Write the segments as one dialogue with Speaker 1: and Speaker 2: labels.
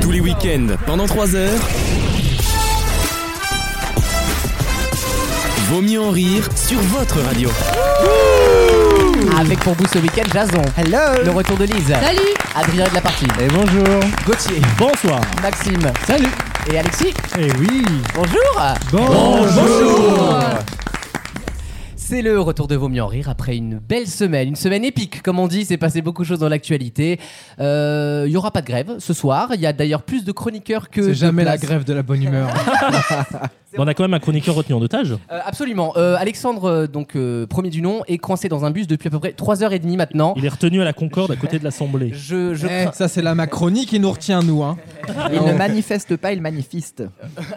Speaker 1: Tous les week-ends, pendant 3 heures. Vaut mieux en rire sur votre radio.
Speaker 2: Avec pour vous ce week-end Jason,
Speaker 3: Hello
Speaker 2: le retour de Lise,
Speaker 4: Salut
Speaker 2: Adrien de la partie,
Speaker 3: Et bonjour
Speaker 2: Gauthier,
Speaker 5: Bonsoir.
Speaker 2: Maxime,
Speaker 5: Salut.
Speaker 2: et Alexis.
Speaker 5: Eh oui.
Speaker 2: Bonjour
Speaker 5: Bonjour.
Speaker 2: C'est le retour de Vaut mieux en rire après une belle semaine, une semaine épique comme on dit, c'est passé beaucoup de choses dans l'actualité. Euh, Il y aura pas de grève ce soir, il y a d'ailleurs plus de chroniqueurs que... de
Speaker 3: C'est jamais la
Speaker 2: places.
Speaker 3: grève de la bonne humeur.
Speaker 5: Bon, on a quand même un chroniqueur retenu en otage.
Speaker 2: Euh, absolument, Euh, Alexandre, euh, donc euh, premier du nom, est coincé dans un bus depuis à peu près 3h30 maintenant.
Speaker 5: Il est retenu à la Concorde à côté de l'Assemblée.
Speaker 2: Je, je
Speaker 3: Eh,
Speaker 2: crains-
Speaker 3: ça, c'est la Macronie qui nous retient, nous. Hein.
Speaker 6: Il ne manifeste pas, il manifeste.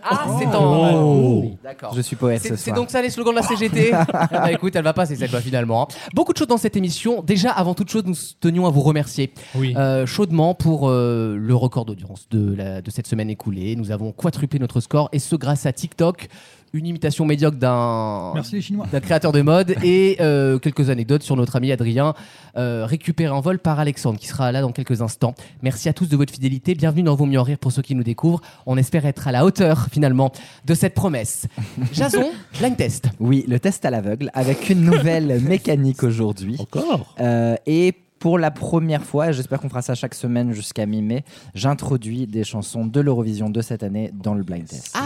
Speaker 2: Ah, c'est en...
Speaker 5: Oh.
Speaker 2: D'accord.
Speaker 6: Je suis poète ce
Speaker 2: C'est c'est
Speaker 6: soir.
Speaker 2: donc ça les slogans de la CGT Ah Bah écoute, elle va passer cette loi finalement. hein. Beaucoup de choses dans cette émission. Déjà, avant toute chose, nous tenions à vous remercier
Speaker 5: Oui.
Speaker 2: euh, chaudement pour euh, le record d'audience de, la- de cette semaine écoulée. Nous avons quadruplé notre score et ce grâce à TikTok, une imitation médiocre d'un
Speaker 3: les Chinois.
Speaker 2: d'un créateur de mode et euh, quelques anecdotes sur notre ami Adrien, euh, récupéré en vol par Alexandre, qui sera là dans quelques instants. Merci à tous de votre fidélité. Bienvenue dans Vos Mieux en Rire pour ceux qui nous découvrent. On espère être à la hauteur, finalement, de cette promesse. Jason, blind test.
Speaker 6: Oui, le test à l'aveugle avec une nouvelle mécanique aujourd'hui.
Speaker 5: Encore.
Speaker 6: Euh, et pour la première fois, et j'espère qu'on fera ça chaque semaine jusqu'à mi-mai, j'introduis des chansons de l'Eurovision de cette année dans le blind test.
Speaker 2: Ah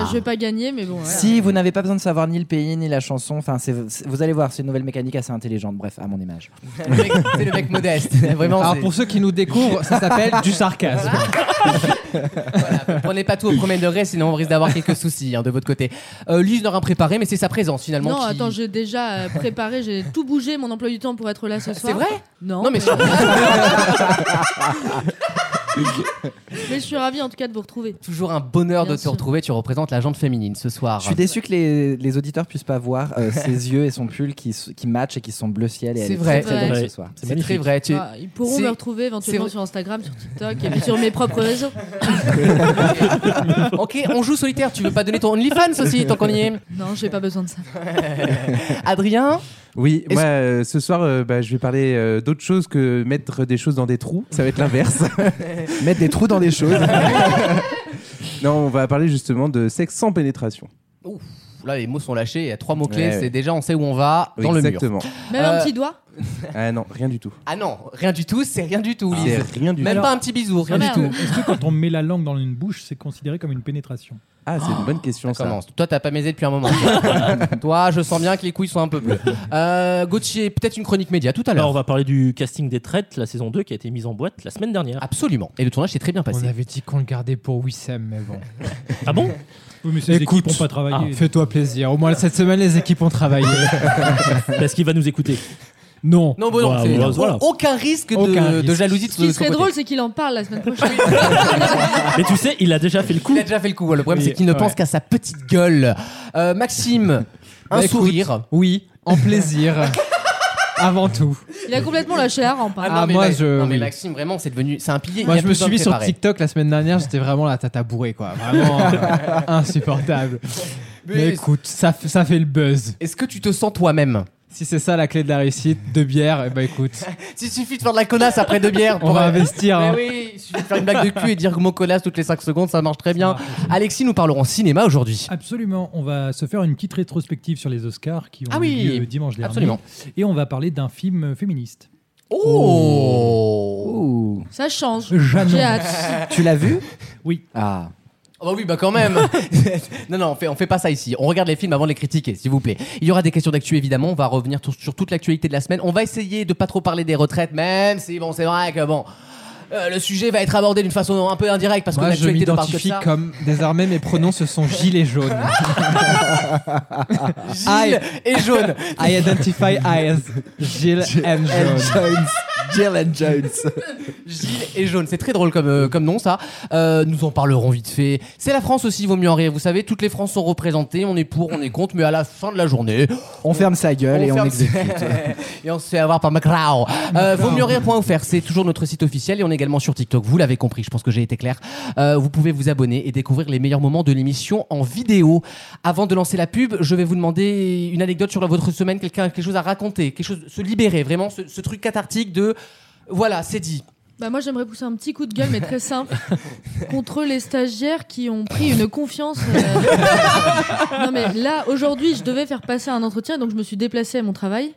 Speaker 4: Bah, Je vais pas gagner, mais bon. voilà.
Speaker 6: Si vous n'avez pas besoin de savoir ni le pays ni la chanson, enfin c'est- c'est- vous allez voir, c'est une nouvelle mécanique assez intelligente, bref, à mon image.
Speaker 2: C'est le mec- C'est le mec modeste. Vraiment,
Speaker 3: Alors,
Speaker 2: c'est-
Speaker 3: pour ceux qui nous découvrent, ça s'appelle du sarcasme.
Speaker 2: Ah, voilà, prenez pas tout au premier degré, sinon on risque d'avoir quelques soucis hein, de votre côté. Euh, Lise n'aura rien préparé, mais c'est sa présence, finalement.
Speaker 4: Non,
Speaker 2: qui-
Speaker 4: attends, j'ai déjà euh, préparé, j'ai tout bougé mon emploi du temps pour être là ce soir.
Speaker 2: C'est vrai
Speaker 4: Non,
Speaker 2: Non, mais sur-
Speaker 4: mais je suis ravie en tout cas de vous retrouver.
Speaker 2: toujours un bonheur
Speaker 4: Bien
Speaker 2: de te
Speaker 4: sûr.
Speaker 2: retrouver. Tu représentes la jante féminine ce soir.
Speaker 6: Je suis déçu que les, les auditeurs puissent pas voir euh, ses yeux et son pull qui, s- qui matchent et qui sont bleu ciel. et elle
Speaker 2: C'est
Speaker 6: est
Speaker 2: vrai.
Speaker 6: très, très belle
Speaker 5: Ouais.
Speaker 6: ce soir.
Speaker 2: C'est
Speaker 5: magnifique.
Speaker 2: très vrai. Tu-
Speaker 4: Ah, ils pourront
Speaker 2: C'est-
Speaker 4: me retrouver éventuellement
Speaker 2: vrai.
Speaker 4: sur Instagram, sur TikTok et puis sur mes propres réseaux.
Speaker 2: Ok, on joue solitaire. Tu veux pas donner ton OnlyFans aussi tant qu'on y est
Speaker 4: Non, j'ai pas besoin de ça.
Speaker 2: Adrien
Speaker 7: Oui,
Speaker 2: Est-ce-
Speaker 7: moi, euh, ce soir, euh, bah, je vais parler euh, d'autre chose que mettre des choses dans des trous. Ça va être l'inverse.
Speaker 6: Mettre des trous dans des choses.
Speaker 7: non, on va parler justement de sexe sans pénétration.
Speaker 2: Là, les mots sont lâchés. Il y a trois mots clés.
Speaker 7: Ouais, ouais.
Speaker 2: C'est déjà, on sait où on va dans le mur.
Speaker 7: Exactement.
Speaker 4: Même
Speaker 2: Euh,
Speaker 4: un petit doigt.
Speaker 7: Ah non, rien du tout. Ah,
Speaker 2: Ah non, rien du tout. C'est rien du tout. Lise.
Speaker 7: C'est rien du
Speaker 2: Même
Speaker 7: tout.
Speaker 2: pas un petit bisou. Rien
Speaker 4: Ah,
Speaker 2: du
Speaker 4: merde.
Speaker 2: tout.
Speaker 8: Est-ce que quand on met la langue dans une bouche, c'est considéré comme une pénétration
Speaker 7: Ah, c'est une bonne question ça.
Speaker 2: Commence. Toi, t'as pas baisé depuis un moment. Toi, je sens bien que les couilles sont un peu bleues. Euh, Gauthier, peut-être une chronique média tout à
Speaker 5: Alors, on
Speaker 2: l'heure.
Speaker 5: va parler du casting des traites, la saison 2 qui a été mise en boîte la semaine dernière.
Speaker 2: Absolument. Et le tournage s'est très bien
Speaker 3: On
Speaker 2: passé.
Speaker 3: avait dit qu'on le gardait pour Wissem, mais bon.
Speaker 5: Ah bon
Speaker 8: Oui, mais ces
Speaker 3: Écoute. ah,
Speaker 8: équipes n'ont pas travaillé.
Speaker 3: Fais-toi plaisir. Au moins, cette semaine, les équipes ont travaillé.
Speaker 5: Parce qu'il va nous écouter.
Speaker 3: Non.
Speaker 2: Non, bon, non,
Speaker 5: Voilà,
Speaker 2: c'est-
Speaker 5: voilà, voilà.
Speaker 2: aucun risque de,
Speaker 3: Aucun
Speaker 2: de
Speaker 3: risque.
Speaker 2: jalousie de
Speaker 4: Ce qui
Speaker 2: notre
Speaker 4: serait
Speaker 2: côté.
Speaker 4: drôle, c'est qu'il en parle la semaine prochaine.
Speaker 5: Mais tu sais, il a déjà fait le coup.
Speaker 2: Il a déjà fait le coup. Le problème,
Speaker 3: Oui,
Speaker 2: c'est qu'il ne
Speaker 3: ouais.
Speaker 2: pense qu'à sa petite gueule. Euh, Maxime, un
Speaker 3: Bah, écoute,
Speaker 2: sourire.
Speaker 3: Oui, en plaisir. Avant tout.
Speaker 4: Il a complètement lâché la rampe. hein.
Speaker 2: Ah, non,
Speaker 3: Ah,
Speaker 2: mais
Speaker 3: moi,
Speaker 2: Ma-
Speaker 3: je-
Speaker 2: non, mais
Speaker 3: oui.
Speaker 2: Maxime, vraiment, c'est devenu. C'est un pilier. il
Speaker 3: Moi,
Speaker 2: y a
Speaker 3: je me
Speaker 2: plus besoin
Speaker 3: suis mis
Speaker 2: de
Speaker 3: sur
Speaker 2: préparer.
Speaker 3: TikTok la semaine dernière, j'étais vraiment la tata bourrée, quoi. Vraiment euh, insupportable. Mais
Speaker 2: Mais
Speaker 3: écoute, ça, f- ça fait le buzz.
Speaker 2: Est-ce que tu te sens toi-même
Speaker 3: Si c'est ça la clé de la réussite, deux bières, et bah écoute,
Speaker 2: S'il suffit de faire de la connasse après deux bières
Speaker 3: on
Speaker 2: pour.
Speaker 3: va
Speaker 2: euh,
Speaker 3: investir.
Speaker 2: mais
Speaker 3: hein.
Speaker 2: oui, il suffit de faire une blague de cul et dire mot connasse toutes les 5 secondes, ça marche très bien. Alexis, nous parlerons cinéma aujourd'hui.
Speaker 8: Absolument, on va se faire une petite rétrospective sur les Oscars qui ont
Speaker 2: Ah
Speaker 8: eu
Speaker 2: oui,
Speaker 8: lieu dimanche dernier.
Speaker 2: absolument.
Speaker 8: Et on va parler d'un film féministe.
Speaker 2: Oh
Speaker 6: Ouh.
Speaker 4: Ça change. J'ai
Speaker 8: Jeanne.
Speaker 4: hâte.
Speaker 6: Tu l'as vu
Speaker 8: Oui.
Speaker 6: Ah.
Speaker 2: Ah bah oui, bah quand même Non, non, on fait, on fait pas ça ici. On regarde les films avant de les critiquer, s'il vous plaît. Il y aura des questions d'actu, évidemment. On va revenir tout- sur toute l'actualité de la semaine. On va essayer de pas trop parler des retraites, même si, bon, c'est vrai que, bon, euh, le sujet va être abordé d'une façon un peu indirecte parce que
Speaker 3: Moi, je
Speaker 2: l'actualité ne parle que de
Speaker 3: m'identifie
Speaker 2: ça.
Speaker 3: comme désormais mes pronoms ce sont gilet jaune.
Speaker 2: Gilles et jaune
Speaker 3: I identify as Gilles and jaune.
Speaker 6: Ellen Jones. Jill and Jones.
Speaker 2: Gilles et jaune, c'est très drôle comme, euh, comme nom ça. Euh, nous en parlerons vite fait. C'est la France aussi, vaut mieux en rire. Vous savez, toutes les Frances sont représentées, on est pour, on est contre, mais à la fin de la journée,
Speaker 6: On ferme sa gueule et on
Speaker 2: ferme-
Speaker 6: exécute.
Speaker 2: et on se fait avoir par Macrao. Euh, vaut mieux rire.fr, c'est toujours notre site officiel et on est également sur TikTok. Vous l'avez compris, je pense que j'ai été clair. Euh, vous pouvez vous abonner et découvrir les meilleurs moments de l'émission en vidéo. Avant de lancer la pub, je vais vous demander une anecdote sur votre semaine, quelqu'un quelque chose à raconter, quelque chose se libérer, vraiment ce, ce truc cathartique de voilà, c'est dit.
Speaker 4: Bah moi j'aimerais pousser un petit coup de gueule mais très simple contre les stagiaires qui ont pris une confiance. euh, Non mais là aujourd'hui je devais faire passer un entretien donc je me suis déplacée à mon travail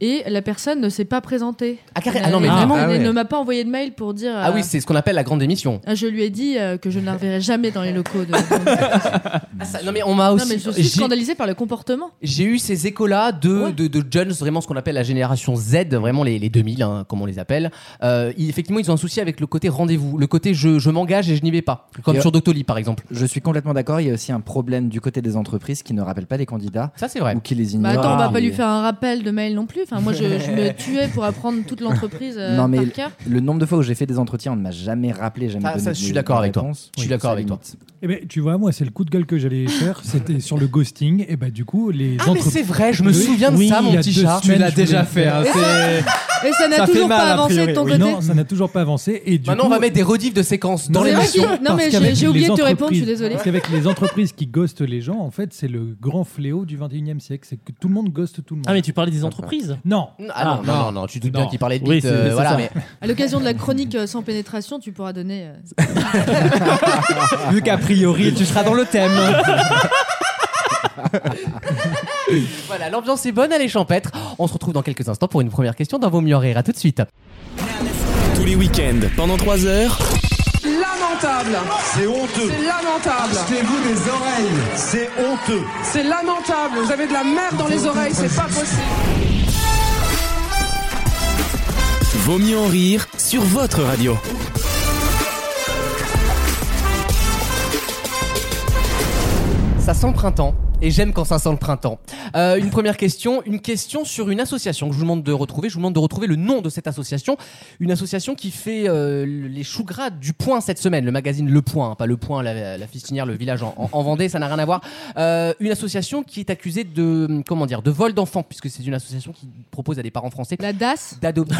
Speaker 4: et la personne ne s'est pas présentée. Euh,
Speaker 2: Ah, carré- ah non, mais
Speaker 4: Elle-
Speaker 2: vraiment
Speaker 4: elle
Speaker 7: Ah ouais.
Speaker 4: ne m'a pas envoyé de mail pour dire.
Speaker 2: Ah
Speaker 4: euh,
Speaker 2: oui, c'est ce qu'on appelle la grande émission.
Speaker 4: ah, je lui ai dit euh, que je ne la reverrai jamais dans les locaux. De...
Speaker 2: Ah, non, mais on m'a
Speaker 4: non
Speaker 2: aussi.
Speaker 4: mais je suis
Speaker 2: j'ai-
Speaker 4: scandalisée par le comportement.
Speaker 2: J'ai eu ces échos-là de,
Speaker 4: Ouais.
Speaker 2: de, de jeunes, vraiment ce qu'on appelle la génération Z, vraiment les, les 2000, hein, comme on les appelle. Euh, ils- effectivement, ils ont un souci avec le côté rendez-vous, le côté je, je m'engage et je n'y vais pas. Comme
Speaker 6: Et-
Speaker 2: sur Doctolib, par exemple.
Speaker 6: Je suis complètement d'accord. Il y a aussi un problème du côté des entreprises qui ne rappellent pas les candidats
Speaker 2: Ça, c'est vrai.
Speaker 6: ou qui les
Speaker 4: Bah
Speaker 6: ignorent.
Speaker 4: attends, on va pas
Speaker 6: Et
Speaker 4: lui
Speaker 2: Ah,
Speaker 4: faire un rappel de mail non plus. Enfin, moi, je, je me tuais pour apprendre toute l'entreprise euh,
Speaker 6: Non, mais-
Speaker 4: par cœur.
Speaker 6: Le nombre de fois où j'ai fait des entretiens, on ne m'a jamais rappelé, jamais
Speaker 2: Ah,
Speaker 6: donné
Speaker 2: ça,
Speaker 6: de-
Speaker 2: je suis d'accord
Speaker 6: de
Speaker 2: avec toi.
Speaker 6: réponse.
Speaker 2: Je suis d'accord
Speaker 6: ça
Speaker 2: avec toi.
Speaker 6: limite.
Speaker 8: Eh ben, tu vois, moi, c'est le coup de gueule que j'allais faire. C'était sur le ghosting. Et ben, du coup, les
Speaker 2: Ah, mais
Speaker 8: entreprises.
Speaker 2: c'est vrai, je me
Speaker 8: Oui,
Speaker 2: souviens de
Speaker 8: oui,
Speaker 2: ça, mon
Speaker 8: il y a
Speaker 2: petit
Speaker 8: deux
Speaker 2: chat.
Speaker 3: Tu
Speaker 8: semaines,
Speaker 3: l'as
Speaker 8: je
Speaker 3: déjà
Speaker 8: voulais-
Speaker 3: fait. hein, c'est-
Speaker 4: Et ça n'a
Speaker 3: Ça fait
Speaker 4: toujours
Speaker 3: mal,
Speaker 4: pas
Speaker 3: a
Speaker 4: avancé de
Speaker 3: priori,
Speaker 4: ton
Speaker 3: oui.
Speaker 4: côté.
Speaker 8: Non, ça n'a toujours pas avancé. Et du
Speaker 2: Maintenant,
Speaker 8: coup,
Speaker 2: on va mettre des rediffs de séquences dans
Speaker 8: Non,
Speaker 4: C'est
Speaker 2: les
Speaker 4: vrai
Speaker 8: l'émission,
Speaker 4: qu'il- Non,
Speaker 8: parce
Speaker 4: mais j'ai
Speaker 8: qu'avec
Speaker 4: j'ai oublié
Speaker 8: les
Speaker 4: de te répondre, je suis
Speaker 8: entreprises-
Speaker 4: désolée.
Speaker 8: Parce qu'avec les entreprises qui ghostent les gens, en fait, c'est le grand fléau du 21 e siècle. C'est que tout le monde ghoste tout le monde.
Speaker 5: Ah, mais tu parlais des entreprises
Speaker 8: Non,
Speaker 2: Ah non, non, non, non, tu te doutes bien
Speaker 8: Non.
Speaker 2: qu'il parlait de
Speaker 5: Oui,
Speaker 2: bite,
Speaker 5: c'est-
Speaker 2: euh,
Speaker 5: c'est
Speaker 2: voilà,
Speaker 5: ça.
Speaker 2: mais
Speaker 4: À l'occasion de la chronique euh, sans pénétration, tu pourras donner. euh,
Speaker 3: vu qu'a priori, tu seras dans le thème.
Speaker 2: voilà, l'ambiance est bonne, elle est champêtre. On se retrouve dans quelques instants pour une première question dans Vos mieux en rire. À tout de suite.
Speaker 1: Tous les week-ends, pendant 3 heures.
Speaker 9: Lamentable.
Speaker 10: C'est honteux.
Speaker 9: C'est lamentable.
Speaker 10: Achetez-vous des oreilles. C'est honteux.
Speaker 9: C'est lamentable. Vous avez de la merde dans les oreilles. C'est pas possible.
Speaker 1: Vaut mieux en rire sur votre radio.
Speaker 2: Ça sent le printemps. Et j'aime quand ça sent le printemps. Euh, une première question, une question sur une association que je vous demande de retrouver. Je vous demande de retrouver le nom de cette association. Une association qui fait euh, les choux gras du Point cette semaine. Le magazine Le Point, hein, pas Le Point, la, la fistinière, le village en, en- en Vendée, ça n'a rien à voir. Euh, une association qui est accusée de, comment dire, de vol d'enfants, puisque c'est une association qui propose à des parents français
Speaker 4: La DAS.
Speaker 2: d'adopter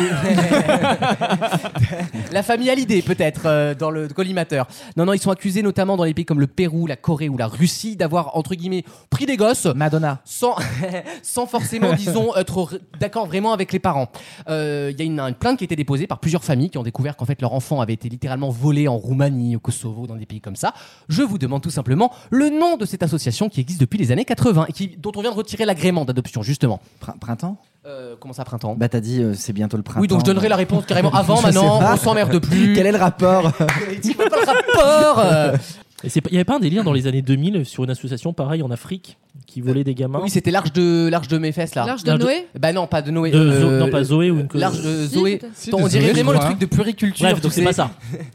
Speaker 2: la famille Hallyday peut-être euh, dans le collimateur. Non non, ils sont accusés notamment dans les pays comme le Pérou, la Corée ou la Russie d'avoir entre guillemets pris des gosses
Speaker 6: Madonna.
Speaker 2: sans, sans forcément, disons, être r- d'accord vraiment avec les parents. Euh, Il y a une, une plainte qui a été déposée par plusieurs familles qui ont découvert qu'en fait leur enfant avait été littéralement volé en Roumanie, au Kosovo, dans des pays comme ça. Je vous demande tout simplement le nom de cette association qui existe depuis les années 80 et qui, dont on vient de retirer l'agrément d'adoption, justement.
Speaker 6: Prin- Printemps
Speaker 2: Euh, comment ça, printemps
Speaker 6: Bah, t'as dit, euh, c'est bientôt le printemps.
Speaker 2: oui, donc je donnerai la réponse carrément avant,
Speaker 6: Je
Speaker 2: maintenant,
Speaker 6: sais pas.
Speaker 2: on s'emmerde plus.
Speaker 6: Quel est le rapport
Speaker 2: Il faut pas le rapport euh.
Speaker 5: Et c'est pas- Il n'y avait pas un délire dans les années 2000 sur une association pareille en Afrique qui volait des gamins
Speaker 2: Oui, c'était l'arche de, l'arche de mes fesses, là.
Speaker 4: L'arche de
Speaker 5: L'arche de-
Speaker 4: Noé.
Speaker 2: Bah non, pas de Noé.
Speaker 5: De
Speaker 2: euh,
Speaker 5: Zo- non, pas Zoé ou une
Speaker 2: L'arche de
Speaker 4: Si,
Speaker 2: Zoé.
Speaker 4: peut-être.
Speaker 3: Si,
Speaker 2: Attends,
Speaker 3: de
Speaker 2: on dirait
Speaker 3: Zoé, je
Speaker 2: vraiment le
Speaker 3: crois,
Speaker 2: truc de puriculture.
Speaker 5: Bref, donc
Speaker 2: tu
Speaker 5: c'est
Speaker 2: sais.
Speaker 5: pas ça.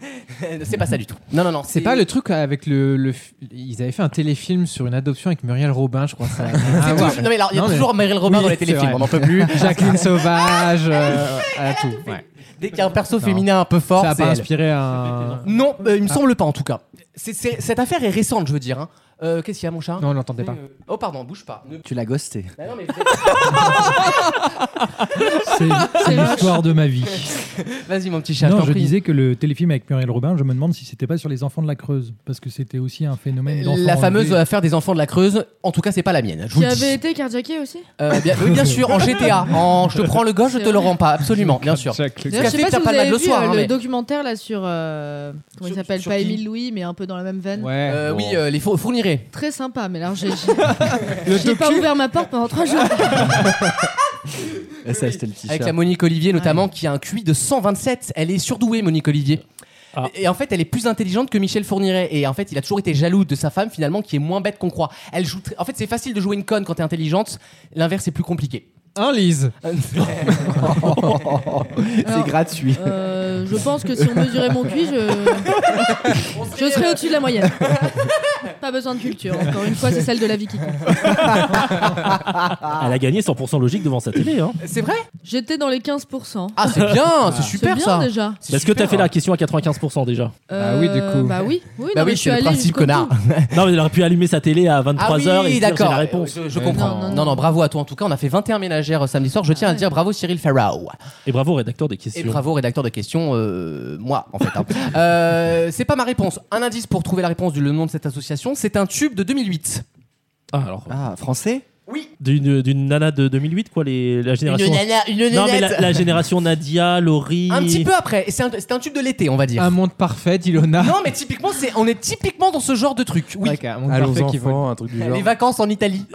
Speaker 2: c'est pas ça du tout. Non, non, non.
Speaker 3: C'est pas le truc avec le, le f- Ils avaient fait un téléfilm sur une adoption avec Muriel Robin, je crois. Ça. Ah, ouais.
Speaker 2: Non, mais alors, il y a
Speaker 3: Non, mais-
Speaker 2: toujours Meryl Robin
Speaker 3: Oui,
Speaker 2: dans les
Speaker 3: c'est
Speaker 2: téléfilms,
Speaker 3: vrai.
Speaker 2: on n'en peut plus.
Speaker 3: Jacqueline Sauvage, euh, elle a tout. ouais.
Speaker 2: Dès qu'il y a un perso
Speaker 3: Non.
Speaker 2: féminin un peu fort,
Speaker 3: Ça a
Speaker 2: c'est
Speaker 3: pas
Speaker 2: elle.
Speaker 3: inspiré un.
Speaker 2: Non, euh, il me semble pas en tout cas. C'est- c'est- cette affaire est récente, je veux dire. hein. Euh, Qu'est-ce qu'il y a, mon chat
Speaker 3: Non, on l'entendait pas.
Speaker 2: Oh, pardon, bouge pas. Ne-
Speaker 6: Tu l'as ghosté.
Speaker 2: Bah non, mais vous
Speaker 8: C'est c'est l'histoire de ma vie.
Speaker 2: êtes- Vas-y, mon petit chat.
Speaker 8: Non,
Speaker 2: t'en
Speaker 8: je
Speaker 2: prie.
Speaker 8: disais que le téléfilm avec Muriel Robin, je me demande si c'était pas sur les enfants de la Creuse, parce que c'était aussi un phénomène d'enfants.
Speaker 2: La fameuse euh,
Speaker 8: enlevés.
Speaker 2: affaire des enfants de la Creuse, en tout cas, c'est pas la mienne. Je vous
Speaker 4: Qui
Speaker 2: le dis.
Speaker 4: avait été cardiaqué aussi.
Speaker 2: Euh, bien, oui, bien sûr, en GTA, en je te prends le gauche, je te le rends pas, absolument, bien sûr.
Speaker 4: D'ailleurs, Je sais
Speaker 2: Café,
Speaker 4: pas
Speaker 2: t'as
Speaker 4: si vous
Speaker 2: pas le mal
Speaker 4: avez
Speaker 2: le
Speaker 4: vu
Speaker 2: soir,
Speaker 4: euh,
Speaker 2: hein,
Speaker 4: le
Speaker 2: mais-
Speaker 4: documentaire là sur. euh, Comment il
Speaker 2: Sur-
Speaker 4: s'appelle
Speaker 2: sur
Speaker 4: Pas
Speaker 2: qui
Speaker 4: Émile Louis, mais un peu dans la même veine.
Speaker 3: Ouais.
Speaker 2: Euh, Oui, euh, les fournirés.
Speaker 4: Très sympa, mais alors j'ai. j'ai- J'ai pas ouvert ma porte hein. pendant trois jours.
Speaker 6: Elle s'est acheté le t-shirt.
Speaker 2: Avec la Monique Olivier notamment, qui a un QI de 127. Elle est surdouée, Monique Olivier.
Speaker 5: Ah.
Speaker 2: Et en fait, elle est plus intelligente que Michel Fourniret. Et en fait, il a toujours été jaloux de sa femme, finalement, qui est moins bête qu'on croit. Elle joue très- En fait, c'est facile de jouer une conne quand t'es intelligente. L'inverse est plus compliqué.
Speaker 4: Hein,
Speaker 3: Un Lise.
Speaker 6: C'est
Speaker 4: Alors,
Speaker 6: gratuit.
Speaker 4: euh, je pense que si on mesurait mon QI, je, je serais au-dessus de la moyenne. Pas besoin de culture. Encore une fois, c'est celle de la vie qui compte.
Speaker 5: Ah. Elle a gagné 100% logique devant sa télé. Hein.
Speaker 2: C'est vrai
Speaker 4: J'étais dans les 15%.
Speaker 2: Ah, c'est bien, c'est
Speaker 4: C'est
Speaker 2: super
Speaker 4: bien
Speaker 2: ça.
Speaker 4: déjà.
Speaker 2: C'est
Speaker 5: Est-ce que
Speaker 2: super.
Speaker 5: t'as fait la question à 95% déjà
Speaker 3: Bah oui, du coup.
Speaker 4: Bah oui, oui,
Speaker 2: Bah
Speaker 4: non, mais
Speaker 2: oui,
Speaker 4: je suis
Speaker 2: c'est le
Speaker 4: allée
Speaker 2: principe,
Speaker 4: jusqu'au
Speaker 2: connard.
Speaker 4: bout.
Speaker 5: Non, mais elle aurait pu allumer sa télé à 23h
Speaker 2: Ah oui,
Speaker 5: et dire j'ai
Speaker 2: d'accord.
Speaker 5: la réponse.
Speaker 2: Je, je comprends.
Speaker 4: Non,
Speaker 2: Non
Speaker 4: non,
Speaker 2: non,
Speaker 4: non.
Speaker 2: bravo à toi en tout cas. On a fait 21 ménagères euh, samedi soir. Je
Speaker 3: Ah
Speaker 2: tiens à le dire bravo Cyril Ferrao.
Speaker 5: Et bravo, rédacteur des questions.
Speaker 2: Et bravo rédacteur de questions, euh, moi en fait. hein. Euh, c'est pas ma réponse. Un indice pour trouver la réponse du le nom de cette association. C'est un tube de 2008.
Speaker 5: Ah, alors,
Speaker 6: Ah, français
Speaker 5: Oui. D'une d'une nana de 2008, quoi, les, la génération. non, mais la, la génération Nadia, Laurie.
Speaker 2: Un petit peu après, et c'est un, c'est un tube de l'été, on va dire.
Speaker 3: Un monde parfait, Ilona.
Speaker 2: Non, mais typiquement, c'est, on est typiquement dans ce genre de truc. Oui.
Speaker 3: Ouais, un monde
Speaker 7: Allons
Speaker 3: parfait qui vole.
Speaker 7: enfants, un truc du genre.
Speaker 2: Les vacances en Italie.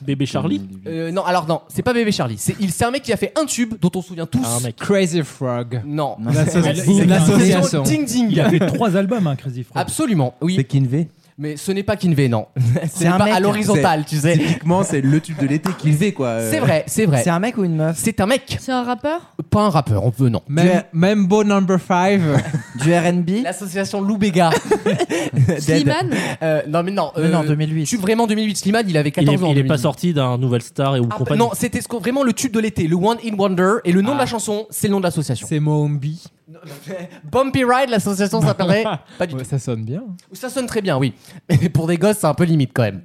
Speaker 5: Bébé Charlie.
Speaker 2: Euh, non, alors non, c'est pas Bébé Charlie. C'est, il, c'est un mec qui a fait un tube dont on se souvient tous.
Speaker 5: Ah, mec.
Speaker 3: Crazy Frog.
Speaker 2: Non.
Speaker 8: L'asso-
Speaker 3: L'association.
Speaker 2: Ding ding.
Speaker 8: Il a fait trois albums, hein, Crazy Frog.
Speaker 2: Absolument, oui.
Speaker 7: C'est Kinvey.
Speaker 2: Mais ce n'est pas Kinvey, non.
Speaker 6: C'est un
Speaker 2: pas
Speaker 6: mec.
Speaker 2: à l'horizontale, tu sais.
Speaker 7: Typiquement, c'est le tube de l'été Kinvey, quoi. Euh,
Speaker 2: C'est vrai, c'est vrai.
Speaker 6: C'est un mec ou une meuf
Speaker 2: C'est un mec,
Speaker 4: C'est un rappeur
Speaker 2: pas un rappeur, on peut non.
Speaker 3: Même, Membo number 5.
Speaker 6: Du RB
Speaker 2: L'association Lou Béga.
Speaker 4: Slimane
Speaker 2: Euh, non mais non,
Speaker 6: Non,
Speaker 2: euh,
Speaker 6: non, 2008.
Speaker 2: Tu vraiment 2008 Slimane, il avait
Speaker 5: Il
Speaker 2: 14
Speaker 5: est,
Speaker 2: ans. en
Speaker 5: il est pas
Speaker 2: 2008.
Speaker 5: sorti d'un Nouvelle Star et ou
Speaker 2: Ah,
Speaker 5: compagnie.
Speaker 2: non, c'était ce qu'on- vraiment le tube de l'été, le One in Wonder, et le nom de la chanson, c'est le nom de l'association.
Speaker 3: Ah. C'est Moombi.
Speaker 2: Bumpy Ride, l'association s'appellerait. pas du
Speaker 3: Ouais, ça sonne bien.
Speaker 2: tout. Ça sonne très bien, oui. Mais pour des gosses, c'est un peu limite quand même.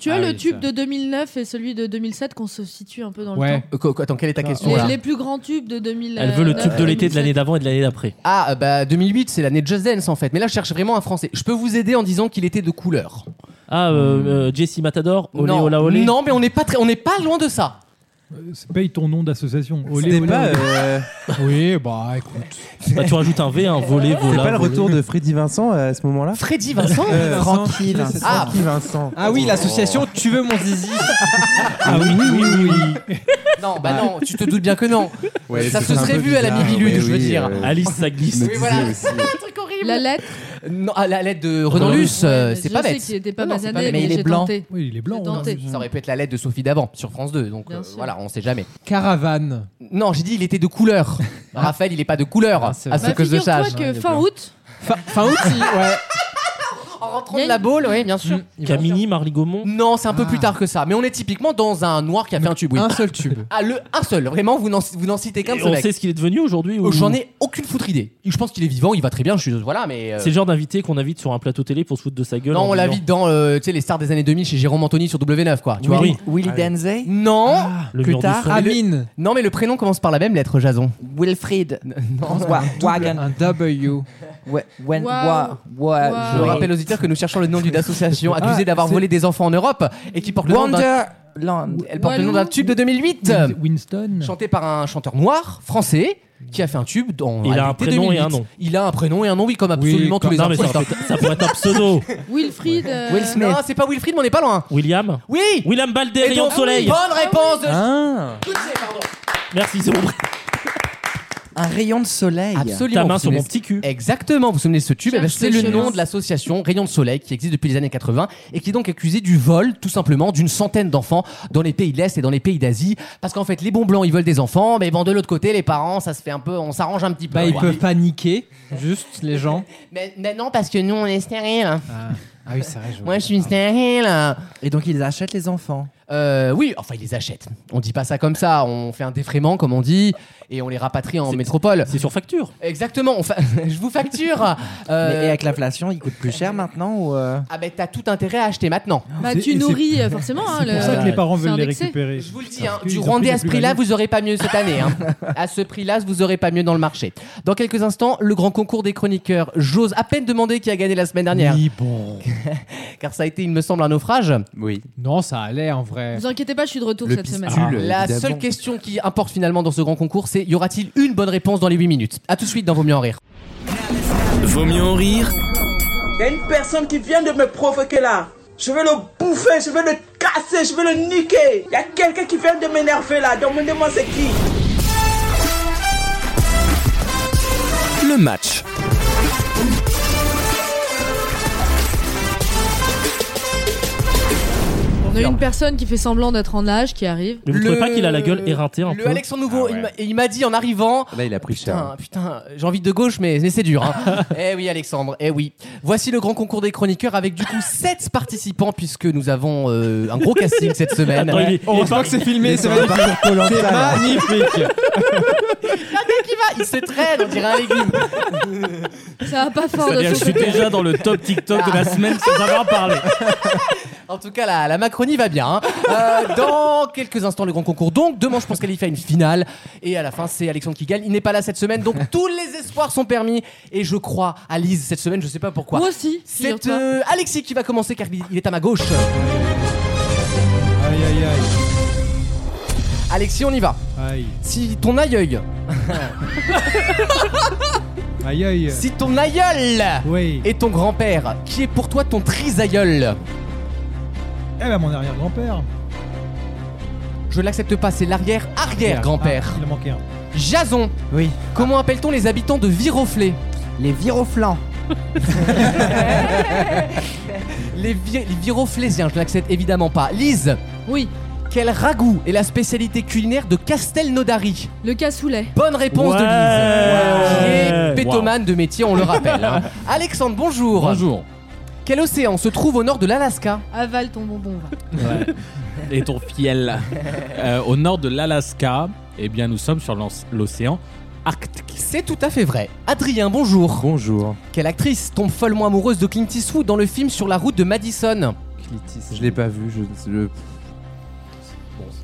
Speaker 4: Tu as
Speaker 3: Ah
Speaker 4: le
Speaker 3: oui,
Speaker 4: tube
Speaker 3: ça.
Speaker 4: de 2009 et celui de 2007 qu'on se situe un peu dans le
Speaker 3: Ouais.
Speaker 4: temps.
Speaker 2: Euh, quoi- quoi, attends, quelle est ta question
Speaker 4: Les,
Speaker 2: là
Speaker 4: les plus grands tubes de 2009.
Speaker 5: Elle veut le tube de l'été de l'année d'avant et de l'année d'après.
Speaker 2: Ah euh, bah 2008, c'est l'année de Just Dance en fait. Mais là, je cherche vraiment un français. Je peux vous aider en disant qu'il était de couleur.
Speaker 5: Ah,
Speaker 7: Hmm.
Speaker 5: euh, euh, Jesse Matador, Olé,
Speaker 2: non.
Speaker 5: Olé, Olé.
Speaker 2: non, mais on n'est pas très, on n'est pas loin de ça.
Speaker 8: Euh, c'est- Paye ton nom d'association. Olé,
Speaker 7: C'était
Speaker 8: olé,
Speaker 7: pas,
Speaker 8: olé.
Speaker 7: euh,
Speaker 3: Oui, bah écoute.
Speaker 5: Bah, tu rajoutes un V, un volet,
Speaker 7: c'est
Speaker 5: vola.
Speaker 7: pas le
Speaker 5: volé.
Speaker 7: retour de Freddy Vincent à ce moment-là
Speaker 2: Freddy Vincent.
Speaker 7: Euh,
Speaker 6: Francky Vincent.
Speaker 2: Ah,
Speaker 7: Freddy Vincent.
Speaker 3: Ah oui, l'association Tu veux mon zizi
Speaker 8: Ah oui, oui, oui.
Speaker 2: non, bah non, tu te doutes bien que non.
Speaker 7: Ouais,
Speaker 2: ça
Speaker 7: c'est
Speaker 2: se
Speaker 7: un
Speaker 2: serait
Speaker 7: peu
Speaker 2: vu à la
Speaker 7: bizarre,
Speaker 2: Mivilude,
Speaker 7: mais
Speaker 2: je veux
Speaker 7: oui,
Speaker 2: dire.
Speaker 7: euh,
Speaker 5: Alice, ça glisse.
Speaker 2: Oui, voilà.
Speaker 7: aussi.
Speaker 2: un truc horrible.
Speaker 4: La lettre
Speaker 2: Non, ah, la lettre de Renan
Speaker 5: Renan
Speaker 2: Luce, euh, c'est
Speaker 4: je
Speaker 2: pas
Speaker 4: sais
Speaker 2: bête.
Speaker 4: qu'il était pas
Speaker 2: Non, non,
Speaker 4: basané,
Speaker 2: c'est pas bête.
Speaker 4: mais,
Speaker 2: Mais il est
Speaker 4: j'ai
Speaker 2: blanc.
Speaker 4: tenté.
Speaker 8: Oui, il est blanc.
Speaker 4: J'ai
Speaker 8: hein.
Speaker 4: tenté.
Speaker 2: Ça aurait pu être la lettre de Sophie d'avant sur France 2, donc
Speaker 4: Bien
Speaker 2: euh,
Speaker 4: sûr.
Speaker 2: voilà, on sait jamais.
Speaker 3: Caravane.
Speaker 2: Non, j'ai dit il était de couleur. Raphaël, il est pas de couleur,
Speaker 3: Ah, c'est
Speaker 2: à
Speaker 3: vrai.
Speaker 2: ce
Speaker 4: Bah,
Speaker 2: que je
Speaker 4: figure-toi
Speaker 2: sache.
Speaker 4: que fin août,
Speaker 3: Fin, fin août, il- ouais. Mm,
Speaker 2: En rentrant
Speaker 4: Il y a
Speaker 2: de la
Speaker 4: une-
Speaker 2: boule, oui, bien sûr.
Speaker 5: Camini, Marly Gaumont.
Speaker 2: Non, c'est un peu
Speaker 3: Ah.
Speaker 2: plus tard que ça. Mais on est typiquement dans un noir qui a fait un tube, oui.
Speaker 3: Un seul tube.
Speaker 2: Ah, le, un seul, vraiment, vous n'en vous n'en citez qu'un de
Speaker 5: Et
Speaker 2: ce
Speaker 5: on
Speaker 2: mec.
Speaker 5: sait ce qu'il est devenu aujourd'hui ou-
Speaker 2: Oh, J'en ai aucune foutre idée. Je pense qu'il est vivant, il va très bien, je suis. Voilà, mais. euh,
Speaker 5: C'est le genre d'invité qu'on invite sur un plateau télé pour se foutre de sa gueule.
Speaker 2: Non,
Speaker 5: en
Speaker 2: on
Speaker 5: disant-
Speaker 2: l'invite dans euh, tu sais, les stars des années 2000 chez Jérôme Anthony sur W9, quoi. Tu vois
Speaker 5: Oui. Ah,
Speaker 6: Willy Denzey
Speaker 2: Non,
Speaker 5: Le
Speaker 6: Plus
Speaker 5: mur du
Speaker 6: tard,
Speaker 5: son.
Speaker 3: Amine.
Speaker 2: non, mais le prénom commence par la même lettre, Jason.
Speaker 6: Wilfried
Speaker 2: Non.
Speaker 6: Wa- Wagen
Speaker 3: Un W.
Speaker 6: Ouais, Wen-
Speaker 4: Wow.
Speaker 6: Wa- Wa-
Speaker 2: Je
Speaker 4: Oui.
Speaker 2: rappelle aux auditeurs que nous cherchons le nom d'une association accusée
Speaker 3: Ah,
Speaker 2: d'avoir
Speaker 3: c'est-
Speaker 2: volé des enfants en Europe et qui porte le nom d'un.
Speaker 6: Wonderland
Speaker 2: Elle porte le nom d'un tube de 2008,
Speaker 8: Win- Winston.
Speaker 2: chanté par un chanteur noir français qui a fait un tube dans.
Speaker 5: Il a un prénom et un nom.
Speaker 2: Il a un prénom et un nom, oui, comme absolument tous
Speaker 5: Non,
Speaker 2: les
Speaker 5: mais ça,
Speaker 2: artistes.
Speaker 5: aurait- ça pourrait être un pseudo.
Speaker 4: Wilfried. euh,
Speaker 6: Will Smith.
Speaker 2: Non, c'est pas Wilfried, mais on n'est pas loin.
Speaker 5: William
Speaker 2: Oui.
Speaker 5: William Balder, Rayon de Soleil.
Speaker 2: bonne réponse. de-
Speaker 7: Ah.
Speaker 5: Merci, c'est mon-
Speaker 6: Un rayon de soleil.
Speaker 2: Absolument.
Speaker 5: ta main
Speaker 2: vous
Speaker 5: sur
Speaker 2: vous
Speaker 5: mon
Speaker 2: souvenez-
Speaker 5: petit cul.
Speaker 2: Exactement, vous vous souvenez de ce tube Eh ben,
Speaker 4: Cherche
Speaker 2: C'est
Speaker 4: le
Speaker 2: le nom
Speaker 4: chemin.
Speaker 2: de l'association Rayon de Soleil qui existe depuis les années 80 et qui est donc accusée du vol, tout simplement, d'une centaine d'enfants dans les pays de l'Est et dans les pays d'Asie. Parce qu'en fait, les bons blancs, ils veulent des enfants, mais bon, de l'autre côté, les parents, ça se fait un peu, on s'arrange un petit peu.
Speaker 3: Bah, ils
Speaker 2: quoi.
Speaker 3: peuvent paniquer, juste les gens.
Speaker 2: mais, mais non, parce que nous, on est stériles.
Speaker 3: Ah, oui, c'est vrai.
Speaker 2: Moi, je suis stérile.
Speaker 6: Ah Et donc ils achètent les enfants.
Speaker 2: Euh, oui, enfin, ils les achètent. On dit pas ça comme ça. On fait un défraiement, comme on dit, et on les rapatrie en
Speaker 5: C'est-
Speaker 2: métropole.
Speaker 5: C'est sur facture.
Speaker 2: Exactement. on fa- je vous facture.
Speaker 6: Mais-
Speaker 2: Euh,
Speaker 6: et avec l'inflation, ils coûtent plus cher maintenant ou euh,
Speaker 2: Ah ben t'as tout intérêt à acheter maintenant.
Speaker 4: Bah,
Speaker 8: C'est-
Speaker 4: tu
Speaker 8: et c'est-
Speaker 4: nourris euh, forcément. hein,
Speaker 8: C'est pour ça
Speaker 4: le-
Speaker 8: que les parents
Speaker 4: c'est
Speaker 8: veulent les
Speaker 4: indexé.
Speaker 8: récupérer.
Speaker 2: Je vous le dis, hein,
Speaker 8: Parce
Speaker 2: du
Speaker 8: qu'ils ont
Speaker 2: Rwandais
Speaker 8: pris
Speaker 2: à
Speaker 8: la
Speaker 2: ce prix-là,
Speaker 8: plus-value.
Speaker 2: vous aurez pas mieux cette année. hein. À ce prix-là, vous aurez pas mieux dans le marché. Dans quelques instants, le grand concours des chroniqueurs. J'ose à peine demander qui a gagné la semaine dernière,
Speaker 3: Oui, bon.
Speaker 2: car ça a été, il me semble, un naufrage.
Speaker 7: Oui.
Speaker 3: Non, ça allait en vrai. Ah.
Speaker 4: Vous inquiétez pas, je suis de retour
Speaker 7: Le
Speaker 4: cette semaine.
Speaker 7: pistule.
Speaker 2: La
Speaker 7: évidemment.
Speaker 2: seule question qui importe finalement dans ce grand concours, c'est y aura-t-il une bonne réponse dans les 8 minutes À tout de suite dans Vaut mieux en rire.
Speaker 1: Vaut mieux en rire
Speaker 9: Il y a une personne qui vient de me provoquer là. Je vais le bouffer, je vais le casser, je vais le niquer. Il y a quelqu'un qui vient de m'énerver là. Demandez-moi c'est qui.
Speaker 1: Le match.
Speaker 4: On a une personne qui fait semblant d'être en âge qui arrive.
Speaker 5: Mais vous
Speaker 2: Le-
Speaker 5: trouvez pas qu'il a la gueule éreintée un
Speaker 2: Le
Speaker 5: peu
Speaker 2: Alexandre Nouveau,
Speaker 7: Ah ouais.
Speaker 2: il m'a- et il m'a dit en arrivant.
Speaker 7: Là, il a pris cher.
Speaker 2: Putain, putain, j'ai envie de gauche, mais, mais c'est dur. hein. eh oui, Alexandre, eh oui. Voici le grand concours des chroniqueurs avec du coup 7 participants, puisque nous avons euh, un gros casting cette semaine.
Speaker 5: Attends, il est- il est pas-
Speaker 3: c'est filmé, c'est
Speaker 6: Koh-Lanta, là.
Speaker 3: magnifique.
Speaker 2: Dès qu'il va, il se traîne, on dirait un légume.
Speaker 4: Ça va pas fort de
Speaker 5: C'est-à-dire,
Speaker 4: son
Speaker 5: Je suis
Speaker 4: côté.
Speaker 5: déjà dans le top TikTok de
Speaker 2: Ah.
Speaker 5: la semaine sans avoir parlé.
Speaker 2: En tout cas, la, la Macronie va bien. hein. Euh, dans quelques instants, le grand concours. Donc, deux manches pour se qualifier à une finale. Et à la fin, c'est Alexandre qui gagne. Il n'est pas là cette semaine, donc tous les espoirs sont permis. Et je crois à Lise cette semaine, je sais pas pourquoi.
Speaker 4: Moi aussi,
Speaker 2: C'est
Speaker 4: figure-toi.
Speaker 2: euh, Alexis qui va commencer car il il est à ma gauche.
Speaker 8: aïe, aïe.
Speaker 2: Alexis, on y va.
Speaker 8: Aïe,
Speaker 2: Si ton aïeul,
Speaker 8: aïe, aïe.
Speaker 2: si ton aïeul
Speaker 8: Oui.
Speaker 2: est ton grand-père, qui est pour toi ton trisaïeul
Speaker 8: Eh ben, mon arrière-grand-père.
Speaker 2: Je l'accepte pas, c'est l'arrière-arrière-grand-père.
Speaker 8: Ah, il en manquait un.
Speaker 2: Jason,
Speaker 6: Oui.
Speaker 2: comment appelle-t-on les habitants de Viroflay
Speaker 6: Les viroflans.
Speaker 2: les, vi- les Viroflésiens, je l'accepte évidemment pas. Lise,
Speaker 4: Oui,
Speaker 2: quel ragoût est la spécialité culinaire de Castelnaudary
Speaker 4: le cassoulet.
Speaker 2: Bonne réponse de Lise. Qui
Speaker 5: Ouais.
Speaker 2: est pétomane de métier, on le rappelle. hein. Alexandre, bonjour. Bonjour. Quel océan se trouve au nord de l'Alaska
Speaker 4: Avale ton bonbon. va.
Speaker 11: et ton fiel. Euh, au nord de l'Alaska, eh bien, nous sommes sur l'an- l'océan Arctique.
Speaker 2: C'est tout à fait vrai. Adrien, bonjour.
Speaker 7: Bonjour.
Speaker 2: Quelle actrice tombe follement amoureuse de Clint Eastwood dans le film Sur la route de Madison
Speaker 7: Je l'ai pas vu. Je, je-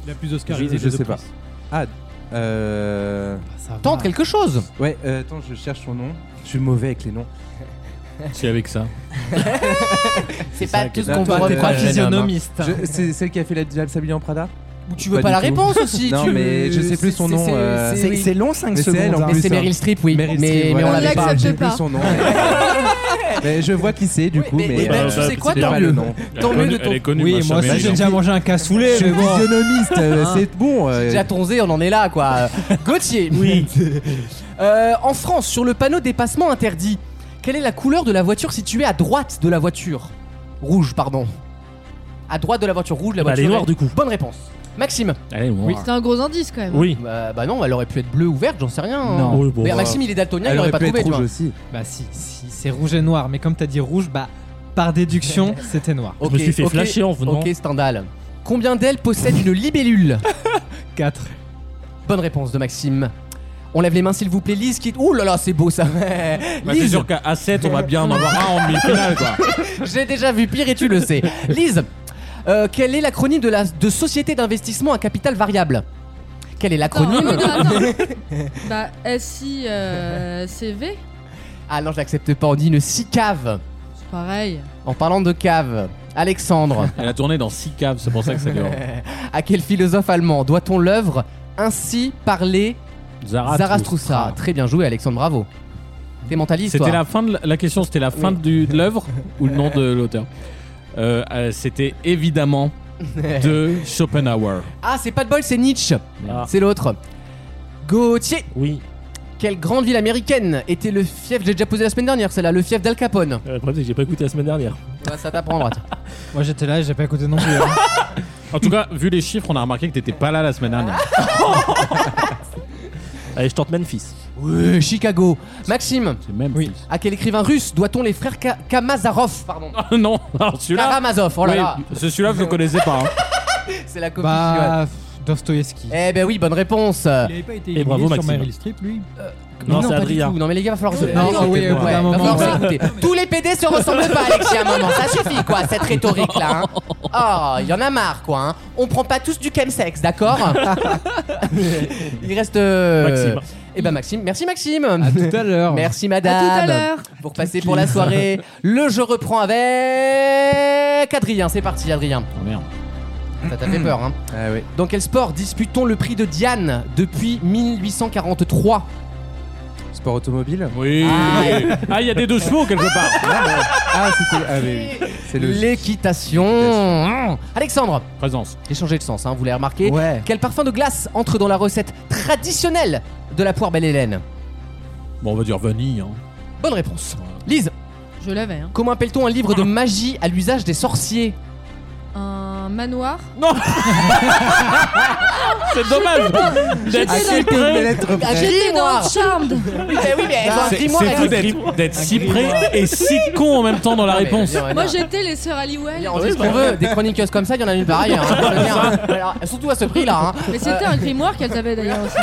Speaker 8: Il a plus Oscars.
Speaker 7: je- je sais pas. Ah. Euh...
Speaker 2: Ah, Tente quelque chose
Speaker 7: Ouais, euh, attends, je cherche son nom. Je suis mauvais avec les noms.
Speaker 11: C'est avec ça.
Speaker 2: C'est
Speaker 11: ça,
Speaker 2: pas
Speaker 11: que
Speaker 2: tout ce
Speaker 7: là,
Speaker 2: qu'on
Speaker 7: Bah, toi,
Speaker 2: peut
Speaker 7: t'es
Speaker 2: reprocher.
Speaker 7: pas
Speaker 5: physionomiste.
Speaker 2: hein
Speaker 7: Je- C'est celle qui a fait la Diable Sabine en Prada
Speaker 2: Ou tu veux pas,
Speaker 7: Pas
Speaker 2: la
Speaker 7: du tout.
Speaker 2: réponse aussi
Speaker 7: Non,
Speaker 2: tu-
Speaker 7: mais je sais plus son
Speaker 2: c'est-
Speaker 7: nom,
Speaker 2: c'est-
Speaker 7: euh,
Speaker 2: c'est-
Speaker 6: C'est c'est long 5
Speaker 7: Mais c'est
Speaker 6: secondes.
Speaker 7: elle, en
Speaker 6: hein.
Speaker 2: Mais
Speaker 7: plus,
Speaker 2: c'est
Speaker 7: hein.
Speaker 2: Meryl Streep, oui.
Speaker 7: Meryl
Speaker 2: mais
Speaker 7: Streep,
Speaker 2: mais
Speaker 7: voilà.
Speaker 2: on
Speaker 4: On
Speaker 2: l'avait pas.
Speaker 4: l'accepte
Speaker 7: J'ai
Speaker 4: pas.
Speaker 7: plus son nom. mais je vois qui c'est du
Speaker 2: Oui,
Speaker 7: coup,
Speaker 2: mais-
Speaker 7: mais,
Speaker 2: mais
Speaker 12: ben,
Speaker 7: euh,
Speaker 2: tu sais
Speaker 3: bah,
Speaker 7: c'est
Speaker 2: quoi,
Speaker 7: pas
Speaker 2: tant
Speaker 7: le
Speaker 2: mieux.
Speaker 7: nom.
Speaker 2: Tant mieux de ton-
Speaker 11: Elle est connue,
Speaker 3: Oui, moi aussi
Speaker 11: ça m'est
Speaker 3: j'ai
Speaker 12: hein.
Speaker 11: évident.
Speaker 3: déjà mangé un cassoulet,
Speaker 7: Je suis
Speaker 3: mais bon. Hein
Speaker 7: physionomiste, euh, c'est bon. euh,
Speaker 2: Déjà tonzé, on en est là, quoi. Gauthier.
Speaker 5: Oui.
Speaker 2: Euh, en France, sur le panneau dépassement interdit, quelle est la couleur de la voiture située à droite de la voiture Rouge, pardon. À droite de la voiture rouge, la
Speaker 5: Bah,
Speaker 2: voiture.
Speaker 5: elle est noire,
Speaker 2: est-
Speaker 5: du coup.
Speaker 2: Bonne réponse. Maxime.
Speaker 11: Allez, on va.
Speaker 4: C'était un gros indice quand même.
Speaker 5: Oui.
Speaker 2: Bah, bah non, elle aurait pu être bleue ou verte, j'en sais rien. hein.
Speaker 3: Non.
Speaker 5: Oui, bon,
Speaker 2: Mais
Speaker 5: bah,
Speaker 2: Maxime, il est daltonien, il
Speaker 7: Elle
Speaker 2: aurait
Speaker 7: aurait
Speaker 2: pas
Speaker 7: pu
Speaker 2: trouvé.
Speaker 7: être
Speaker 2: tu vois.
Speaker 7: rouge aussi.
Speaker 3: Bah si, si c'est rouge et noir, mais comme t'as dit rouge, bah par déduction, c'était noir.
Speaker 5: Je me suis fait flasher en venant.
Speaker 2: Ok, Stendhal. Combien d'ailes possède une libellule
Speaker 3: 4.
Speaker 2: Bonne réponse de Maxime. On lève les mains, s'il vous plaît, Lise qui. Ouh là là, c'est beau ça.
Speaker 11: Bah, c'est
Speaker 2: Lise,
Speaker 11: sûr qu'à 7, on va bien en avoir un en demi-finale, quoi.
Speaker 2: j'ai déjà vu pire et tu le sais. Lise, euh, quel est l'acronyme de la de Société d'investissement à capital variable Quel est
Speaker 4: Attends,
Speaker 2: l'acronyme
Speaker 4: non, non, attends. bah SI euh, CV,
Speaker 2: Ah non, je l'accepte pas. On dit une six cave.
Speaker 4: c'est pareil.
Speaker 2: En parlant de cave, Alexandre,
Speaker 11: Elle a tourné dans 6 caves, c'est pour ça que ça dure.
Speaker 2: à quel philosophe allemand doit-on l'œuvre Ainsi parler Zarathustra. Très bien joué, Alexandre, bravo. T'es mentaliste, toi
Speaker 11: C'était la fin de la, la question, c'était la fin du- de l'œuvre ou le nom de l'auteur Euh, euh, C'était évidemment de Schopenhauer.
Speaker 2: Ah, c'est pas de bol, c'est Nietzsche.
Speaker 5: Ah.
Speaker 2: C'est l'autre. Gauthier,
Speaker 5: Oui.
Speaker 2: quelle grande ville américaine était le fief J'ai déjà posé la semaine dernière, celle-là, le fief d'Al Capone.
Speaker 5: Euh, Le problème, c'est que j'ai pas écouté la semaine dernière.
Speaker 2: Ça, ça t'apprendra.
Speaker 3: Moi j'étais là, j'ai pas écouté non plus. hein.
Speaker 11: En tout cas, vu les chiffres, on a remarqué que t'étais pas là la semaine dernière.
Speaker 5: Allez, je tente Memphis.
Speaker 2: oui, Chicago. Maxime,
Speaker 11: C'est même
Speaker 3: Oui.
Speaker 11: plus.
Speaker 2: à quel écrivain russe doit-on les frères Ka- Kamazarov Pardon.
Speaker 11: Ah non, alors celui-là.
Speaker 2: Karamazov, oh là
Speaker 11: oui,
Speaker 2: là,
Speaker 11: ce- celui-là, je le connaissais pas. hein.
Speaker 2: c'est la copie. chinoise.
Speaker 3: bah pff, Dostoïevski.
Speaker 2: Eh ben oui, bonne réponse.
Speaker 8: Il avait pas été
Speaker 5: Et
Speaker 8: éliminé
Speaker 5: bravo,
Speaker 8: sur
Speaker 5: Maxime.
Speaker 8: Meryl Streep, lui
Speaker 5: Non, c'est
Speaker 2: pas du
Speaker 5: Adrien.
Speaker 2: tout. Non, mais les gars, va falloir se.
Speaker 4: Non,
Speaker 2: Non,
Speaker 3: oui,
Speaker 2: c'est-
Speaker 3: au bout d'un
Speaker 2: va
Speaker 3: moment.
Speaker 2: falloir s'écouter. Tous les PD se ressemblent pas, Alexis, à un moment. Ça suffit, quoi, cette rhétorique-là. hein. Oh, il y en a marre, quoi. hein. On prend pas tous du chemsex, d'accord Il reste. euh,
Speaker 5: Maxime.
Speaker 2: Eh ben, Maxime. Merci, Maxime.
Speaker 3: À tout à l'heure.
Speaker 2: Merci, madame.
Speaker 4: À tout à l'heure.
Speaker 2: Pour passer pour la soirée, le jeu reprend avec. Adrien, c'est parti, Adrien.
Speaker 11: Oh, merde.
Speaker 2: Ça t'a fait peur, hein
Speaker 7: Ah oui.
Speaker 2: Dans quel sport disputons le prix de Diane depuis 1843
Speaker 7: Sport automobile.
Speaker 11: Oui. Ah, il y a des deux chevaux quelque part.
Speaker 7: Ah, c'était. Ah, mais oui. C'est le.
Speaker 2: L'équitation. Mmh. Alexandre,
Speaker 11: Présence.
Speaker 2: j'ai changé de sens, hein, vous l'avez remarqué.
Speaker 6: Ouais.
Speaker 2: Quel parfum de glace entre dans la recette traditionnelle de la poire Belle Hélène
Speaker 11: Bon, on va dire vanille. hein.
Speaker 2: Bonne réponse. Lise,
Speaker 4: Je l'avais. Hein.
Speaker 2: comment appelle-t-on un livre de magie à l'usage des sorciers
Speaker 4: Un manoir.
Speaker 11: C'est dommage d'être
Speaker 4: J'étais
Speaker 11: si
Speaker 4: dans-
Speaker 11: près.
Speaker 7: lettre
Speaker 2: Un
Speaker 4: J'étais dans
Speaker 2: grimoire
Speaker 4: Charmed. Bah,
Speaker 2: Oui, mais oui, mais Ah, dans un
Speaker 11: C'est c'est
Speaker 2: grimoire,
Speaker 11: fou
Speaker 2: elle-
Speaker 11: d'être- d'être si près et si con en même temps dans la
Speaker 2: Non, mais,
Speaker 11: réponse.
Speaker 2: viens, viens.
Speaker 4: Moi bah. j'étais les sœurs Halliwell.
Speaker 2: On dit ce qu'on veut, des chroniqueuses comme ça, il y en a une par ailleurs. hein, je veux dire, hein. Alors, surtout à ce prix-là. hein.
Speaker 4: Mais c'était un grimoire qu'elles avaient d'ailleurs aussi.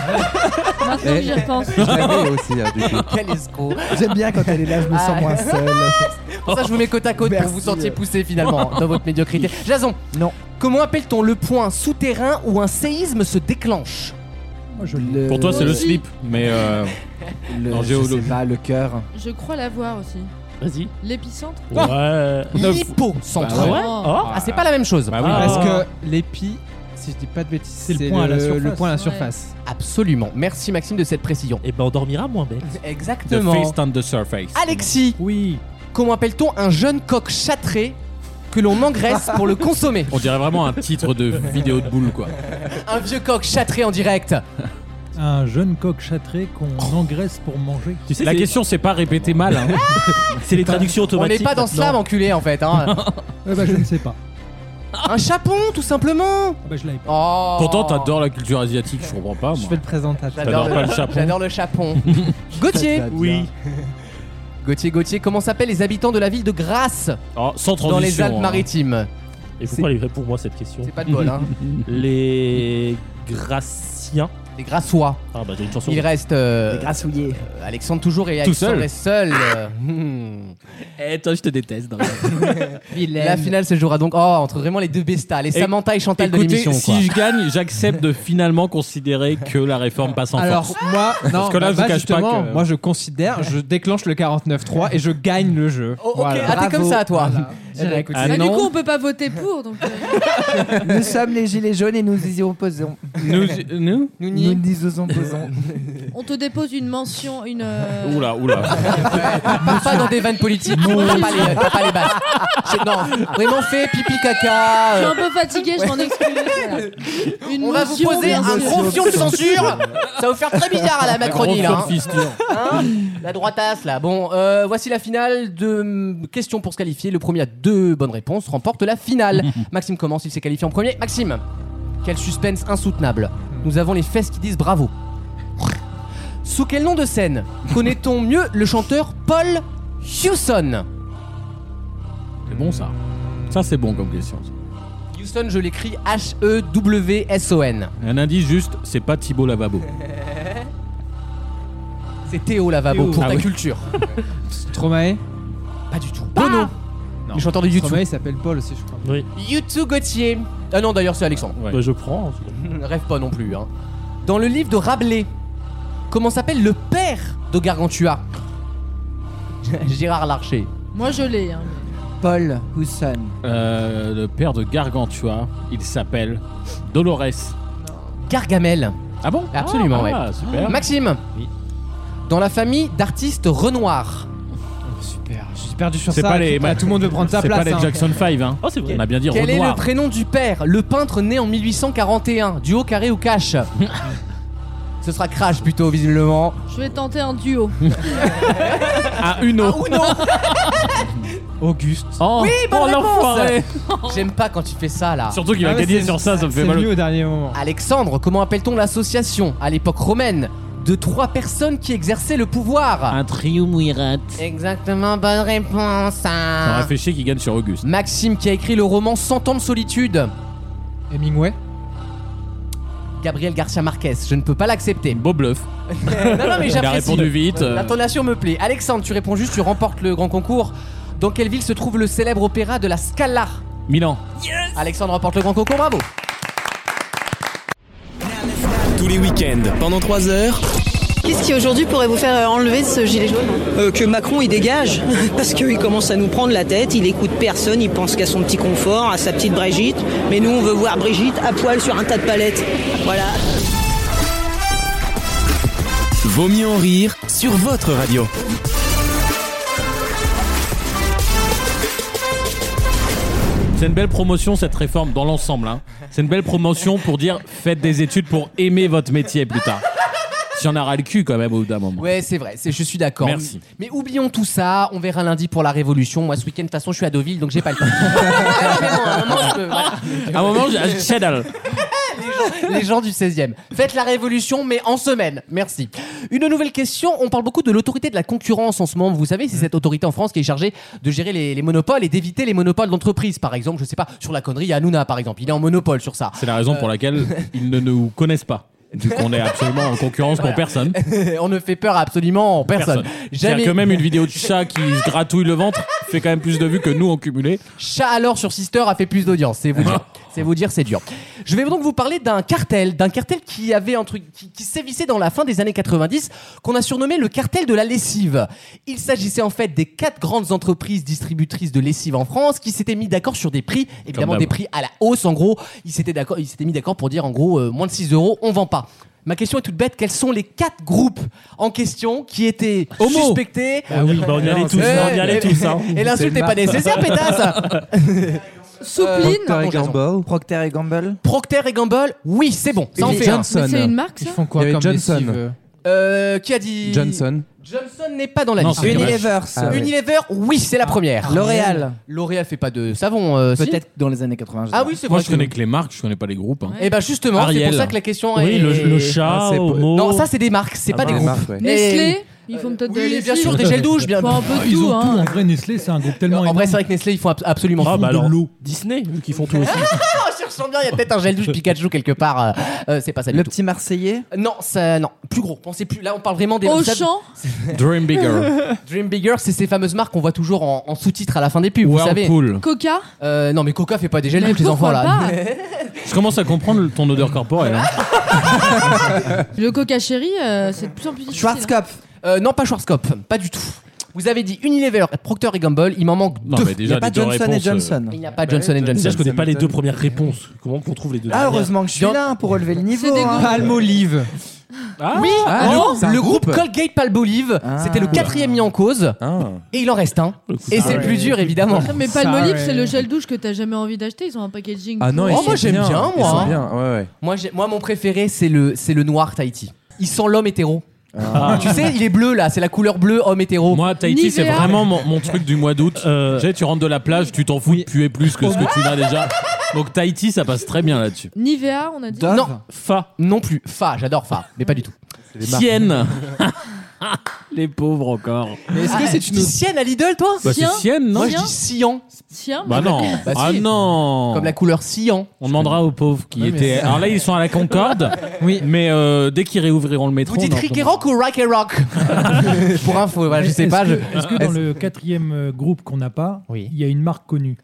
Speaker 4: Maintenant que j'y repense.
Speaker 7: Je l'avais aussi, hein, du coup.
Speaker 2: Quel escroc.
Speaker 6: J'aime bien quand elle est là, je me
Speaker 2: Ah.
Speaker 6: sens moins seule.
Speaker 2: Pour ça, je vous mets côte à côte pour
Speaker 6: Merci.
Speaker 2: que vous sentiez pousser finalement dans votre médiocrité. Jason.
Speaker 6: Non.
Speaker 2: Comment appelle-t-on le point souterrain où un séisme se déclenche
Speaker 6: Moi, je le-
Speaker 11: Pour toi, c'est le
Speaker 4: Aussi.
Speaker 11: slip, mais euh,
Speaker 6: le,
Speaker 11: en
Speaker 6: je
Speaker 11: géologie.
Speaker 6: sais pas, le cœur.
Speaker 4: Je crois l'avoir aussi.
Speaker 5: Vas-y.
Speaker 4: L'épicentre.
Speaker 5: Ouais.
Speaker 2: L'hypocentre.
Speaker 11: Bah
Speaker 5: Ouais.
Speaker 4: Oh.
Speaker 5: Oh.
Speaker 2: Ah, c'est pas la même chose.
Speaker 11: bah oui.
Speaker 5: Ah.
Speaker 3: Parce que l'épi Si je dis pas de bêtises, c'est le, point à la surface.
Speaker 2: Absolument. Merci Maxime de cette précision.
Speaker 5: Et ben on dormira moins bête.
Speaker 11: The
Speaker 2: Exactement. Ah,
Speaker 11: face on the surface.
Speaker 2: Alexis
Speaker 3: Oui.
Speaker 2: Comment appelle-t-on un jeune coq châtré que l'on engraisse pour le consommer
Speaker 11: On dirait vraiment un titre de vidéo de boule, quoi.
Speaker 2: Un vieux coq châtré en direct.
Speaker 8: Un jeune coq châtré qu'on engraisse pour manger.
Speaker 11: Tu sais, la question, c'est pas répéter mal. hein.
Speaker 5: C'est les traductions
Speaker 2: On n'est
Speaker 5: automatiques.
Speaker 2: pas dans
Speaker 5: maintenant.
Speaker 2: Slam, enculé, en fait. hein.
Speaker 8: Eh ben, je ne sais pas.
Speaker 2: un chapon, tout simplement.
Speaker 12: bah,
Speaker 8: Ah ben, je l'avais pas.
Speaker 2: Oh.
Speaker 11: Pourtant, t'adores la culture asiatique, je comprends pas,
Speaker 3: Je
Speaker 11: moi.
Speaker 3: fais le présentateur.
Speaker 11: T'adores pas le chapon.
Speaker 2: J'adore le chapon. Gauthier.
Speaker 5: Oui.
Speaker 2: Gauthier, Gauthier, comment s'appellent les habitants de la ville de Grasse
Speaker 11: Oh, sans transition.
Speaker 2: dans les
Speaker 11: hein.
Speaker 2: Alpes-Maritimes
Speaker 5: Et pourquoi elle est vraie pour moi cette question
Speaker 2: C'est pas de bol, hein.
Speaker 5: Les Graciens.
Speaker 2: Les Grassois.
Speaker 5: Ah bah j'ai une chanson.
Speaker 2: Il reste euh,
Speaker 6: grassouillés.
Speaker 2: euh, Alexandre toujours et
Speaker 11: Tout
Speaker 2: Alexandre
Speaker 11: seul.
Speaker 2: est seul. euh, hmm.
Speaker 11: Eh, toi, je te déteste. non.
Speaker 2: La finale se jouera donc oh, entre vraiment les deux bestas, les
Speaker 11: Et-
Speaker 2: Samantha et Chantal de
Speaker 11: Écoutez,
Speaker 2: l'émission. quoi.
Speaker 11: si je gagne, j'accepte de finalement considérer que la réforme passe en
Speaker 3: Alors
Speaker 11: force.
Speaker 3: moi, non,
Speaker 11: Parce que là,
Speaker 3: bah,
Speaker 11: je vous
Speaker 3: bah,
Speaker 11: cache pas
Speaker 3: justement,
Speaker 11: que-
Speaker 3: moi je considère, je déclenche le 49-3 et je gagne le jeu.
Speaker 2: Oh, ok.
Speaker 3: Voilà.
Speaker 2: Ah, t'es comme ça, toi.
Speaker 12: Eh ben,
Speaker 2: Eh ben,
Speaker 3: Direct.
Speaker 11: Ah,
Speaker 4: Bah, du
Speaker 11: non.
Speaker 4: coup, on peut pas voter pour. Donc, euh,
Speaker 6: Nous sommes les gilets jaunes et nous y opposons.
Speaker 11: Nous, nous
Speaker 6: Nous nous opposons.
Speaker 4: on te dépose une mention, une. euh,
Speaker 11: Oula, oula.
Speaker 2: Pars pas dans des vannes politiques. T'as pas les, t'as pas les bases. C'est- Non, vraiment fait pipi caca.
Speaker 4: Je suis
Speaker 2: euh,
Speaker 4: un peu fatiguée, je m'en excuse. voilà. Une
Speaker 2: On va vous
Speaker 4: mention,
Speaker 2: poser
Speaker 4: bien
Speaker 2: un
Speaker 4: sûr.
Speaker 2: gros fion de censure. Ça va vous faire très bizarre à la Macronie là. hein.
Speaker 11: Fisture.
Speaker 2: Hein la droitasse là. Bon, euh, voici la finale de hum, questions pour se qualifier. Le premier à deux bonnes réponses remporte la finale. Maxime commence, il s'est qualifié en premier. Maxime, quel suspense insoutenable. Nous avons les fesses qui disent bravo. Sous quel nom de scène connaît-on mieux le chanteur Paul Hewson
Speaker 11: C'est bon, ça. Ça, c'est bon comme question.
Speaker 2: Hewson, je l'écris E H-E-W-S-O-N.
Speaker 11: Un indice juste, c'est pas Thibaut Lavabo.
Speaker 2: C'est Théo Lavabo
Speaker 3: Théo.
Speaker 2: pour
Speaker 11: Ah
Speaker 2: la
Speaker 11: oui.
Speaker 2: culture.
Speaker 3: Stromae.
Speaker 2: Pas du tout. Bono,
Speaker 3: Non.
Speaker 2: le chanteur de YouTube.
Speaker 3: Stromae il s'appelle Paul aussi, je crois.
Speaker 5: Oui.
Speaker 2: YouTube Gauthier. Ah non, d'ailleurs, c'est Alexandre.
Speaker 11: Ouais.
Speaker 5: Bah, je prends.
Speaker 2: Rêve pas non plus. Hein. Dans le livre de Rabelais, comment s'appelle le père de Gargantua Gérard Larcher.
Speaker 4: Moi, je l'ai. hein.
Speaker 6: Paul Housson.
Speaker 11: Euh, le père de Gargantua, il s'appelle Dolores.
Speaker 2: Gargamel.
Speaker 11: Ah bon
Speaker 2: Absolument,
Speaker 11: ah,
Speaker 2: ouais.
Speaker 11: Ah, super.
Speaker 2: Maxime
Speaker 11: Oui.
Speaker 2: Dans la famille d'artistes Renoir.
Speaker 3: Super. Je suis perdu sur ça.
Speaker 11: C'est pas les.
Speaker 3: Putain, tout le monde veut prendre sa
Speaker 11: C'est
Speaker 3: place.
Speaker 11: pas les
Speaker 3: hein.
Speaker 11: Jackson 5, hein.
Speaker 5: Oh, c'est vrai.
Speaker 11: On a bien dit
Speaker 2: Quel est le
Speaker 11: Renoir.
Speaker 2: prénom du père Le peintre né en 1841, duo carré ou cash Ce sera Crash plutôt, visiblement.
Speaker 4: Je vais tenter un duo.
Speaker 11: Ah, Uno. Auguste. Oh, oui,
Speaker 2: bonne
Speaker 11: oh,
Speaker 2: réponse.
Speaker 11: l'enfoiré.
Speaker 2: J'aime pas quand tu fais ça là.
Speaker 11: Surtout qu'il va
Speaker 3: Ah ouais,
Speaker 11: gagner
Speaker 3: c'est-
Speaker 11: sur ça, ça me fait
Speaker 3: C'est
Speaker 11: mal.
Speaker 3: venu
Speaker 11: au-
Speaker 3: au dernier moment.
Speaker 2: Alexandre, comment appelle-t-on l'association, à l'époque romaine, de trois personnes qui exerçaient le pouvoir
Speaker 11: Un triumvirat.
Speaker 2: Exactement, bonne réponse. hein.
Speaker 11: Ça m'a fait chier qu'il gagne sur Auguste.
Speaker 2: Maxime qui a écrit le roman Cent ans de solitude.
Speaker 3: Hemingway.
Speaker 2: Gabriel Garcia Marquez, je ne peux pas l'accepter.
Speaker 11: Beau bluff.
Speaker 2: non, non, mais
Speaker 11: Il a
Speaker 2: j'apprécie.
Speaker 11: répondu vite. euh,
Speaker 2: L'intonation me plaît. Alexandre, tu réponds juste, tu remportes le grand concours. Dans quelle ville se trouve le célèbre opéra de la Scala
Speaker 11: Milan.
Speaker 2: Alexandre remporte le grand concours, bravo.
Speaker 1: Tous les week-ends, pendant 3 heures.
Speaker 13: Qu'est-ce qui aujourd'hui pourrait vous faire euh, enlever ce gilet jaune hein.
Speaker 14: Euh, que Macron il dégage parce qu'il commence à nous prendre la tête, il écoute personne, il pense qu'à son petit confort, à sa petite Brigitte, mais nous on veut voir Brigitte à poil sur un tas de palettes. Voilà.
Speaker 1: Vaut mieux en rire sur votre radio.
Speaker 11: C'est une belle promotion cette réforme dans l'ensemble. Hein. C'est une belle promotion pour dire faites des études pour aimer votre métier plus tard. Si on a ras le cul quand même au bout d'un moment.
Speaker 2: Ouais, c'est vrai, c'est- je suis d'accord.
Speaker 11: Merci.
Speaker 2: Mais oublions tout ça, on verra lundi pour la révolution. Moi, ce week-end, de toute façon, je suis à Deauville, donc j'ai pas le temps. Ah, mais bon, à un moment, je peux- voilà.
Speaker 11: À un moment, j'ai- j'ai Cheddar.
Speaker 2: les gens du 16e. Faites la révolution, mais en semaine. Merci. Une nouvelle question. On parle beaucoup de l'autorité de la concurrence en ce moment. Vous
Speaker 11: Mm.
Speaker 2: savez, c'est cette autorité en France qui est chargée de gérer les, les monopoles et d'éviter les monopoles d'entreprise. Par exemple, je sais pas, sur la connerie, il y a Hanouna, par exemple. Il est en monopole sur ça. Euh,
Speaker 11: C'est la raison pour laquelle ils ne nous connaissent pas. Du coup, on est absolument en concurrence pour personne.
Speaker 2: On ne fait peur à absolument personne.
Speaker 11: Personne. Jamais.
Speaker 2: Jamais.
Speaker 11: que même une vidéo de chat qui se gratouille le ventre, fait quand même plus de vues que nous en cumulé. Ah.
Speaker 2: Chat alors sur Sister a fait plus d'audience, c'est vous dire. C'est vous dire, c'est dur. Je vais donc vous parler d'un cartel, d'un cartel qui avait un truc, qui, qui sévissait dans la fin des années 90, qu'on a surnommé le cartel de la lessive. Il s'agissait en fait des quatre grandes entreprises distributrices de lessive en France qui s'étaient mis d'accord sur des prix, évidemment
Speaker 5: d'hab.
Speaker 2: des prix à la hausse en gros. Ils s'étaient d'accord, ils s'étaient mis d'accord pour dire en gros euh, moins de 6 euros, on vend pas. Ma question est toute bête, quels sont les quatre groupes en question qui étaient suspectés
Speaker 5: Ah oui, bah, on y allait tous, on y allait
Speaker 2: Eh,
Speaker 5: tous, hein.
Speaker 2: Et l'insulte
Speaker 5: C'est
Speaker 2: n'est pas
Speaker 5: le map.
Speaker 2: nécessaire, pétasse Euh,
Speaker 4: Soupline
Speaker 2: Procter et Gamble.
Speaker 6: Procter et Gamble.
Speaker 2: Procter et Gamble, oui, c'est bon. Ça en fait un.
Speaker 4: ça
Speaker 8: Ils font quoi
Speaker 7: Il y avait
Speaker 8: comme
Speaker 7: Johnson.
Speaker 8: lessive
Speaker 2: Euh, qui a dit
Speaker 7: Johnson.
Speaker 2: Johnson n'est pas dans la
Speaker 7: Non,
Speaker 2: liste.
Speaker 7: c'est Unilever.
Speaker 6: dommage. Ah ouais.
Speaker 2: Unilever, oui, c'est la première.
Speaker 6: L'Oréal.
Speaker 2: L'Oréal fait pas de savon. euh, si
Speaker 6: Peut-être dans les années 80. je
Speaker 2: Ah
Speaker 6: sais pas.
Speaker 2: oui, c'est
Speaker 11: Moi,
Speaker 2: vrai
Speaker 11: je connais
Speaker 2: que-
Speaker 11: que les marques, je connais pas les groupes. hein.
Speaker 2: Eh ben justement, c'est
Speaker 11: Ariel.
Speaker 2: pour ça que la question est.
Speaker 11: Oui, le- le chat, Ah, c'est- Homo.
Speaker 2: Non, ça c'est des marques, c'est
Speaker 11: Ah,
Speaker 2: pas
Speaker 11: bah,
Speaker 2: des
Speaker 11: les
Speaker 2: groupes.
Speaker 11: marques, ouais.
Speaker 14: Euh,
Speaker 4: Nestlé, ils font peut-être de la
Speaker 2: Oui, bien
Speaker 4: lessive.
Speaker 2: sûr, des gels douches, bien.
Speaker 4: Enfin, un peu de
Speaker 8: Ils
Speaker 4: tout,
Speaker 8: ont tout.
Speaker 4: hein.
Speaker 8: En vrai, Nestlé, c'est un groupe tellement
Speaker 2: En vrai, c'est vrai que Nestlé, ils font ab- absolument
Speaker 5: Ah,
Speaker 2: tout
Speaker 5: bah
Speaker 2: de
Speaker 5: alors.
Speaker 2: l'eau.
Speaker 5: Disney, vu qu'ils font tout aussi.
Speaker 2: Ah, en cherchant bien, il y a peut-être un gel douche Pikachu quelque part. euh, euh, c'est pas ça.
Speaker 6: Le
Speaker 2: petit
Speaker 6: Marseillais
Speaker 2: Non, ça, non, plus gros. Pensez plus. Là, on parle vraiment des.
Speaker 4: Auchan
Speaker 11: Dream Bigger.
Speaker 2: Dream Bigger, c'est ces fameuses marques qu'on voit toujours en, en sous-titres à la fin des pubs, vous savez.
Speaker 11: Whirlpool.
Speaker 4: Coca
Speaker 2: Euh, non, mais Coca fait pas des gels
Speaker 4: Mais
Speaker 2: douche, les enfants
Speaker 4: pourquoi
Speaker 2: là.
Speaker 11: Je commence à comprendre le- ton odeur corporelle. hein.
Speaker 4: Le Coca Chéri, euh, c'est de plus en plus difficile.
Speaker 6: Schwarzkopf.
Speaker 2: Euh, non, pas Schwarzkopf, pas du tout. Vous avez dit Unilever, Procter et Gamble, il m'en manque
Speaker 11: Non,
Speaker 2: deux.
Speaker 11: mais déjà, Il n'y a pas les deux Johnson réponses, et Johnson. euh,
Speaker 2: Il n'y a pas Johnson et Johnson.
Speaker 5: Déjà, je connais pas les deux premières réponses. Comment qu'on trouve les deux
Speaker 6: Ah,
Speaker 5: dernières
Speaker 6: heureusement que je suis là hein, pour relever le niveau.
Speaker 4: des
Speaker 6: hein.
Speaker 4: groupes.
Speaker 8: Palmolive.
Speaker 2: Oui,
Speaker 6: Ah,
Speaker 2: le-
Speaker 6: non, c'est un
Speaker 2: le groupe,
Speaker 6: groupe.
Speaker 2: Colgate Palmolive,
Speaker 6: Ah.
Speaker 2: c'était le quatrième mis en cause, et il en reste un. Et c'est le plus dur, évidemment.
Speaker 4: Non, Ah, Mais Palmolive, c'est le gel douche que t'as jamais envie d'acheter. Ils ont un packaging.
Speaker 7: Ah non,
Speaker 4: pourri.
Speaker 7: ils
Speaker 2: Oh,
Speaker 7: sont
Speaker 2: moi j'aime bien,
Speaker 7: bien,
Speaker 2: moi.
Speaker 7: ils sont
Speaker 2: hein.
Speaker 7: bien,
Speaker 2: Moi, j'ai- moi, mon préféré, c'est le, c'est le noir Tahiti. Il sent l'homme hétéro. Tu sais, il est bleu là, c'est la couleur bleue homme hétéro.
Speaker 11: Ah. Moi, Tahiti, c'est vraiment mon, mon truc du mois d'août.
Speaker 2: Euh,
Speaker 11: Tu sais, tu rentres de la plage, tu t'en fous de puer plus que ce
Speaker 2: Oh.
Speaker 11: que tu as déjà. Donc Tahiti, ça passe très bien là-dessus.
Speaker 4: Nivea, on a dit.
Speaker 2: Non, Fa. Non plus. Fa, j'adore Fa, mais pas du tout.
Speaker 11: Sienne. Les pauvres encore.
Speaker 2: Est-ce que c'est une Sienne à Lidl, toi
Speaker 11: Bah, c'est Sien Sienne, non
Speaker 2: Moi, je
Speaker 11: Sien
Speaker 2: dis Sian.
Speaker 4: Sian
Speaker 11: Bah non.
Speaker 2: Bah,
Speaker 11: ah
Speaker 2: si.
Speaker 11: non.
Speaker 2: Comme la couleur Sian.
Speaker 11: On demandera aux pauvres qui
Speaker 2: Oui, mais
Speaker 11: étaient.
Speaker 2: c'est-
Speaker 11: Alors là, ils sont à la Concorde. oui. Mais euh, dès qu'ils réouvriront le métro.
Speaker 2: Vous dites
Speaker 11: on en
Speaker 2: Rick et Rock ou Rack et Rock Pour info, voilà, Ah, je sais
Speaker 8: Est-ce
Speaker 2: pas.
Speaker 8: que-
Speaker 2: je- Ah,
Speaker 8: Est-ce que dans le quatrième euh, groupe qu'on n'a pas, il y a une marque connue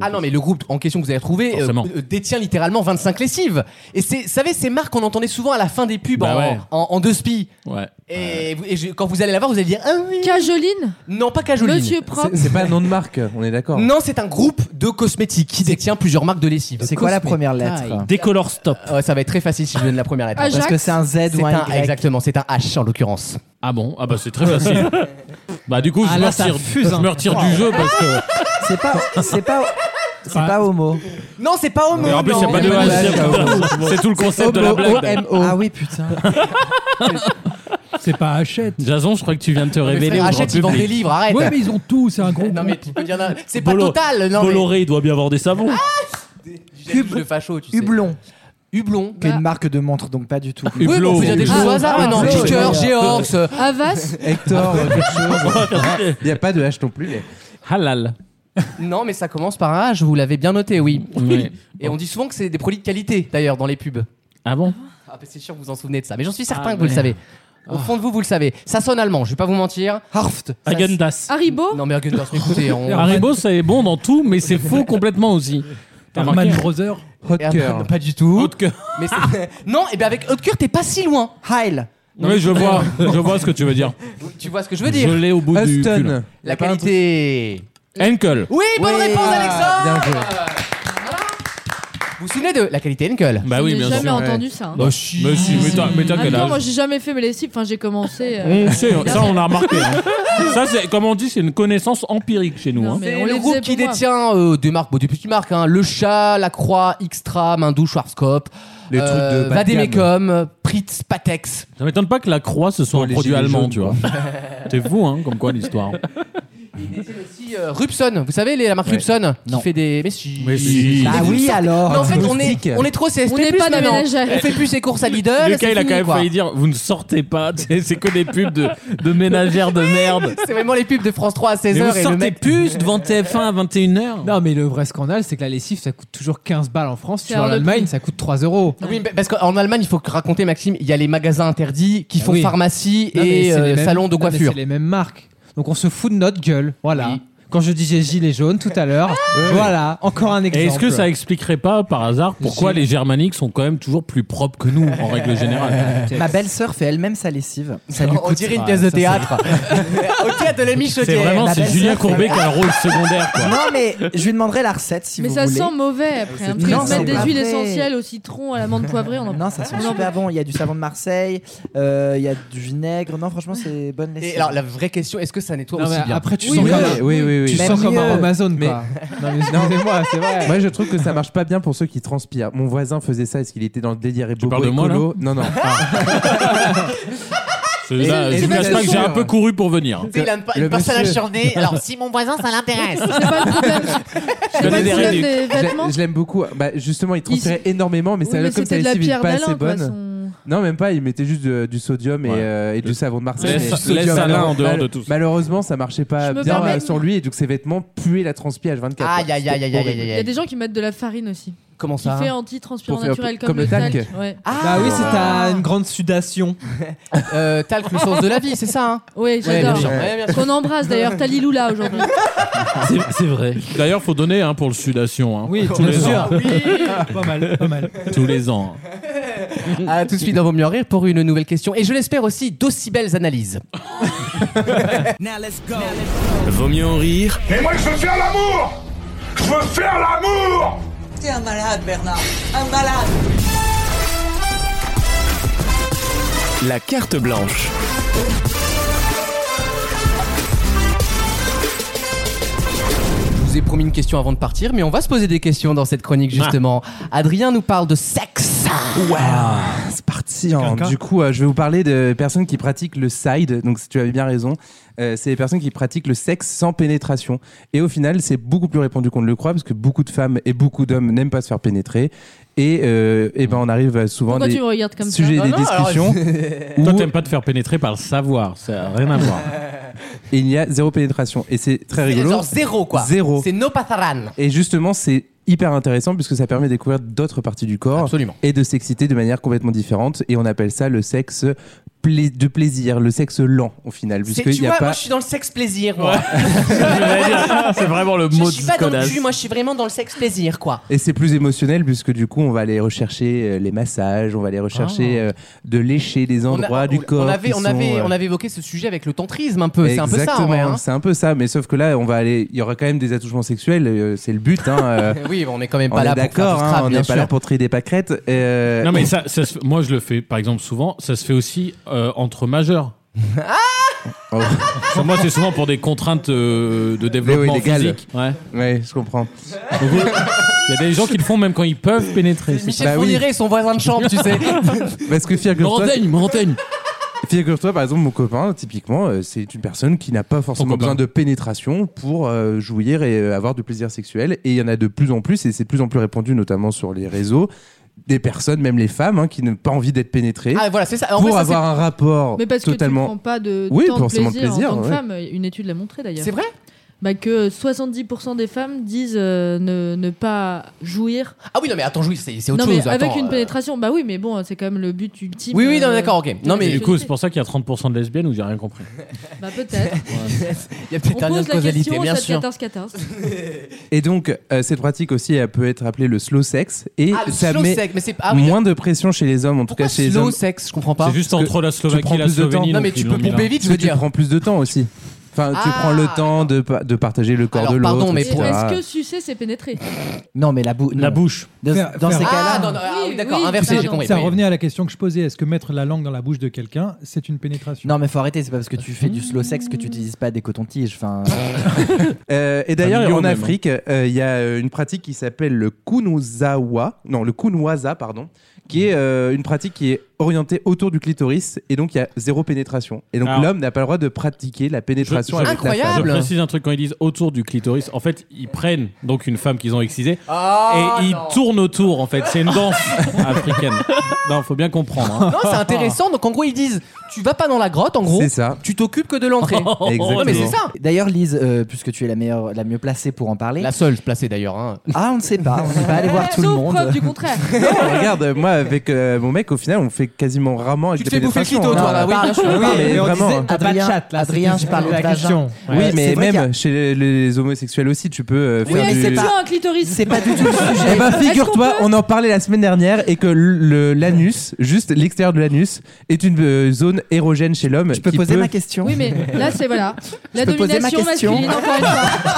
Speaker 2: Ah non, mais le groupe en question que vous avez trouvé euh, euh, détient littéralement 25 lessives. Et c'est, vous savez, ces marques qu'on entendait souvent à la fin des pubs
Speaker 11: Bah
Speaker 2: en,
Speaker 11: ouais.
Speaker 2: en- en deux spies.
Speaker 11: Ouais.
Speaker 2: Et, vous- et je- quand vous allez la voir, vous allez dire Ah oui
Speaker 4: Cajoline
Speaker 2: Non, pas Cajoline.
Speaker 4: Monsieur Propre.
Speaker 7: C'est pas un nom de marque, on est d'accord.
Speaker 2: Non, c'est un groupe de cosmétiques qui détient plusieurs marques de lessive.
Speaker 6: C'est quoi la première lettre
Speaker 2: Décolor Stop. ça va être très facile si je donne la première lettre.
Speaker 6: Ajax Parce que c'est un Z
Speaker 2: C'est
Speaker 6: ou un Y.
Speaker 2: Exactement, c'est un H en l'occurrence.
Speaker 11: Ah bon Ah bah c'est très facile. bah du coup, je
Speaker 2: Ah,
Speaker 11: me
Speaker 2: là, ça
Speaker 11: retire,
Speaker 2: fuse,
Speaker 11: je
Speaker 2: hein.
Speaker 11: me retire du jeu parce que.
Speaker 6: C'est pas. C'est pas. C'est pas homo.
Speaker 2: Non, c'est pas homo.
Speaker 11: Mais en plus,
Speaker 2: non.
Speaker 11: il n'y a pas de
Speaker 2: Ouais,
Speaker 11: H,
Speaker 2: ouais,
Speaker 11: c'est-
Speaker 2: ouais.
Speaker 11: C'est tout le concept de la
Speaker 6: Homo,
Speaker 11: blague. d'ailleurs.
Speaker 6: OMO. Ah oui, putain.
Speaker 8: C'est pas Hachette.
Speaker 11: Jason, je crois que tu viens de te révéler.
Speaker 2: frère,
Speaker 11: au grand
Speaker 2: Hachette, ils vendent
Speaker 11: public.
Speaker 2: des livres, arrête.
Speaker 8: Ouais, mais ils ont tout, c'est un gros.
Speaker 2: Non, mais tu peux dire. non, C'est pas
Speaker 5: Bolo-
Speaker 2: total. Non, mais- Ah,
Speaker 5: Bolloré, il doit bien avoir des savons.
Speaker 2: Cube de facho, tu sais.
Speaker 6: Hublon.
Speaker 2: Hublon.
Speaker 6: Qui est une marque de montre, donc pas du tout.
Speaker 2: Oui, mais on peut dire des choses au
Speaker 6: Ah,
Speaker 2: hasard maintenant.
Speaker 6: Hublot,
Speaker 2: Kicker,
Speaker 6: ouais.
Speaker 2: Georgs. euh,
Speaker 4: Avas
Speaker 7: Hector, euh, quelque chose. Il n'y a pas de H non plus. mais-
Speaker 11: Halal.
Speaker 2: Non, mais ça commence par un H, vous l'avez bien noté, oui.
Speaker 11: Oui.
Speaker 2: Et on dit souvent que c'est des produits de qualité, d'ailleurs, dans les pubs.
Speaker 11: Ah bon
Speaker 2: Ah, bah, c'est sûr que vous en souvenez de ça. Mais j'en suis certain
Speaker 11: Ah,
Speaker 2: que vous le
Speaker 11: ouais.
Speaker 2: savez. Au fond de vous, vous le savez. Ça sonne allemand, je vais pas vous mentir.
Speaker 6: Harft.
Speaker 11: Agendas.
Speaker 4: Haribo
Speaker 2: Non, mais Haagen-Dazs, écoutez, on.
Speaker 11: Haribo, ça est bon dans tout, mais c'est faux complètement aussi. T'as
Speaker 8: Herman
Speaker 11: remarqué
Speaker 8: Brothers.
Speaker 2: Hardcore. Pas du tout. Mais c'est- non, et bien avec haute cœur, t'es pas si loin.
Speaker 6: Heil.
Speaker 11: Oui, je vois, je vois ce que tu veux dire.
Speaker 2: Tu vois ce que je veux
Speaker 11: Je
Speaker 2: dire
Speaker 11: l'ai au bout du
Speaker 7: Huston.
Speaker 11: cul.
Speaker 2: La qualité.
Speaker 11: Henkel.
Speaker 2: Oui, bonne
Speaker 6: Oui.
Speaker 2: réponse, Alexandre
Speaker 7: Bien joué.
Speaker 2: Vous vous souvenez de la qualité Henkel
Speaker 11: Bah oui,
Speaker 4: J'ai
Speaker 11: bien
Speaker 4: jamais
Speaker 11: sûr.
Speaker 4: entendu ça. hein.
Speaker 11: Bah si, mais si, mais t'as- mais t'as
Speaker 4: En
Speaker 11: quel
Speaker 4: même temps,
Speaker 11: âge
Speaker 4: Ah, moi j'ai jamais fait mes lessives. Enfin, j'ai commencé. euh,
Speaker 11: On sait, ça on l'a remarqué. hein. Ça, c'est, comme on dit, c'est une connaissance empirique chez nous.
Speaker 4: Non,
Speaker 11: hein.
Speaker 4: mais
Speaker 2: C'est
Speaker 4: on
Speaker 2: le
Speaker 4: les
Speaker 2: groupe
Speaker 4: faisait
Speaker 2: qui
Speaker 4: pour moi.
Speaker 2: détient euh, des marques, bon, des petites marques, hein, Le Chat, La Croix, Xtra, Mindou, Schwarzkopf, euh,
Speaker 7: Les trucs de bas de gamme.
Speaker 2: Vademecum, Pritz, Patex.
Speaker 11: Ça m'étonne pas que la croix ce soit
Speaker 7: Pour
Speaker 11: un
Speaker 7: les
Speaker 11: produit
Speaker 7: gilets jaunes,
Speaker 11: allemand, tu vois. T'es fou, hein, comme quoi l'histoire.
Speaker 2: Aussi, euh, Rupson, vous savez les- la marque
Speaker 11: Ouais.
Speaker 2: Rupson
Speaker 11: Non.
Speaker 2: qui fait des. Mais si.
Speaker 11: Mais si.
Speaker 6: Ah
Speaker 2: Vous
Speaker 6: oui,
Speaker 2: sortez-
Speaker 6: alors.
Speaker 2: Mais en fait, on
Speaker 7: Boutique.
Speaker 2: est, on est trop CSP.
Speaker 4: On n'est pas des
Speaker 2: maintenant.
Speaker 4: ménagères.
Speaker 2: On fait plus ses courses à Lidl.
Speaker 11: Le
Speaker 2: c'est
Speaker 11: gars, il a
Speaker 2: fini,
Speaker 11: quand même
Speaker 2: quoi.
Speaker 11: failli dire Vous ne sortez pas, c'est c'est que des pubs de, de ménagères de merde.
Speaker 2: C'est vraiment les pubs de France 3 à
Speaker 11: Mais
Speaker 2: 16h
Speaker 11: vous
Speaker 2: et le
Speaker 11: sortez
Speaker 2: mec.
Speaker 11: plus devant TF1 à 21h
Speaker 3: Non, mais le vrai scandale, c'est que la lessive, ça coûte toujours 15 balles en France.
Speaker 4: C'est
Speaker 3: Tu vois, en
Speaker 4: hors de
Speaker 3: Allemagne,
Speaker 4: prix.
Speaker 3: ça coûte 3 euros.
Speaker 11: Ah
Speaker 2: Oui, mais parce qu'en Allemagne, il faut que raconter, Maxime, il y a les magasins interdits qui font
Speaker 3: oui.
Speaker 2: pharmacie
Speaker 3: Non, mais
Speaker 2: et
Speaker 3: c'est les
Speaker 2: euh,
Speaker 3: mêmes-
Speaker 2: salon de
Speaker 3: non, mais
Speaker 2: coiffure.
Speaker 3: C'est les mêmes marques. Donc on se fout de notre gueule. Voilà. quand je disais gilet jaune tout à l'heure. Voilà, encore un exemple.
Speaker 11: Et est-ce que ça expliquerait pas par hasard pourquoi les Germaniques sont quand même toujours plus propres que nous en règle générale
Speaker 6: Ma belle-sœur fait elle-même sa lessive. Ça lui
Speaker 2: On
Speaker 6: coûte-
Speaker 2: dirait une
Speaker 6: Ah,
Speaker 2: pièce de
Speaker 6: ça, c'est-
Speaker 2: théâtre. Au théâtre de la Michaudière.
Speaker 11: C'est vraiment
Speaker 6: La
Speaker 11: c'est
Speaker 6: belle-sœur,
Speaker 11: Julien
Speaker 6: c'est
Speaker 11: Courbet
Speaker 6: vrai.
Speaker 11: qui a un rôle secondaire. Quoi.
Speaker 6: Non, mais je lui demanderai la recette si
Speaker 4: Mais
Speaker 6: vous
Speaker 4: ça
Speaker 6: voulez.
Speaker 4: sent
Speaker 2: Euh,
Speaker 4: mauvais après. Hein,
Speaker 6: Non,
Speaker 4: parce que
Speaker 6: c'est
Speaker 4: mettre des
Speaker 6: pas
Speaker 4: huiles
Speaker 6: vrai.
Speaker 4: essentielles au citron, à l'amande poivrée, on en
Speaker 6: Non, ça sent super bon. Il y a du savon de Marseille, euh, il y a du vinaigre. Non, franchement, c'est bonne lessive.
Speaker 2: Et alors, la vraie question, est-ce que ça nettoie
Speaker 6: Non,
Speaker 2: aussi
Speaker 6: mais
Speaker 2: bien
Speaker 6: après, tu
Speaker 8: Oui, sens oui, comme- oui, oui, oui.
Speaker 3: Tu
Speaker 8: Même
Speaker 3: sens comme un
Speaker 8: mieux.
Speaker 3: Amazon,
Speaker 8: Mais-
Speaker 3: quoi. Non, mais excusez-moi, c'est vrai.
Speaker 7: Moi, je trouve que ça marche pas bien pour ceux qui transpirent. Mon voisin faisait ça. Est-ce qu'il était dans le délire et tu
Speaker 11: parles de moi, là
Speaker 7: Non, non.
Speaker 11: C'est- là,
Speaker 7: Et-
Speaker 11: je
Speaker 7: et
Speaker 11: vous cache
Speaker 7: le
Speaker 11: pas que j'ai un
Speaker 7: monsieur-
Speaker 11: peu couru pour venir.
Speaker 15: Tu sais, Il a une, pa-
Speaker 2: euh,
Speaker 11: Le
Speaker 15: une personne à
Speaker 11: monsieur-
Speaker 15: churner. Alors, si mon voisin, ça l'intéresse.
Speaker 11: Je connais des
Speaker 15: problème
Speaker 11: réducs.
Speaker 15: des
Speaker 7: Je-
Speaker 15: vêtements
Speaker 7: Je l'aime beaucoup. Bah, justement, il transpirait énormément, mais
Speaker 15: Oui,
Speaker 7: ça,
Speaker 15: mais
Speaker 7: comme
Speaker 15: c'était
Speaker 7: sa
Speaker 15: de la
Speaker 7: lessive n'est
Speaker 15: pierre
Speaker 7: pas assez
Speaker 15: d'Alain, quoi,
Speaker 7: bonne. Non, même pas. Il mettait juste de- du sodium et, euh, et du savon de Marseille.
Speaker 11: Laisse-
Speaker 7: Mais du
Speaker 11: laisse
Speaker 7: sodium,
Speaker 11: Alain
Speaker 7: alors,
Speaker 11: en dehors
Speaker 7: mal-
Speaker 11: de tout ça.
Speaker 7: Malheureusement, ça marchait pas
Speaker 4: Je me
Speaker 7: bien
Speaker 4: permets-
Speaker 7: euh, sur lui, et donc ses vêtements puaient la transpi H24. quoi.
Speaker 2: Aïe, aïe, aïe, aïe, aïe,
Speaker 4: Il
Speaker 2: aïe,
Speaker 4: y
Speaker 2: aïe.
Speaker 4: a des gens qui mettent de la farine aussi.
Speaker 2: Comment
Speaker 4: Qui
Speaker 2: ça
Speaker 11: hein
Speaker 4: fait anti-transpirant
Speaker 7: Pour faire-
Speaker 4: naturel comme,
Speaker 7: comme
Speaker 4: le
Speaker 7: le
Speaker 4: talc.
Speaker 7: talc.
Speaker 4: Ouais.
Speaker 2: Ah.
Speaker 3: Bah oui, c'est un- une grande sudation.
Speaker 2: euh, talc, le sens de la vie, c'est ça hein
Speaker 4: Oui, j'adore.
Speaker 2: bien sûr. Ouais, bien sûr.
Speaker 4: Qu'on embrasse d'ailleurs Talilou là aujourd'hui.
Speaker 11: C'est- C'est vrai. D'ailleurs, faut donner hein, pour le sudation. hein.
Speaker 3: Oui,
Speaker 11: tous
Speaker 3: bien
Speaker 11: les
Speaker 3: sûr.
Speaker 11: ans.
Speaker 3: Pas mal, pas mal.
Speaker 11: Tous les ans.
Speaker 2: À ah, tout de suite dans Vaut mieux en rire pour une nouvelle question. Et je l'espère aussi d'aussi belles analyses.
Speaker 1: Vaut mieux en rire.
Speaker 10: Et moi, je veux faire l'amour Je veux faire l'amour
Speaker 14: T'es un malade, Bernard. Un malade.
Speaker 1: La carte blanche.
Speaker 2: Je vous ai promis une question avant de partir, mais on va se poser des questions dans cette chronique justement. Adrien nous parle de sexe.
Speaker 7: Ah, c'est parti. hein.
Speaker 2: Quelqu'un
Speaker 7: Du coup, euh, je vais vous parler de personnes qui pratiquent le side. Donc, si tu avais bien raison, euh, c'est les personnes qui pratiquent le sexe sans pénétration. Et au final, c'est beaucoup plus répandu qu'on ne le croit parce que beaucoup de femmes et beaucoup d'hommes n'aiment pas se faire pénétrer. Et, euh, eh ben, on arrive à souvent
Speaker 4: Pourquoi
Speaker 7: des
Speaker 4: tu me regardes comme ça
Speaker 7: sujets,
Speaker 4: Non,
Speaker 7: des
Speaker 4: non, alors-
Speaker 7: discussions. où
Speaker 11: Bah Toi, t'aimes pas te faire pénétrer par le savoir. Ça n'a rien à voir.
Speaker 7: il y a zéro pénétration. Et c'est très
Speaker 2: C'est
Speaker 7: rigolo.
Speaker 2: genre zéro quoi.
Speaker 7: Zéro.
Speaker 2: C'est no pasaran.
Speaker 7: Et justement, c'est hyper intéressant puisque ça permet de découvrir d'autres parties du corps et de s'exciter de manière complètement différente. Et on appelle ça le sexe pla- de plaisir, le sexe lent au final.
Speaker 2: C'est-
Speaker 7: Puisqu'il
Speaker 2: tu
Speaker 7: n'y a
Speaker 2: vois,
Speaker 7: pas.
Speaker 2: moi je suis dans le sexe plaisir moi.
Speaker 11: C'est vraiment le
Speaker 2: je
Speaker 11: mot
Speaker 2: suis pas dans le
Speaker 11: connasse.
Speaker 2: cul, moi je suis vraiment dans le sexe plaisir quoi.
Speaker 7: Et c'est plus émotionnel puisque du coup on va aller rechercher euh, les massages, on va aller rechercher euh, de lécher des
Speaker 2: Ah. On a-
Speaker 7: endroits du
Speaker 2: on-
Speaker 7: corps.
Speaker 2: On avait,
Speaker 7: qui
Speaker 2: on,
Speaker 7: sont,
Speaker 2: avait,
Speaker 7: euh,
Speaker 2: on avait évoqué ce sujet avec le tantrisme un peu. C'est un peu ça en
Speaker 7: Exactement,
Speaker 2: vrai. hein.
Speaker 7: c'est un peu ça, mais sauf que là on va aller, il y aura quand même des attouchements sexuels, euh, c'est le but. Hein, euh,
Speaker 2: Oui, on est quand même
Speaker 7: on
Speaker 2: pas
Speaker 7: est
Speaker 2: là pour faire
Speaker 7: d'accord,
Speaker 2: du
Speaker 7: hein,
Speaker 2: scrap,
Speaker 7: on
Speaker 2: bien
Speaker 7: n'est pas
Speaker 2: sûr.
Speaker 7: là pour trier des pâquerettes. euh,
Speaker 11: Non, mais ça, ça se- moi, je le fais par exemple souvent. Ça se fait aussi euh, entre majeurs.
Speaker 7: Oh.
Speaker 11: Parce que moi, c'est souvent pour des contraintes euh, de développement
Speaker 7: Oui, oui, légales.
Speaker 11: physique. Ouais.
Speaker 7: Ouais, je comprends.
Speaker 11: Il y a des gens qui le font même quand ils peuvent pénétrer. c'est
Speaker 2: Michel
Speaker 11: ça.
Speaker 2: Fourniret, son voisin de chambre, tu sais.
Speaker 7: Parce que
Speaker 11: Me
Speaker 7: figure-toi,
Speaker 11: renseigne, me renseigne.
Speaker 7: figure-toi, par exemple, mon copain, typiquement, euh, c'est une personne qui n'a pas forcément
Speaker 11: copain.
Speaker 7: besoin de pénétration pour euh, jouir et euh, avoir du plaisir sexuel. Et il y en a de plus en plus, et c'est de plus en plus répandu, notamment sur les réseaux, des personnes, même les femmes, hein, qui n'ont pas envie d'être pénétrées
Speaker 2: Ah voilà, c'est ça. En
Speaker 7: pour
Speaker 2: vrai, ça, c'est-
Speaker 7: avoir un rapport
Speaker 4: Mais parce que tu
Speaker 7: Oh, totalement.
Speaker 4: prends pas de
Speaker 7: Oui,
Speaker 4: temps de
Speaker 7: forcément
Speaker 4: plaisir,
Speaker 7: de
Speaker 4: en
Speaker 7: plaisir,
Speaker 4: tant que
Speaker 7: ouais.
Speaker 4: femme. Une étude l'a montré d'ailleurs.
Speaker 2: C'est vrai
Speaker 4: bah que 70% des femmes disent euh, ne, ne pas jouir.
Speaker 2: Ah oui, non, mais attends, oui, c'est c'est
Speaker 4: non
Speaker 2: autre
Speaker 4: mais
Speaker 2: chose.
Speaker 4: avec
Speaker 2: attends,
Speaker 4: une
Speaker 2: euh,
Speaker 4: pénétration, bah oui, mais bon, c'est quand même le but ultime.
Speaker 2: Oui, oui, non,
Speaker 4: euh,
Speaker 2: d'accord, ok. Non,
Speaker 4: de
Speaker 2: mais-
Speaker 4: la
Speaker 11: Du coup, c'est
Speaker 4: sexualité.
Speaker 11: pour ça qu'il y a 30% de lesbiennes où j'ai rien compris.
Speaker 4: Bah peut-être.
Speaker 2: Il y a peut-être
Speaker 4: On
Speaker 2: un lien de
Speaker 4: pose la
Speaker 2: causalité,
Speaker 4: question
Speaker 2: bien
Speaker 4: au
Speaker 2: sûr.
Speaker 4: 14-14.
Speaker 7: Et donc, euh, cette pratique aussi, elle peut être appelée le slow sex. Et
Speaker 2: Ah, le
Speaker 7: ça
Speaker 2: slow
Speaker 7: met
Speaker 2: sex, mais c'est- ah oui,
Speaker 7: moins de pression chez les hommes, en tout cas chez les
Speaker 2: slow
Speaker 7: hommes.
Speaker 2: sex, je comprends pas.
Speaker 11: C'est juste
Speaker 7: Parce que
Speaker 11: entre la
Speaker 7: tu
Speaker 11: Slovaquie
Speaker 7: prends
Speaker 11: et la
Speaker 7: plus de temps.
Speaker 11: Slovénie.
Speaker 2: Non,
Speaker 11: donc
Speaker 2: mais tu
Speaker 11: ils
Speaker 2: peux
Speaker 11: l'ont mis hein.
Speaker 2: pomper
Speaker 11: là.
Speaker 2: vite, je
Speaker 7: Parce
Speaker 2: veux
Speaker 7: que tu
Speaker 2: dire. Ah,
Speaker 7: prends plus de temps aussi. Enfin, tu prends le temps de, pa- de partager le corps
Speaker 2: Alors,
Speaker 7: de l'autre.
Speaker 2: pardon, mais
Speaker 4: Et
Speaker 7: etc.
Speaker 4: Est-ce que sucer c'est pénétrer
Speaker 6: Non, mais la, bou-
Speaker 11: La
Speaker 6: non.
Speaker 11: bouche.
Speaker 6: Dans, dans ces cas-là,
Speaker 2: Ah, non, non, ah, oui,
Speaker 4: Oui,
Speaker 2: d'accord,
Speaker 4: oui,
Speaker 2: inversé, j'ai
Speaker 4: pardon.
Speaker 2: compris.
Speaker 8: Ça
Speaker 2: Oui.
Speaker 8: revenait à la question que je posais. Est-ce que mettre la langue dans la bouche de quelqu'un, c'est une pénétration
Speaker 6: Non, mais faut arrêter, c'est pas parce que tu fais du slow sex que tu utilises pas des cotons-tiges. Enfin,
Speaker 7: Euh, et
Speaker 6: Un
Speaker 7: d'ailleurs,
Speaker 6: million
Speaker 7: en
Speaker 6: même,
Speaker 11: hein.
Speaker 7: Afrique, euh, il y a euh, une pratique qui s'appelle le kunuzawa, non, le kunwaza, pardon, qui est euh, une pratique qui est orientée autour du clitoris, et donc il y a zéro pénétration. Et donc
Speaker 11: Alors-
Speaker 7: l'homme n'a pas le droit de pratiquer la pénétration avec la
Speaker 11: Je
Speaker 7: femme.
Speaker 11: précise un truc quand ils disent autour du clitoris. En fait, ils prennent donc une femme qu'ils ont excisée
Speaker 2: Ah,
Speaker 11: et ils
Speaker 2: non.
Speaker 11: tournent autour. En fait, c'est une danse africaine. Non, faut bien comprendre. hein.
Speaker 2: Non, c'est intéressant. Donc en gros, ils disent tu vas pas dans la grotte, en gros.
Speaker 7: C'est ça.
Speaker 2: Tu t'occupes que de l'entrée.
Speaker 7: Exactement.
Speaker 2: Non, mais c'est ça.
Speaker 6: D'ailleurs, Lise, euh, puisque tu es la meilleure, la mieux placée pour en parler.
Speaker 2: La seule placée d'ailleurs. hein.
Speaker 6: Ah, on ne sait pas. On va aller voir tout le
Speaker 4: Sauf
Speaker 6: monde.
Speaker 4: preuve du contraire.
Speaker 7: Ah, Non, regarde, moi avec euh, mon mec, au final, on fait fais quasiment rarement avec
Speaker 2: Tu te
Speaker 7: des
Speaker 2: fais bouffer le
Speaker 7: pénétrations.
Speaker 2: clito, toi,
Speaker 7: hein.
Speaker 2: là, oui, Ah, bien sûr.
Speaker 7: Non,
Speaker 2: Oui,
Speaker 7: mais
Speaker 2: mais on
Speaker 7: vraiment.
Speaker 2: disait, à pas de chat, là,
Speaker 6: Adrien, je
Speaker 2: c'était
Speaker 6: parle
Speaker 2: la
Speaker 6: de
Speaker 2: question.
Speaker 7: Oui,
Speaker 6: Ouais,
Speaker 7: mais
Speaker 6: c'est vrai qu'il y
Speaker 7: même chez les, les homosexuels aussi, tu peux euh,
Speaker 4: Oui,
Speaker 7: faire
Speaker 4: est-ce que
Speaker 7: du.
Speaker 4: tu as un clitoris C'est
Speaker 6: pas du tout
Speaker 7: Eh ben, figure-toi, on en parlait la semaine dernière et que le- le- l'anus, juste l'extérieur de l'anus, est une euh, zone érogène chez l'homme. Je peux
Speaker 6: poser ma question
Speaker 4: Oui, mais là, c'est voilà. La
Speaker 6: peux poser ma
Speaker 4: domination
Speaker 6: question
Speaker 4: masculine, encore une fois.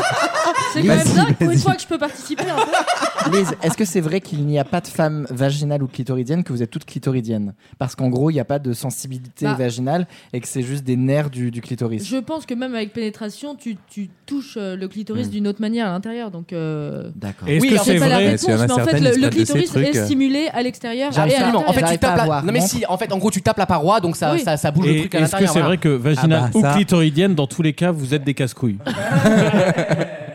Speaker 4: C'est quand même
Speaker 6: Vas-y,
Speaker 4: dingue pour une
Speaker 6: vas-y.
Speaker 4: fois que je peux participer. En fait.
Speaker 6: Lise, est-ce que c'est vrai qu'il n'y a pas de femme vaginale ou clitoridienne, que vous êtes toutes clitoridiennes Parce qu'en gros, il n'y a pas de sensibilité
Speaker 4: Bah.
Speaker 6: vaginale et que c'est juste des nerfs du, du clitoris.
Speaker 4: Je pense que même avec pénétration, tu, tu touches euh, le clitoris
Speaker 6: Mm.
Speaker 4: d'une autre manière à l'intérieur. Donc, euh,
Speaker 6: D'accord.
Speaker 4: oui,
Speaker 6: Est-ce que
Speaker 4: alors,
Speaker 6: c'est
Speaker 4: j'ai pas la
Speaker 6: vrai
Speaker 4: réponse,
Speaker 6: Parce qu'il y en a
Speaker 4: mais en fait,
Speaker 6: certaines,
Speaker 4: le,
Speaker 6: ils se
Speaker 4: le
Speaker 6: prennent des
Speaker 4: clitoris
Speaker 6: trucs,
Speaker 4: est
Speaker 6: euh,
Speaker 4: stimulé à l'extérieur. et à
Speaker 2: Absolument. En fait,
Speaker 4: l'intérieur.
Speaker 2: tu tapes la... Non mais si, en fait, en gros, tu tapes la paroi, donc ça,
Speaker 4: Oui.
Speaker 2: ça, ça bouge
Speaker 11: Et
Speaker 2: le truc à
Speaker 11: Est-ce
Speaker 2: l'intérieur.
Speaker 11: que c'est vrai
Speaker 2: voilà.
Speaker 11: que vaginale
Speaker 2: Ah bah, ça.
Speaker 11: ou clitoridienne, dans tous les cas, vous êtes des casse-couilles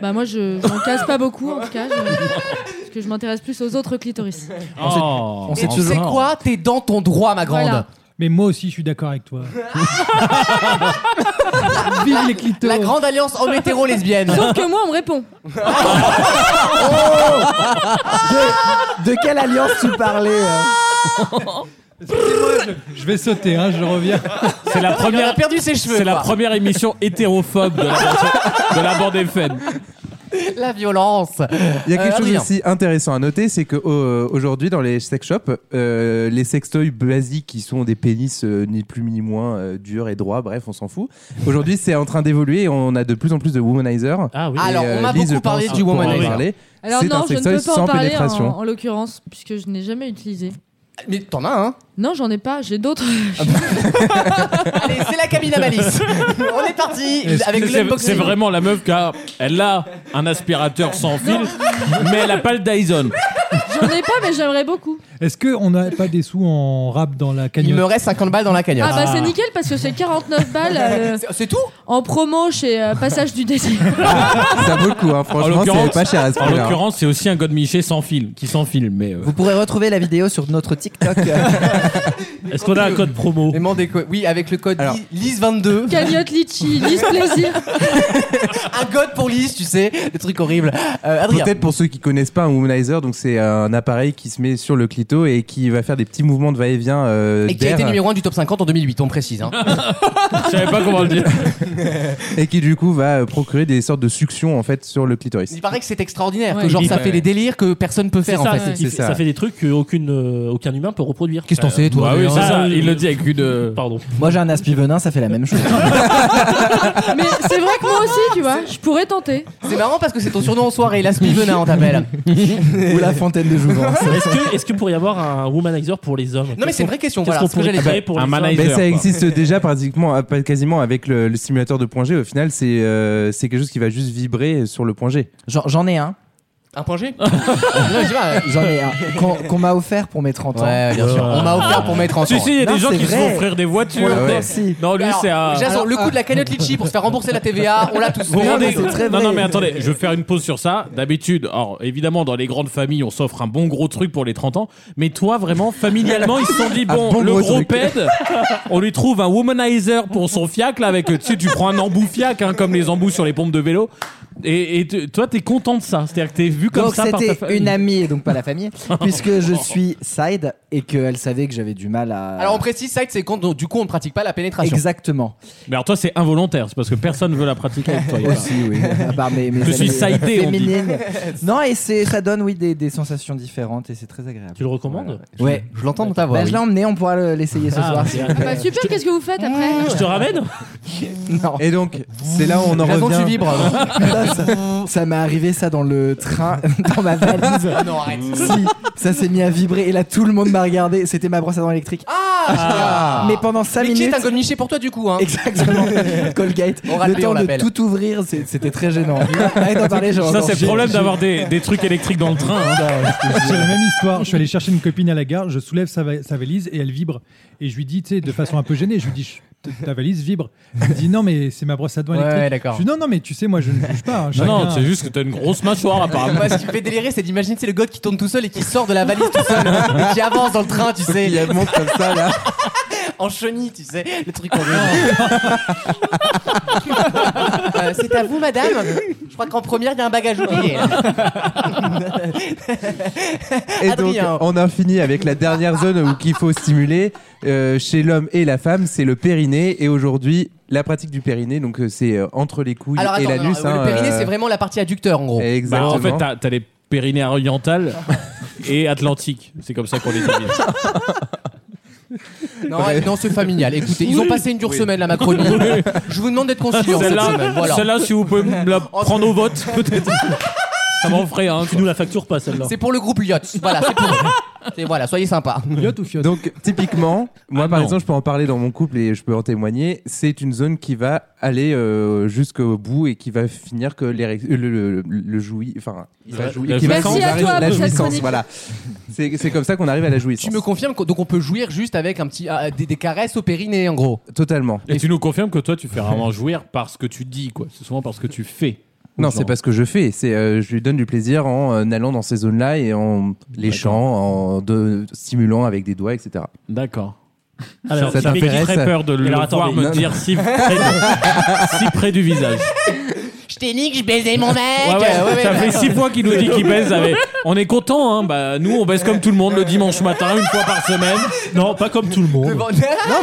Speaker 4: Bah, moi, je je m'en casse pas beaucoup, en tout cas. je- Parce que je m'intéresse plus aux autres clitoris.
Speaker 11: Oh.
Speaker 2: Et tu sais quoi T'es dans ton droit, ma grande.
Speaker 4: Voilà.
Speaker 8: Mais moi aussi, je suis d'accord avec toi.
Speaker 2: la, la grande alliance homme hétéro lesbienne.
Speaker 4: Sauf que moi, on me répond.
Speaker 6: Oh de, de quelle alliance tu parlais hein
Speaker 8: Je vais sauter, hein, je reviens.
Speaker 11: C'est la
Speaker 2: Il a
Speaker 11: première.
Speaker 2: perdu ses cheveux.
Speaker 11: C'est la
Speaker 2: quoi.
Speaker 11: première émission hétérophobe de la, bande- de la bande FM.
Speaker 2: La violence.
Speaker 7: Il y a quelque
Speaker 2: Euh,
Speaker 7: chose
Speaker 2: Adrien.
Speaker 7: aussi intéressant à noter, c'est qu'aujourd'hui, dans les sex shops, euh, les sextoys basiques qui sont des pénis euh, ni plus ni moins euh, durs et droits, bref, on s'en fout. Aujourd'hui, c'est en train d'évoluer et on a de plus en plus de womanizers.
Speaker 11: Ah oui.
Speaker 2: Alors,
Speaker 4: euh,
Speaker 2: on m'a
Speaker 7: Lise,
Speaker 2: beaucoup
Speaker 7: je
Speaker 2: parlé
Speaker 7: pense,
Speaker 2: du
Speaker 7: pourra en
Speaker 2: womanizer.
Speaker 7: parler.
Speaker 4: Alors
Speaker 7: C'est
Speaker 4: non,
Speaker 7: un
Speaker 4: je ne
Speaker 7: sextoy
Speaker 4: peux pas en
Speaker 7: sans
Speaker 4: parler en,
Speaker 7: pénétration.
Speaker 4: en l'occurrence, puisque je n'ai jamais utilisé.
Speaker 2: Mais t'en as hein. un
Speaker 4: Non, j'en ai pas, j'ai d'autres.
Speaker 2: Allez, c'est la cabine à malice. on est parti
Speaker 11: Est-ce
Speaker 2: avec
Speaker 11: que
Speaker 2: le
Speaker 11: C'est c'est
Speaker 2: boxing.
Speaker 11: vraiment la meuf qui a, elle a un aspirateur sans fil, mais elle a pas le Dyson.
Speaker 4: J'en ai pas, mais j'aimerais beaucoup.
Speaker 8: Est-ce qu'on n'a pas des sous en rap dans la cagnotte
Speaker 2: Il me reste 50 balles dans la cagnotte.
Speaker 4: Ah bah c'est nickel parce que c'est 49 balles. euh,
Speaker 2: C'est tout
Speaker 4: En promo chez euh, Passage du Désir.
Speaker 7: Ça vaut le coup, hein, franchement, c'est pas cher à ce
Speaker 11: en
Speaker 7: prix-là.
Speaker 11: l'occurrence, c'est aussi un Godemiché sans fil, qui s'enfile. Mais euh,
Speaker 6: Vous pourrez retrouver la vidéo sur notre TikTok.
Speaker 11: est-ce qu'on a un code promo
Speaker 2: Demandez quoi Oui, avec le code LIS22.
Speaker 4: Cagnotte Litchi, Lise Plaisir.
Speaker 2: Un code pour Lise, tu sais, des trucs horribles. Euh, Adrien.
Speaker 7: Peut-être pour ceux qui connaissent pas un womanizer, donc c'est un appareil qui se met sur le clito et qui va faire des petits mouvements de va-et-vient. euh,
Speaker 2: Et qui a été
Speaker 7: d'air.
Speaker 2: numéro 1 du top 50 en 2008, on précise. hein.
Speaker 11: je savais pas comment le dire.
Speaker 7: et qui du coup va euh, procurer des sortes de suctions en fait sur le clitoris.
Speaker 2: Il paraît que c'est extraordinaire, que
Speaker 11: Ouais. bah
Speaker 2: genre ça
Speaker 11: Ouais.
Speaker 2: fait des délires que personne peut faire en
Speaker 11: ça,
Speaker 2: fait.
Speaker 11: il fait-
Speaker 7: C'est ça.
Speaker 11: ça fait des trucs qu'aucune, euh, aucun humain peut reproduire.
Speaker 2: Qu'est-ce que t'en sais, toi,
Speaker 11: Bah oui,
Speaker 2: d'ailleurs
Speaker 11: c'est ça, il le dit avec une. euh, Pardon.
Speaker 6: Moi, j'ai un aspi venin, ça fait la même chose.
Speaker 4: Mais c'est vrai que moi aussi, tu vois, je pourrais tenter.
Speaker 2: C'est marrant parce que c'est ton surnom en soirée, la venin on t'appelle.
Speaker 6: Ou la fontaine de Jouvence.
Speaker 11: Est-ce que, est-ce que pourrait y avoir un womanizer pour les hommes
Speaker 2: Non mais c'est une vraie question,
Speaker 11: Qu'est-ce
Speaker 2: voilà.
Speaker 11: qu'on
Speaker 2: ce que
Speaker 11: pourrait
Speaker 2: j'allais
Speaker 11: créer
Speaker 2: dire.
Speaker 11: pour Un les hommes manager.
Speaker 7: Mais
Speaker 11: Laser,
Speaker 7: ça
Speaker 11: quoi.
Speaker 7: existe déjà pratiquement, euh, pas- quasiment avec le, le simulateur de point G. Au final, c'est euh, c'est quelque chose qui va juste vibrer sur le point G.
Speaker 6: J'en j'en ai un.
Speaker 2: Un point G Non, je sais pas.
Speaker 6: J'en ai un. Qu'on qu'on m'a offert pour mes 30 ans.
Speaker 2: Ouais, bien sûr. On m'a offert pour mettre en
Speaker 11: Ah, Si, si, il y a
Speaker 6: Non,
Speaker 11: des gens
Speaker 6: c'est
Speaker 11: qui se
Speaker 6: vrai.
Speaker 11: font offrir des voitures.
Speaker 6: Pour le merci.
Speaker 11: Non, lui, c'est un. Ah.
Speaker 2: Jason, le coup de la cagnotte litchi pour se faire rembourser la TVA, on l'a tous
Speaker 11: Vous vous
Speaker 2: fait.
Speaker 11: rendez-
Speaker 6: c'est très
Speaker 11: non,
Speaker 6: vrai.
Speaker 11: non, mais attendez, je vais faire une pause sur ça. D'habitude, alors évidemment, dans les grandes familles, on s'offre un bon gros truc pour les 30 ans. Mais toi, vraiment, familialement, ils se sont dit, bon,
Speaker 7: bon
Speaker 11: le
Speaker 7: gros
Speaker 11: gros
Speaker 7: truc.
Speaker 11: ped, on lui trouve un womanizer pour son fiac, là, avec, tu sais, tu prends un embout fiac, hein, comme les embouts sur les pompes de vélo. Et, et tu- toi, t'es content de ça. C'est-à-dire que t'es vu comme
Speaker 6: donc
Speaker 11: ça par ta
Speaker 6: c'était
Speaker 11: famille.
Speaker 6: une amie, donc pas la famille, puisque je suis side et qu'elle savait que j'avais du mal à.
Speaker 2: Alors on précise, ça c'est quand du coup on ne pratique pas la pénétration.
Speaker 6: Exactement.
Speaker 11: Mais alors, toi, c'est involontaire. C'est parce que personne veut la pratiquer avec toi. Yoda.
Speaker 6: Aussi, oui. À part mes, mes
Speaker 11: Je suis sidé,
Speaker 6: amies
Speaker 11: on dit.
Speaker 6: féminines. Non, et c'est- ça donne, oui, des, des sensations différentes et c'est très agréable.
Speaker 11: Tu le recommandes
Speaker 6: Ouais.
Speaker 2: Je l'entends dans ta voix.
Speaker 6: Bah,
Speaker 2: oui.
Speaker 6: Je l'ai emmené, on pourra le- l'essayer ce
Speaker 11: Ah,
Speaker 6: soir.
Speaker 11: c'est-
Speaker 4: Ah bah super, qu'est-ce que vous faites après
Speaker 11: Je te ramène
Speaker 6: Non.
Speaker 7: Et donc, c'est là où on en
Speaker 2: Jason, tu
Speaker 7: revient.
Speaker 2: vibres. hein.
Speaker 6: Putain, ça- ça m'est arrivé ça dans le train, dans ma valise.
Speaker 2: non, arrête.
Speaker 6: Si, ça s'est mis à vibrer et là tout le monde m'a regardé. C'était ma brosse à dents électrique.
Speaker 2: Ah,
Speaker 6: Mais pendant 5
Speaker 2: Litchi
Speaker 6: minutes.
Speaker 2: est un godemiché pour toi du coup. Hein.
Speaker 6: Exactement, Colgate.
Speaker 2: On rappelle,
Speaker 6: le temps
Speaker 2: on
Speaker 6: de
Speaker 2: l'appelle.
Speaker 6: tout ouvrir, c'est- c'était très gênant. Arrête d'en parler, j'ai
Speaker 11: Ça,
Speaker 6: encore-
Speaker 11: c'est le
Speaker 6: j'ai-
Speaker 11: problème
Speaker 6: j'ai-
Speaker 11: d'avoir des, des trucs électriques dans le train. hein.
Speaker 8: J'ai la même histoire. Je suis allé chercher une copine à la gare, je soulève sa, va- sa valise et elle vibre. Et je lui dis, tu sais, de façon un peu gênée, je lui dis, Chut, ta valise vibre. Elle me dit, non, mais c'est ma brosse à dents
Speaker 2: Ouais,
Speaker 8: électrique.
Speaker 2: ouais, d'accord.
Speaker 8: Je lui dis, non, non, mais tu sais, moi, je ne juge pas. hein,
Speaker 11: Non, non,
Speaker 8: chacun-
Speaker 11: c'est juste que t'as une grosse mâchoire, apparemment.
Speaker 2: Moi, ce qui me fait délirer, c'est d'imaginer c'est le god qui tourne tout seul et qui sort de la valise tout seul, et qui avance dans le train, tu sais,
Speaker 7: Il monte comme ça là.
Speaker 2: en chenille, tu sais, le truc horrible. Euh, c'est à vous, madame. Je crois qu'en première, il y a un bagage oublié.
Speaker 7: Ah,
Speaker 2: là.
Speaker 7: Et
Speaker 2: Adrien.
Speaker 7: donc, on en finit avec la dernière zone où qu'il faut stimuler euh, chez l'homme et la femme, c'est le périnée. Et aujourd'hui, la pratique du périnée, donc euh, c'est euh, entre les couilles
Speaker 2: Alors
Speaker 7: et
Speaker 2: attends,
Speaker 7: l'anus.
Speaker 2: non,
Speaker 7: hein,
Speaker 2: le périnée,
Speaker 7: euh,
Speaker 2: c'est vraiment la partie adducteur en gros.
Speaker 7: Exactement.
Speaker 11: Bah, en fait, t'as- t'as les périnées orientales et atlantiques. C'est comme ça qu'on les définit.
Speaker 2: Non, ouais, non, c'est familial. Écoutez, ils ont
Speaker 11: Oui.
Speaker 2: passé une dure
Speaker 11: Oui.
Speaker 2: semaine, la Macronie.
Speaker 11: Oui.
Speaker 2: Je vous demande d'être conciliant cette
Speaker 11: Celle-là,
Speaker 2: semaine. Voilà.
Speaker 11: celle-là, si vous pouvez me la prendre au vote, peut-être. Ça m'en ferait, hein. Tu nous la factures pas, celle-là.
Speaker 2: C'est pour le groupe Yacht. Voilà, c'est pour eux. C'est- Voilà, soyez sympas.
Speaker 3: Yacht ou Fiat
Speaker 7: Donc typiquement, moi Ah, par
Speaker 2: non.
Speaker 7: exemple, je peux en parler dans mon couple et je peux en témoigner. C'est une zone qui va aller euh, jusqu'au bout et qui va finir que l'érec- euh, le, le, le joui- enfin, il va
Speaker 2: Ouais,
Speaker 7: jouir-
Speaker 2: la
Speaker 7: qui va
Speaker 2: jouissance.
Speaker 7: finir
Speaker 2: Merci à
Speaker 7: par
Speaker 2: toi
Speaker 7: la
Speaker 2: pour cette
Speaker 7: jouissance.
Speaker 2: chronique.
Speaker 7: Voilà, c'est c'est comme ça qu'on arrive à la jouissance.
Speaker 2: Tu me confirmes qu'on- donc on peut jouir juste avec un petit ah, des, des caresses au périnée en gros.
Speaker 7: Totalement.
Speaker 11: Et tu nous confirmes que toi, tu fais rarement jouir parce que tu dis, quoi. C'est souvent parce que tu fais.
Speaker 7: Non, c'est pas ce que je fais. C'est euh, je lui donne du plaisir en euh, allant dans ces zones-là et en léchant, en de- stimulant avec des doigts, etc.
Speaker 11: D'accord.
Speaker 7: Alors, ça
Speaker 11: fait
Speaker 7: t'intéresse
Speaker 11: très peur de le
Speaker 7: Alors,
Speaker 11: voir
Speaker 7: attendez.
Speaker 11: me
Speaker 7: Non, Eh, non.
Speaker 11: dire si près, du- si près du visage.
Speaker 15: Je t'ai dit que je baisais mon mec.
Speaker 11: Ouais, ouais,
Speaker 15: Ouais, ouais,
Speaker 11: ça
Speaker 15: ouais.
Speaker 11: fait six fois qu'il nous dit qu'il baise. avec- On est content, hein. Bah, nous, on baise comme tout le monde le dimanche matin, une fois par semaine. Non, pas comme tout le monde.
Speaker 7: Non,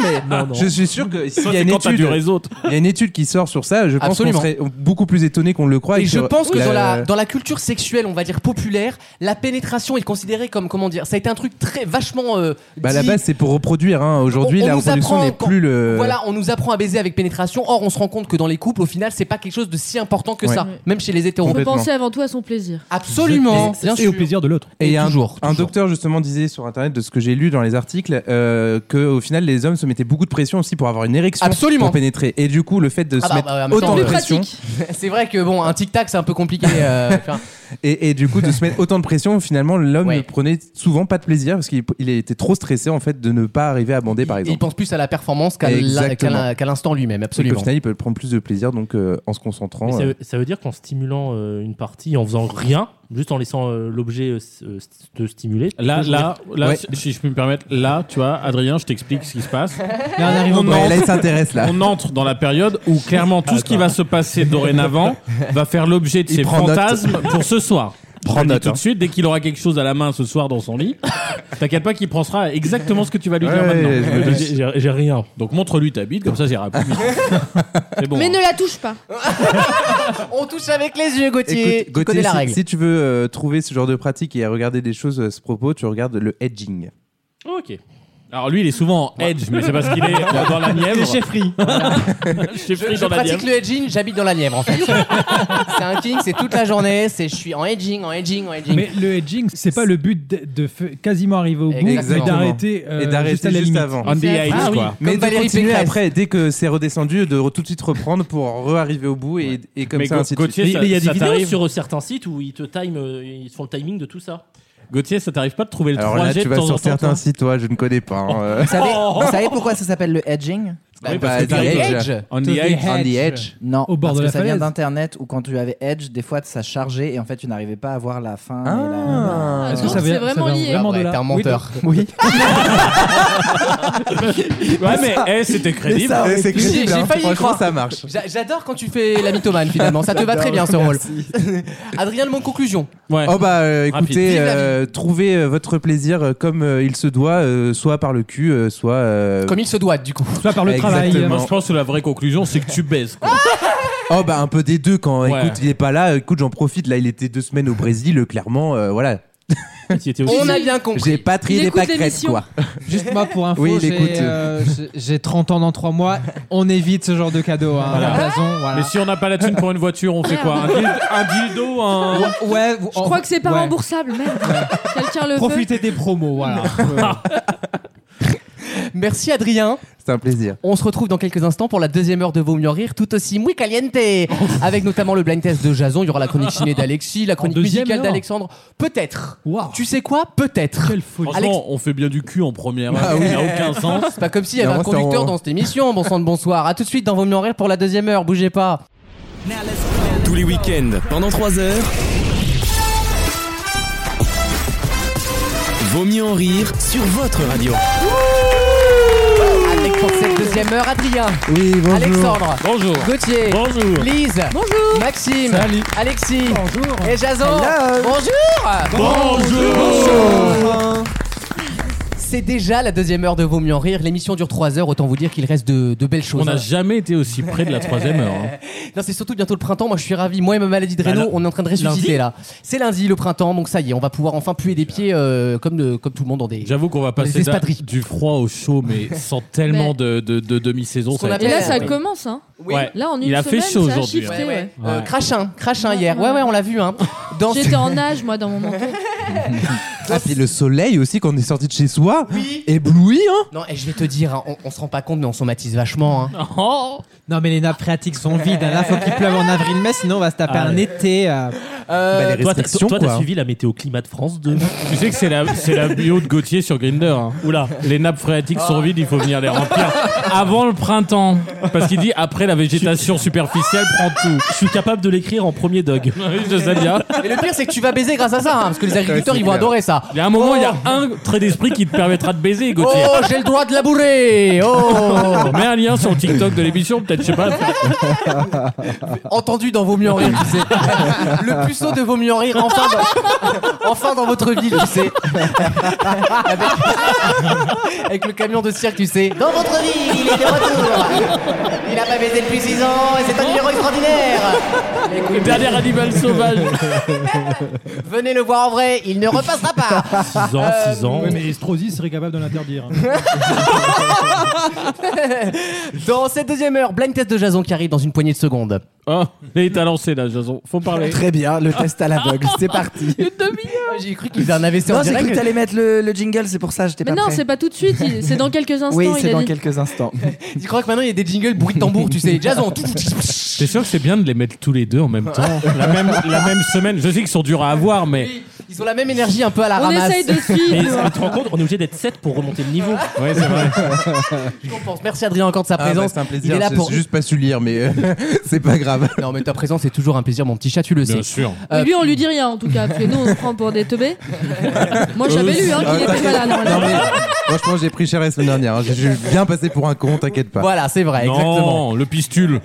Speaker 7: mais
Speaker 11: Non, non.
Speaker 7: Ah, je suis sûr que s'il
Speaker 11: Ça,
Speaker 7: y, a
Speaker 11: c'est
Speaker 7: une
Speaker 11: quand t'as
Speaker 7: étude-
Speaker 11: du réseau, toi.
Speaker 7: il y a une étude qui sort sur ça, je pense qu'on
Speaker 2: Absolument.
Speaker 7: serait beaucoup plus étonné qu'on le croit.
Speaker 2: Et je
Speaker 7: que
Speaker 2: pense que dans, la, dans la culture sexuelle, on va dire populaire, la pénétration est considérée comme comment dire, ça a été un truc très vachement. euh,
Speaker 7: Bah, à la
Speaker 2: dit-
Speaker 7: base, c'est euh, pour reproduire. hein. Aujourd'hui,
Speaker 2: on
Speaker 7: la
Speaker 2: nous
Speaker 7: reproduction
Speaker 2: apprend
Speaker 7: n'est
Speaker 2: quand-
Speaker 7: plus le.
Speaker 2: Voilà, on nous apprend à baiser avec pénétration. Or, on se rend compte que dans les couples, au final, c'est pas quelque chose de si important que
Speaker 7: Ouais.
Speaker 2: ça, même chez les hétéros.
Speaker 4: On peut penser avant tout à son plaisir.
Speaker 2: Absolument, bien sûr.
Speaker 7: de l'autre. Et il y a un, un docteur justement disait sur internet de ce que j'ai lu dans les articles euh, que au final les hommes se mettaient beaucoup de pression aussi pour avoir une érection
Speaker 2: Absolument.
Speaker 7: pour pénétrer. Et du coup le fait de se
Speaker 2: Ah bah,
Speaker 7: mettre
Speaker 2: bah, ouais, en même temps,
Speaker 7: autant de
Speaker 2: euh,
Speaker 7: pression
Speaker 2: C'est vrai que bon, un tic tac, c'est un peu compliqué. euh, enfin,
Speaker 7: et, et du coup de se mettre autant de pression finalement l'homme ne prenait souvent pas de plaisir parce qu'il il était trop stressé en fait de ne pas arriver à bander par
Speaker 2: il
Speaker 7: exemple.
Speaker 2: pense plus à la performance qu'à
Speaker 7: Exactement.
Speaker 2: la- qu'à la- qu'à l'instant lui-même,
Speaker 7: Et qu'au
Speaker 2: absolument.
Speaker 7: final il peut prendre plus de plaisir donc euh, en se concentrant.
Speaker 5: Mais ça,
Speaker 7: euh,
Speaker 5: veut- ça veut dire qu'en stimulant euh, une partie, en faisant rien, juste en laissant euh, l'objet euh, s- euh, st- te stimuler.
Speaker 11: Là,
Speaker 5: tu peux
Speaker 11: là,
Speaker 5: jouer.
Speaker 11: là, si- si je peux me permettre, là, tu vois, Adrien, je t'explique ce qui se passe.
Speaker 5: on arrive au
Speaker 11: on,
Speaker 5: point.
Speaker 11: entre,
Speaker 5: Ouais, là, il s'intéresse, là.
Speaker 11: on entre dans la période où clairement tout ce qui va se passer dorénavant va faire l'objet de
Speaker 5: Il
Speaker 11: ses
Speaker 5: prend note.
Speaker 11: fantasmes pour ce soir.
Speaker 5: Prends
Speaker 11: Je le dis
Speaker 5: note,
Speaker 11: tout
Speaker 5: hein.
Speaker 11: de suite, dès qu'il aura quelque chose à la main ce soir dans son lit, t'inquiète pas qu'il pensera exactement ce que tu vas lui dire
Speaker 5: Ouais, je me
Speaker 11: maintenant.
Speaker 5: doute.
Speaker 11: J'ai- J'ai rien. Donc montre-lui ta bite, comme ça j'irai plus vite. C'est bon.
Speaker 4: Mais ne la touche pas.
Speaker 2: On touche avec les yeux, Gauthier.
Speaker 7: Écoute,
Speaker 2: Tu
Speaker 7: Gauthier,
Speaker 2: connais la
Speaker 7: si,
Speaker 2: règle.
Speaker 7: si tu veux euh, trouver ce genre de pratique et regarder des choses à ce propos, tu regardes le edging.
Speaker 11: Ok. Alors lui, il est souvent en edge, mais c'est parce qu'il est dans la
Speaker 5: Il
Speaker 11: Nièvre.
Speaker 5: est chez Free.
Speaker 11: Chez
Speaker 2: Je,
Speaker 11: Free
Speaker 2: je
Speaker 11: dans la
Speaker 2: pratique
Speaker 11: Nièvre.
Speaker 2: le edging, j'habite dans la Nièvre en fait. c'est un king, c'est toute la journée, c'est je suis en edging, en edging, en edging.
Speaker 8: Mais le edging, c'est pas le but de, de f- quasiment arriver au bout, mais
Speaker 7: Exactement.
Speaker 8: d'arrêter euh,
Speaker 7: et d'arrêter
Speaker 8: juste,
Speaker 7: juste,
Speaker 8: à la limite.
Speaker 7: avant.
Speaker 2: Ah oui, quoi.
Speaker 7: Mais
Speaker 2: comme
Speaker 7: de
Speaker 2: Valérie
Speaker 7: continuer
Speaker 2: Pécresse.
Speaker 7: après, dès que c'est redescendu, de re- tout de suite reprendre pour re-arriver au bout et, et comme
Speaker 11: Mais
Speaker 7: ça,
Speaker 11: Ga-
Speaker 7: ainsi de
Speaker 11: Gauthier,
Speaker 7: suite.
Speaker 11: ça- Mais il y a des ça vidéos t'arrive
Speaker 5: Sur euh, certains sites où ils te time, euh, ils te font le timing de tout ça.
Speaker 11: Gauthier, ça t'arrive pas de trouver le
Speaker 7: Alors
Speaker 11: 3G
Speaker 7: là, tu
Speaker 11: de
Speaker 7: vas
Speaker 11: temps en
Speaker 7: sur
Speaker 11: temps
Speaker 7: certains
Speaker 11: toi
Speaker 7: sites, toi, je ne connais pas. hein, euh.
Speaker 6: Vous savez, vous savez pourquoi ça s'appelle le Ben, edging
Speaker 7: Bah, Oui, parce bah, que the t'arrives edge. edge.
Speaker 6: To
Speaker 7: On the edge. On the edge.
Speaker 6: Non,
Speaker 7: Au bord
Speaker 6: parce
Speaker 7: de
Speaker 6: que
Speaker 7: la
Speaker 6: ça vient
Speaker 7: falaise.
Speaker 6: d'internet où quand tu avais edge, des fois ça chargeait et en fait tu n'arrivais pas à voir la fin. et la-
Speaker 4: Ah, Est-ce que donc, ça vient- c'est ça vraiment vient lié. vraiment de
Speaker 6: Ouais,
Speaker 4: là
Speaker 6: t'es un
Speaker 4: Oui,
Speaker 6: menteur.
Speaker 7: Oui.
Speaker 11: Ouais, mais eh, c'était crédible.
Speaker 7: Eh, c'est crédible,
Speaker 2: J'ai- j'ai
Speaker 7: hein.
Speaker 2: failli y
Speaker 7: Franchement,
Speaker 2: croire.
Speaker 7: ça marche.
Speaker 2: J'a- J'adore quand tu fais la mythomane finalement, ça te va très bien ce rôle. Adrien, le mot de conclusion.
Speaker 7: Oh bah euh,
Speaker 2: Rapide.
Speaker 7: écoutez,
Speaker 2: Vive la vie.
Speaker 7: euh, trouvez euh, votre plaisir euh, comme euh, il se doit, euh, soit par le cul, euh, soit euh,
Speaker 2: Comme il se doit du coup.
Speaker 7: Soit par le travail.
Speaker 11: Moi, je pense que la vraie conclusion, c'est que tu baises. quoi.
Speaker 7: Oh bah un peu des deux quand
Speaker 11: Ouais.
Speaker 7: écoute il est pas là écoute j'en profite là il était deux semaines au Brésil euh, clairement euh, voilà
Speaker 2: On a bien compris.
Speaker 7: j'ai pas trié
Speaker 2: Il
Speaker 7: les
Speaker 2: écoute
Speaker 7: pâquerettes
Speaker 2: l'émission.
Speaker 7: quoi
Speaker 3: Juste moi pour info,
Speaker 7: Oui, il
Speaker 3: j'ai,
Speaker 7: écoute.
Speaker 3: euh, j'ai- j'ai 30 ans dans 3 mois. On évite ce genre de cadeau. Hein,
Speaker 11: Voilà.
Speaker 3: la blason, voilà.
Speaker 11: Mais si on n'a pas la thune pour une voiture, on fait quoi Un dil- Un dildo,
Speaker 4: Ah,
Speaker 11: un.
Speaker 3: Ouais,
Speaker 4: Je crois que c'est pas remboursable, même. Quelqu'un le veut.
Speaker 3: Profitez des promos, voilà.
Speaker 2: Merci Adrien.
Speaker 7: c'est un plaisir
Speaker 2: On se retrouve dans quelques instants pour la deuxième heure de Vaut mieux en rire, tout aussi muy caliente, avec notamment le blind test de Jason. Il y aura la chronique ciné d'Alexis, la chronique
Speaker 11: deuxième
Speaker 2: musicale
Speaker 11: heure
Speaker 2: d'Alexandre. Peut-être. Tu sais quoi Peut-être.
Speaker 11: Franchement,
Speaker 2: Alex-
Speaker 11: on fait bien du cul en première. heure, Ça n'a aucun sens.
Speaker 2: Ah C'est hein. pas comme s'il y avait un conducteur dans cette émission. Bon sang de bonsoir. À tout de suite dans Vaut mieux en rire pour la deuxième heure. Bougez pas.
Speaker 1: Tous les week-ends, pendant 3 heures. Vaut mieux en rire sur votre radio.
Speaker 2: À Yannick pour cette deuxième heure. Adrien.
Speaker 7: Oui, bonjour.
Speaker 2: Alexandre.
Speaker 7: Bonjour.
Speaker 2: Gauthier.
Speaker 7: Bonjour.
Speaker 2: Lise. Bonjour. Maxime.
Speaker 7: Salut.
Speaker 2: Alexis. Bonjour. Et Jason.
Speaker 7: Hello.
Speaker 2: Bonjour.
Speaker 7: Bonjour.
Speaker 2: Bonjour. C'est déjà la deuxième heure de Vaut mieux en rire. L'émission dure trois heures. Autant vous dire qu'il reste de, de belles choses.
Speaker 11: On n'a jamais été aussi près de la troisième heure. hein.
Speaker 2: Non, c'est surtout bientôt le printemps. Moi, je suis ravi. Moi et ma maladie de
Speaker 11: Bah,
Speaker 2: Raynaud,
Speaker 11: là-
Speaker 2: on est en train de ressusciter
Speaker 11: lundi
Speaker 2: là. C'est lundi, le printemps. Donc ça y est, on va pouvoir enfin puer des pieds euh, comme, de- comme tout le monde dans des.
Speaker 11: J'avoue qu'on va
Speaker 2: dans des
Speaker 11: passer d'un-
Speaker 2: espadrilles.
Speaker 11: du froid au chaud, mais sans tellement de, de, de demi-saison. ça va être
Speaker 4: Et là, ça
Speaker 11: compliqué.
Speaker 4: commence. Hein.
Speaker 11: Ouais.
Speaker 4: Là, en une
Speaker 11: Il a fait
Speaker 4: semaine,
Speaker 11: chaud
Speaker 4: ça a
Speaker 11: aujourd'hui.
Speaker 4: shifté, ouais.
Speaker 2: Euh, Crachin, crachin hier. Ouais, ouais, on l'a vu. Hein. Dans-
Speaker 4: J'étais en nage, moi, dans mon manteau.
Speaker 7: Ah, puis le soleil aussi, quand on est sorti de chez soi, ébloui, hein
Speaker 2: Non, et je vais te dire, hein, on, on se rend pas compte, mais on somatise vachement.
Speaker 11: Ah,
Speaker 2: hein.
Speaker 12: Non, mais les nappes phréatiques sont vides. hein. Là, faut qu'il pleuve en avril-mai, sinon on va se taper
Speaker 5: Ah,
Speaker 12: un
Speaker 5: ouais.
Speaker 12: été. euh.
Speaker 2: Euh,
Speaker 5: Bah, les toi, t'as- restrictions, toi, t'as quoi. suivi la météo climat de France de
Speaker 11: Ah Tu sais que c'est la, c'est la bio de Gauthier sur Grinder. Oula, les nappes phréatiques sont vides, il faut venir les remplir avant le printemps. Parce qu'il dit après la végétation superficielle prend tout. Je suis capable de l'écrire en premier dog. je sais bien.
Speaker 2: Et le pire, c'est que tu vas baiser grâce à ça, hein, parce que les agriculteurs,
Speaker 11: Ouais, c'est
Speaker 2: ils vont
Speaker 11: clair.
Speaker 2: adorer ça.
Speaker 11: Il y a un moment, il y a un trait d'esprit qui te permettra de baiser, Gauthier.
Speaker 2: Oh, j'ai le droit de labourer. Oh.
Speaker 11: Mets un lien sur le TikTok de l'émission, peut-être, je sais pas.
Speaker 2: Entendu dans Vaut mieux en rire, tu sais. Le puceau de Vaut mieux en rire, enfin dans, enfin dans votre vie, tu sais. Avec, avec le camion de cirque, tu sais. Dans votre vie, il est de retour. Il a pas baisé depuis 6 ans et c'est un numéro extraordinaire. Écoute,
Speaker 11: Dernier animal sauvage.
Speaker 2: Venez le voir en vrai, il ne repassera pas. Euh,
Speaker 11: 6 ans, 6 ans.
Speaker 8: Euh, Ouais, mais Strozzi serait capable hein. de l'interdire.
Speaker 2: Dans cette deuxième heure, blind test de Jason qui arrive dans une poignée de secondes.
Speaker 11: Ah, mais il t'a lancé là, Jason. Faut parler.
Speaker 6: Très bien, le test à l'aveugle, c'est parti.
Speaker 2: J'ai cru qu'il faisait un AVC en
Speaker 6: Non, j'ai
Speaker 2: direct.
Speaker 6: cru que t'allais mettre le, le jingle, c'est pour ça, j'étais pas
Speaker 4: Mais non,
Speaker 6: prêt.
Speaker 4: c'est pas tout de suite. il- C'est dans quelques instants.
Speaker 6: Oui,
Speaker 4: il
Speaker 6: c'est
Speaker 4: a
Speaker 6: dans
Speaker 4: dit.
Speaker 6: quelques instants.
Speaker 2: Tu crois que maintenant il y a des jingles bruit de tambour, tu sais, Jason.
Speaker 11: T'es sûr que c'est bien de les mettre tous les deux en même temps la même, la même semaine. Je sais qu'ils sont durs à avoir, mais.
Speaker 2: Ils ont la même énergie un peu à la
Speaker 4: On
Speaker 2: ramasse.
Speaker 4: essaye de suivre. hein.
Speaker 5: Mais tu te rends compte, on est obligé d'être 7 pour remonter le niveau.
Speaker 11: Ouais, c'est vrai.
Speaker 2: Je compense. Merci Adrien encore de
Speaker 5: Ah, bah,
Speaker 2: sa présence.
Speaker 7: Ah, bah, c'est un
Speaker 2: Il
Speaker 7: plaisir.
Speaker 2: est là
Speaker 7: J'ai
Speaker 2: pour.
Speaker 7: juste pas su lire, mais euh, c'est pas grave.
Speaker 2: Non, mais ta présence est toujours un plaisir, mon petit chat, tu le sais. Euh,
Speaker 7: Bien sûr.
Speaker 4: Mais lui, on lui dit rien en tout cas, parce que nous, on se prend pour des teubés. Moi, j'avais lu hein, qu'il
Speaker 7: Ah,
Speaker 4: était
Speaker 7: t'inquiète.
Speaker 4: malade.
Speaker 7: Non, mais Franchement, j'ai pris cher la semaine dernière. hein. J'ai- J'ai bien passé pour un con, t'inquiète pas.
Speaker 2: Voilà, c'est vrai,
Speaker 11: non,
Speaker 7: exactement.
Speaker 11: le pistule.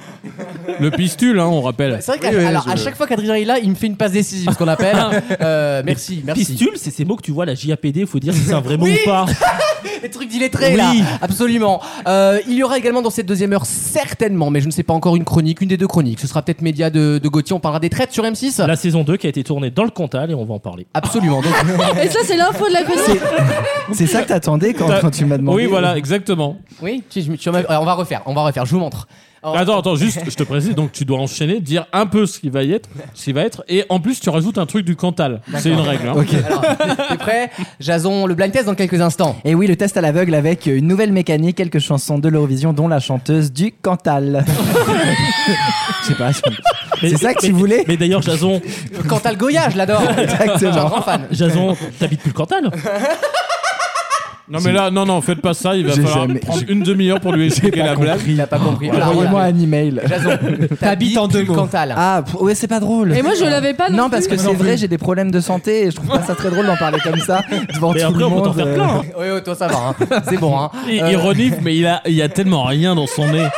Speaker 11: Le pistule, hein, on rappelle.
Speaker 2: C'est vrai qu'à alors, à chaque fois qu'Adrien est là, il me fait une passe décisive, ce qu'on appelle. Euh, merci, merci.
Speaker 5: Pistule, c'est ces mots que tu vois à la JAPD, faut dire si c'est un vrai mot ou pas.
Speaker 2: Les trucs d'illettrés,
Speaker 5: Oui.
Speaker 2: là. Absolument. Euh, il y aura également dans cette deuxième heure, certainement, mais je ne sais pas encore, une chronique, une des deux chroniques. Ce sera peut-être Média de, de Gauthier. On parlera des traites sur M6.
Speaker 5: La saison 2 qui a été tournée dans le Cantal et on va en parler.
Speaker 2: Absolument. Donc,
Speaker 4: Et ça, c'est l'info de la chronique.
Speaker 6: C'est ça que t'attendais quand, quand tu m'as demandé.
Speaker 11: Oui, voilà, exactement.
Speaker 2: oui, tu- tu- tu- on va refaire, on va refaire, je vous montre.
Speaker 11: Ah, Attends, attends, juste, je te précise, donc tu dois enchaîner, dire un peu ce qui va y être, ce qui va être, et en plus tu rajoutes un truc du Cantal. C'est une règle. Hein.
Speaker 2: Alors, t'es prêt Jason, le blind test dans quelques instants.
Speaker 6: Et Eh oui, le test à l'aveugle avec une nouvelle mécanique, quelques chansons de l'Eurovision, dont la chanteuse du Cantal. Je sais pas. je- C'est ça que tu voulais
Speaker 5: Mais d'ailleurs, Jason,
Speaker 2: Cantal Goya, je l'adore. Je suis un grand fan.
Speaker 5: Jason, t'habites plus le Cantal
Speaker 11: Non mais là, non, non, faites pas ça, il va
Speaker 6: J'ai
Speaker 11: falloir
Speaker 6: jamais-
Speaker 11: prendre une demi-heure pour lui expliquer la blague.
Speaker 2: Il a pas compris. Voilà,
Speaker 6: Envoyez-moi
Speaker 2: voilà.
Speaker 6: un email.
Speaker 2: Jason, t'habites en deux Cantal.
Speaker 6: Ah, p- ouais, c'est pas drôle.
Speaker 4: Et moi, je l'avais pas non
Speaker 6: Non, parce
Speaker 4: plus.
Speaker 6: que c'est vrai, j'ai des problèmes de santé et je trouve pas ça très drôle d'en parler comme ça devant
Speaker 11: Mais
Speaker 6: tout
Speaker 11: après,
Speaker 6: le
Speaker 11: on peut
Speaker 6: monde.
Speaker 11: t'en faire
Speaker 6: euh.
Speaker 11: plein. hein.
Speaker 2: Oui, oui, toi ça va, hein. c'est bon. Hein.
Speaker 11: Il,
Speaker 2: Euh,
Speaker 11: il renifle, mais il a, il a tellement rien dans son nez.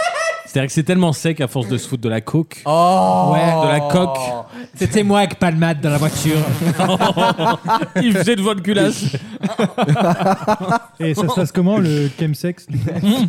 Speaker 11: C'est-à-dire que c'est tellement sec à force de se foutre de la coke.
Speaker 2: Oh
Speaker 11: Ouais, de la coque.
Speaker 12: C'était moi avec Palmade dans la voiture.
Speaker 11: il faisait de votre culasse.
Speaker 8: Et ça se passe comment le chemsex du coup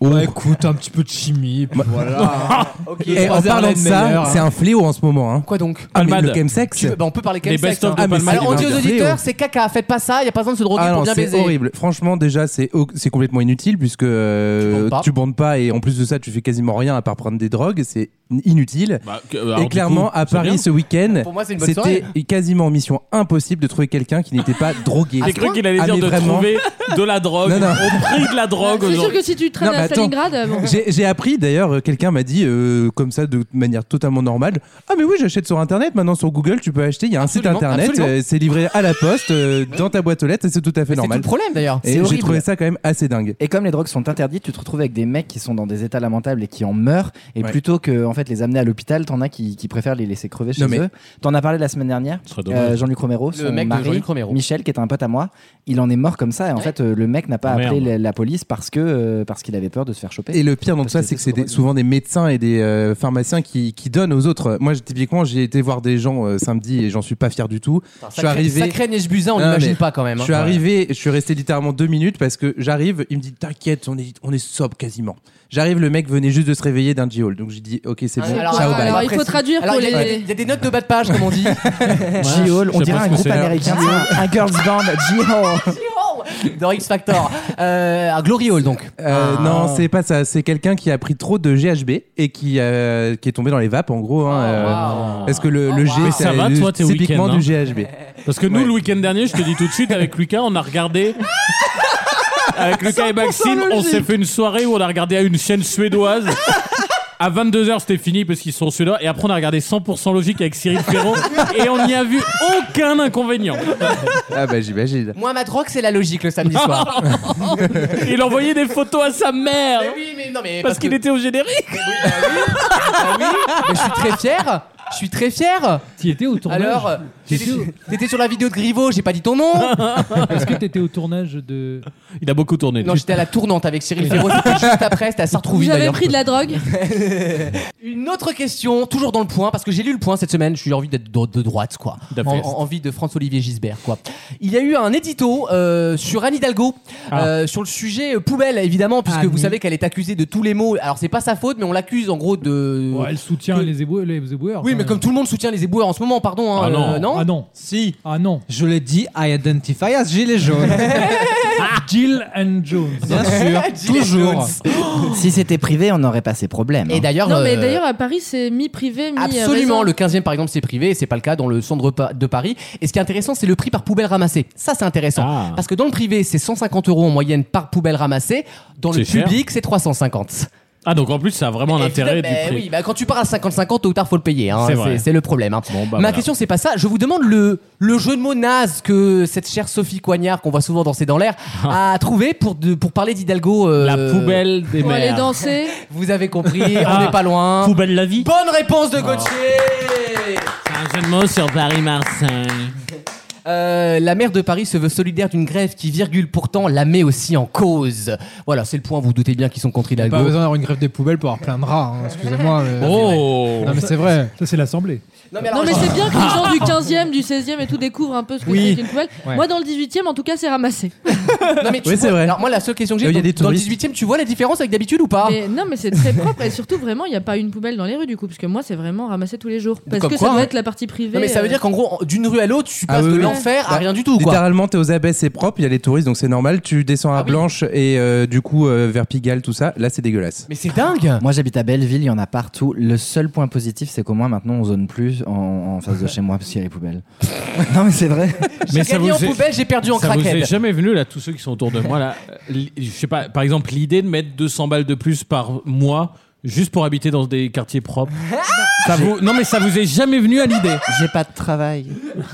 Speaker 12: Ouais, écoute, un petit peu de chimie.
Speaker 2: Bah,
Speaker 12: puis Voilà.
Speaker 2: Ah, Ok.
Speaker 7: Et
Speaker 12: Trois
Speaker 7: en
Speaker 12: heures
Speaker 7: parlant de
Speaker 12: laine meilleure,
Speaker 7: ça,
Speaker 12: hein.
Speaker 7: c'est un fléau en ce moment. Hein.
Speaker 2: Quoi donc
Speaker 7: Ah, mais Le
Speaker 11: Palmade.
Speaker 7: chemsex
Speaker 2: tu veux- bah, on peut parler
Speaker 11: Les
Speaker 2: comme sexe.
Speaker 11: best-of de
Speaker 2: hein.
Speaker 7: Palmade,
Speaker 2: Alors on
Speaker 7: Ah,
Speaker 2: dit
Speaker 7: c'est
Speaker 2: aux
Speaker 7: bien. hein.
Speaker 2: auditeurs, c'est caca, faites pas ça, il y a pas besoin de se droguer
Speaker 7: Ah
Speaker 2: pour
Speaker 7: non,
Speaker 2: bien
Speaker 7: c'est
Speaker 2: baiser.
Speaker 7: horrible. Franchement, déjà, c'est au- c'est complètement inutile puisque euh,
Speaker 2: Tu bandes pas.
Speaker 7: tu bandes pas et en plus de ça, tu fais quasiment rien à part prendre des drogues. C'est inutile.
Speaker 11: Bah, que- alors, du
Speaker 7: et clairement,
Speaker 11: coup,
Speaker 7: à
Speaker 11: c'est bien.
Speaker 7: Paris ce week-end,
Speaker 2: Pour moi, c'est une bonne
Speaker 7: c'était
Speaker 2: soirée.
Speaker 7: quasiment mission impossible de trouver quelqu'un qui n'était pas drogué.
Speaker 11: J'ai cru qu'il allait
Speaker 7: Ah,
Speaker 11: dire
Speaker 7: mais
Speaker 11: de
Speaker 7: vraiment.
Speaker 11: trouver de la drogue
Speaker 7: Non, non.
Speaker 11: au prix de la drogue
Speaker 4: C'est sûr
Speaker 11: aujourd'hui.
Speaker 4: que si tu traînes
Speaker 7: Non, mais
Speaker 4: à
Speaker 7: attends.
Speaker 4: Stalingrad, euh, bon.
Speaker 7: J'ai j'ai appris d'ailleurs, euh, quelqu'un m'a dit euh, comme ça de manière totalement normale Ah, mais oui, j'achète sur internet. Maintenant, sur Google, tu peux acheter. Il y a un
Speaker 2: Absolument,
Speaker 7: site internet,
Speaker 2: absolument.
Speaker 7: euh, c'est livré à la poste, euh, dans ta boîte aux lettres, et c'est tout à fait
Speaker 2: C'est tout le
Speaker 7: normal.
Speaker 2: problème d'ailleurs.
Speaker 6: C'est
Speaker 7: Et j'ai
Speaker 6: horrible.
Speaker 7: trouvé ça quand même assez dingue.
Speaker 6: Et comme les drogues sont interdites, tu te retrouves avec des mecs qui sont dans des états lamentables et qui en meurent. Et
Speaker 7: Ouais.
Speaker 6: plutôt que en en fait les amener à l'hôpital, t'en as qui, qui préfèrent les laisser crever chez
Speaker 2: mais-
Speaker 6: eux. T'en as parlé la semaine dernière.
Speaker 2: Ce serait dommage.
Speaker 6: euh, Jean-Luc Romero,
Speaker 2: Le
Speaker 6: son
Speaker 2: mec de
Speaker 6: mari,
Speaker 2: Jean-Luc Romero.
Speaker 6: Michel, qui est un pote à moi, il en est mort comme ça. Et en fait, euh, le mec n'a pas
Speaker 7: Ah, merde.
Speaker 6: appelé la, la police parce que euh, parce qu'il avait peur de se faire choper.
Speaker 7: Et le pire dans tout ça, c'est que c'est des- souvent des médecins et des euh, pharmaciens qui, qui donnent aux autres. Moi, j'ai- typiquement, j'ai été voir des gens euh, samedi et j'en suis pas fier du tout.
Speaker 2: Putain, sacré- sacré Neige Buzyn, on
Speaker 7: Non,
Speaker 2: l'imagine
Speaker 7: mais
Speaker 2: pas quand même, hein.
Speaker 7: Je suis
Speaker 2: Ouais.
Speaker 7: arrivé, je suis resté littéralement deux minutes parce que j'arrive, il me dit T'inquiète, on est, on est sobre quasiment. J'arrive, le mec venait juste de se réveiller d'un G-Hall. Donc j'ai dit Ok, c'est
Speaker 2: Ah,
Speaker 7: bon,
Speaker 2: alors,
Speaker 7: ciao,
Speaker 2: alors,
Speaker 7: bye.
Speaker 2: alors, il faut traduire
Speaker 4: pour
Speaker 2: il y a-
Speaker 4: les-
Speaker 2: il y a des notes de bas de page, comme on dit.
Speaker 6: G-Hall, on
Speaker 2: Je sais
Speaker 6: dirait
Speaker 2: pas
Speaker 6: un
Speaker 2: ce que
Speaker 6: groupe
Speaker 2: c'est.
Speaker 6: américain, un- un girls band, G-Hall.
Speaker 2: Dans X Factor. Euh, à Glory Hall, donc.
Speaker 7: Euh,
Speaker 2: Ah.
Speaker 7: Non, c'est pas ça. C'est quelqu'un qui a pris trop de GHB et qui, euh, qui est tombé dans les vapes, en gros.
Speaker 2: Oh,
Speaker 7: hein, euh, Parce que le, le G,
Speaker 11: Mais
Speaker 7: c'est
Speaker 11: ça va,
Speaker 7: le-
Speaker 11: toi, t'es au
Speaker 7: typiquement
Speaker 11: week-end,
Speaker 7: du
Speaker 11: hein.
Speaker 7: GHB.
Speaker 11: Parce que nous, le week-end dernier, je te dis tout de suite, avec Lucas, on a regardé. Avec Lucas et Maxime, on
Speaker 10: logique.
Speaker 11: s'est fait une soirée où on a regardé à une chaîne suédoise. À 22h, c'était fini parce qu'ils sont suédois. Et après, on a regardé 100% logique avec Cyril Ferraud. Et on n'y a vu aucun inconvénient.
Speaker 7: Ah bah j'imagine.
Speaker 2: Moi, ma drogue, c'est la logique le samedi soir.
Speaker 11: Il envoyait des photos à sa mère.
Speaker 2: Mais oui, mais non, mais.
Speaker 11: Parce qu'il
Speaker 2: que-
Speaker 11: était au générique.
Speaker 2: Ah oui, mais je suis très fier. Je suis très fier.
Speaker 8: Tu étais au tournage
Speaker 2: Alors, euh, t'étais sur- t'étais sur la vidéo de Griveaux, j'ai pas dit ton nom.
Speaker 8: Est-ce que t'étais au tournage de.
Speaker 11: Il a beaucoup tourné.
Speaker 2: Non, j'étais à la tournante avec Cyril Ferraud, c'était juste après, c'était à Sartrouville.
Speaker 4: J'avais
Speaker 2: d'ailleurs.
Speaker 4: pris de la drogue.
Speaker 2: Une autre question, toujours dans le point, parce que j'ai lu le point cette semaine, je suis envie d'être de de droite, quoi. En-
Speaker 11: fait.
Speaker 2: en- envie de François-Olivier Gisbert, quoi. Il y a eu un édito euh, sur Anne Hidalgo,
Speaker 8: Ah.
Speaker 2: euh, sur le sujet euh, poubelle, évidemment, puisque vous savez qu'elle est accusée de tous les maux. Alors, c'est pas sa faute, mais on l'accuse en gros de.
Speaker 8: Ouais, elle soutient les, éboueurs, les éboueurs. hein.
Speaker 2: Oui, mais comme tout le monde soutient les éboueurs en ce moment, pardon. hein,
Speaker 8: Ah non.
Speaker 2: euh, non
Speaker 8: Ah non.
Speaker 11: Si.
Speaker 8: Ah non.
Speaker 12: Je l'ai dit, I identify as gilet jaune.
Speaker 8: Jill and Jones.
Speaker 12: Bien sûr, toujours.
Speaker 6: si c'était privé, on n'aurait pas ces problèmes.
Speaker 2: Et d'ailleurs,
Speaker 4: Non, mais
Speaker 2: euh,
Speaker 4: d'ailleurs, à Paris, c'est mi-privé, mi-. euh,
Speaker 2: Absolument, le 15e par exemple c'est privé, et c'est pas le cas dans le centre pa- de Paris. Et ce qui est intéressant, c'est le prix par poubelle ramassée. Ça c'est intéressant
Speaker 11: Ah.
Speaker 2: parce que dans le privé c'est 150 euros en moyenne par poubelle ramassée, dans le
Speaker 11: C'est cher.
Speaker 2: public c'est 350.
Speaker 11: Ah, donc en plus, ça a vraiment l'intérêt du
Speaker 2: Évidemment,
Speaker 11: prix.
Speaker 2: Oui, bah, quand tu pars à 50-50, tôt ou tard faut le payer. hein.
Speaker 11: C'est
Speaker 2: C'est
Speaker 11: vrai. Bah,
Speaker 2: c'est le problème. hein. Ma
Speaker 11: voilà.
Speaker 2: question c'est pas ça. Je vous demande le le jeu de mots naze que cette chère Sophie Coignard qu'on voit souvent danser dans l'air a trouvé pour de- pour parler d'Hidalgo. euh,
Speaker 11: Ah. La poubelle des
Speaker 2: Pour aller
Speaker 11: mers.
Speaker 2: danser. Vous avez compris, on
Speaker 11: Ah,
Speaker 2: n'est pas loin.
Speaker 11: Poubelle la vie. Ah.
Speaker 2: Bonne réponse de Gauthier.
Speaker 11: Un jeu de mots sur Paris-Marseille.
Speaker 2: Euh, la maire de Paris se veut solidaire d'une grève qui, virgule, pourtant la met aussi en cause. Voilà, c'est le point, vous doutez bien qu'ils sont contre Hidalgo.
Speaker 3: Pas besoin d'avoir une grève des poubelles pour avoir plein de rats, hein, excusez-moi. mais-
Speaker 11: Oh
Speaker 3: Non, mais c'est vrai. Ça, c'est l'Assemblée.
Speaker 4: Non, mais c'est bien que les gens du 15e, du 16e et tout découvrent un peu ce que
Speaker 3: Oui.
Speaker 4: c'est qu'une poubelle.
Speaker 3: Ouais.
Speaker 4: Moi, dans le 18e, en tout cas, c'est ramassé.
Speaker 2: Non, mais tu vois-
Speaker 7: Oui, c'est vrai.
Speaker 2: Alors, moi, la seule
Speaker 11: Euh,
Speaker 2: question que j'ai,
Speaker 7: Il y a
Speaker 2: dans,
Speaker 7: des
Speaker 2: dans le
Speaker 7: touristes.
Speaker 2: 18 e tu vois la différence avec d'habitude ou pas
Speaker 4: Mais non, mais c'est très propre et surtout vraiment, il n'y a pas une poubelle dans les rues du coup, parce que moi, c'est vraiment ramassé tous les jours. Parce
Speaker 2: Comme
Speaker 4: que
Speaker 2: quoi,
Speaker 4: ça doit
Speaker 2: hein.
Speaker 4: être la partie privée.
Speaker 2: Non, mais ça veut
Speaker 4: euh,
Speaker 2: dire qu'en gros, en- d'une rue à l'autre, tu
Speaker 7: Ah
Speaker 2: passes
Speaker 7: oui,
Speaker 2: de
Speaker 7: oui.
Speaker 2: l'enfer à
Speaker 7: Bah,
Speaker 2: rien du tout, quoi. Ah
Speaker 7: Littéralement, t'es aux abbesses, c'est propre, il y a les touristes, donc c'est normal. Tu descends à Blanche et euh, du coup euh, vers Pigalle, tout ça. Là, c'est dégueulasse.
Speaker 2: Mais c'est dingue
Speaker 6: Moi j'habite à Belleville, il y en a partout. Le seul point positif, c'est qu'au moins maintenant on zone plus en, en face de chez moi parce qu'il y a les poubelles. non mais c'est vrai.
Speaker 2: J'ai gagné en poubelle, j'ai perdu en
Speaker 11: ça vous
Speaker 2: craquette.
Speaker 11: est jamais venu là tous ceux qui sont autour de moi là euh, li- je sais pas par exemple l'idée de mettre 200 balles de plus par mois juste pour habiter dans des quartiers propres ça vous non mais ça vous est jamais venu à l'idée
Speaker 6: j'ai pas de travail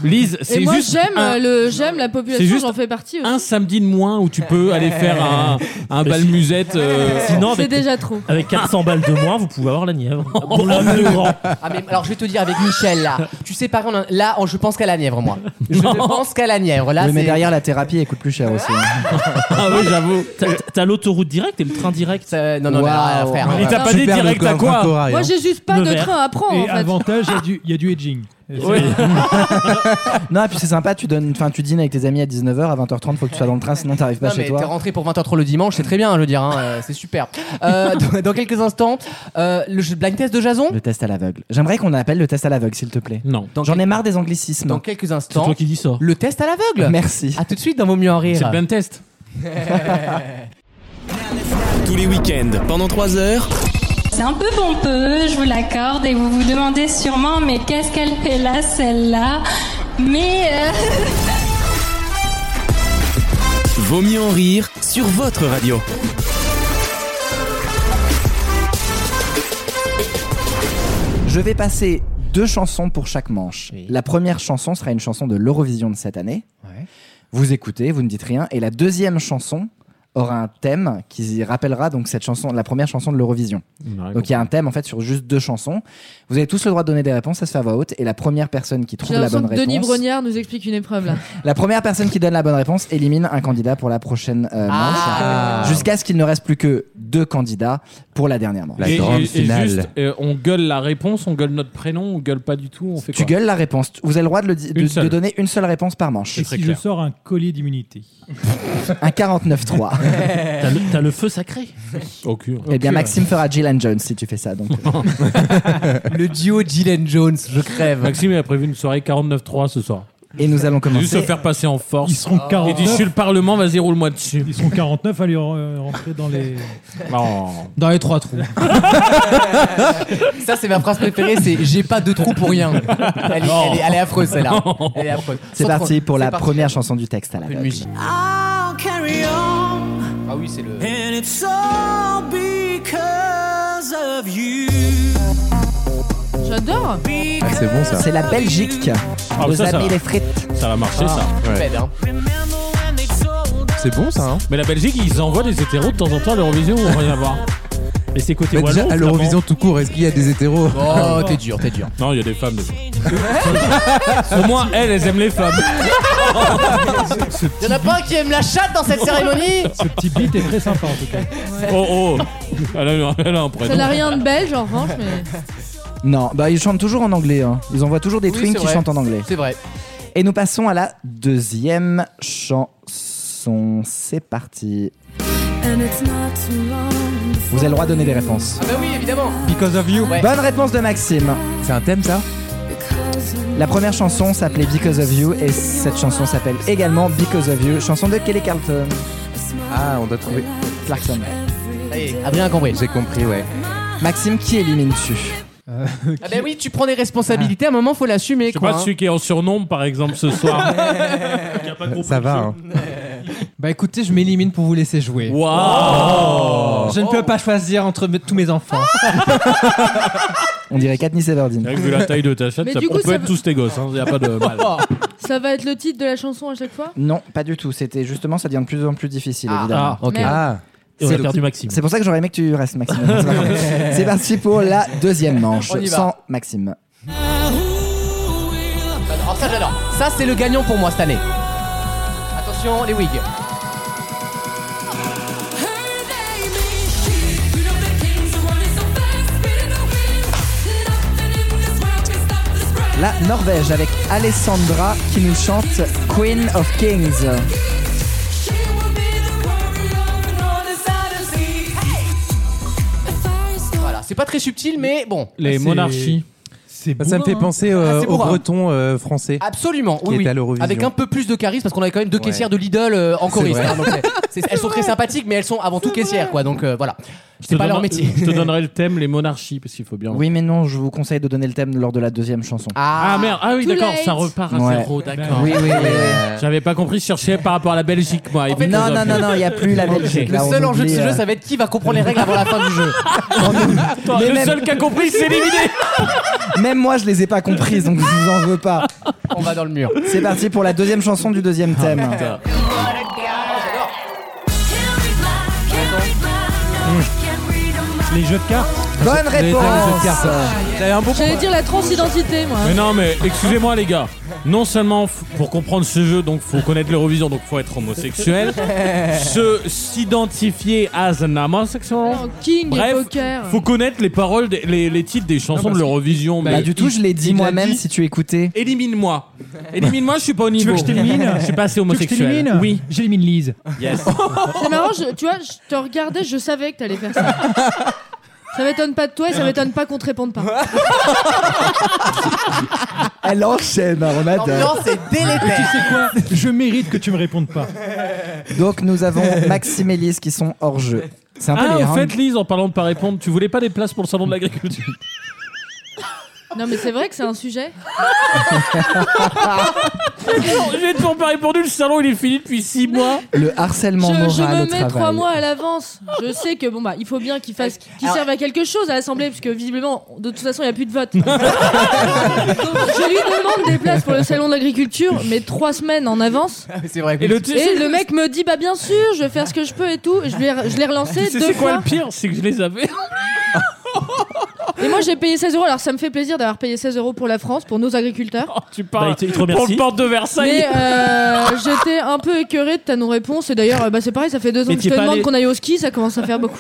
Speaker 11: Lise
Speaker 4: Et
Speaker 11: c'est
Speaker 4: moi,
Speaker 11: juste
Speaker 4: j'aime
Speaker 11: un,
Speaker 4: euh, le, j'aime la
Speaker 11: c'est
Speaker 4: population,
Speaker 11: juste
Speaker 4: j'en fais partie aussi.
Speaker 11: un samedi de moins où tu peux aller faire un, un bal musette euh,
Speaker 5: Sinon,
Speaker 4: C'est
Speaker 5: avec,
Speaker 4: déjà trop.
Speaker 5: avec 400 balles de moins, vous pouvez avoir la Nièvre. Pour l'homme de grand.
Speaker 2: Ah, mais alors, je vais te dire avec Michel, là. Tu sais, par exemple, là, en- je pense qu'à la Nièvre, moi. Je ne pense qu'à la Nièvre. Là,
Speaker 6: Oui, mais
Speaker 2: c'est-
Speaker 6: derrière la thérapie, elle coûte plus cher aussi. hein.
Speaker 5: Ah oui, j'avoue. T'as- T'as l'autoroute directe et le train direct.
Speaker 2: non, non, mais alors, frère,
Speaker 5: Il t'a pas
Speaker 7: Tu
Speaker 5: dit
Speaker 7: perds le
Speaker 5: direct à
Speaker 7: cor- un
Speaker 5: quoi
Speaker 7: corail,
Speaker 4: Moi,
Speaker 7: hein.
Speaker 4: j'ai juste pas
Speaker 5: Le
Speaker 4: de
Speaker 5: verre.
Speaker 4: train à prendre en
Speaker 8: Et
Speaker 4: fait.
Speaker 8: avantage, il y a du- il y, a du edging.
Speaker 6: non, et puis c'est sympa, tu, donnes, enfin, tu dînes avec tes amis à 19h, à 20h30, faut que tu sois dans le train, sinon t'arrives pas
Speaker 2: Non,
Speaker 6: chez
Speaker 2: mais t'es
Speaker 6: toi.
Speaker 2: rentré pour 20h30 le dimanche, c'est très bien, je veux dire, hein, euh, c'est super. Euh, dans, dans quelques instants, euh, le jeu- blind test de Jason.
Speaker 6: Le test à l'aveugle. J'aimerais qu'on appelle le test à l'aveugle, s'il te plaît.
Speaker 11: non
Speaker 6: J'en ai marre des anglicismes.
Speaker 2: Dans quelques instants,
Speaker 11: dis ça
Speaker 2: le test à l'aveugle.
Speaker 6: Merci.
Speaker 2: À tout de suite dans Vaut mieux en rire.
Speaker 11: c'est plein de tests
Speaker 1: Tous les week-ends, pendant 3 heures.
Speaker 16: C'est un peu pompeux, je vous l'accorde, et vous vous demandez sûrement, mais qu'est-ce qu'elle fait là, celle-là Mais. euh,
Speaker 1: Vaut mieux en rire sur votre radio.
Speaker 6: Je vais passer deux chansons pour chaque manche. La première chanson sera une chanson de l'Eurovision de cette année. Vous écoutez, vous ne dites rien. Et la deuxième chanson aura un thème qui rappellera donc cette chanson, la première chanson de l'Eurovision.
Speaker 11: Ah,
Speaker 6: Donc il y a un thème en fait sur juste deux chansons. Vous avez tous le droit de donner des réponses, ça se fait à voix haute et la première personne qui
Speaker 4: J'ai
Speaker 6: trouve la
Speaker 4: l'impression
Speaker 6: bonne
Speaker 4: que Denis
Speaker 6: réponse,
Speaker 4: Brognard nous explique une épreuve là.
Speaker 6: la première personne qui donne la bonne réponse élimine un candidat pour la prochaine euh, manche
Speaker 4: Ah.
Speaker 6: jusqu'à ce qu'il ne reste plus que deux candidats pour la dernière manche.
Speaker 11: et, et- et juste, euh, on gueule la réponse, on gueule notre prénom, on gueule pas du tout, on fait
Speaker 6: tu
Speaker 11: quoi
Speaker 6: gueules la réponse. Vous avez le droit de, le di- de-
Speaker 11: Une
Speaker 6: de
Speaker 11: seule.
Speaker 6: donner une seule réponse par manche.
Speaker 8: Et si je sors un collier d'immunité
Speaker 6: Un 49-3.
Speaker 8: T'as le-
Speaker 11: T'as le feu sacré. Au cul.
Speaker 6: Eh bien, Maxime fera Jill and Jones si tu fais ça. Donc. euh.
Speaker 11: Le duo Gillen Jones, je crève. Maxime a prévu une soirée 49-3 ce soir.
Speaker 6: Et nous allons commencer.
Speaker 11: Juste se faire passer en force.
Speaker 8: Ils seront 49.
Speaker 11: Et d'ici le Parlement, vas-y, roule-moi dessus.
Speaker 8: Ils sont 49 à lui re- euh, rentrer dans les.
Speaker 11: Non.
Speaker 8: Dans les trois trous.
Speaker 2: Ah,
Speaker 11: Ah,
Speaker 2: Ça, c'est ma phrase préférée, c'est j'ai pas de trou pour rien. Elle est, elle est- elle est affreuse, celle-là. Elle est affreuse.
Speaker 6: C'est
Speaker 2: Sans
Speaker 6: parti
Speaker 2: trou-
Speaker 6: pour
Speaker 2: c'est
Speaker 6: la
Speaker 2: parti.
Speaker 6: première chanson du texte à la
Speaker 15: I'll carry on.
Speaker 2: Ah oui, c'est le.
Speaker 15: And it's all because of you.
Speaker 4: J'adore.
Speaker 6: Ah, c'est bon ça. bah C'est la Belgique.
Speaker 11: Ah,
Speaker 6: Nos
Speaker 11: ça, ça
Speaker 6: amis
Speaker 11: va.
Speaker 6: les frites.
Speaker 11: Ça va marcher, ça.
Speaker 7: C'est bon ça, hein
Speaker 11: Mais la Belgique, ils envoient des hétéros de temps en temps à l'Eurovision, on va y avoir. Et c'est côté
Speaker 7: Bah, déjà,
Speaker 11: wallon.
Speaker 7: à l'Eurovision tout court, est-ce qu'il y a des hétéros
Speaker 11: Oh, t'es
Speaker 2: dur, t'es dur.
Speaker 11: Non, il y a des femmes. Au moins, elles, elles aiment les femmes.
Speaker 15: Y'en a pas un qui aime la chatte dans cette cérémonie
Speaker 8: Ce petit beat est très sympa en tout cas.
Speaker 11: Oh, oh. Elle a, eu un- elle a un
Speaker 4: Ça
Speaker 11: prénom.
Speaker 4: n'a rien de belge en revanche, mais.
Speaker 6: Non, bah ils chantent toujours en anglais. hein. Ils envoient toujours des
Speaker 2: Oui,
Speaker 6: twins
Speaker 2: c'est
Speaker 6: qui
Speaker 2: vrai.
Speaker 6: chantent en anglais.
Speaker 2: C'est vrai.
Speaker 6: Et nous passons à la deuxième chanson. C'est parti. Vous avez le droit de donner des réponses.
Speaker 2: Ah bah oui, évidemment.
Speaker 6: Because of you.
Speaker 2: Ouais.
Speaker 6: Bonne réponse de Maxime. C'est un thème ça La première chanson s'appelait Because of You et cette chanson s'appelle également Because of You, chanson de Kelly Carlton.
Speaker 7: Ah, on doit trouver.
Speaker 6: Clarkson.
Speaker 2: Adrien a compris.
Speaker 7: J'ai compris, ouais.
Speaker 6: Maxime, qui élimines-tu
Speaker 11: Euh.
Speaker 2: Ah bah oui, tu prends des responsabilités, à un moment, faut l'assumer. hein.
Speaker 11: Je sais pas, celui qui est en surnombre, par exemple, ce soir.
Speaker 7: Ça va, hein.
Speaker 12: Bah écoutez, je m'élimine pour vous laisser jouer. Oh.
Speaker 11: Waouh
Speaker 12: Je ne
Speaker 2: Oh.
Speaker 12: peux pas choisir entre me- tous mes enfants.
Speaker 2: Ah.
Speaker 6: On dirait Katniss Everdeen.
Speaker 11: Avec vu la taille de ta chatte,
Speaker 4: Mais
Speaker 11: ça-
Speaker 4: du
Speaker 11: on
Speaker 4: coup,
Speaker 11: peut
Speaker 4: ça
Speaker 11: être
Speaker 4: veut-
Speaker 11: tous tes gosses, il n'y a pas de mal.
Speaker 2: Oh.
Speaker 4: Ça va être le titre de la chanson à chaque fois
Speaker 6: Non, pas du tout. C'était justement, ça devient de plus en plus difficile, évidemment.
Speaker 11: ah, ok.
Speaker 4: Merde.
Speaker 11: Et on a perdu Maxime.
Speaker 6: C'est pour ça que j'aurais aimé que tu restes, Maxime. C'est parti pour la deuxième manche,
Speaker 2: On y va.
Speaker 6: sans Maxime.
Speaker 2: Alors Ah, ça j'adore. Ça c'est le gagnant pour moi cette année. Attention les wigs.
Speaker 6: La Norvège avec Alessandra qui nous chante Queen of Kings.
Speaker 2: Voilà, c'est pas très subtil mais bon.
Speaker 11: Les
Speaker 7: Ah, C'est-
Speaker 11: monarchies.
Speaker 7: Bah, ça me fait penser euh,
Speaker 2: Ah, c'est Ah,
Speaker 7: aux
Speaker 2: bourrin.
Speaker 7: Bretons euh, français.
Speaker 2: Absolument,
Speaker 7: Qui
Speaker 2: oui,
Speaker 7: est
Speaker 2: oui.
Speaker 7: à l'Eurovision.
Speaker 2: Avec un peu plus de charisme parce qu'on avait quand même deux
Speaker 7: Ouais.
Speaker 2: caissières de Lidl euh, en
Speaker 7: C'est
Speaker 2: choriste.
Speaker 7: vrai.
Speaker 2: hein, donc c'est- c'est- elles sont très sympathiques mais elles sont avant tout caissières quoi donc euh, voilà. C'est pas leur métier.
Speaker 11: Je te donnerai le thème, les monarchies, parce qu'il faut bien.
Speaker 6: Oui, mais non, je vous conseille de donner le thème lors de la deuxième chanson.
Speaker 11: Ah, merde, ah oui,
Speaker 2: Too
Speaker 11: d'accord,
Speaker 2: late.
Speaker 11: ça repart à
Speaker 6: Ouais.
Speaker 11: zéro, d'accord.
Speaker 6: Oui, oui, oui, oui.
Speaker 11: J'avais pas compris, je cherchais par rapport à la Belgique, moi. et puis
Speaker 6: non,
Speaker 11: les
Speaker 6: non,
Speaker 11: autres.
Speaker 6: non, non, il n'y a plus la Belgique.
Speaker 2: Le
Speaker 6: là, on
Speaker 2: seul enjeu de
Speaker 6: oublie,
Speaker 2: ce jeu
Speaker 6: euh,
Speaker 2: ça va être qui va comprendre les règles avant la fin du jeu.
Speaker 11: Attends,
Speaker 6: Mais
Speaker 11: le
Speaker 6: même-
Speaker 11: seul qui a compris, c'est éliminé.
Speaker 6: Même moi, je les ai pas comprises, donc je vous en veux pas.
Speaker 2: On va dans le mur.
Speaker 6: C'est parti pour la deuxième chanson du deuxième thème.
Speaker 8: Les jeux de cartes
Speaker 6: Bonne réponse
Speaker 11: J'avais un bon
Speaker 4: J'allais dire la transidentité, moi.
Speaker 11: Mais non, mais excusez-moi, les gars. Non seulement f- pour comprendre ce jeu, donc faut connaître l'Eurovision, donc faut être homosexuel. se s'identifier as an homosexual.
Speaker 4: Non, Oh, King
Speaker 11: Bref,
Speaker 4: et Poker.
Speaker 11: Faut connaître les paroles, des- les, les titres des chansons de l'Eurovision.
Speaker 6: Bah,
Speaker 11: mais-
Speaker 6: du tout, je l'ai dit
Speaker 11: il l'a
Speaker 6: moi-même
Speaker 11: dit.
Speaker 6: si tu écoutais.
Speaker 11: Élimine-moi. Élimine-moi, je suis pas au
Speaker 8: Tu
Speaker 11: niveau.
Speaker 8: veux que je t'élimine
Speaker 11: Je suis pas assez
Speaker 8: Tu veux que je
Speaker 11: homosexuel.
Speaker 8: t'élimine
Speaker 11: oui.
Speaker 8: J'élimine Lise.
Speaker 11: Yes.
Speaker 4: C'est marrant, je- tu vois, je te regardais, je savais que t'allais faire ça. Ça m'étonne pas de toi et ça m'étonne pas qu'on te réponde pas.
Speaker 6: Elle enchaîne, hein, on adore.
Speaker 2: L'ambiance est
Speaker 8: Et tu
Speaker 2: délétère.
Speaker 8: sais quoi Je mérite que tu me répondes pas.
Speaker 6: Donc nous avons Maxime et Lise qui sont hors jeu. C'est un peu
Speaker 11: Ah,
Speaker 6: les
Speaker 11: en
Speaker 6: rounds.
Speaker 11: fait, Lise, en parlant de pas répondre, tu voulais pas des places pour le salon de l'agriculture
Speaker 4: Non, mais c'est vrai que c'est un sujet.
Speaker 11: J'ai toujours pas répondu, le salon il est fini depuis 6 mois.
Speaker 6: Le harcèlement
Speaker 4: Je,
Speaker 6: moral
Speaker 4: je me
Speaker 6: au
Speaker 4: mets
Speaker 6: travail.
Speaker 4: trois mois à l'avance. Je sais que bon bah il faut bien qu'il fasse, qu'il serve à quelque chose à l'Assemblée, puisque visiblement de toute façon il n'y a plus de vote. Donc, je lui demande des places pour le salon de l'agriculture, mais trois semaines en avance.
Speaker 2: Ah, C'est vrai.
Speaker 4: Et le, mec me dit bah bien sûr, je vais faire ce que je peux et tout. Je l'ai, je l'ai relancé
Speaker 11: Tu sais,
Speaker 4: deux
Speaker 11: c'est quoi
Speaker 4: fois.
Speaker 11: le pire C'est que je les avais.
Speaker 4: Et moi j'ai payé 16 euros. Alors ça me fait plaisir d'avoir payé 16 euros pour la France, pour nos agriculteurs.
Speaker 11: Oh, Tu parles
Speaker 5: il te- il te remercie.
Speaker 11: pour le porte de Versailles.
Speaker 4: Mais euh, j'étais un peu écœurée de ta non-réponse. Et d'ailleurs, euh, bah, c'est pareil, ça fait deux ans
Speaker 11: Mais
Speaker 4: que
Speaker 11: t'y
Speaker 4: je te
Speaker 11: es pas
Speaker 4: demande
Speaker 11: allé-
Speaker 4: qu'on aille au ski, ça commence à faire beaucoup.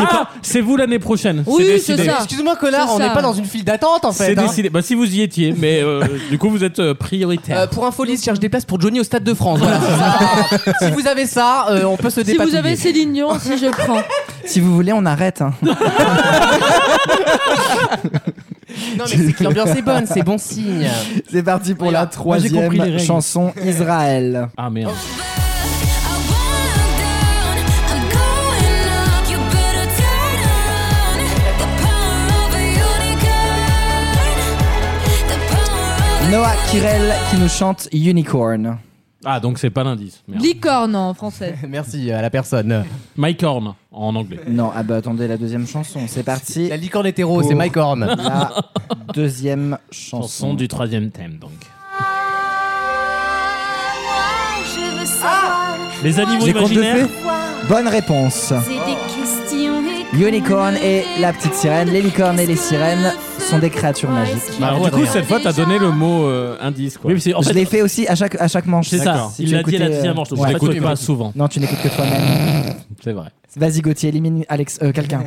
Speaker 11: Ah, c'est vous l'année prochaine.
Speaker 4: Oui,
Speaker 11: décidé.
Speaker 4: c'est ça.
Speaker 2: Excuse-moi, connard,
Speaker 4: C'est
Speaker 2: on
Speaker 4: ça.
Speaker 2: n'est pas dans une file d'attente en fait.
Speaker 11: C'est
Speaker 2: hein.
Speaker 11: décidé. Bah, si vous y étiez, mais euh, du coup, vous êtes euh, prioritaire.
Speaker 2: Euh, pour Infolis, cherche des places pour Johnny au Stade de France. Voilà, c'est ça. si vous avez ça, euh, on peut se
Speaker 4: Si
Speaker 2: dépatouiller.
Speaker 4: vous avez Céline Dion, si je prends.
Speaker 6: Si vous voulez, on arrête. hein.
Speaker 2: Non, mais c'est que l'ambiance est bonne, c'est bon signe.
Speaker 6: C'est parti pour la
Speaker 2: Moi, j'ai compris les
Speaker 6: troisième
Speaker 2: règles.
Speaker 6: chanson Israël.
Speaker 11: Ah merde.
Speaker 6: Noah Kirel qui nous chante Unicorn.
Speaker 11: Ah, donc c'est pas l'indice. Merde.
Speaker 4: Licorne en français.
Speaker 2: Merci euh, à la personne.
Speaker 11: Mike Horn en anglais.
Speaker 6: Non, ah bah attendez la deuxième chanson, c'est parti.
Speaker 2: La licorne hétéro, c'est
Speaker 6: pour
Speaker 2: Mike Horn.
Speaker 6: La deuxième chanson.
Speaker 11: Chanson du troisième thème, donc.
Speaker 15: Je veux savoir.
Speaker 11: Les animaux
Speaker 6: Les contes de
Speaker 11: imaginaires.
Speaker 6: fées Bonne réponse.
Speaker 15: C'est des questions et
Speaker 6: Unicorn et la petite sirène, les licornes et les sirènes sont des créatures magiques.
Speaker 11: Bah, du coup, cette fois, t'as donné le mot euh, indice, quoi. Oui, c'est en
Speaker 6: je
Speaker 11: fait.
Speaker 6: l'ai fait aussi à chaque, à chaque manche.
Speaker 11: C'est ça,
Speaker 6: Si
Speaker 11: il
Speaker 6: tu
Speaker 11: l'a dit à la
Speaker 6: écoutais, euh,
Speaker 11: deuxième manche, donc
Speaker 6: ouais.
Speaker 11: je l'écoute pas souvent.
Speaker 6: Non, tu n'écoutes que toi-même.
Speaker 11: C'est vrai.
Speaker 6: Vas-y Gauthier, élimine Alex, euh, quelqu'un.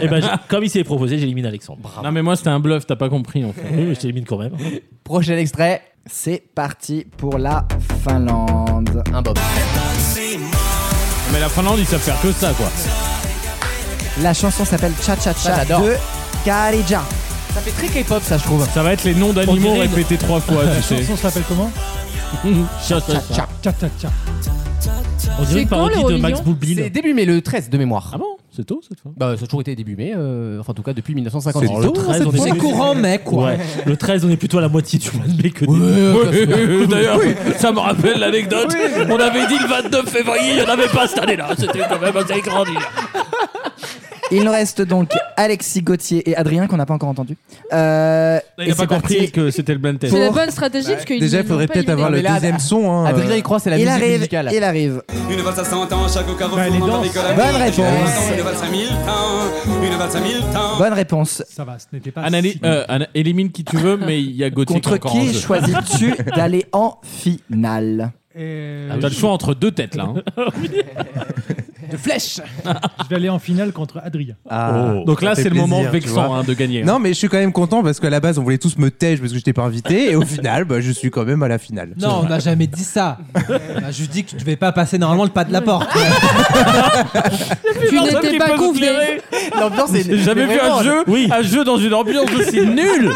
Speaker 11: Et ben, j'ai- comme il s'est proposé, j'élimine Alexandre. Non, mais moi, c'était un bluff, t'as pas compris, en fait. Oui, mais je t'élimine quand même.
Speaker 2: Prochain extrait.
Speaker 6: C'est parti pour la Finlande.
Speaker 2: Un bob.
Speaker 11: Mais la Finlande, ils savent faire que ça, quoi.
Speaker 6: La chanson s'appelle Cha Cha
Speaker 2: Ça,
Speaker 6: Cha
Speaker 2: j'adore.
Speaker 6: de Karija.
Speaker 2: Ça fait très K-pop, ça, je trouve.
Speaker 11: Ça va être les noms d'animaux répétés trois fois,
Speaker 8: La
Speaker 11: tu sais.
Speaker 8: chanson s'appelle comment
Speaker 11: Cha, cha, cha.
Speaker 8: Tcha, tcha, tcha.
Speaker 11: On dirait une parodie de Max
Speaker 2: C'est
Speaker 11: Boulbin.
Speaker 2: début mai, le 13 de mémoire. Ah
Speaker 11: bon C'est tôt cette fois
Speaker 2: Bah, ça a toujours été début mai, euh, enfin en tout cas depuis 1950.
Speaker 11: Alors, le 13, on est plutôt- Ouais. Le 13, on est plutôt à la moitié du mois de mai que des-
Speaker 2: ouais,
Speaker 11: Ouais, D'ailleurs, ça me rappelle l'anecdote. On avait dit le 29 février, il n'y en avait pas cette année-là. C'était quand même assez extraordinaire.
Speaker 6: Il nous reste donc Alexis Gauthier et Adrien qu'on n'a pas encore entendu. Euh,
Speaker 11: Il
Speaker 6: et
Speaker 11: n'a pas
Speaker 6: c'est parti.
Speaker 11: compris que c'était le blind test.
Speaker 4: C'est la bonne stratégie parce qu'il
Speaker 7: Déjà, il faudrait peut-être avoir le deuxième son. hein.
Speaker 2: Adrien, il croit, c'est la
Speaker 6: il
Speaker 2: musique
Speaker 6: arrive,
Speaker 2: musicale.
Speaker 6: il arrive.
Speaker 17: Une valse à 100 ans, chaque carrefour,
Speaker 8: Bah, les
Speaker 17: on
Speaker 8: danses.
Speaker 17: avec la
Speaker 6: Bonne
Speaker 17: musique.
Speaker 6: réponse.
Speaker 17: Une valse à 1000 temps, une valse à 1000 temps.
Speaker 6: Bonne réponse.
Speaker 8: Ça va, ce n'était pas.
Speaker 11: Analyse,
Speaker 8: si-
Speaker 11: euh, ana- élimine qui tu veux, mais il y a Gauthier
Speaker 6: Contre
Speaker 11: encore en
Speaker 6: qui
Speaker 11: jeu.
Speaker 6: choisis-tu d'aller en finale
Speaker 8: Euh,
Speaker 11: Ah, T'as le choix entre deux têtes là. hein.
Speaker 2: De flèche
Speaker 8: Je vais aller en finale contre Adrien.
Speaker 7: Ah,
Speaker 11: Donc là,
Speaker 7: ça fait
Speaker 11: c'est le moment
Speaker 7: plaisir, tu
Speaker 11: vexant
Speaker 7: vois.
Speaker 11: hein, de gagner.
Speaker 7: Non, mais je suis quand même content parce qu'à la base, on voulait tous me tèche parce que je t'ai pas invité. Et au final, bah, je suis quand même à la finale.
Speaker 12: Non, on n'a jamais dit ça. On a juste dit que tu devais pas passer normalement le pas de la porte.
Speaker 4: Tu
Speaker 11: personne qui
Speaker 4: n'étais pas
Speaker 11: peut
Speaker 4: convié.
Speaker 11: éclairer.
Speaker 2: L'ambiance est.
Speaker 11: J'ai jamais
Speaker 2: mais
Speaker 11: vu
Speaker 2: vraiment,
Speaker 11: un jeu,
Speaker 5: Oui.
Speaker 11: un jeu dans une ambiance aussi nulle.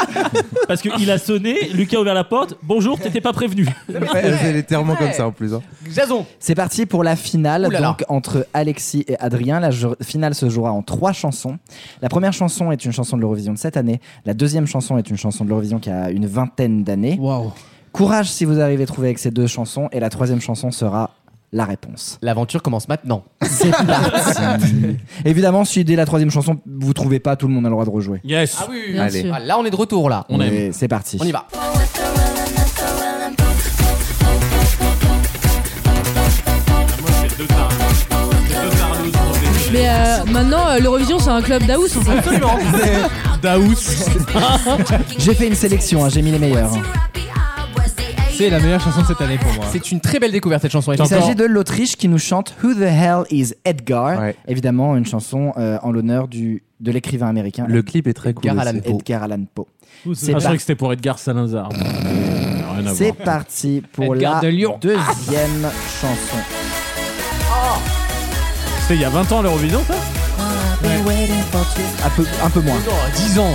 Speaker 11: Parce qu'il a sonné, Lucas a ouvert la porte. Bonjour, t'étais pas prévenu.
Speaker 7: Ouais, C'est littéralement
Speaker 2: vrai.
Speaker 7: comme ça en plus. hein.
Speaker 2: Jason
Speaker 6: C'est parti pour la finale
Speaker 2: Ouh là là.
Speaker 6: donc entre Alexis et Adrien. La jo- finale se jouera en trois chansons. La première chanson est une chanson de l'Eurovision de cette année. La deuxième chanson est une chanson de l'Eurovision qui a une vingtaine d'années.
Speaker 8: Waouh.
Speaker 6: Courage si vous arrivez à trouver avec ces deux chansons. Et la troisième chanson sera la réponse.
Speaker 2: L'aventure commence maintenant.
Speaker 6: C'est parti. Évidemment, si dès la troisième chanson, vous trouvez pas, tout le monde a le droit de rejouer.
Speaker 11: Yes.
Speaker 2: Ah oui,
Speaker 6: Bien Allez. sûr.
Speaker 2: là on est de retour là.
Speaker 11: On aime.
Speaker 6: Et C'est parti.
Speaker 2: On y va.
Speaker 4: Mais euh, maintenant, euh, l'Eurovision, c'est un club d'house en fait.
Speaker 2: Absolument.
Speaker 6: J'ai fait une sélection, hein, j'ai mis les meilleurs.
Speaker 3: C'est la meilleure chanson de cette année pour moi.
Speaker 2: C'est une très belle découverte cette chanson.
Speaker 6: Il s'agit de l'Autriche qui nous chante Who the Hell is Edgar
Speaker 7: Ouais.
Speaker 6: Évidemment, une chanson euh, en l'honneur du- de l'écrivain américain
Speaker 7: Le clip est très cool.
Speaker 2: Edgar
Speaker 7: aussi.
Speaker 2: Allan Poe.
Speaker 6: Edgar Allan Poe.
Speaker 11: Ah,
Speaker 6: C'est
Speaker 11: je
Speaker 6: par-
Speaker 11: croyais que c'était pour Edgar Salazar. Euh, Rien à
Speaker 6: c'est
Speaker 11: voir.
Speaker 6: parti pour
Speaker 3: Edgar
Speaker 6: la
Speaker 3: de Lyon. Ah.
Speaker 6: deuxième chanson.
Speaker 11: C'était il y a 20 ans l'Eurovision, ça
Speaker 16: euh,
Speaker 6: Un peu, un peu moins.
Speaker 2: 10 ans.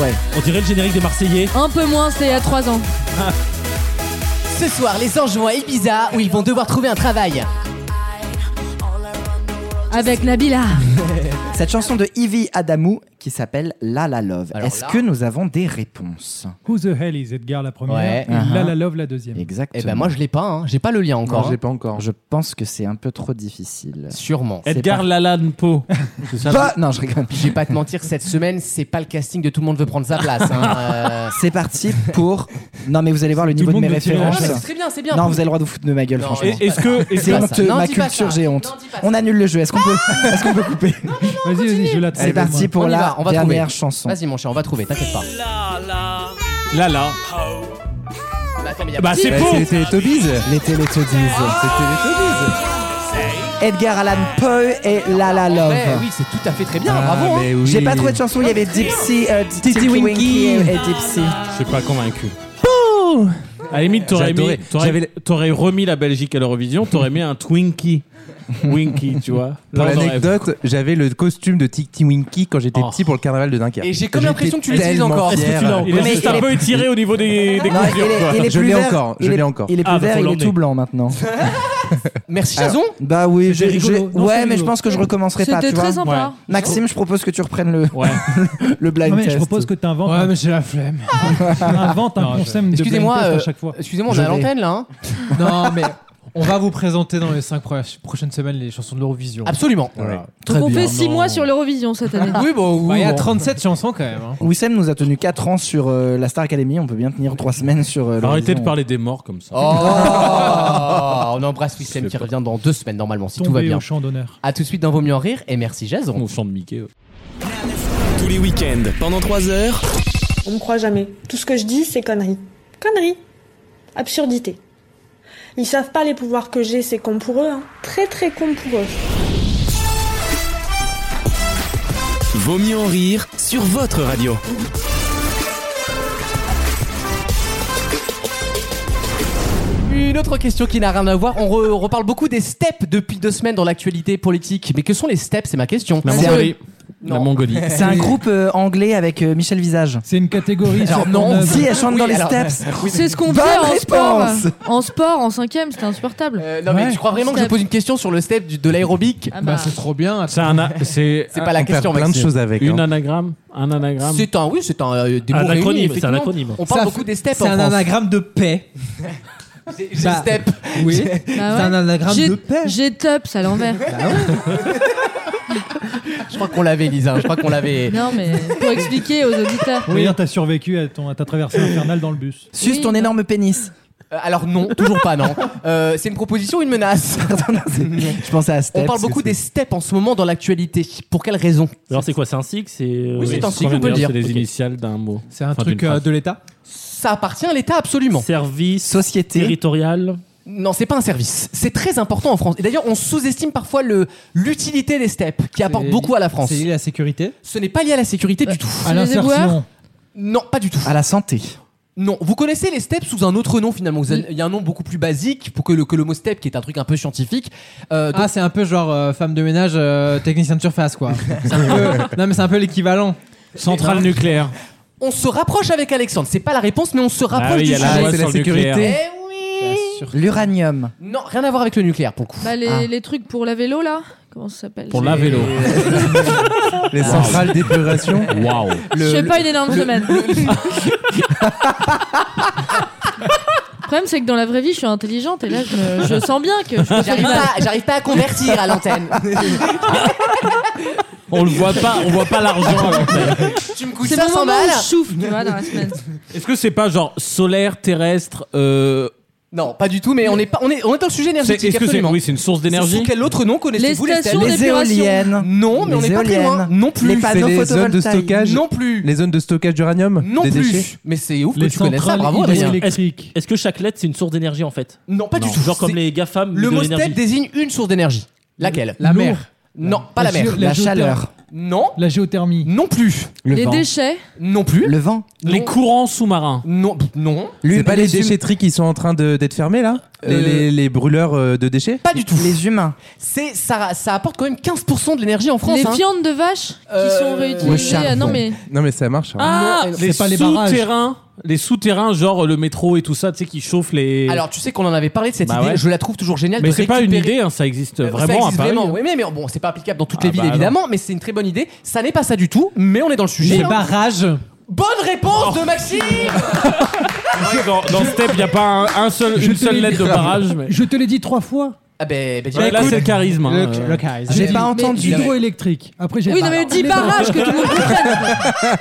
Speaker 6: Ouais.
Speaker 11: On dirait le générique des Marseillais.
Speaker 4: Un peu moins, c'était il y a 3 ans.
Speaker 2: Ce soir, les anges vont à Ibiza où ils vont devoir trouver un travail.
Speaker 4: Avec Nabila.
Speaker 6: Cette chanson de Ivy Adamou qui s'appelle La La Love.
Speaker 8: Alors
Speaker 6: Est-ce
Speaker 8: là-
Speaker 6: que nous avons des réponses
Speaker 8: Who the hell is Edgar la première
Speaker 6: Ouais.
Speaker 8: et
Speaker 6: Uh-huh.
Speaker 8: La La Love la deuxième.
Speaker 6: Exactement.
Speaker 8: Eh ben, moi, je
Speaker 2: l'ai pas, j'ai pas le lien
Speaker 8: encore,
Speaker 6: je
Speaker 8: hein.
Speaker 6: pas encore. Je pense que c'est un peu trop difficile.
Speaker 2: Sûrement.
Speaker 6: Edgar
Speaker 11: Lalan Poe.
Speaker 6: Bah, non, je rigole.
Speaker 2: Je vais pas te mentir, cette semaine, c'est pas le casting de tout le monde veut prendre sa place. hein. Euh,
Speaker 6: C'est parti pour. Non, mais vous allez voir le
Speaker 2: Tout
Speaker 6: niveau
Speaker 2: le
Speaker 6: de mes
Speaker 2: monde veut tirer la
Speaker 6: références.
Speaker 2: chaise. Non, mais c'est très bien, c'est bien.
Speaker 6: Non, vous avez le droit de vous foutre de ma gueule,
Speaker 2: Non,
Speaker 6: franchement.
Speaker 2: et- est-ce que- est-ce
Speaker 6: c'est
Speaker 2: que-
Speaker 6: honte,
Speaker 2: Non,
Speaker 6: ma
Speaker 2: dis pas
Speaker 6: culture,
Speaker 2: ça. Ah
Speaker 6: j'ai honte. On annule le jeu. Est-ce qu'on peut, est-ce qu'on peut couper
Speaker 8: Vas-y, vas-y, je la
Speaker 6: C'est parti pour
Speaker 2: on y
Speaker 6: la
Speaker 2: va, on va
Speaker 6: dernière
Speaker 2: trouver.
Speaker 6: chanson.
Speaker 2: Vas-y, mon cher, on va trouver, t'inquiète pas.
Speaker 11: Là, là.
Speaker 2: Bah, c'est
Speaker 6: Bah,
Speaker 2: beau.
Speaker 6: C'était les Tobies. C'était les Tobies. C'était les Tobies. Edgar Allan Poe et La La Love.
Speaker 2: Ouais, oui, c'est tout à fait très bien, bravo. hein. Ah,
Speaker 6: J'ai pas trouvé de chanson, il y avait Dipsy, euh, Titi Winky et et Dipsy.
Speaker 11: Je suis pas convaincu. À la limite, t'aurais
Speaker 6: J'adorais.
Speaker 11: mis- t'aurais- t'aurais remis la Belgique à l'Eurovision, t'aurais mis un Twinkie. Winky, tu vois.
Speaker 7: Pour
Speaker 11: Là, on aurait-
Speaker 7: l'anecdote, j'avais le costume de Tikti Winky quand j'étais petit pour le carnaval de Dunkerque.
Speaker 2: Oh. Et j'ai comme
Speaker 7: J'étais
Speaker 2: l'impression que tu l'utilises
Speaker 7: tellement
Speaker 2: encore.
Speaker 7: fier.
Speaker 11: Il est juste un peu étiré au niveau des, des
Speaker 7: Non, il
Speaker 11: coutures,
Speaker 7: est-
Speaker 11: quoi.
Speaker 7: il est Je plus l'ai vert- encore, je il est- l'ai encore.
Speaker 6: Il est plus
Speaker 11: Ah, bah,
Speaker 6: vert,
Speaker 11: faut
Speaker 6: il est
Speaker 11: l'emmener.
Speaker 6: tout blanc maintenant.
Speaker 2: Merci
Speaker 6: Alors,
Speaker 2: Jason.
Speaker 6: Ah. Bah oui, je-
Speaker 2: C'était
Speaker 6: je-
Speaker 2: rigolo. Non,
Speaker 6: ouais,
Speaker 2: c'est
Speaker 6: mais je
Speaker 2: rigolo.
Speaker 6: pense que je recommencerai pas.
Speaker 2: C'était
Speaker 6: tu
Speaker 2: très
Speaker 6: vois.
Speaker 2: sympa. Ouais.
Speaker 6: Maxime, je propose que tu reprennes le le blind
Speaker 8: Non, mais
Speaker 6: test.
Speaker 8: je propose que tu inventes.
Speaker 12: Ah,
Speaker 6: Ouais,
Speaker 8: mais j'ai la flemme. Invente un
Speaker 3: Non, je-
Speaker 8: concept de
Speaker 2: Excusez-moi,
Speaker 8: blind test
Speaker 2: euh,
Speaker 8: à chaque fois.
Speaker 2: excusez-moi, on est à l'antenne là. hein.
Speaker 3: Non, mais on va vous présenter dans les 5 prochaines semaines les chansons de l'Eurovision.
Speaker 2: Absolument.
Speaker 3: Voilà.
Speaker 4: Donc on fait 6 mois sur l'Eurovision cette année.
Speaker 3: Oui, bon, oui, Bah, il y a bon. 37 chansons quand
Speaker 12: hein.
Speaker 3: même.
Speaker 6: Wissem nous a tenu 4 ans sur euh, la Star Academy, on peut bien tenir 3 semaines sur euh,
Speaker 11: Arrêtez
Speaker 6: l'Eurovision.
Speaker 11: de parler des morts comme ça.
Speaker 2: Oh on embrasse Wissem qui revient dans deux semaines normalement si tout va
Speaker 11: Tombé
Speaker 2: bien.
Speaker 11: au champ
Speaker 2: d'honneur. À tout de suite dans Vaut mieux en rire et merci Jason. Au
Speaker 11: champ de Mickey.
Speaker 1: Tous les week-ends, pendant 3 heures.
Speaker 18: On me croit jamais. Tout ce que je dis, c'est conneries. Conneries. Absurdité. Ils savent pas les pouvoirs que j'ai, c'est con pour eux. hein. Très très con pour eux.
Speaker 1: Vaut mieux en rire sur votre radio.
Speaker 2: Une autre question qui n'a rien à voir. On, re- on reparle beaucoup des steppes depuis deux semaines dans l'actualité politique. Mais que sont les steppes C'est ma question.
Speaker 11: La
Speaker 2: C'est
Speaker 11: Mongolie.
Speaker 2: Non.
Speaker 11: La Mongolie.
Speaker 6: C'est un groupe euh, anglais avec euh, Michel Visage.
Speaker 8: C'est une catégorie.
Speaker 6: Alors non, si elle chante
Speaker 2: Oui,
Speaker 6: dans les
Speaker 2: alors-
Speaker 6: steps.
Speaker 2: Oui.
Speaker 4: C'est ce qu'on
Speaker 6: Bonne
Speaker 4: fait en sport.
Speaker 6: réponse.
Speaker 4: En sport, en cinquième, c'était insupportable.
Speaker 2: Euh, Non, mais tu crois vraiment que je pose une question sur le step du- de l'aérobique
Speaker 4: Ah bah. Bah, c'est
Speaker 2: trop bien.
Speaker 11: C'est un a- C'est
Speaker 2: C'est pas la
Speaker 11: on perd
Speaker 2: question,
Speaker 11: plein de
Speaker 2: Maxime.
Speaker 11: choses avec. hein.
Speaker 2: Une
Speaker 11: anagramme Un anagramme
Speaker 2: C'est un, oui, c'est un, euh, des
Speaker 11: Un
Speaker 2: mots réunis,
Speaker 11: acronyme, c'est
Speaker 2: effectivement.
Speaker 11: un acronyme.
Speaker 2: On parle
Speaker 11: Ça
Speaker 2: beaucoup
Speaker 11: fait-
Speaker 2: des steps
Speaker 11: c'est
Speaker 2: en
Speaker 11: un
Speaker 2: France.
Speaker 11: anagramme
Speaker 12: de paix.
Speaker 2: J'ai Ah, step.
Speaker 12: Oui.
Speaker 4: Bah
Speaker 12: C'est
Speaker 4: ouais.
Speaker 12: un anagramme
Speaker 4: J'ai-
Speaker 12: de paix. Bah
Speaker 4: J'ai tops à l'envers.
Speaker 2: Je crois qu'on l'avait, Lisa. Je crois qu'on l'avait.
Speaker 4: non, mais pour expliquer aux auditeurs.
Speaker 8: Oui, t'as survécu à, ton, à ta traversée infernale dans le bus.
Speaker 6: Suce ton énorme pénis.
Speaker 2: Euh, Alors non, toujours pas non. Euh, c'est une proposition ou une menace
Speaker 6: Je pensais à steps.
Speaker 2: On parle beaucoup des steps en ce moment dans l'actualité. Pour quelles raisons
Speaker 11: Alors c'est quoi C'est un sigle C'est euh,
Speaker 2: Oui, c'est un
Speaker 11: ce qu'on
Speaker 2: sigle, on peut
Speaker 11: vient de
Speaker 2: le dire.
Speaker 11: C'est les
Speaker 2: Ok.
Speaker 11: initiales d'un mot.
Speaker 3: C'est un
Speaker 11: Enfin,
Speaker 3: truc
Speaker 11: d'une
Speaker 3: euh,
Speaker 11: phrase.
Speaker 3: de l'État
Speaker 2: Ça appartient à l'État absolument.
Speaker 11: Service.
Speaker 6: Société.
Speaker 11: Territorial.
Speaker 2: Non, c'est pas un service. C'est très important en France. Et d'ailleurs, on sous-estime parfois le l'utilité des steps qui apportent beaucoup à la France.
Speaker 3: C'est lié à la sécurité Euh,
Speaker 2: Ce n'est pas lié à la sécurité du tout.
Speaker 3: À l'insertion.
Speaker 2: Non, pas du tout.
Speaker 6: À la santé.
Speaker 2: Non, vous connaissez les steps sous un autre nom finalement. Vous avez- Il y a un nom beaucoup plus basique pour que le, que le mot step, qui est un truc un peu scientifique. Euh, donc-
Speaker 12: Ah, c'est un peu genre euh, femme de ménage, euh, technicien de surface, quoi. C'est un peu- non, mais c'est un peu l'équivalent.
Speaker 11: Centrale
Speaker 12: Non.
Speaker 11: nucléaire.
Speaker 2: on se rapproche avec Alexandre. C'est pas la réponse, mais on se rapproche
Speaker 11: Ah oui, il
Speaker 2: du
Speaker 11: y a la
Speaker 2: sujet.
Speaker 11: loi C'est la sur le sécurité. nucléaire.
Speaker 2: Eh oui.
Speaker 6: L'uranium.
Speaker 2: Non, rien à voir avec le nucléaire pour le coup.
Speaker 4: Bah, les,
Speaker 2: Ah.
Speaker 4: les trucs pour la vélo là Comment ça s'appelle
Speaker 2: Pour la vélo.
Speaker 7: Les centrales d'épuration.
Speaker 11: Waouh.
Speaker 4: Je fais pas une énorme semaine. Le problème, c'est que dans la vraie vie, je suis intelligente et là, je, me- je sens bien que je me fais du
Speaker 2: J'arrive
Speaker 4: mal.
Speaker 2: pas, j'arrive pas à convertir à l'antenne.
Speaker 11: On le voit pas, on voit pas l'argent. avec elle.
Speaker 2: tu me coûtes
Speaker 4: C'est le
Speaker 2: 500
Speaker 4: moment où
Speaker 2: balles.
Speaker 4: je souffle, tu vois, dans la semaine.
Speaker 11: Est-ce que c'est pas genre solaire, terrestre euh,
Speaker 2: Non, pas du tout, mais on est, pas, on est, on est dans le sujet
Speaker 11: c'est-
Speaker 2: énergétique.
Speaker 11: Est-ce que c'est
Speaker 2: absolument.
Speaker 11: oui, c'est une source
Speaker 2: Sous
Speaker 11: d'énergie
Speaker 2: quel autre nom connaissez-vous
Speaker 4: Les stations
Speaker 2: steps
Speaker 6: Les éoliennes.
Speaker 2: Non, mais on
Speaker 6: Les
Speaker 2: est pas très loin.
Speaker 6: éoliennes.
Speaker 2: Non plus.
Speaker 6: Les panneaux
Speaker 7: les zones de
Speaker 6: photovoltaïques.
Speaker 7: stockage.
Speaker 2: Non plus.
Speaker 7: Les zones de stockage d'uranium.
Speaker 2: Non
Speaker 7: des
Speaker 2: plus.
Speaker 7: déchets.
Speaker 2: Mais c'est ouf
Speaker 7: Les
Speaker 2: que tu connais ça,
Speaker 7: centrales
Speaker 2: bravo Adrien.
Speaker 7: hydroélectriques.
Speaker 11: Est-ce est-ce que chaque lettre c'est une source d'énergie en fait
Speaker 2: Non, pas du tout.
Speaker 11: Genre comme
Speaker 2: C'est-
Speaker 11: les GAFAM.
Speaker 2: Le
Speaker 11: de
Speaker 2: mot
Speaker 11: l'énergie.
Speaker 2: step désigne une source d'énergie. Laquelle
Speaker 3: La L'eau. mer.
Speaker 2: Non, pas la,
Speaker 3: La
Speaker 2: mer.
Speaker 3: gé- la La géothermie. chaleur.
Speaker 2: Non.
Speaker 3: La géothermie.
Speaker 2: Non plus.
Speaker 4: Les déchets
Speaker 2: Non plus.
Speaker 6: Le vent.
Speaker 11: Les courants sous-marins.
Speaker 2: Non. Non.
Speaker 7: C'est pas les
Speaker 6: les hum-
Speaker 7: déchetteries qui sont en train de- d'être fermées là Les-
Speaker 2: Euh,
Speaker 7: les, les brûleurs euh, de déchets
Speaker 2: Pas du tout.
Speaker 6: Les humains.
Speaker 2: C'est ça, ça apporte quand même 15% de l'énergie en France.
Speaker 4: les
Speaker 2: hein.
Speaker 4: viandes de vache qui
Speaker 2: Euh,
Speaker 4: sont
Speaker 2: le
Speaker 4: réutilisées.
Speaker 2: charbon.
Speaker 4: Ah non, mais.
Speaker 7: Non mais ça marche. hein.
Speaker 11: Ah,
Speaker 2: Non,
Speaker 11: les
Speaker 2: c'est pas les barrages.
Speaker 11: souterrains Les souterrains, genre le métro et tout ça, tu sais, qui chauffent les.
Speaker 2: Alors, tu sais qu'on en avait parlé de cette idée, je la trouve toujours géniale.
Speaker 11: Bah Mais
Speaker 2: de
Speaker 11: c'est pas une
Speaker 2: récupérer-
Speaker 11: idée, hein, ça existe
Speaker 2: Euh,
Speaker 11: vraiment
Speaker 2: ça existe
Speaker 11: à Paris. hein.
Speaker 2: vraiment, oui, mais, mais bon, c'est pas applicable dans toutes
Speaker 11: Ah
Speaker 2: les villes
Speaker 11: bah non.
Speaker 2: évidemment, mais c'est une très bonne idée. Ça n'est pas ça du tout, mais on est dans le sujet.
Speaker 11: Les
Speaker 2: barrages. Bonne réponse
Speaker 11: Oh.
Speaker 2: de Maxime.
Speaker 11: Dans, dans Step, il n'y a pas un, un seul,
Speaker 3: Je
Speaker 11: une
Speaker 3: te l'ai
Speaker 11: seule lettre
Speaker 3: dit.
Speaker 11: de barrage. Mais...
Speaker 3: Je te l'ai dit trois fois.
Speaker 2: Ah ben,
Speaker 11: Ouais, là, c'est le charisme. hein. Euh,
Speaker 3: J'ai dit hydroélectrique. Après, j'ai
Speaker 4: Oui,
Speaker 3: pas-
Speaker 4: non, mais dis barrage que tout le monde comprenne.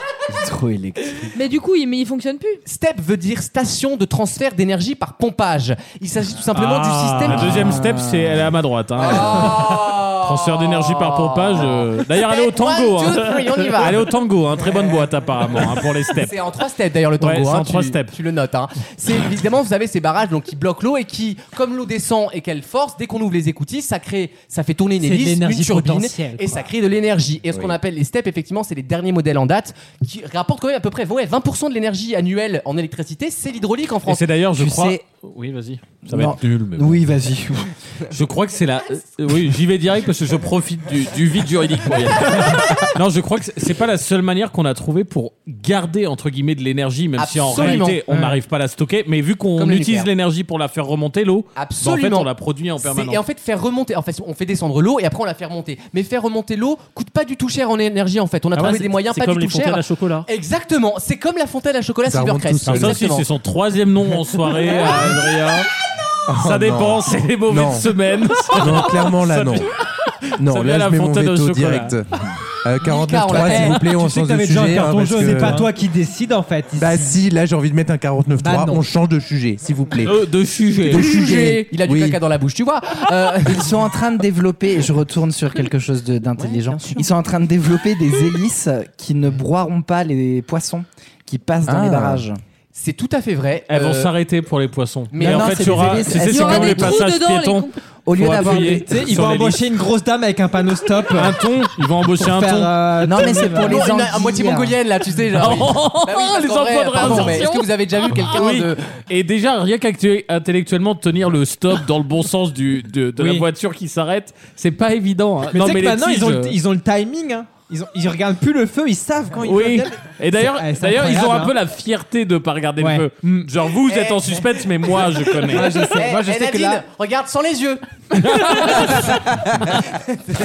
Speaker 6: Trop électrique.
Speaker 4: Mais du coup, il, mais il fonctionne plus.
Speaker 2: Step veut dire station de transfert d'énergie par pompage. Il s'agit tout simplement
Speaker 11: Ah,
Speaker 2: du système.
Speaker 11: La deuxième step, c'est elle est à ma droite. hein.
Speaker 2: Oh.
Speaker 11: Transfert d'énergie par pompage. euh. D'ailleurs, elle est au
Speaker 2: Step one,
Speaker 11: tango.
Speaker 2: two,
Speaker 11: hein.
Speaker 2: three, on y va.
Speaker 11: Elle est au tango. hein. Très bonne boîte, apparemment, hein, pour les steps.
Speaker 2: C'est en trois steps d'ailleurs le tango.
Speaker 11: Ouais, c'est
Speaker 2: hein,
Speaker 11: en
Speaker 2: tu,
Speaker 11: trois steps.
Speaker 2: tu le notes. hein. C'est évidemment, vous savez, ces barrages donc, qui bloquent l'eau et qui, comme l'eau descend et qu'elle force, dès qu'on ouvre les écoutilles, ça crée, ça fait tourner une
Speaker 12: C'est de
Speaker 2: hélice, une
Speaker 12: l'énergie
Speaker 2: turbine
Speaker 12: potentielle,
Speaker 2: et ça crée de l'énergie. Et ce qu'on appelle les steps, effectivement, c'est les derniers modèles en date qui rapportent quand même à peu près ouais, 20% de l'énergie annuelle en électricité, c'est l'hydraulique en
Speaker 11: Et
Speaker 2: France.
Speaker 11: c'est d'ailleurs, je
Speaker 2: Tu
Speaker 11: crois.
Speaker 2: sais-
Speaker 11: Oui, vas-y. Ça va
Speaker 6: Non.
Speaker 11: être nul, mais. bon.
Speaker 6: Oui, vas-y.
Speaker 11: Je crois que c'est la. euh, Oui, j'y vais direct parce que je profite du, du vide juridique pour y aller. Non, je crois que c'est- c'est pas la seule manière qu'on a trouvé pour garder entre guillemets de l'énergie, même si en
Speaker 2: Absolument.
Speaker 11: réalité on
Speaker 2: Ouais.
Speaker 11: n'arrive pas à la stocker. Mais vu qu'on
Speaker 2: Comme le
Speaker 11: utilise
Speaker 2: nucléaire.
Speaker 11: l'énergie pour la faire remonter l'eau, bah, en fait
Speaker 2: Absolument.
Speaker 11: on la produit en
Speaker 2: C'est-
Speaker 11: permanence.
Speaker 2: Et en fait, faire remonter. En fait, on fait descendre l'eau et après on la fait remonter. Mais faire remonter l'eau coûte pas du tout cher en énergie en fait. On a
Speaker 11: Ah ouais,
Speaker 2: trouvé
Speaker 11: c'est-
Speaker 2: des moyens
Speaker 11: c'est
Speaker 2: pas
Speaker 11: comme
Speaker 2: du
Speaker 11: les
Speaker 2: tout
Speaker 11: fontaines
Speaker 2: chers.
Speaker 11: à chocolat.
Speaker 2: Exactement. C'est comme la fontaine à chocolat
Speaker 11: Ça remonte
Speaker 2: Silvercrest.
Speaker 11: tout seul. Ah, ça,
Speaker 2: Exactement. Ah
Speaker 11: c'est son troisième nom en soirée, euh, Adrien. ça
Speaker 7: Oh,
Speaker 11: dépend,
Speaker 7: non.
Speaker 11: c'est les mauvaises
Speaker 7: Non.
Speaker 11: semaines.
Speaker 7: Non, clairement, là,
Speaker 11: Ça
Speaker 7: non.
Speaker 11: vient-
Speaker 7: Non,
Speaker 11: ça vient
Speaker 7: là,
Speaker 11: à
Speaker 7: je
Speaker 11: la
Speaker 7: mets mon
Speaker 11: fontaine au
Speaker 7: veto
Speaker 11: chocolat.
Speaker 7: direct. Euh,
Speaker 2: Mika, on l'a
Speaker 7: 49.3,
Speaker 2: fait.
Speaker 7: s'il vous plaît, on change de sujet. hein, parce que-
Speaker 12: C'est pas toi qui décide en fait.
Speaker 7: Bah si, là, j'ai envie de mettre un 49.3.
Speaker 12: Bah, non.
Speaker 7: on change de sujet, s'il vous plaît.
Speaker 11: Euh, de sujet.
Speaker 7: De
Speaker 2: Jugé. Il a du
Speaker 7: Oui.
Speaker 2: caca dans la bouche, tu vois.
Speaker 6: Euh, Ils sont en train de développer, et je retourne sur quelque chose de- d'intelligent, ils sont en train de développer des hélices qui ne broieront pas les poissons qui passent dans les
Speaker 11: Ah.
Speaker 6: barrages.
Speaker 2: C'est tout à fait vrai.
Speaker 11: Elles vont
Speaker 2: Euh,
Speaker 11: s'arrêter pour les poissons.
Speaker 2: mais
Speaker 11: Mais,
Speaker 2: non,
Speaker 11: en
Speaker 2: c'est
Speaker 11: fait,
Speaker 2: des
Speaker 11: tu auras,
Speaker 2: hélices.
Speaker 11: tu sais,
Speaker 2: Il y
Speaker 11: c'est
Speaker 2: aura
Speaker 11: comme
Speaker 2: des
Speaker 11: les
Speaker 2: trous
Speaker 11: passages
Speaker 2: dedans, les
Speaker 11: piétons.
Speaker 2: cons.
Speaker 6: Au lieu
Speaker 11: Faut
Speaker 6: d'avoir
Speaker 11: appuyer
Speaker 6: des-
Speaker 12: Tu sais, ils
Speaker 11: sur
Speaker 12: vont
Speaker 11: les
Speaker 12: embaucher une grosse dame avec un panneau stop.
Speaker 11: Un ton Ils vont embaucher
Speaker 12: Pour
Speaker 11: un
Speaker 12: faire,
Speaker 11: ton.
Speaker 12: euh,
Speaker 6: Non, mais c'est pour les
Speaker 2: Non, une-
Speaker 6: anguilles.
Speaker 2: à moitié mongolienne là, tu sais. Genre,
Speaker 11: Oh,
Speaker 2: Bah oui, parce
Speaker 11: les
Speaker 2: qu'en vrai,
Speaker 11: enfants de
Speaker 2: pardon, mais Est-ce
Speaker 11: réinsertion.
Speaker 2: que vous avez déjà vu quelqu'un
Speaker 11: Oui.
Speaker 2: de.
Speaker 11: Et déjà, rien qu'intellectuellement, tenir le stop dans le bon sens du, de, de la
Speaker 12: Oui.
Speaker 11: voiture qui s'arrête, c'est pas évident. hein.
Speaker 12: Mais tu sais que
Speaker 11: les
Speaker 12: maintenant, ils ont,
Speaker 11: tiges,
Speaker 12: le- ils ont le timing. hein. Ils, ont- ils regardent plus le feu, ils savent quand ils
Speaker 11: Oui. Et d'ailleurs,
Speaker 12: C'est- eh, c'est
Speaker 11: d'ailleurs, ils ont un
Speaker 12: incroyable,
Speaker 11: peu la fierté de pas regarder
Speaker 12: Ouais. Mm.
Speaker 11: le feu. Genre, vous vous êtes en suspense, mais moi, je connais.
Speaker 12: Moi, je sais. Moi, je
Speaker 2: Eh,
Speaker 12: sais
Speaker 2: eh,
Speaker 12: que
Speaker 2: Nadine,
Speaker 12: là-
Speaker 2: regarde sans les yeux.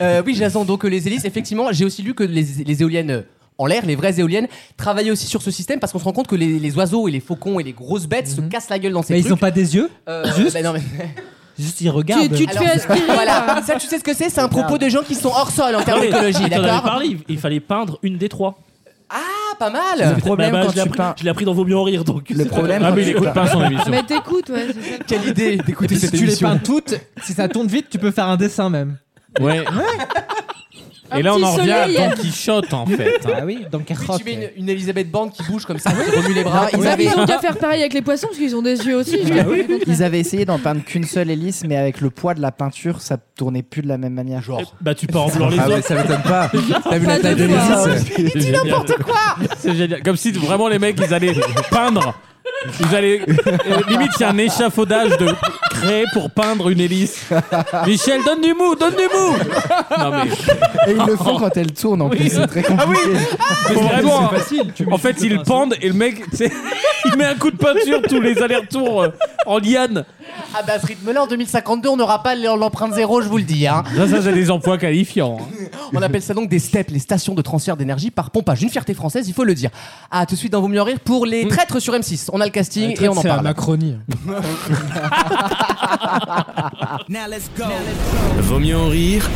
Speaker 2: Euh, oui, Jason, donc euh, les hélices, effectivement, j'ai aussi lu que les, les éoliennes euh, en l'air, les vraies éoliennes, travaillaient aussi sur ce système parce qu'on se rend compte que les, les oiseaux et les faucons et les grosses bêtes se cassent la gueule dans ces
Speaker 12: Mhm. Mais
Speaker 2: trucs.
Speaker 12: ils ont pas des yeux,
Speaker 2: Euh,
Speaker 12: juste,
Speaker 2: bah non, mais-
Speaker 12: juste ils regardent.
Speaker 4: Tu- tu te
Speaker 2: Alors,
Speaker 4: fais aspirer,
Speaker 2: Voilà, ça tu sais ce que c'est C'est un propos de gens qui sont hors sol en termes
Speaker 12: Ah
Speaker 5: Attendez,
Speaker 2: d'écologie,
Speaker 5: attendez, on avait
Speaker 2: d'accord
Speaker 5: parlé, il- il fallait peindre une des trois.
Speaker 2: Ah, pas mal
Speaker 6: problème quand
Speaker 5: je l'ai
Speaker 6: tu
Speaker 5: appris-
Speaker 6: peins-
Speaker 5: Je l'ai appris dans Vos mieux en rire donc.
Speaker 6: Le problème,
Speaker 11: Ah,
Speaker 6: quand
Speaker 11: mais il
Speaker 6: tu-
Speaker 11: écoute pas son émission.
Speaker 4: Mais t'écoutes, ouais. c'est ça.
Speaker 2: Quelle idée d'écouter
Speaker 12: Et puis,
Speaker 2: cette
Speaker 12: si tu les
Speaker 2: émission.
Speaker 12: peins toutes, si ça tourne vite, tu peux faire un dessin même.
Speaker 11: Ouais. Et là,
Speaker 4: Un
Speaker 11: on
Speaker 4: petit
Speaker 11: en revient à
Speaker 4: soleil.
Speaker 11: Don Quichotte, en fait. hein.
Speaker 12: Ah oui, dans
Speaker 2: Oui,
Speaker 12: Kerchot.
Speaker 2: tu mets une, une Elisabeth Borne qui bouge comme ça, qui remue les bras. Ah, Ils
Speaker 4: Bah,
Speaker 2: avaient-
Speaker 4: Ils ont qu'à faire pareil avec les poissons parce qu'ils ont des yeux aussi. je
Speaker 5: Bah
Speaker 2: Ah
Speaker 4: te dis.
Speaker 6: Ils avaient essayé d'en peindre qu'une seule hélice, mais avec le poids de la peinture, ça tournait plus de la même manière.
Speaker 2: Genre.
Speaker 5: Bah tu pars en blanc les
Speaker 7: Ah ouais,
Speaker 5: autres.
Speaker 7: ça m'étonne pas. T'as vu la
Speaker 4: Pas
Speaker 7: taille
Speaker 4: de
Speaker 7: de
Speaker 4: poids.
Speaker 7: l'hélice
Speaker 11: C'est génial. C'est génial. Comme si vraiment les mecs, ils allaient peindre. Ils allaient. euh, limite, il y a un échafaudage de créer pour peindre une hélice. Michel, donne du mou, donne du mou Non mais. Ah
Speaker 6: Et ils le font quand elle tourne en plus, c'est très compliqué.
Speaker 11: faut vraiment.
Speaker 8: C'est facile. tu mets
Speaker 11: En fait,
Speaker 8: juste le
Speaker 11: ils
Speaker 8: pinceau.
Speaker 11: pendent et le mec, tu sais, il met un coup de peinture tous les allers-retours euh, en liane.
Speaker 2: Ah bah à ce rythme-là, en 2052, on n'aura pas l'empreinte zéro, je vous le dis. Hein.
Speaker 11: Ça, ça, c'est des emplois qualifiants. hein.
Speaker 2: On appelle ça donc des steps, les stations de transfert d'énergie par pompage. Une fierté française, il faut le dire. À tout de suite dans Vaut mieux en rire pour
Speaker 11: Mm.
Speaker 2: les traîtres sur M6. On a le
Speaker 12: Ah,
Speaker 2: casting et on en
Speaker 3: C'est la
Speaker 2: parle.
Speaker 3: Macronie.
Speaker 1: Vaut mieux en rire.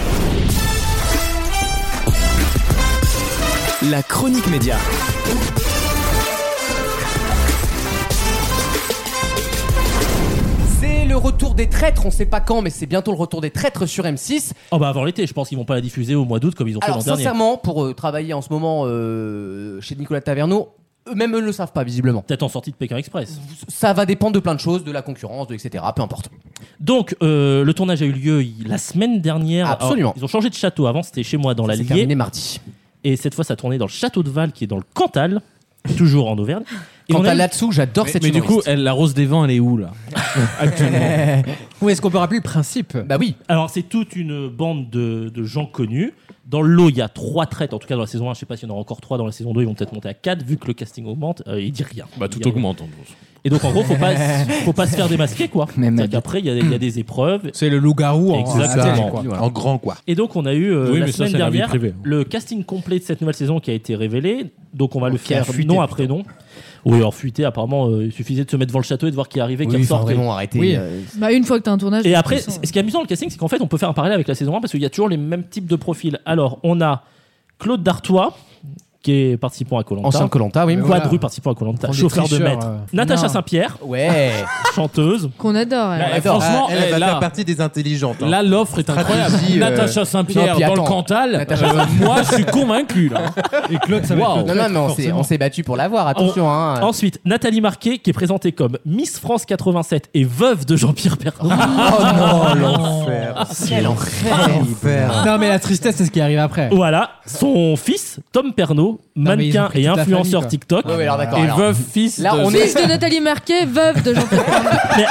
Speaker 1: La chronique média.
Speaker 2: C'est le retour des traîtres, on sait pas quand, mais c'est bientôt le retour des traîtres sur M6.
Speaker 5: Oh bah avant l'été, je pense qu'ils vont pas la diffuser au mois d'août comme ils ont fait l'an
Speaker 2: Alors
Speaker 5: dernier.
Speaker 2: sincèrement, pour euh, travailler en ce moment euh, chez Nicolas Taverneau, eux-mêmes eux ne le savent pas visiblement.
Speaker 5: Peut-être en sortie de Pékin Express.
Speaker 2: Ça va dépendre de plein de choses, de la concurrence, de etc. Peu importe.
Speaker 5: Donc, euh, le tournage a eu lieu il- la semaine dernière.
Speaker 2: Absolument.
Speaker 5: Alors, ils ont changé de château. Avant, c'était chez moi dans
Speaker 2: Ça s'est
Speaker 5: l'Allier.
Speaker 2: terminé mardi.
Speaker 5: Et cette fois, ça tournait dans le château de Val qui est dans le Cantal, toujours en Auvergne.
Speaker 2: Quant à là-dessous, j'adore
Speaker 11: Mais-
Speaker 2: cette
Speaker 11: Mais du coup,
Speaker 2: humoriste.
Speaker 11: elle, la rose des vents, elle est où là Actuellement.
Speaker 12: Où est-ce qu'on peut rappeler le principe
Speaker 2: Bah oui.
Speaker 5: Alors, c'est toute une bande de, de gens connus. Dans le lot, il y a trois traites, en tout cas dans la saison 1. Je sais pas s'il y en aura encore trois dans la saison 2. Ils vont peut-être monter à 4 vu que le casting augmente. Euh, il dit rien.
Speaker 11: Bah,
Speaker 5: Il
Speaker 11: tout
Speaker 5: dit rien.
Speaker 11: augmente, en
Speaker 5: Et donc, en gros, faut pas, faut pas se faire démasquer, quoi.
Speaker 11: Mais
Speaker 5: C'est-à-dire
Speaker 11: merde.
Speaker 5: qu'après, il y, a- il y a des épreuves.
Speaker 3: C'est le loup-garou en-
Speaker 5: Exactement.
Speaker 3: en-
Speaker 5: Voilà.
Speaker 7: En grand, quoi.
Speaker 5: Et donc, on a eu euh,
Speaker 7: Oui,
Speaker 5: la
Speaker 7: mais ça,
Speaker 5: semaine
Speaker 7: c'est la vie
Speaker 5: dernière
Speaker 7: privée.
Speaker 5: le casting complet de cette nouvelle saison qui a été révélé. Donc, on va le
Speaker 2: Qui a
Speaker 5: faire
Speaker 2: fuité,
Speaker 5: nom après nom. Oui, alors fuité, apparemment, euh, il suffisait de se mettre devant le château et de voir qui arrivait, qui
Speaker 2: Oui,
Speaker 5: ressortait.
Speaker 2: enfin, vraiment, arrêtez,
Speaker 5: Oui.
Speaker 2: euh,
Speaker 4: Bah, une fois que t'as un tournage.
Speaker 5: Et
Speaker 4: de
Speaker 5: après,
Speaker 4: toute façon,
Speaker 5: ce qui est amusant dans le casting, c'est qu'en fait, on peut faire un parallèle avec la saison 1 parce qu'il y a toujours les mêmes types de profils. Alors, on a Claude Dartois, qui est participant à Colanta.
Speaker 2: Ancien Koh-Lanta, oui.
Speaker 5: Quadru
Speaker 2: Voilà.
Speaker 5: participant à Colanta.
Speaker 2: Prends des
Speaker 5: Chauffeur de
Speaker 2: tricheurs,
Speaker 5: maître.
Speaker 2: euh. Non.
Speaker 5: Natacha Saint-Pierre.
Speaker 2: Ouais.
Speaker 5: Chanteuse. Bah,
Speaker 4: Qu'on adore. elle.
Speaker 11: Eh, franchement,
Speaker 7: elle, elle
Speaker 11: eh,
Speaker 7: va
Speaker 11: là-
Speaker 7: faire partie des intelligentes. hein.
Speaker 11: Là, l'offre est incroyable.
Speaker 7: Stratégie, euh,
Speaker 11: Natacha
Speaker 7: non,
Speaker 11: Saint-Pierre
Speaker 7: puis
Speaker 11: dans le
Speaker 7: attends.
Speaker 11: Cantal.
Speaker 7: Natacha-
Speaker 11: euh, moi, je suis convaincu là.
Speaker 3: Et Claude,
Speaker 2: ça va être Claude, Non, non, mais on s'est- forcément. on s'est battu pour l'avoir, attention, hein.
Speaker 5: Ensuite, Nathalie Marquet, qui est présentée comme Miss France 87 et veuve de Jean-Pierre Pernaut.
Speaker 12: Oh non,
Speaker 1: Ah,
Speaker 5: l'enfer.
Speaker 12: Quel Non, mais la tristesse, c'est ce qui arrive après.
Speaker 5: Voilà, son fils, Tom Pernaud,
Speaker 12: mais ils ont
Speaker 5: mannequin
Speaker 12: pris
Speaker 5: et
Speaker 12: toute la
Speaker 5: influenceur
Speaker 12: famille, quoi.
Speaker 5: TikTok.
Speaker 12: Ouais, ouais, alors d'accord,
Speaker 5: et
Speaker 12: alors.
Speaker 5: veuve fils
Speaker 12: Là,
Speaker 5: de...
Speaker 12: on
Speaker 4: Fils de Nathalie Marquet, veuve de Jean-Pierre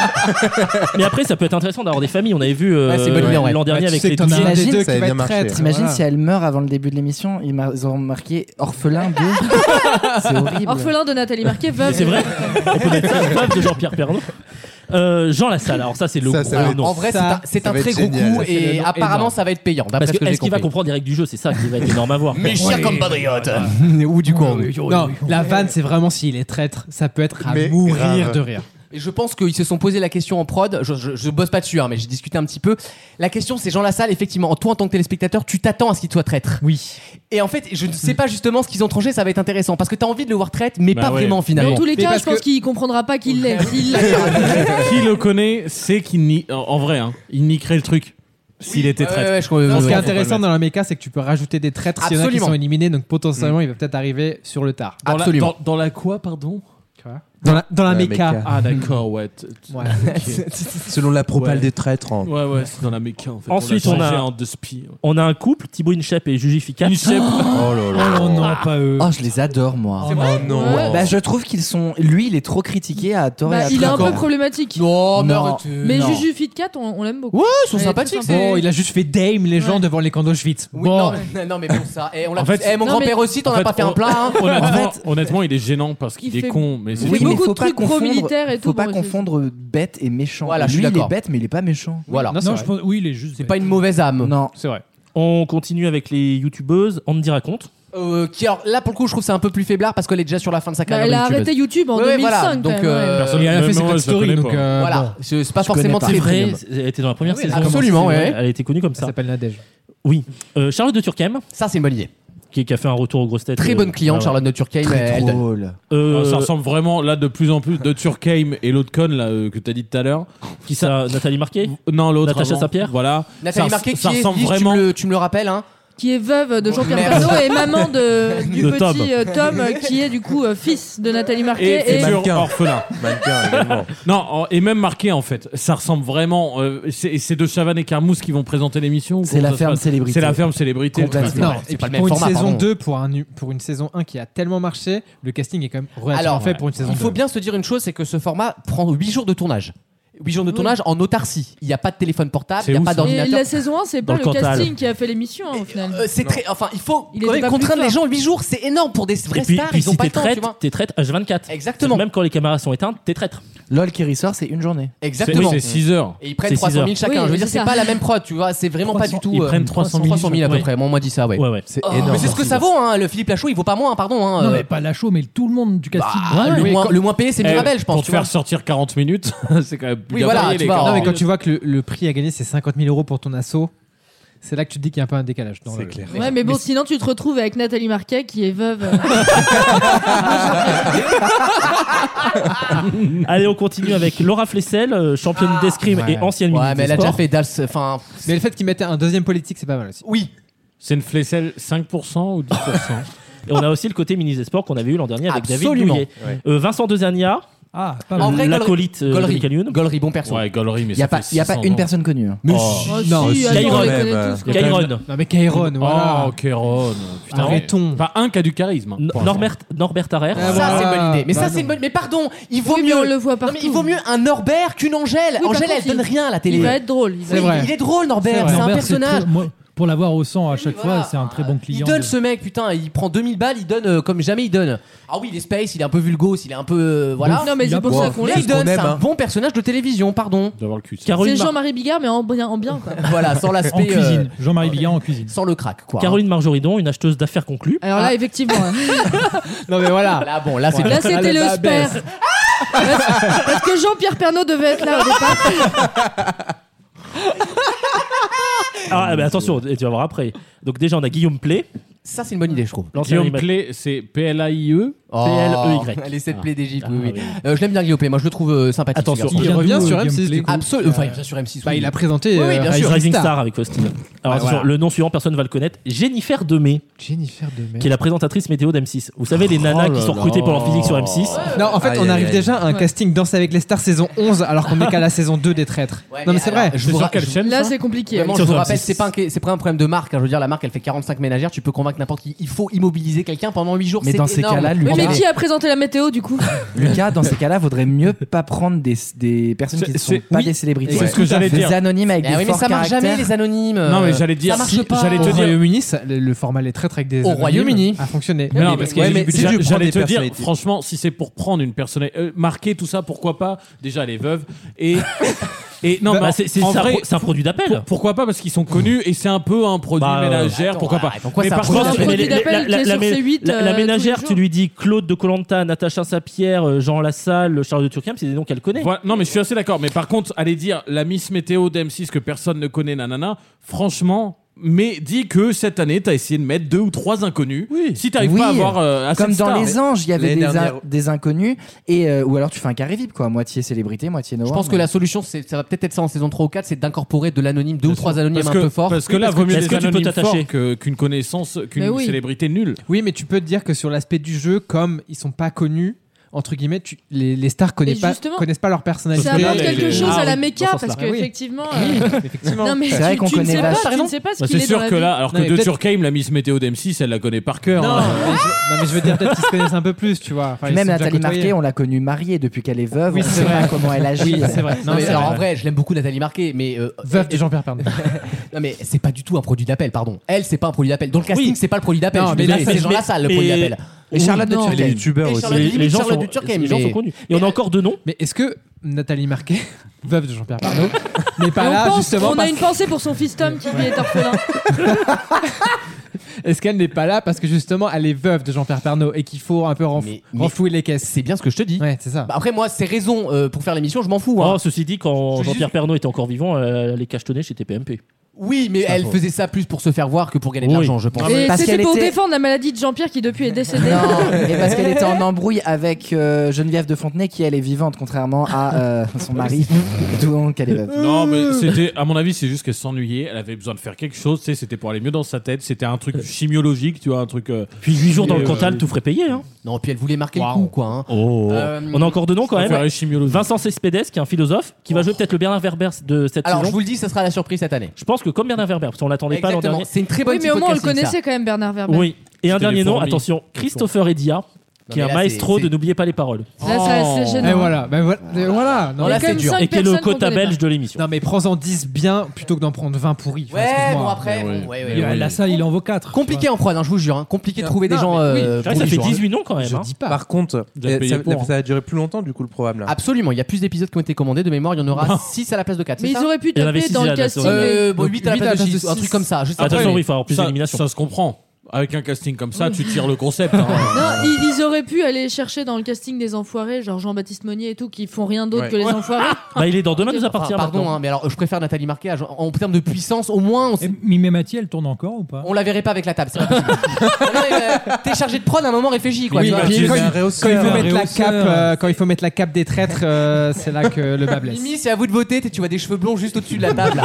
Speaker 5: Mais après, ça peut être intéressant d'avoir des familles. On avait vu euh,
Speaker 2: Ouais, c'est une bonne idée, ouais.
Speaker 5: l'an dernier
Speaker 2: Ouais, tu
Speaker 5: avec
Speaker 2: sais
Speaker 5: les
Speaker 2: que t'en as
Speaker 5: douzièmes.
Speaker 2: un des
Speaker 6: T'imagines-
Speaker 2: deux qui va être traître,
Speaker 6: T'imagines
Speaker 2: voilà.
Speaker 6: si elle meurt avant le début de l'émission, ils mar- ils auront marqué orphelin de. C'est horrible.
Speaker 4: Orphelin de Nathalie Marquet, veuve.
Speaker 5: C'est vrai On peut mettre ça, veuve de Jean-Pierre Pernaut. Euh, Jean Lassalle, alors ça c'est le
Speaker 2: Ça,
Speaker 5: gros
Speaker 2: ça va être-
Speaker 5: nom.
Speaker 2: en vrai, Ça, c'est un- c'est ça un va très être gros génial. coup et
Speaker 5: C'est le nom
Speaker 2: apparemment,
Speaker 5: énorme.
Speaker 2: ça va être payant, d'après
Speaker 5: Parce
Speaker 2: ce que j'ai
Speaker 5: est-ce qu'il va
Speaker 2: compris.
Speaker 5: comprendre les règles du jeu C'est ça qui va être énorme à voir.
Speaker 2: Mes chers compatriotes.
Speaker 12: Ou du coup, non,
Speaker 2: oui,
Speaker 12: la vanne, c'est vraiment s'il est traître, ça peut être à
Speaker 2: Mais
Speaker 12: mourir
Speaker 2: grave.
Speaker 12: de rire.
Speaker 2: Et je pense qu'ils se sont posé la question en prod. Je, je, je bosse pas dessus, hein, mais j'ai discuté un petit peu. La question, c'est Jean Lassalle, effectivement, toi en tant que téléspectateur, tu t'attends à ce qu'il soit traître.
Speaker 12: Oui.
Speaker 2: Et en fait, je ne sais pas justement ce qu'ils ont tranché, ça va être intéressant. Parce que t'as envie de le voir traître, mais
Speaker 11: Bah
Speaker 2: pas
Speaker 11: ouais.
Speaker 2: vraiment finalement.
Speaker 4: Dans tous les
Speaker 11: Mais
Speaker 4: cas,
Speaker 11: parce
Speaker 4: je pense
Speaker 11: que-
Speaker 4: qu'il comprendra pas qu'il l'est. S'il l'a-
Speaker 11: Qui le connaît sait qu'il nie. En en vrai, hein, il niquerait le truc s'il était traître.
Speaker 12: Non, ce qui est intéressant dans la méca, c'est que tu peux rajouter des traîtres s'il y en a qui
Speaker 11: Absolument. Mm.
Speaker 12: sont éliminés, donc potentiellement il va peut-être arriver sur le tard.
Speaker 11: Dans la- Absolument. dans- la quoi, pardon
Speaker 12: Dans la, dans la méca.
Speaker 11: Ah d'accord, ouais. t- t-
Speaker 12: Ouais.
Speaker 11: ok.
Speaker 7: Selon la propale des traîtres. en-
Speaker 11: Ouais, ouais, c'est dans la méca en fait.
Speaker 5: Ensuite,
Speaker 11: on
Speaker 5: on
Speaker 11: l'a changé
Speaker 5: a,
Speaker 11: en deux spi.
Speaker 5: on a un couple, Thibaut Inchep et Juji Ficat.
Speaker 11: Inchep. Oh là là. Oh non,
Speaker 6: pas eux. Oh, je les adore, moi.
Speaker 11: C'est vrai Oh non. Ouais.
Speaker 6: Bah, je trouve qu'ils sont. Lui, il est trop critiqué à tort et
Speaker 4: Bah,
Speaker 6: à
Speaker 4: il est un
Speaker 6: travers.
Speaker 4: peu problématique.
Speaker 6: mais Non. arrête, euh,
Speaker 4: Mais
Speaker 6: non.
Speaker 4: Juju Fitcat, on, on l'aime beaucoup.
Speaker 2: Ouais,
Speaker 4: ils sont sympathiques,
Speaker 12: Bon, il a juste fait dame les gens devant les candoschwitz.
Speaker 2: Oui,
Speaker 12: Bon.
Speaker 2: non, mais- non, mais bon, ça. Et on l'a-
Speaker 11: En fait-
Speaker 2: eh, mon
Speaker 11: Non,
Speaker 2: grand-père
Speaker 11: mais-
Speaker 2: aussi, t'en
Speaker 11: en
Speaker 2: as
Speaker 11: fait,
Speaker 2: pas fait un
Speaker 11: on-
Speaker 2: plat, hein.
Speaker 11: Honnêtement, honnêtement, il est gênant parce qu'il
Speaker 2: Il
Speaker 11: est
Speaker 2: fait-
Speaker 11: con. Mais c'est
Speaker 6: Oui, mais
Speaker 11: tout.
Speaker 6: faut pas confondre,
Speaker 4: pro-militaires et
Speaker 6: faut
Speaker 4: tout,
Speaker 6: pas
Speaker 4: bon,
Speaker 6: confondre bête et méchant.
Speaker 2: Voilà, je suis
Speaker 6: Lui, il est
Speaker 2: d'accord.
Speaker 6: bête, mais il est pas méchant.
Speaker 2: Voilà.
Speaker 6: Non,
Speaker 2: Non,
Speaker 6: je
Speaker 2: pense-
Speaker 3: oui, il est juste.
Speaker 2: C'est pas une mauvaise âme.
Speaker 6: Non.
Speaker 5: C'est vrai. On continue avec les youtubeuses. Andy raconte.
Speaker 2: Euh, qui, alors, là, pour le coup, je trouve que c'est un peu plus faiblard parce qu'elle est déjà sur la fin de sa carrière.
Speaker 4: Bah, elle a
Speaker 2: de youtubeuse.
Speaker 4: arrêté YouTube en
Speaker 2: Ouais, ouais, voilà.
Speaker 4: 2005,
Speaker 2: Donc,
Speaker 4: quand même, ouais.
Speaker 2: euh,
Speaker 4: Personne-
Speaker 2: et
Speaker 4: même moi, je la connais pas.
Speaker 5: euh,
Speaker 2: voilà,
Speaker 4: bon.
Speaker 2: c'est c'est pas
Speaker 4: Je
Speaker 2: forcément très
Speaker 4: connais pas.
Speaker 5: C'est vrai,
Speaker 2: premium.
Speaker 5: c'est- elle était dans la première
Speaker 2: Oui,
Speaker 5: saison.
Speaker 2: absolument,
Speaker 5: C'est
Speaker 2: ouais.
Speaker 5: vrai, Elle a été connue comme ça.
Speaker 12: Elle s'appelle Nadège.
Speaker 5: Oui. Euh, Charlotte de Turckheim.
Speaker 2: Ça, c'est une bonne idée.
Speaker 5: Qui, qui a fait un retour aux grosses têtes.
Speaker 2: Très
Speaker 5: euh,
Speaker 2: bonne cliente,
Speaker 5: ah ouais.
Speaker 2: Charlotte de Turckheim. elle donne.
Speaker 5: Euh,
Speaker 11: Ah, Ça ressemble vraiment là de plus en plus de Turkheim et l'autre conne là euh, que t'as dit tout à l'heure. Qui ça
Speaker 5: Nathalie Marquet
Speaker 11: Non l'autre.
Speaker 5: Natacha
Speaker 11: avant.
Speaker 5: Saint-Pierre
Speaker 11: Voilà.
Speaker 2: Nathalie
Speaker 11: Ça-
Speaker 2: Marquet, qui
Speaker 11: ça
Speaker 2: est,
Speaker 11: ressemble
Speaker 2: Lise,
Speaker 11: vraiment.
Speaker 2: tu, me le, tu me le rappelles, hein
Speaker 4: Qui est veuve de Jean-Pierre
Speaker 2: Merde.
Speaker 4: Pernaut et maman de, du
Speaker 11: De
Speaker 4: petit
Speaker 11: Tom.
Speaker 4: euh, Tom, euh, qui est du coup euh, fils de Nathalie Marquet.
Speaker 11: Et futur orphelin. non, en- et même marqué en fait. Ça ressemble vraiment. euh, c'est et c'est de Chavannes et Carmousse qui vont présenter l'émission. ou
Speaker 6: C'est
Speaker 11: comment
Speaker 6: la
Speaker 11: ça se
Speaker 6: ferme
Speaker 11: passe
Speaker 6: célébrité.
Speaker 11: C'est la ferme célébrité.
Speaker 6: Complètement.
Speaker 11: Ouais,
Speaker 12: Non,
Speaker 11: c'est
Speaker 12: et
Speaker 11: pas
Speaker 12: puis
Speaker 11: le même
Speaker 12: pour une
Speaker 11: format,
Speaker 12: saison
Speaker 11: pardon.
Speaker 12: 2, pour, un, pour une saison 1 qui a tellement marché, le casting est quand même relativement fait pour une saison
Speaker 2: il
Speaker 12: 2.
Speaker 2: faut bien se dire une chose, c'est que ce format prend 8 jours de tournage. 8 jours de tournage en autarcie. Il n'y a pas de téléphone portable, il n'y Ah, a pas
Speaker 4: Et
Speaker 2: d'ordinateur.
Speaker 4: la saison 1, c'est
Speaker 2: Dans
Speaker 4: pas le
Speaker 2: le Cantal.
Speaker 4: casting qui a fait l'émission, hein, au final.
Speaker 2: C'est très, enfin, il faut
Speaker 4: Il
Speaker 2: quand
Speaker 4: était
Speaker 2: même
Speaker 4: pas
Speaker 2: contraindre
Speaker 4: plus
Speaker 2: les
Speaker 4: fort.
Speaker 2: gens 8 jours, c'est énorme pour des vrais
Speaker 5: Et puis,
Speaker 2: stars.
Speaker 5: puis
Speaker 2: ils ont
Speaker 5: si
Speaker 2: pas
Speaker 5: t'es
Speaker 2: le temps, tu
Speaker 5: traite,
Speaker 2: vois.
Speaker 5: t'es traite H24.
Speaker 2: Exactement.
Speaker 5: Même quand les caméras sont éteintes, t'es traître.
Speaker 6: LOL qui ressort, c'est une journée.
Speaker 2: Exactement.
Speaker 5: c'est six heures.
Speaker 2: Et ils prennent
Speaker 5: C'est
Speaker 2: 300 000
Speaker 5: six heures.
Speaker 2: chacun.
Speaker 5: Oui,
Speaker 2: je veux dire,
Speaker 5: c'est
Speaker 2: c'est
Speaker 5: ça.
Speaker 2: pas la même prod, tu vois. C'est vraiment pas du tout.
Speaker 5: Ils
Speaker 2: euh,
Speaker 5: prennent 300 000
Speaker 2: à peu
Speaker 5: chacun.
Speaker 2: près. Moi, on m'a dit ça, ouais.
Speaker 5: Ouais, ouais.
Speaker 2: Oh, mais c'est ce que ça vaut, hein. Le Philippe Lachaud, il vaut pas moins, hein, pardon. Hein.
Speaker 8: Non,
Speaker 2: Euh,
Speaker 8: mais pas la show, mais tout le monde du casting.
Speaker 2: Bah, le, moins, le moins payé, c'est
Speaker 11: Eh,
Speaker 2: Mirabel, je pense.
Speaker 11: Pour te
Speaker 2: tu
Speaker 11: faire
Speaker 2: vois.
Speaker 11: sortir 40 minutes, c'est quand même plus
Speaker 2: Oui,
Speaker 11: bien
Speaker 2: voilà,
Speaker 11: payé,
Speaker 2: tu
Speaker 11: les
Speaker 2: vois, euh,
Speaker 11: gars.
Speaker 12: Non, mais quand tu vois que le, le prix à gagner, c'est 50 000 euros pour ton assaut, c'est là que tu te dis qu'il y a un peu un décalage. dans le-
Speaker 4: Ouais, mais bon, sinon tu te retrouves avec Nathalie Marquet qui est veuve. euh,
Speaker 5: Ah. Allez, on continue avec Laura Flessel, euh, championne d'escrime
Speaker 12: ouais.
Speaker 5: et ancienne
Speaker 12: Ouais,
Speaker 5: ministre.
Speaker 12: mais
Speaker 5: des
Speaker 12: elle a déjà
Speaker 5: Sports.
Speaker 12: fait
Speaker 2: Dals. Enfin.
Speaker 12: Mais le fait qu'il mettait un deuxième politique, c'est pas mal aussi.
Speaker 2: Oui.
Speaker 11: C'est une flesselle 5% ou 10%
Speaker 5: Et on a aussi le côté ministre des Sports qu'on avait eu l'an dernier avec
Speaker 2: Absolument.
Speaker 5: David Douillet. Euh, Vincent Dezania.
Speaker 8: Ah,
Speaker 5: pas mal. En vrai, L'acolyte, Gollery. euh, de Gollery. Michael Youn.
Speaker 2: Gollery, bon perso.
Speaker 5: Ouais, Gollery, mais
Speaker 6: Il n'y a, pas- y a pas une personne connue. hein.
Speaker 5: Mais Oh. si, non, si, attends, on les connaît tous, quoi. Kairon.
Speaker 12: Non, mais Kairon, voilà.
Speaker 11: Oh, Kairon. Putain,
Speaker 12: Arrêtons.
Speaker 11: Pas un qui a du charisme. hein,
Speaker 5: N- Norbert, Norbert Harrer.
Speaker 2: ça,
Speaker 11: Ah, bah,
Speaker 2: c'est une bonne idée. Mais
Speaker 11: bah,
Speaker 2: ça,
Speaker 11: non.
Speaker 2: c'est une bonne. Mais pardon, il vaut
Speaker 4: Oui, mais
Speaker 2: mieux.
Speaker 4: on le voit
Speaker 2: Non, mais il vaut mieux un Norbert qu'une Angèle.
Speaker 4: Oui, par
Speaker 2: Angèle, elle
Speaker 4: contre,
Speaker 2: donne
Speaker 4: il-
Speaker 2: rien à la télé.
Speaker 4: il va être drôle, il va
Speaker 2: Oui,
Speaker 4: être drôle.
Speaker 2: Il est drôle, Norbert. C'est un
Speaker 8: Norbert,
Speaker 2: personnage.
Speaker 8: très- moi, pour l'avoir au sang à chaque fois, c'est un très bon
Speaker 2: Il
Speaker 8: client.
Speaker 2: donne
Speaker 8: de-
Speaker 2: ce mec, putain, il prend 2000 balles, il donne euh, comme jamais il donne. Ah oui, il est space, il est un peu vulgose, il est un peu. euh, voilà.
Speaker 4: Non, mais c'est pour ça qu'on
Speaker 2: Mais
Speaker 4: l'aime.
Speaker 2: Il donne,
Speaker 4: C'est ce
Speaker 2: c'est
Speaker 4: qu'on
Speaker 2: un
Speaker 4: aime, hein.
Speaker 2: bon personnage de télévision, pardon.
Speaker 11: D'avoir le cul.
Speaker 4: C'est Jean-Marie Bigard, mais en bien, en bien quoi.
Speaker 2: Voilà, sans l'aspect.
Speaker 11: En cuisine.
Speaker 8: Jean-Marie Bigard en cuisine.
Speaker 2: Sans le crack, quoi. hein.
Speaker 5: Caroline Marjoridon, une acheteuse d'affaires conclue.
Speaker 4: Alors là, effectivement. hein.
Speaker 2: Non, mais voilà. Là, bon, là, c'est
Speaker 4: Là, c'était le sper.
Speaker 2: Ah
Speaker 4: Parce que Jean-Pierre Pernaud devait être là au départ.
Speaker 5: Ah, mais attention, et tu vas voir après. Donc, déjà, on a Guillaume Play.
Speaker 2: Ça, c'est une bonne idée, je trouve.
Speaker 5: L'ancien
Speaker 11: Guillaume
Speaker 5: anima-
Speaker 11: Play, c'est P-L-A-I-E
Speaker 2: Oh,
Speaker 11: P-L-E-Y.
Speaker 2: Les 7 plaies
Speaker 11: Ah,
Speaker 2: d'Égypte, oui, oui. Euh, je l'aime bien, Guillaume Play. Moi, je le trouve euh, sympathique.
Speaker 11: Attention,
Speaker 2: ce garçon.
Speaker 11: il revient sur M6, du coup.
Speaker 2: Absolument. Enfin, il revient sur M6.
Speaker 12: Bah,
Speaker 2: oui.
Speaker 12: il a présenté,
Speaker 2: Oui, oui, bien
Speaker 5: Ice
Speaker 2: sûr.
Speaker 5: Rising Star avec Faustine. Alors,
Speaker 12: Ouais,
Speaker 5: attention,
Speaker 12: voilà.
Speaker 5: le nom suivant, personne ne va le connaître. Jennifer Demey,
Speaker 12: Jennifer Demey.
Speaker 5: qui est la présentatrice météo d'M6. Vous savez, les nanas
Speaker 12: Oh
Speaker 5: qui
Speaker 12: là
Speaker 5: sont recrutées
Speaker 12: là.
Speaker 5: pour leur physique sur M6.
Speaker 12: Non, en fait,
Speaker 5: Aïe,
Speaker 12: on
Speaker 5: aïe,
Speaker 12: arrive
Speaker 5: aïe.
Speaker 12: déjà à un
Speaker 5: Ouais.
Speaker 12: casting Danse avec les stars saison 11, alors qu'on est qu'à la saison 2 des traîtres. non, mais c'est vrai.
Speaker 4: Là, c'est compliqué.
Speaker 2: Vraiment, je vous rappelle, c'est pas, un, c'est pas un problème de marque. hein. Je veux dire, la marque, elle fait 45 ménagères. Tu peux convaincre n'importe qui. Il faut immobiliser quelqu'un pendant 8 jours.
Speaker 6: Mais
Speaker 2: c'est
Speaker 6: dans ces
Speaker 2: énorme.
Speaker 6: cas-là,
Speaker 4: Oui,
Speaker 6: Lucas,
Speaker 4: mais qui a présenté la météo du coup
Speaker 6: Lucas, dans ces cas-là, vaudrait mieux pas prendre des, des personnes qui ne
Speaker 11: C'est-
Speaker 6: sont
Speaker 11: c'est-
Speaker 6: pas
Speaker 11: oui,
Speaker 6: des célébrités.
Speaker 11: c'est ce que j'allais
Speaker 6: Des
Speaker 11: dire.
Speaker 6: anonymes avec
Speaker 2: Eh
Speaker 6: des
Speaker 2: oui, mais
Speaker 6: forts
Speaker 2: ça marche
Speaker 6: caractères.
Speaker 2: jamais les anonymes. euh,
Speaker 11: Non, mais j'allais dire,
Speaker 2: Ça marche
Speaker 11: si-
Speaker 2: pas.
Speaker 11: j'allais te
Speaker 12: Au
Speaker 11: dire-
Speaker 12: Royaume-Uni, ça- le, le format Les traîtres avec des.
Speaker 2: Au
Speaker 12: anonymes
Speaker 2: Royaume-Uni.
Speaker 12: A fonctionné.
Speaker 11: Mais non, parce que
Speaker 12: Ouais,
Speaker 11: j'ai-
Speaker 12: mais si
Speaker 11: j'a-
Speaker 12: tu prends
Speaker 11: j'allais
Speaker 12: des
Speaker 11: te dire,
Speaker 12: personnalités-
Speaker 11: franchement, si c'est pour prendre une personnalité, euh, marquer tout ça, pourquoi pas Déjà, elle est veuve et et non,
Speaker 5: Bah,
Speaker 11: mais en-
Speaker 5: c'est- c'est-
Speaker 11: en
Speaker 5: c'est un
Speaker 11: vrai,
Speaker 5: pro- c'est un produit d'appel.
Speaker 11: pour- pourquoi pas Parce qu'ils sont connus et c'est un peu un produit
Speaker 5: Bah, euh,
Speaker 11: ménagère.
Speaker 5: attends,
Speaker 4: ah,
Speaker 11: pourquoi pas
Speaker 5: arrête, pourquoi
Speaker 11: Mais
Speaker 5: c'est un
Speaker 11: par
Speaker 5: produit
Speaker 11: contre,
Speaker 5: d'appel
Speaker 11: les-
Speaker 5: La- la- la- la-
Speaker 4: sur C8,
Speaker 5: la-
Speaker 4: euh,
Speaker 5: la
Speaker 4: tous les
Speaker 5: ménagère,
Speaker 4: jours.
Speaker 5: tu lui dis Claude de Colanta, Natacha Saint-Pierre, euh, Jean Lassalle, Charles de Turquem, c'est des noms qu'elle connaît.
Speaker 11: Voilà, non, mais je suis assez d'accord. Mais par contre, aller dire la Miss Météo d'M6 que personne ne connaît, nanana, franchement. Mais dis que cette année, t'as essayé de mettre deux ou trois inconnus. Si t'arrives
Speaker 6: Oui,
Speaker 11: pas à avoir euh, assez
Speaker 6: comme
Speaker 11: de
Speaker 6: dans
Speaker 11: stars.
Speaker 6: les anges, il y avait
Speaker 11: L'année
Speaker 6: des, in-
Speaker 11: dernière-
Speaker 6: des inconnus et euh, ou alors tu fais un carré vip quoi, moitié célébrité, moitié
Speaker 2: Je
Speaker 6: noir.
Speaker 2: pense que la solution, c'est, ça va peut-être être ça en saison 3 ou 4, c'est d'incorporer de l'anonyme, deux ou trois anonymes
Speaker 11: Parce
Speaker 2: un
Speaker 11: que-
Speaker 2: peu forts.
Speaker 11: Parce que là,
Speaker 2: Oui,
Speaker 11: vaut mieux
Speaker 2: parce
Speaker 11: des
Speaker 2: que-
Speaker 11: anonymes
Speaker 2: t'attacher
Speaker 11: forts que- qu'une connaissance,
Speaker 12: Mais
Speaker 4: Bah
Speaker 11: qu'une
Speaker 12: oui.
Speaker 11: célébrité nulle.
Speaker 12: Oui, mais tu peux te dire que sur l'aspect du jeu, comme ils sont pas connus, entre guillemets, tu- les, les stars connaissent
Speaker 4: Et
Speaker 12: pas,
Speaker 4: justement,
Speaker 12: connaissent pas leur personnalité.
Speaker 4: Ça apporte quelque chose à
Speaker 11: Ah
Speaker 4: la méca parce que effectivement. euh, Non, mais
Speaker 11: C'est
Speaker 4: tu-
Speaker 11: vrai
Speaker 4: tu ne sais pas, tu ne sais pas ce
Speaker 11: Bah,
Speaker 4: qu'il
Speaker 11: c'est
Speaker 4: est dans
Speaker 11: sûr
Speaker 4: la
Speaker 11: que
Speaker 4: vie.
Speaker 11: là, alors que
Speaker 12: Non, mais
Speaker 11: De
Speaker 12: peut-être-
Speaker 11: Turkheim, la Miss Météo d'M6, elle la connaît par cœur.
Speaker 12: Non,
Speaker 11: hein.
Speaker 12: mais je, non, mais je veux dire, peut-être qu'ils se connaissent un peu plus, tu vois. Enfin, ils
Speaker 6: Même
Speaker 12: sont déjà
Speaker 6: Nathalie
Speaker 12: côtoyés.
Speaker 6: Marquet, on l'a connue mariée depuis qu'elle est
Speaker 4: Ah
Speaker 6: veuve.
Speaker 12: Oui,
Speaker 6: on
Speaker 12: c'est
Speaker 6: sait
Speaker 12: vrai.
Speaker 6: pas comment elle agit.
Speaker 12: Oui, c'est vrai.
Speaker 2: Non, mais alors en vrai, je l'aime beaucoup Nathalie Marquet, mais. euh,
Speaker 12: Veuve de Jean-Pierre Pernaut.
Speaker 2: non, mais c'est pas du tout un produit d'appel, pardon. Elle, c'est pas un produit d'appel. Dans le casting, c'est pas le produit d'appel.
Speaker 5: Non,
Speaker 2: je suis
Speaker 5: mais
Speaker 2: désolé,
Speaker 5: là,
Speaker 2: c'est
Speaker 5: mais-
Speaker 2: Jean Lassalle le
Speaker 5: mais-
Speaker 2: produit d'appel.
Speaker 5: Et Charlotte de Turckheim.
Speaker 12: les youtubeurs
Speaker 5: Et
Speaker 12: aussi.
Speaker 5: Charlotte- Les- les gens Charlotte sont- de Turckheim, les gens mais- sont connus. Et on a encore deux noms.
Speaker 12: Mais est-ce que Nathalie Marquet, veuve de Jean-Pierre Pernaut, n'est pas
Speaker 4: Et on
Speaker 12: là
Speaker 4: pense-
Speaker 12: justement
Speaker 4: on a
Speaker 12: parce-
Speaker 4: une pensée pour son fils Tom qui lui est orphelin.
Speaker 2: Ah,
Speaker 12: Est-ce qu'elle n'est pas là parce que justement elle est veuve de Jean-Pierre Pernaut et qu'il faut un peu renf- renflouer les caisses
Speaker 2: C'est bien ce que je te dis.
Speaker 12: Ouais, c'est ça.
Speaker 2: Bah, après, moi, c'est raison euh, pour faire l'émission, je m'en fous. hein.
Speaker 5: Oh, ceci dit, quand
Speaker 2: C'est
Speaker 5: Jean-Pierre Pernaut était encore vivant, euh, elle les cachetonnait chez TPMP.
Speaker 2: Oui, mais
Speaker 5: C'est pas
Speaker 2: elle
Speaker 5: faux.
Speaker 2: faisait ça plus pour se faire voir que pour gagner de
Speaker 5: Oui. Ah,
Speaker 2: l'argent, je pense.
Speaker 4: Et
Speaker 6: parce
Speaker 4: c'était
Speaker 6: qu'elle
Speaker 4: pour
Speaker 6: était-
Speaker 4: défendre la maladie de Jean-Pierre qui depuis est décédé.
Speaker 6: Non, et parce qu'elle était en embrouille avec euh, Geneviève de Fontenay, qui elle est vivante, contrairement à euh, son mari, donc elle est veuve.
Speaker 11: Non, mais c'était, à mon avis, c'est juste qu'elle s'ennuyait. Elle avait besoin de faire quelque chose. tu sais, C'était pour aller mieux dans sa tête. C'était un truc chimiologique, tu vois, un truc. euh.
Speaker 5: Puis 8 jours dans le Cantal, tout ferait payer. Hein.
Speaker 2: Non, puis elle voulait marquer le coup, quoi. hein.
Speaker 5: Oh.
Speaker 2: Euh,
Speaker 5: On a encore deux noms quand
Speaker 2: je préférais
Speaker 5: même. Vincent Cespedes, qui est un philosophe, qui va jouer peut-être le Bernard Werber de cette
Speaker 2: Oh. Alors, je vous
Speaker 5: saison.
Speaker 2: le dis, ça sera la surprise cette année.
Speaker 5: Je pense que comme Bernard Werber, parce qu'on l'attendait pas l'an
Speaker 2: Exactement.
Speaker 5: dernier.
Speaker 2: C'est une très bonne
Speaker 4: Oui, mais au
Speaker 2: petite
Speaker 4: moins on le
Speaker 2: podcasting, ça.
Speaker 4: connaissait quand même Bernard Werber.
Speaker 5: Oui. Et un
Speaker 2: C'était
Speaker 5: dernier
Speaker 2: les
Speaker 5: nom,
Speaker 2: fourmis.
Speaker 5: attention, Christopher Edia, qui
Speaker 2: mais
Speaker 5: est un
Speaker 2: là, c'est-
Speaker 5: maestro de
Speaker 2: c'est-
Speaker 5: N'oubliez pas les paroles.
Speaker 4: Là, ça, c'est gênant.
Speaker 12: Et voilà, ben voilà, et voilà.
Speaker 5: Il y a quand même cinq
Speaker 12: Et quel est
Speaker 5: personnes qu'on connaît pas. de l'émission.
Speaker 12: Non, mais prends-en 10 bien plutôt que d'en prendre 20 pourris. Enfin,
Speaker 2: Ouais,
Speaker 12: excuse-moi.
Speaker 2: bon, après, bon, ouais, ouais,
Speaker 8: Il y a
Speaker 2: ouais.
Speaker 8: la salle, il en vaut 4.
Speaker 2: Compliqué en prod, hein, je vous jure. hein. Compliqué de trouver des gens. euh, pour les gens.
Speaker 7: Je dis pas. Par contre,
Speaker 2: hein. Vous avez
Speaker 7: eh,
Speaker 2: payé
Speaker 7: ça,
Speaker 2: pour, hein.
Speaker 7: ça a duré plus longtemps du coup le programme là.
Speaker 2: Absolument, il y a plus d'épisodes qui ont été commandés de mémoire, il y en aura
Speaker 7: Non.
Speaker 2: 6 à la place de 4.
Speaker 4: Mais ils auraient pu
Speaker 7: Il y en avait
Speaker 4: taper
Speaker 7: six
Speaker 4: dans
Speaker 7: à
Speaker 4: le
Speaker 7: la
Speaker 4: casting.
Speaker 7: place de-
Speaker 2: Euh, bon, 8 à la
Speaker 4: huit
Speaker 2: place de 6,
Speaker 4: six.
Speaker 2: un truc comme ça. Je sais
Speaker 11: Attention,
Speaker 2: pas.
Speaker 11: oui, il faut avoir plus
Speaker 2: Ça-
Speaker 11: d'élimination. Ça se comprend. Avec un casting comme ça, tu tires le concept. hein.
Speaker 4: Non, ils, ils auraient pu aller chercher dans le casting des enfoirés, genre Jean-Baptiste Monnier et tout, qui font rien d'autre
Speaker 2: Ouais.
Speaker 4: que les
Speaker 2: Ouais.
Speaker 4: enfoirés.
Speaker 5: Bah, il est dans Demain
Speaker 2: Enfin,
Speaker 5: nous appartient.
Speaker 2: pardon,
Speaker 5: maintenant.
Speaker 2: hein, mais alors je préfère Nathalie Marquet à Jean- en, en termes de puissance, au moins. On, s-
Speaker 8: Mimémati, elle tourne encore ou pas
Speaker 2: on la verrait pas avec la table, c'est pas possible. Non, mais, euh, T'es chargé de prod à un moment, réfléchis quoi.
Speaker 12: Oui, bah,
Speaker 2: tu vois.
Speaker 12: puis
Speaker 2: Puis-
Speaker 12: quand, il- quand il faut
Speaker 2: Un
Speaker 12: mettre la
Speaker 2: réhausseur.
Speaker 12: cape, euh, quand il faut mettre la cape des traîtres, euh, c'est là que le bas blesse.
Speaker 2: Mimi, c'est à vous de voter, t'es- tu vois des cheveux blonds juste au-dessus de la table. là.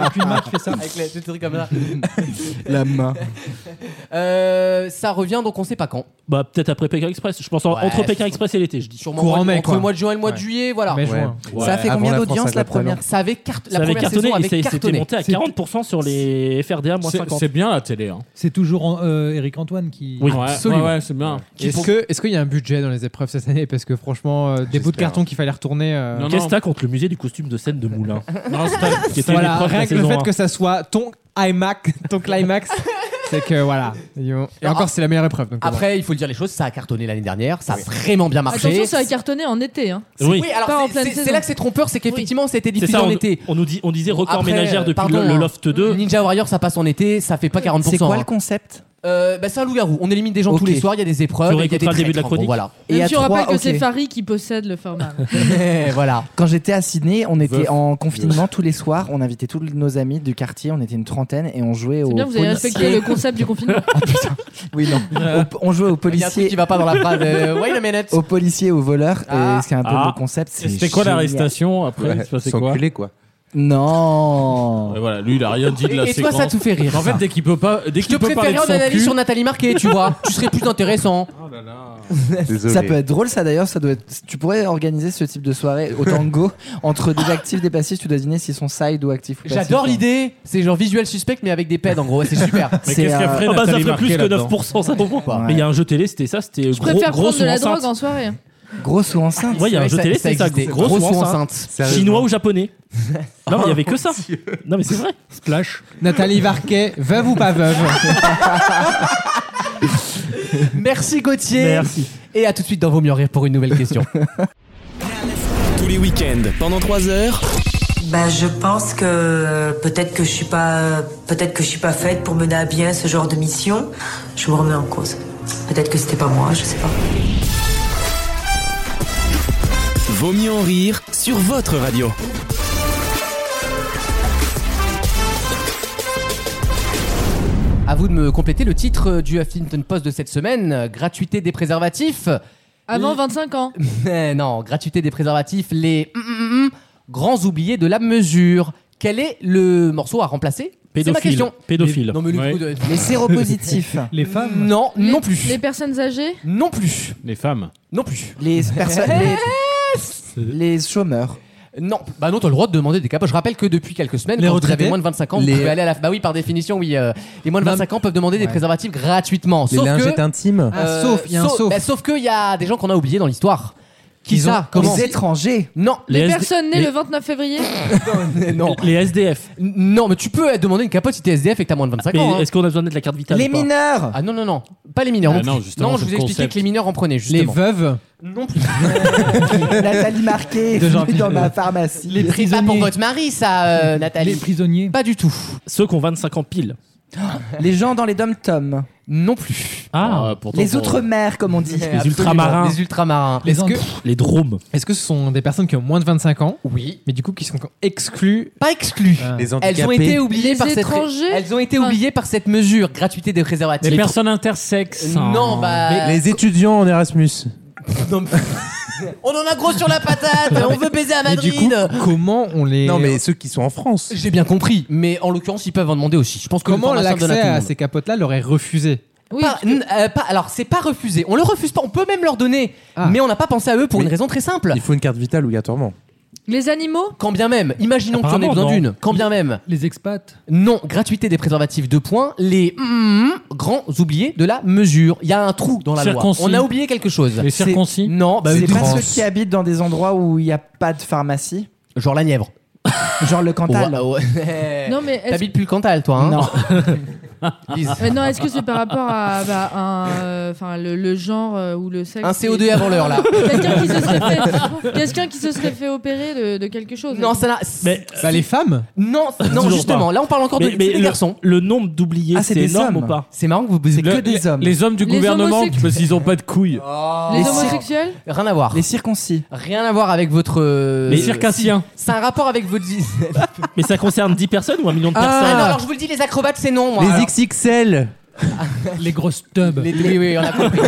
Speaker 8: Avec une main qui fait ça.
Speaker 2: Avec les- des trucs comme ça.
Speaker 6: La main.
Speaker 2: Euh, ça revient donc on sait pas quand.
Speaker 5: Bah, peut-être après Pékin Express. Je pense en-
Speaker 2: Ouais,
Speaker 5: entre Pékin Express et l'été, je dis.
Speaker 2: Sûrement entre- entre le mois de juin et le mois de juillet, voilà.
Speaker 5: Mai, juin. Ouais.
Speaker 2: Ça a fait
Speaker 5: Avant
Speaker 2: combien
Speaker 5: la France,
Speaker 2: d'audience
Speaker 5: ça
Speaker 2: la
Speaker 5: claque pas
Speaker 2: première
Speaker 5: bien.
Speaker 2: Ça avait, carte- la
Speaker 5: Ça avait
Speaker 2: première
Speaker 5: cartonné
Speaker 2: saison
Speaker 5: et
Speaker 2: avait
Speaker 5: ça- c'était
Speaker 2: cartonné.
Speaker 5: monté à 40% sur les FRDA moins
Speaker 11: C'est-
Speaker 5: 50.
Speaker 11: c'est bien la télé, hein.
Speaker 12: C'est toujours en- euh, Eric Antoine qui.
Speaker 11: Oui. Ouais, Absolument. ouais, ouais, c'est bien. Qui
Speaker 12: Est-ce
Speaker 11: pour-
Speaker 12: que- est-ce qu'il y a un budget dans les épreuves cette année Parce que franchement, euh, des bouts de carton qu'il fallait retourner. euh,
Speaker 5: Qu'est-ce que t'as contre le musée du costume de scène de Moulin Non, c'est pas- qui était une
Speaker 12: voilà,
Speaker 5: épreuve de la
Speaker 12: rien que le
Speaker 5: saison hein.
Speaker 12: fait
Speaker 5: un.
Speaker 12: que ça soit ton IMAX, ton climax, c'est que voilà. Et encore, c'est la meilleure épreuve. donc voilà.
Speaker 2: Après, il faut le dire les choses, ça a cartonné l'année dernière, ça a vraiment bien marché.
Speaker 4: Attention, ça a cartonné en été. Hein.
Speaker 2: C'est- Oui. Oui, alors,
Speaker 4: Pas en
Speaker 2: c'est-
Speaker 4: pleine
Speaker 2: c'est- c'est
Speaker 4: saison.
Speaker 2: là que c'est trompeur, c'est qu'effectivement, c'était
Speaker 5: C'est
Speaker 2: diffusé
Speaker 5: ça,
Speaker 2: en
Speaker 5: on,
Speaker 2: été.
Speaker 5: on nous dit, on disait record
Speaker 2: Après,
Speaker 5: ménagère
Speaker 2: euh,
Speaker 5: depuis
Speaker 2: pardon,
Speaker 5: le, le
Speaker 2: hein.
Speaker 5: Loft 2.
Speaker 2: Ninja Warrior, ça passe en été, ça fait pas 40%.
Speaker 6: C'est quoi le
Speaker 2: concept hein. Euh, bah, C'est un loup-garou. On élimine des gens tous les soirs, il y a des épreuves,
Speaker 5: Tu
Speaker 2: il y a des
Speaker 5: réécouteras le début de la
Speaker 2: traîtres, en gros,
Speaker 5: chronique.
Speaker 2: Voilà.
Speaker 4: Même
Speaker 6: à
Speaker 4: si on rappelle
Speaker 6: trois,
Speaker 4: que c'est
Speaker 6: ok. Oh,
Speaker 4: Farid qui possède le format.
Speaker 2: voilà.
Speaker 6: Quand j'étais à Sydney, on était
Speaker 2: Veuf.
Speaker 6: en confinement tous les soirs. On invitait tous nos amis du quartier. On était une trentaine et on jouait au.
Speaker 4: C'est bien, vous avez
Speaker 6: policier.
Speaker 4: respecté le concept du confinement.
Speaker 6: Oui, non. Au- on jouait aux
Speaker 2: Euh, Il y a un truc
Speaker 6: policiers.
Speaker 2: qui va pas dans la phrase. euh, wait a minute.
Speaker 6: Aux policiers, aux voleurs.
Speaker 2: Ah.
Speaker 6: et c'est un peu
Speaker 11: Ah.
Speaker 6: le concept.
Speaker 11: Et c'était quoi
Speaker 6: génial.
Speaker 11: l'arrestation après Il se passait quoi
Speaker 7: s'enculer, quoi.
Speaker 6: Non.
Speaker 11: Ouais, voilà, lui il a rien dit de la
Speaker 2: Et- et toi,
Speaker 11: séquence.
Speaker 2: ça te fait rire,
Speaker 11: En fait,
Speaker 2: ça.
Speaker 11: dès qu'il peut pas, dès
Speaker 2: Je te
Speaker 11: qu'il peut parler de
Speaker 2: préférerais en
Speaker 11: son
Speaker 2: analyse
Speaker 11: cul,
Speaker 2: sur Nathalie Marquet, tu vois. tu serais plus intéressant.
Speaker 5: Ah, bah,
Speaker 6: Ça peut être drôle, ça d'ailleurs. Ça doit être... Tu pourrais organiser ce type de soirée au tango entre des actifs, des passifs. Tu dois deviner s'ils sont side ou actifs. ou passifs,
Speaker 2: J'adore
Speaker 6: hein.
Speaker 2: l'idée. C'est genre visuel suspect, mais avec des pèdes en gros. C'est super.
Speaker 6: Mais C'est, qu'est-ce qu'elle euh, ferait,
Speaker 5: Ah bah, ça
Speaker 6: Nathalie
Speaker 5: ferait plus
Speaker 6: Marquet,
Speaker 5: que
Speaker 6: là-dedans
Speaker 5: 9%, ça au moins.
Speaker 6: Ouais.
Speaker 5: Mais il y a un jeu télé, c'était ça, c'était
Speaker 4: Je
Speaker 5: gros,
Speaker 4: préfère
Speaker 5: gros
Speaker 4: prendre de la
Speaker 5: sous enceinte.
Speaker 4: drogue en soirée. hein.
Speaker 6: Grosse ou enceinte
Speaker 5: Ouais, il y a un jeu télé, c'est ça, gros, gros ou enceinte. Chinois ou japonais Non, mais il y avait que ça. Non, mais c'est vrai.
Speaker 12: Splash. Nathalie Varquet, veuve ou pas veuve
Speaker 2: Merci Gauthier.
Speaker 1: Merci.
Speaker 2: Et à tout de suite dans Vaut mieux en rire pour une nouvelle question.
Speaker 1: Tous les week-ends, pendant 3 heures.
Speaker 19: Ben, je pense que peut-être que je suis pas, peut-être que je suis pas faite pour mener à bien ce genre de mission. Je me remets en cause. Peut-être que c'était pas moi, je sais pas.
Speaker 1: Vaut mieux en rire sur votre radio.
Speaker 2: À vous de me compléter le titre euh, du Huffington Post de cette semaine euh, gratuité des préservatifs.
Speaker 4: Avant 25 ans.
Speaker 2: Eh non, gratuité des préservatifs, les hum, hum, hum, grands oubliés de la mesure. Quel est le morceau à remplacer C'est ma
Speaker 5: Pédophile.
Speaker 2: question.
Speaker 5: Pédophile.
Speaker 2: Non, mais le
Speaker 5: Ouais.
Speaker 2: coup de-
Speaker 5: Les séropositifs.
Speaker 2: Les femmes Non, non plus.
Speaker 4: Les personnes âgées
Speaker 2: Non plus.
Speaker 11: les femmes.
Speaker 2: Non plus.
Speaker 6: Les personnes. les-
Speaker 2: Les chômeurs. Non, bah non, t'as le droit de demander des capots. Je rappelle que depuis quelques semaines,
Speaker 6: Les
Speaker 2: quand vous
Speaker 6: retraités
Speaker 2: avez moins de 25 ans, vous
Speaker 6: Les-
Speaker 2: pouvez aller à la. Bah oui, par définition, oui. euh, les moins de 25 ans peuvent demander des
Speaker 6: Ouais.
Speaker 2: préservatifs gratuitement.
Speaker 7: Les
Speaker 2: sauf
Speaker 7: lingettes
Speaker 2: que,
Speaker 7: intimes. Ah, sauf, il y a un sauf.
Speaker 2: bah, sauf qu'il y a des gens qu'on a oubliés dans l'histoire. Qui
Speaker 7: Ils ont-
Speaker 2: ça Comment
Speaker 6: les étrangers.
Speaker 2: Non.
Speaker 4: Les, personnes nées le 29 février.
Speaker 2: non.
Speaker 5: Les SDF.
Speaker 2: Non, mais tu peux euh, demander une capote si t'es SDF et que t'as moins de 25
Speaker 5: Mais
Speaker 2: ans. hein.
Speaker 5: est-ce qu'on a besoin de la carte vitale ou pas
Speaker 2: Ah non, non, non. Pas les mineurs. non,
Speaker 5: Ah non,
Speaker 2: plus.
Speaker 5: justement,
Speaker 2: Non,
Speaker 5: c'est
Speaker 2: je vous
Speaker 5: le
Speaker 2: expliquais
Speaker 5: concept.
Speaker 2: que les mineurs en prenaient, justement.
Speaker 12: Les veuves
Speaker 2: Non plus.
Speaker 6: Nathalie Marquet
Speaker 2: De genre-
Speaker 6: venue dans ma pharmacie.
Speaker 2: Les prisonniers. pas pour votre mari, ça, euh, Nathalie. Les
Speaker 12: prisonniers.
Speaker 2: Pas du tout.
Speaker 5: Ceux qui ont 25 ans pile.
Speaker 6: Les gens dans les dom-toms.
Speaker 2: Non plus.
Speaker 5: Ah, pourtant,
Speaker 6: les
Speaker 5: pour-
Speaker 6: outre-mer, comme on dit.
Speaker 5: Les ultramarins.
Speaker 2: Les ultramarins.
Speaker 5: Les Andes. Les dromes.
Speaker 12: Est-ce que ce sont des personnes qui ont moins de 25 ans
Speaker 2: Oui.
Speaker 12: Mais du coup, qui sont exclues Ah.
Speaker 2: Pas exclues. Elles ont été oubliées
Speaker 4: Les
Speaker 2: par
Speaker 4: étrangers
Speaker 2: cette. Elles ont été
Speaker 4: Enfin-
Speaker 2: oubliées par cette mesure gratuité des préservatifs.
Speaker 11: Les personnes intersexes.
Speaker 2: Euh,
Speaker 11: hein.
Speaker 2: Non, bah.
Speaker 7: Les étudiants en Erasmus.
Speaker 2: On en a gros sur la patate. on veut baiser à Madrid.
Speaker 12: comment on les.
Speaker 7: Non, mais ceux qui sont en France.
Speaker 2: J'ai bien compris, mais en l'occurrence, ils peuvent en demander aussi. Je pense que le
Speaker 12: Comment
Speaker 2: format s'en donne
Speaker 12: l'accès
Speaker 2: tout le
Speaker 12: à
Speaker 2: monde.
Speaker 12: ces capotes-là leur est refusé
Speaker 2: Pas- n- euh, pas- alors c'est pas refusé, on le refuse pas, on peut même leur donner, mais on n'a pas pensé à eux pour une raison très simple.
Speaker 7: Il faut une carte vitale obligatoirement.
Speaker 4: Les animaux
Speaker 2: Quand bien même, imaginons que tu en aies
Speaker 7: Apparemment,
Speaker 2: besoin
Speaker 7: non.
Speaker 2: d'une, quand bien même.
Speaker 12: Les expats
Speaker 2: Non, gratuité des préservatifs, deux points, les hum, hum, grands oubliés de la mesure. Il y a un trou dans la loi,
Speaker 6: Circoncis.
Speaker 2: on a oublié quelque chose.
Speaker 6: Les
Speaker 2: C'est-
Speaker 6: circoncis
Speaker 2: Non, bah,
Speaker 6: c'est
Speaker 2: oui,
Speaker 6: pas
Speaker 2: trans.
Speaker 6: ceux qui habitent dans des endroits où il n'y a pas de pharmacie.
Speaker 2: Genre la Nièvre.
Speaker 6: Genre le Cantal.
Speaker 2: Oh,
Speaker 4: Non, mais est-ce-
Speaker 2: T'habites plus le Cantal, toi, hein Non.
Speaker 4: Mais non, est-ce que c'est par rapport à bah, un, euh, enfin, le, le genre euh, ou le sexe
Speaker 2: Un CO2 avant l'heure, là.
Speaker 4: Quelqu'un qui, se serait fait- quelqu'un qui se serait fait opérer de, de quelque chose.
Speaker 2: Non, ça n'a.
Speaker 5: Mais,
Speaker 12: Bah, les femmes
Speaker 2: Non, non,
Speaker 5: Toujours
Speaker 2: justement,
Speaker 5: pas.
Speaker 2: là on parle encore
Speaker 5: Mais-
Speaker 2: de
Speaker 5: mais
Speaker 2: c'est des
Speaker 5: le-
Speaker 2: garçons.
Speaker 5: Le nombre d'oubliés, c'est énorme ou pas
Speaker 2: C'est marrant que vous baisez
Speaker 11: Le- les- Les hommes du
Speaker 2: Les
Speaker 11: gouvernement,
Speaker 2: homosexuels.
Speaker 11: parce qu'ils ont pas de couilles.
Speaker 4: Les
Speaker 2: Les
Speaker 4: homosexuels
Speaker 2: Rien à voir.
Speaker 6: Les circoncis.
Speaker 2: Rien à voir avec votre. euh,
Speaker 5: Les circassiens.
Speaker 2: C'est un rapport avec votre.
Speaker 5: Mais ça concerne 10 personnes ou un million de
Speaker 2: Ah,
Speaker 5: personnes
Speaker 2: non, alors je vous le dis, les acrobates, c'est non. Moi,
Speaker 7: les
Speaker 2: alors.
Speaker 7: XXL.
Speaker 3: les grosses tubs.
Speaker 2: Oui, oui, on a compris.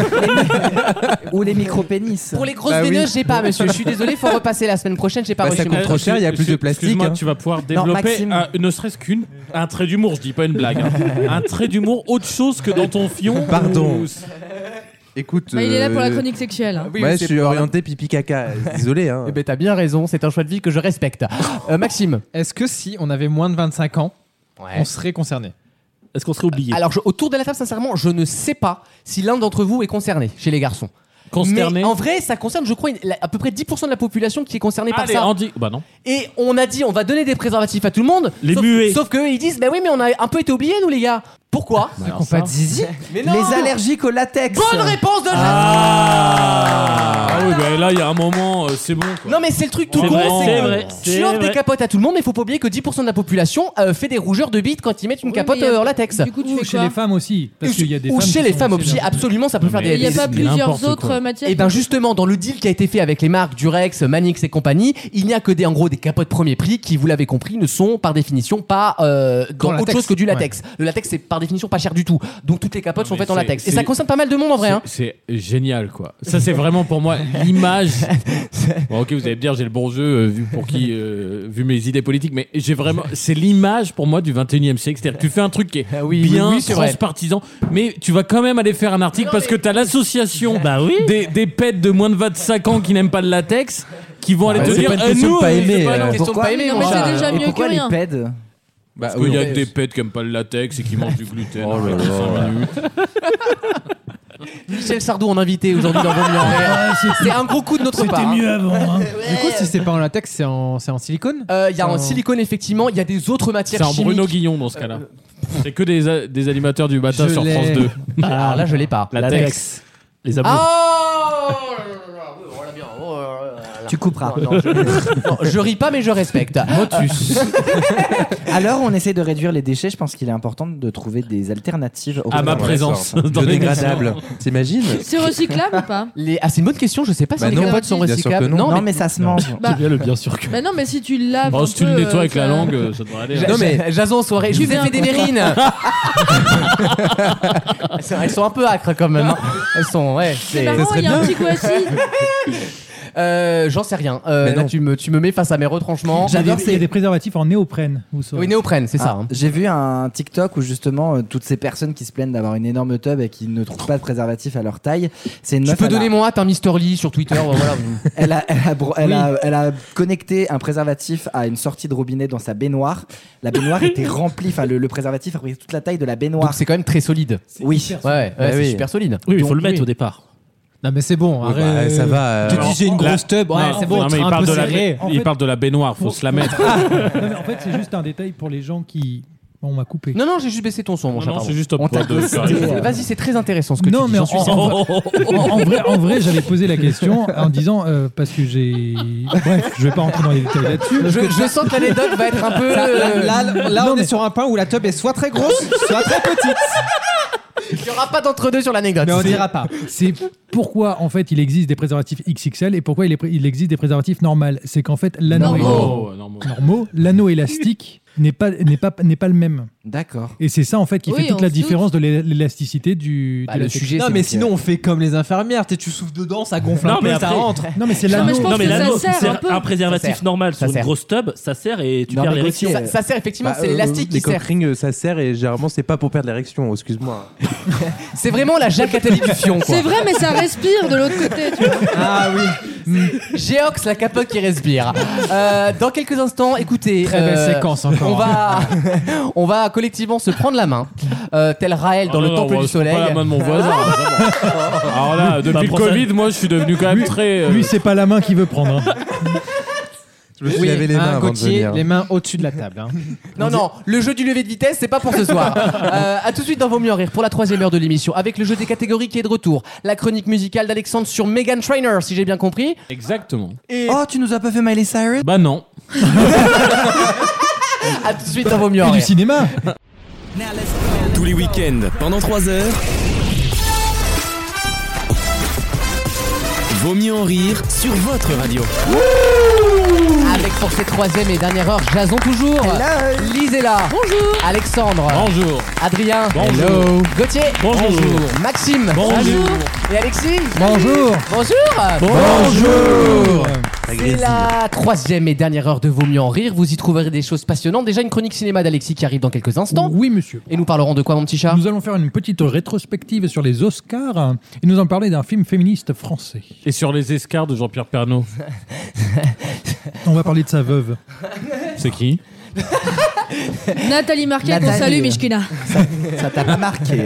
Speaker 6: Ou les micro-pénis.
Speaker 2: Pour les grosses
Speaker 6: Bah oui.
Speaker 2: veineuses, j'ai pas, monsieur. Je suis désolé, faut repasser la semaine prochaine, j'ai
Speaker 12: Bah,
Speaker 2: pas reçu mon truc.
Speaker 5: Excuse- excuse-moi,
Speaker 11: hein. tu vas pouvoir
Speaker 2: Non,
Speaker 11: développer
Speaker 2: Maxime.
Speaker 11: un- ne serait-ce qu'une un trait d'humour. Je dis pas une blague. hein. un trait d'humour autre chose que dans ton fion.
Speaker 7: Pardon.
Speaker 11: ou-
Speaker 7: Écoute.
Speaker 4: Bah, il est là pour la
Speaker 7: euh,
Speaker 4: chronique sexuelle. hein.
Speaker 7: ouais, je suis orienté pipi caca. Désolé. Hein.
Speaker 2: Eh ben, t'as bien raison, c'est un choix de vie que je respecte. Euh, Maxime.
Speaker 12: Est-ce que si on avait moins de 25 ans, on serait concerné
Speaker 11: Est-ce qu'on serait oublié
Speaker 2: Alors, je- autour de la table, sincèrement, je ne sais pas si l'un d'entre vous est concerné chez les garçons.
Speaker 11: Consterné
Speaker 2: Mais en vrai, ça concerne, je crois, une- la- à peu près 10% de la population qui est concernée par
Speaker 11: Allez,
Speaker 2: ça.
Speaker 11: Andy. Bah non.
Speaker 2: Et on a dit, on va donner des préservatifs à tout le monde.
Speaker 11: Les
Speaker 2: sauf,
Speaker 11: muets.
Speaker 2: Sauf qu'eux, ils disent, bah oui, mais on a un peu été oubliés, nous, les gars.
Speaker 11: Ah,
Speaker 2: Pourquoi
Speaker 6: alors qu'on ça. pas de zizi.
Speaker 2: Mais non
Speaker 6: Les allergiques au latex.
Speaker 2: Bonne réponse de
Speaker 11: Ah oui, bah là, il y a un moment, euh, c'est bon. quoi.
Speaker 2: Non mais c'est le truc tout
Speaker 11: C'est
Speaker 2: con,
Speaker 11: vrai,
Speaker 2: c'est
Speaker 11: c'est
Speaker 2: que
Speaker 11: vrai, c'est
Speaker 2: tu offres des
Speaker 11: vrai.
Speaker 2: capotes à tout le monde, mais faut pas oublier que 10% de la population euh, fait des rougeurs de bite quand ils mettent une capote euh,
Speaker 4: mais y a-
Speaker 2: en latex.
Speaker 4: du coup, tu Ou fais
Speaker 8: chez
Speaker 4: quoi
Speaker 8: les femmes aussi. Parce
Speaker 2: Ou-
Speaker 8: qu'il y a des
Speaker 2: ou
Speaker 8: femmes
Speaker 2: chez
Speaker 8: qui
Speaker 2: les
Speaker 8: sont
Speaker 2: femmes
Speaker 8: aussi
Speaker 2: obligés,
Speaker 8: allergiques.
Speaker 2: absolument, ça peut faire des.
Speaker 4: Il n'y a pas plusieurs autres matières.
Speaker 2: Et bien justement, dans le deal qui a été fait avec les marques Durex, Manix et compagnie, il n'y a que des en gros des capotes premier prix qui, vous l'avez compris, ne sont par définition pas euh, dans
Speaker 12: Qu'en
Speaker 2: autre
Speaker 12: latex.
Speaker 2: chose que du latex. Le latex c'est par définition pas cher du tout, donc toutes les capotes sont
Speaker 11: mais
Speaker 2: faites en
Speaker 11: c'est-
Speaker 2: latex. Et
Speaker 11: c'est-
Speaker 2: ça concerne pas mal de monde en vrai. hein.
Speaker 11: C'est c'est génial, quoi. Ça, c'est vraiment pour moi l'image. Bon, ok, vous allez me dire, j'ai le bon jeu euh, vu pour qui, euh, vu mes idées politiques, mais j'ai vraiment. C'est l'image pour moi du 21e siècle. C'est-à-dire que tu fais un truc qui
Speaker 7: Ah
Speaker 11: est
Speaker 2: oui,
Speaker 11: bien
Speaker 2: oui, c'est vrai.
Speaker 11: transpartisan, mais tu vas quand même aller faire un article parce que t'as l'association
Speaker 7: Bah
Speaker 11: des, des pets de moins de 25 ans qui n'aiment pas le latex qui vont aller
Speaker 7: Bah,
Speaker 11: te
Speaker 7: c'est
Speaker 11: dire
Speaker 7: pas une
Speaker 11: Ah,
Speaker 7: question de
Speaker 11: nous,
Speaker 7: pas
Speaker 11: euh,
Speaker 7: aimer,
Speaker 11: c'est
Speaker 7: euh,
Speaker 11: non.
Speaker 7: Question de
Speaker 2: pas aimer,
Speaker 4: mais c'est déjà mieux que rien.
Speaker 7: Bah,
Speaker 11: Parce qu'il y a
Speaker 7: oui,
Speaker 11: que des pets qui aiment pas le latex et qui mangent du gluten.
Speaker 7: Oh là
Speaker 11: en fait,
Speaker 7: là.
Speaker 11: cinq minutes.
Speaker 2: Michel Sardou en invité aujourd'hui dans Vos Mieux en Rire. C'est un gros coup de notre part. hein.
Speaker 12: avant. Du coup, si c'est pas en latex, c'est en, c'est en silicone
Speaker 2: Euh, Il y a en
Speaker 12: en-
Speaker 2: silicone effectivement, il y a des autres
Speaker 11: C'est
Speaker 2: matières
Speaker 11: un
Speaker 2: chimiques.
Speaker 11: Bruno Guillon dans ce cas-là.
Speaker 7: Euh,
Speaker 11: C'est que des, a- des animateurs du matin
Speaker 12: Je
Speaker 11: sur
Speaker 12: l'ai.
Speaker 11: France 2.
Speaker 2: Alors
Speaker 7: Ah,
Speaker 2: là, je l'ai pas.
Speaker 11: La
Speaker 2: Latex.
Speaker 11: Tex. Les abos.
Speaker 2: Oh Voilà bien. Oh là là là.
Speaker 6: Tu couperas.
Speaker 2: Non, non, je... non, je ris pas, mais je respecte.
Speaker 11: Motus.
Speaker 6: Alors, on essaie de réduire les déchets. Je pense qu'il est important de trouver des alternatives aux
Speaker 11: À ma présence. Dans
Speaker 7: Biodégradable. T'imagines
Speaker 4: C'est recyclable ou pas
Speaker 2: Les... Ah, c'est une bonne question. Je sais pas si
Speaker 7: Bah
Speaker 2: les
Speaker 7: non,
Speaker 2: capotes sont
Speaker 7: bien sûr que
Speaker 2: recyclables.
Speaker 7: non.
Speaker 6: Non, mais ça se mange.
Speaker 4: Bah-
Speaker 11: bien le bien sûr que.
Speaker 4: Bah non, mais si tu laves.
Speaker 11: Bon,
Speaker 4: un
Speaker 11: si tu
Speaker 4: peu,
Speaker 11: le nettoies
Speaker 4: euh,
Speaker 11: avec la
Speaker 4: ça-
Speaker 11: langue, euh, ça devrait aller.
Speaker 2: Non mais Jason en soirée, je vous ai
Speaker 4: fais un
Speaker 2: fait des
Speaker 4: contrat.
Speaker 2: mérines. Elles sont- Elles sont un peu acres quand même. hein. Elles sont ouais.
Speaker 4: C'est
Speaker 2: c'est-
Speaker 4: marrant, il y a un petit goût acide.
Speaker 2: Euh, J'en sais rien. Euh,
Speaker 7: Mais
Speaker 2: là
Speaker 7: non.
Speaker 2: tu me tu me mets face à mes retranchements.
Speaker 8: J'adore, c'est des préservatifs en néoprène. Vous saurez.
Speaker 2: Oui, néoprène, c'est ça.
Speaker 6: Ah,
Speaker 2: hein.
Speaker 6: J'ai vu un TikTok où justement euh, toutes ces personnes qui se plaignent d'avoir une énorme tub et qui ne trouvent pas de préservatif à leur taille, c'est une
Speaker 2: Je
Speaker 6: meuf,
Speaker 2: peux
Speaker 6: elle a-
Speaker 2: donner mon hâte à Mister Lee sur Twitter. voilà.
Speaker 6: Elle a, elle, a, bro- elle, a, elle a connecté un préservatif à une sortie de robinet dans sa baignoire. La baignoire était remplie, enfin le, le préservatif a pris toute la taille de la
Speaker 2: Donc
Speaker 6: baignoire.
Speaker 2: c'est quand même très solide.
Speaker 6: Oui.
Speaker 2: Ouais, ouais,
Speaker 6: Bah
Speaker 2: c'est
Speaker 6: oui.
Speaker 2: super solide.
Speaker 11: Oui, il faut
Speaker 6: Donc,
Speaker 11: le mettre
Speaker 6: oui.
Speaker 11: au départ.
Speaker 12: Non, mais c'est bon.
Speaker 7: Oui,
Speaker 12: arrête.
Speaker 7: bah, ça va. euh,
Speaker 12: Tu dis j'ai une grosse tub. Ouais,
Speaker 11: Non,
Speaker 12: c'est bon.
Speaker 11: non, mais
Speaker 12: train
Speaker 11: il
Speaker 12: un
Speaker 11: parle,
Speaker 12: peu
Speaker 11: de la,
Speaker 12: serré.
Speaker 11: il parle de la baignoire, faut se la mettre.
Speaker 8: Ah. Non, mais en fait, c'est juste un détail pour les gens qui. Bon, on m'a coupé.
Speaker 2: Non, non, j'ai juste baissé ton son, mon
Speaker 11: Non,
Speaker 2: chat.
Speaker 11: non,
Speaker 2: pardon.
Speaker 11: c'est juste top
Speaker 6: On t'a
Speaker 11: quoi, de-
Speaker 6: ghosté.
Speaker 2: Vas-y, c'est très intéressant ce que
Speaker 8: Non,
Speaker 2: tu dis.
Speaker 8: mais
Speaker 2: j'en
Speaker 8: en-
Speaker 2: suis
Speaker 8: en-
Speaker 2: certain.
Speaker 8: En, en vrai, en vrai j'avais posé la question en disant euh, parce que j'ai. Bref, je vais pas rentrer dans les détails là-dessus.
Speaker 2: je, je sens que l'anecdote va être un peu.
Speaker 12: Là,
Speaker 2: euh,
Speaker 12: là, là, là,
Speaker 8: Non,
Speaker 12: on
Speaker 8: mais-
Speaker 12: est sur un point où la tub est soit très grosse, soit très petite.
Speaker 2: Il n'y aura pas d'entre-deux sur l'anecdote.
Speaker 12: Mais on dira pas.
Speaker 8: C'est pourquoi en fait il existe des préservatifs XXL et pourquoi il, est- il existe des préservatifs normaux. C'est qu'en fait l'anneau
Speaker 11: Oh, non, bon.
Speaker 8: normaux, l'anneau élastique n'est pas n'est pas n'est pas le même.
Speaker 6: D'accord.
Speaker 8: Et c'est ça en fait qui
Speaker 4: Oui,
Speaker 8: fait toute
Speaker 4: on
Speaker 8: la
Speaker 4: se doute.
Speaker 8: différence de l'é- l'élasticité du.
Speaker 2: Bah,
Speaker 8: de
Speaker 2: le
Speaker 8: la-
Speaker 2: sujet,
Speaker 12: Non,
Speaker 2: c'est
Speaker 12: mais
Speaker 2: donc,
Speaker 12: sinon, on fait comme les infirmières. t'es- Tu souffles dedans, ça gonfle
Speaker 11: Non,
Speaker 12: un
Speaker 11: mais
Speaker 12: peu, ça
Speaker 11: après-
Speaker 12: rentre.
Speaker 8: Non mais c'est
Speaker 4: Non, mais je
Speaker 8: l'anneau.
Speaker 4: pense
Speaker 11: Non, mais
Speaker 4: que ça
Speaker 11: l'anneau,
Speaker 4: sert un
Speaker 11: sert
Speaker 4: peu.
Speaker 11: un préservatif
Speaker 2: sert.
Speaker 11: normal
Speaker 2: Ça
Speaker 11: sur une
Speaker 2: sère.
Speaker 11: grosse tub, ça sert et tu
Speaker 6: Non,
Speaker 11: perds
Speaker 6: mais
Speaker 11: l'érection.
Speaker 6: Gauthier,
Speaker 2: ça, ça sert effectivement,
Speaker 7: bah,
Speaker 2: c'est
Speaker 7: euh,
Speaker 2: l'élastique
Speaker 7: les
Speaker 2: qui sert.
Speaker 7: coquerings, euh, ça sert et généralement c'est pas pour perdre l'érection, excuse-moi.
Speaker 2: C'est vraiment la Jacques Attali du fion. quoi.
Speaker 4: C'est vrai, mais ça respire de l'autre côté. Tu vois.
Speaker 12: Ah oui.
Speaker 2: Géox, la capote qui respire. Euh, dans quelques instants, écoutez. euh,
Speaker 12: Très belle séquence encore. hein.
Speaker 2: On va, on va collectivement se prendre la main, euh, tel Raël dans
Speaker 11: Ah
Speaker 2: le
Speaker 11: non, non,
Speaker 2: temple
Speaker 11: moi,
Speaker 2: du
Speaker 11: je prends
Speaker 2: soleil.
Speaker 11: Pas la main de mon voisin. vraiment.
Speaker 12: hein.
Speaker 11: Alors là, depuis
Speaker 5: Bah,
Speaker 11: le
Speaker 5: prends ça.
Speaker 11: Covid, moi, je suis devenu quand même très. euh,
Speaker 8: Lui c'est pas la main qui veut prendre. hein.
Speaker 7: Je me suis
Speaker 12: Oui,
Speaker 7: lavé les
Speaker 12: hein,
Speaker 7: mains avant de
Speaker 12: Gauthier,
Speaker 7: venir.
Speaker 12: les mains au-dessus de la table. hein.
Speaker 2: Non, non, le jeu du lever de vitesse, c'est pas pour ce soir. Euh, à tout de suite dans Vaut mieux en rire pour la troisième heure de l'émission, avec le jeu des catégories qui est de retour, la chronique musicale d'Alexandre sur Megan Trainer, si j'ai bien compris.
Speaker 11: Exactement.
Speaker 6: Oh, tu nous as pas fait Miley Cyrus
Speaker 11: Bah non.
Speaker 2: À tout de suite dans Vaut mieux en
Speaker 8: Et du
Speaker 2: rire.
Speaker 8: cinéma.
Speaker 1: Tous les week-ends, pendant 3 heures. Vaut mieux en rire sur votre radio.
Speaker 2: Avec pour ses troisième et dernière heure, Jason toujours. Lise est là. Bonjour. Alexandre.
Speaker 11: Bonjour.
Speaker 2: Adrien.
Speaker 11: Bonjour.
Speaker 2: Hello. Gauthier.
Speaker 11: Bonjour.
Speaker 2: Maxime.
Speaker 11: Bonjour.
Speaker 2: Et Alexis.
Speaker 11: Bonjour.
Speaker 2: Bonjour.
Speaker 11: Bonjour.
Speaker 2: C'est la troisième et dernière heure de Vaut mieux en rire. Vous y trouverez des choses passionnantes. Déjà une chronique cinéma d'Alexis qui arrive dans quelques instants.
Speaker 8: Oui, monsieur.
Speaker 2: Et nous parlerons de quoi, mon petit chat
Speaker 8: Nous allons faire une petite rétrospective sur les Oscars hein, et nous en parler d'un film féministe français.
Speaker 11: Et sur les escarres de Jean-Pierre Pernaut.
Speaker 8: On va parler de sa veuve.
Speaker 11: C'est qui
Speaker 4: Nathalie Marquet, qu'on
Speaker 2: Nathalie.
Speaker 4: salue, Mishkina.
Speaker 2: Ça t'a pas marqué.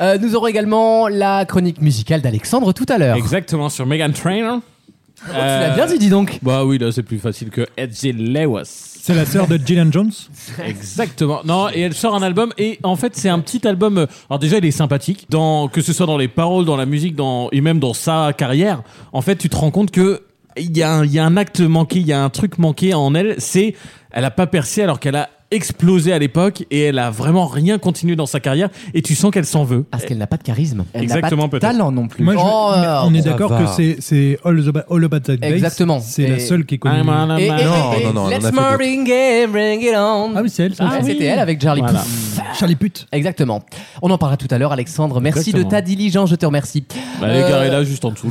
Speaker 2: Euh, nous aurons également la chronique musicale d'Alexandre tout à l'heure.
Speaker 11: Exactement, sur Megan Trainer. tu
Speaker 2: Oh, l'as bien dit, dis donc.
Speaker 11: Bah oui, là c'est plus facile que Edgy Lewis.
Speaker 8: C'est la sœur de Gillian Jones.
Speaker 11: Exactement. Non, et elle sort un album et en fait c'est un petit album. euh, Alors déjà il est sympathique, dans, que ce soit dans les paroles, dans la musique, dans et même dans sa carrière. En fait tu te rends compte que il y, a un- il y a un acte manqué, il y a un truc manqué en elle. C'est elle a pas percé alors qu'elle a explosé à l'époque et elle a vraiment rien continué dans sa carrière et tu sens qu'elle s'en veut.
Speaker 2: Parce qu'elle n'a pas de charisme.
Speaker 6: Elle n'a pas
Speaker 11: Exactement
Speaker 6: de
Speaker 11: peut-être.
Speaker 6: talent non plus.
Speaker 8: Moi, je-
Speaker 2: Oh,
Speaker 8: mais
Speaker 2: euh,
Speaker 8: on est
Speaker 2: ça
Speaker 8: d'accord
Speaker 2: va.
Speaker 11: Ah.
Speaker 8: que c'est- c'est All, About- All About That Bass.
Speaker 2: Exactement.
Speaker 8: C'est
Speaker 2: Et-
Speaker 8: la seule qui est connue.
Speaker 11: I'm on a-
Speaker 2: Et- et-
Speaker 8: Ah, Non,
Speaker 2: et-
Speaker 8: non, non, on en a
Speaker 2: Let's
Speaker 8: fait d'autres.
Speaker 2: bring it, bring it on.
Speaker 8: Ah oui, c'est elle. ça.
Speaker 2: Ah, C'était elle avec Charlie
Speaker 8: Voilà.
Speaker 2: Puth.
Speaker 8: Charlie Pute.
Speaker 2: Exactement. On en parlera tout à l'heure, Alexandre. Merci
Speaker 11: Exactement.
Speaker 2: de ta diligence, je te remercie.
Speaker 11: Bah, elle est
Speaker 2: Euh,
Speaker 11: garée là juste en dessous.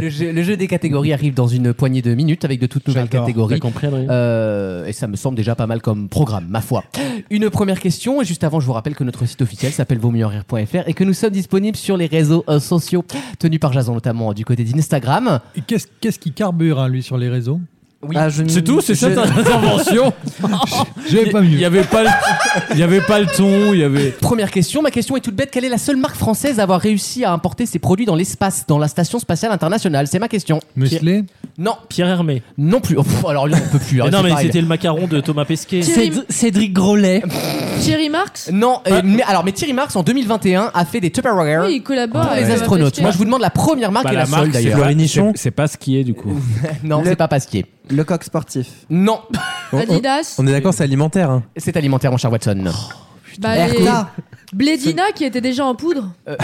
Speaker 2: le, jeu, le jeu des catégories arrive dans une poignée de minutes avec de toutes nouvelles catégories.
Speaker 11: T'as compris, Adrien
Speaker 2: Euh, et ça me semble déjà pas mal comme programme, ma foi. Une première question, et juste avant, je vous rappelle que notre site officiel s'appelle vautmieuxenrire.fr et que nous sommes disponibles sur les réseaux euh, sociaux, tenus par Jason notamment euh, du côté d'Instagram. Ah,
Speaker 8: Et Qu'est-ce qu'est-ce qui carbure, hein, lui, sur les réseaux Ah,
Speaker 11: C'est tout, c'est ça ta intervention.
Speaker 8: J'avais pas mieux.
Speaker 11: Il y avait pas, le- il y avait pas le ton, il y avait.
Speaker 2: Première question, ma question est toute bête. Quelle est la seule marque française à avoir réussi à importer ses produits dans l'espace, dans la station spatiale internationale C'est ma question.
Speaker 8: Muesli
Speaker 2: Non.
Speaker 11: Pierre Hermé.
Speaker 2: Non plus. Oh, pff, alors lui, on peut plus. hein,
Speaker 11: Mais non,
Speaker 2: c'est
Speaker 11: mais
Speaker 2: pareil.
Speaker 11: c'était le macaron de Thomas Pesquet.
Speaker 4: Thierry-
Speaker 2: Cédric Grolet.
Speaker 4: Thierry Marx
Speaker 2: Non, euh, mais, alors, mais Thierry Marx en 2021 a fait des Tupperware
Speaker 4: Oui, il collabore
Speaker 2: pour
Speaker 4: avec
Speaker 2: les
Speaker 4: Thomas
Speaker 2: astronautes.
Speaker 4: Pesquet.
Speaker 2: Moi, je vous demande la première marque
Speaker 11: Bah,
Speaker 2: et la,
Speaker 11: la marque,
Speaker 2: seule
Speaker 11: c'est
Speaker 2: d'ailleurs.
Speaker 11: pas-
Speaker 6: Florinichon.
Speaker 11: C'est pas ce qui est du coup.
Speaker 2: non, c'est pas Pasquier.
Speaker 6: Le coq sportif.
Speaker 2: Non.
Speaker 7: On- on-
Speaker 4: Adidas.
Speaker 7: On est d'accord, c'est alimentaire. hein.
Speaker 2: C'est alimentaire, mon cher Watson.
Speaker 4: Bah, les- Blédina qui était déjà en poudre.
Speaker 2: Euh.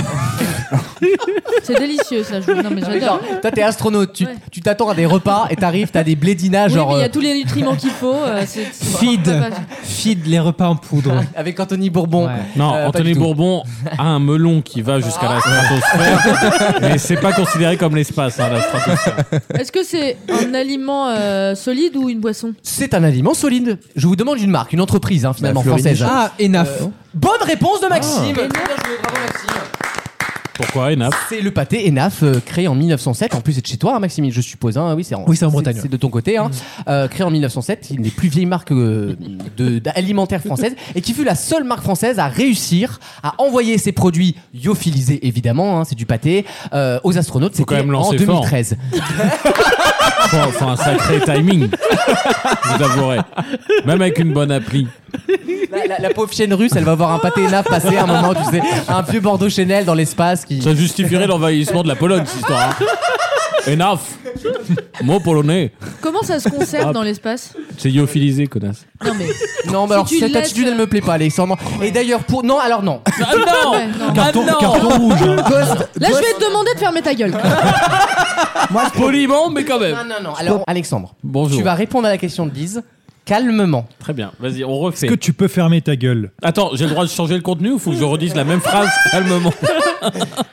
Speaker 4: c'est délicieux ça, je vous- Non mais
Speaker 2: Mais
Speaker 4: j'adore.
Speaker 2: genre, toi, t'es astronaute. Tu tu t'attends à des repas et t'arrives, t'as des blédinas,
Speaker 4: Oui,
Speaker 2: genre.
Speaker 4: mais il y a
Speaker 2: euh,
Speaker 4: tous les nutriments qu'il faut. euh, c'est- c'est-
Speaker 12: Feed. Feed les repas en poudre.
Speaker 2: Avec Anthony Bourbon.
Speaker 11: Non,
Speaker 2: Euh, pas
Speaker 11: Anthony
Speaker 2: du tout.
Speaker 11: Bourbon a un melon qui va jusqu'à la stratosphère, mais c'est pas considéré comme l'espace, hein, la stratosphère.
Speaker 4: Est-ce que c'est un aliment euh, solide ou une boisson
Speaker 2: C'est un aliment solide. Je vous demande une marque, une entreprise hein, finalement
Speaker 12: Bah, Florine.
Speaker 2: française. Euh,
Speaker 12: Ah, Enaf.
Speaker 2: Bonne réponse de
Speaker 11: Ah.
Speaker 2: Maxime.
Speaker 4: Enaf.
Speaker 11: Pourquoi Enaf
Speaker 2: C'est le pâté Enaf euh, créé en 1907. En plus, c'est de chez toi, hein, Maxime. Je suppose. hein. Oui, c'est en,
Speaker 12: Oui, c'est en Bretagne,
Speaker 2: C'est de ton côté. hein. Euh, créé en 1907, une des plus vieilles marques euh, de- alimentaires françaises et qui fut la seule marque française à réussir à envoyer ses produits lyophilisés, évidemment. hein, c'est du pâté euh, aux astronautes.
Speaker 11: quand
Speaker 2: C'était
Speaker 11: même
Speaker 2: en
Speaker 11: lancer fort.
Speaker 2: 2013.
Speaker 11: Faut, faut un sacré timing, vous avouerez. Même avec une bonne appli.
Speaker 2: La, la- la pauvre chienne russe, elle va voir un pâté Enaf passer à un moment, tu sais, un vieux Bordeaux Chanel dans l'espace qui.
Speaker 11: Ça justifierait l'envahissement de la Pologne, cette histoire. hein. Enaf Mot polonais.
Speaker 4: Comment ça se conserve dans l'espace
Speaker 11: C'est lyophilisé, connasse.
Speaker 4: Non mais.
Speaker 2: Non, mais
Speaker 4: Si
Speaker 2: alors
Speaker 4: tu
Speaker 2: cette
Speaker 4: laisses-
Speaker 2: attitude, elle me plaît pas, Alexandre. Et d'ailleurs, pour. Non, alors non.
Speaker 11: Ah non
Speaker 4: Ouais, non.
Speaker 11: Carton,
Speaker 8: Carton rouge. hein.
Speaker 2: Ghost-
Speaker 4: Là, je
Speaker 2: Ghost-
Speaker 4: vais te demander de fermer ta gueule.
Speaker 11: Poliment, mais quand même.
Speaker 2: Non, non, non. Alors, Alexandre,
Speaker 11: Bonjour.
Speaker 2: tu vas répondre à la question de Lise calmement.
Speaker 11: Très bien, vas-y, on refait.
Speaker 8: Que tu peux fermer ta gueule.
Speaker 11: Attends, j'ai le droit de changer le contenu ou faut que je redise la même phrase calmement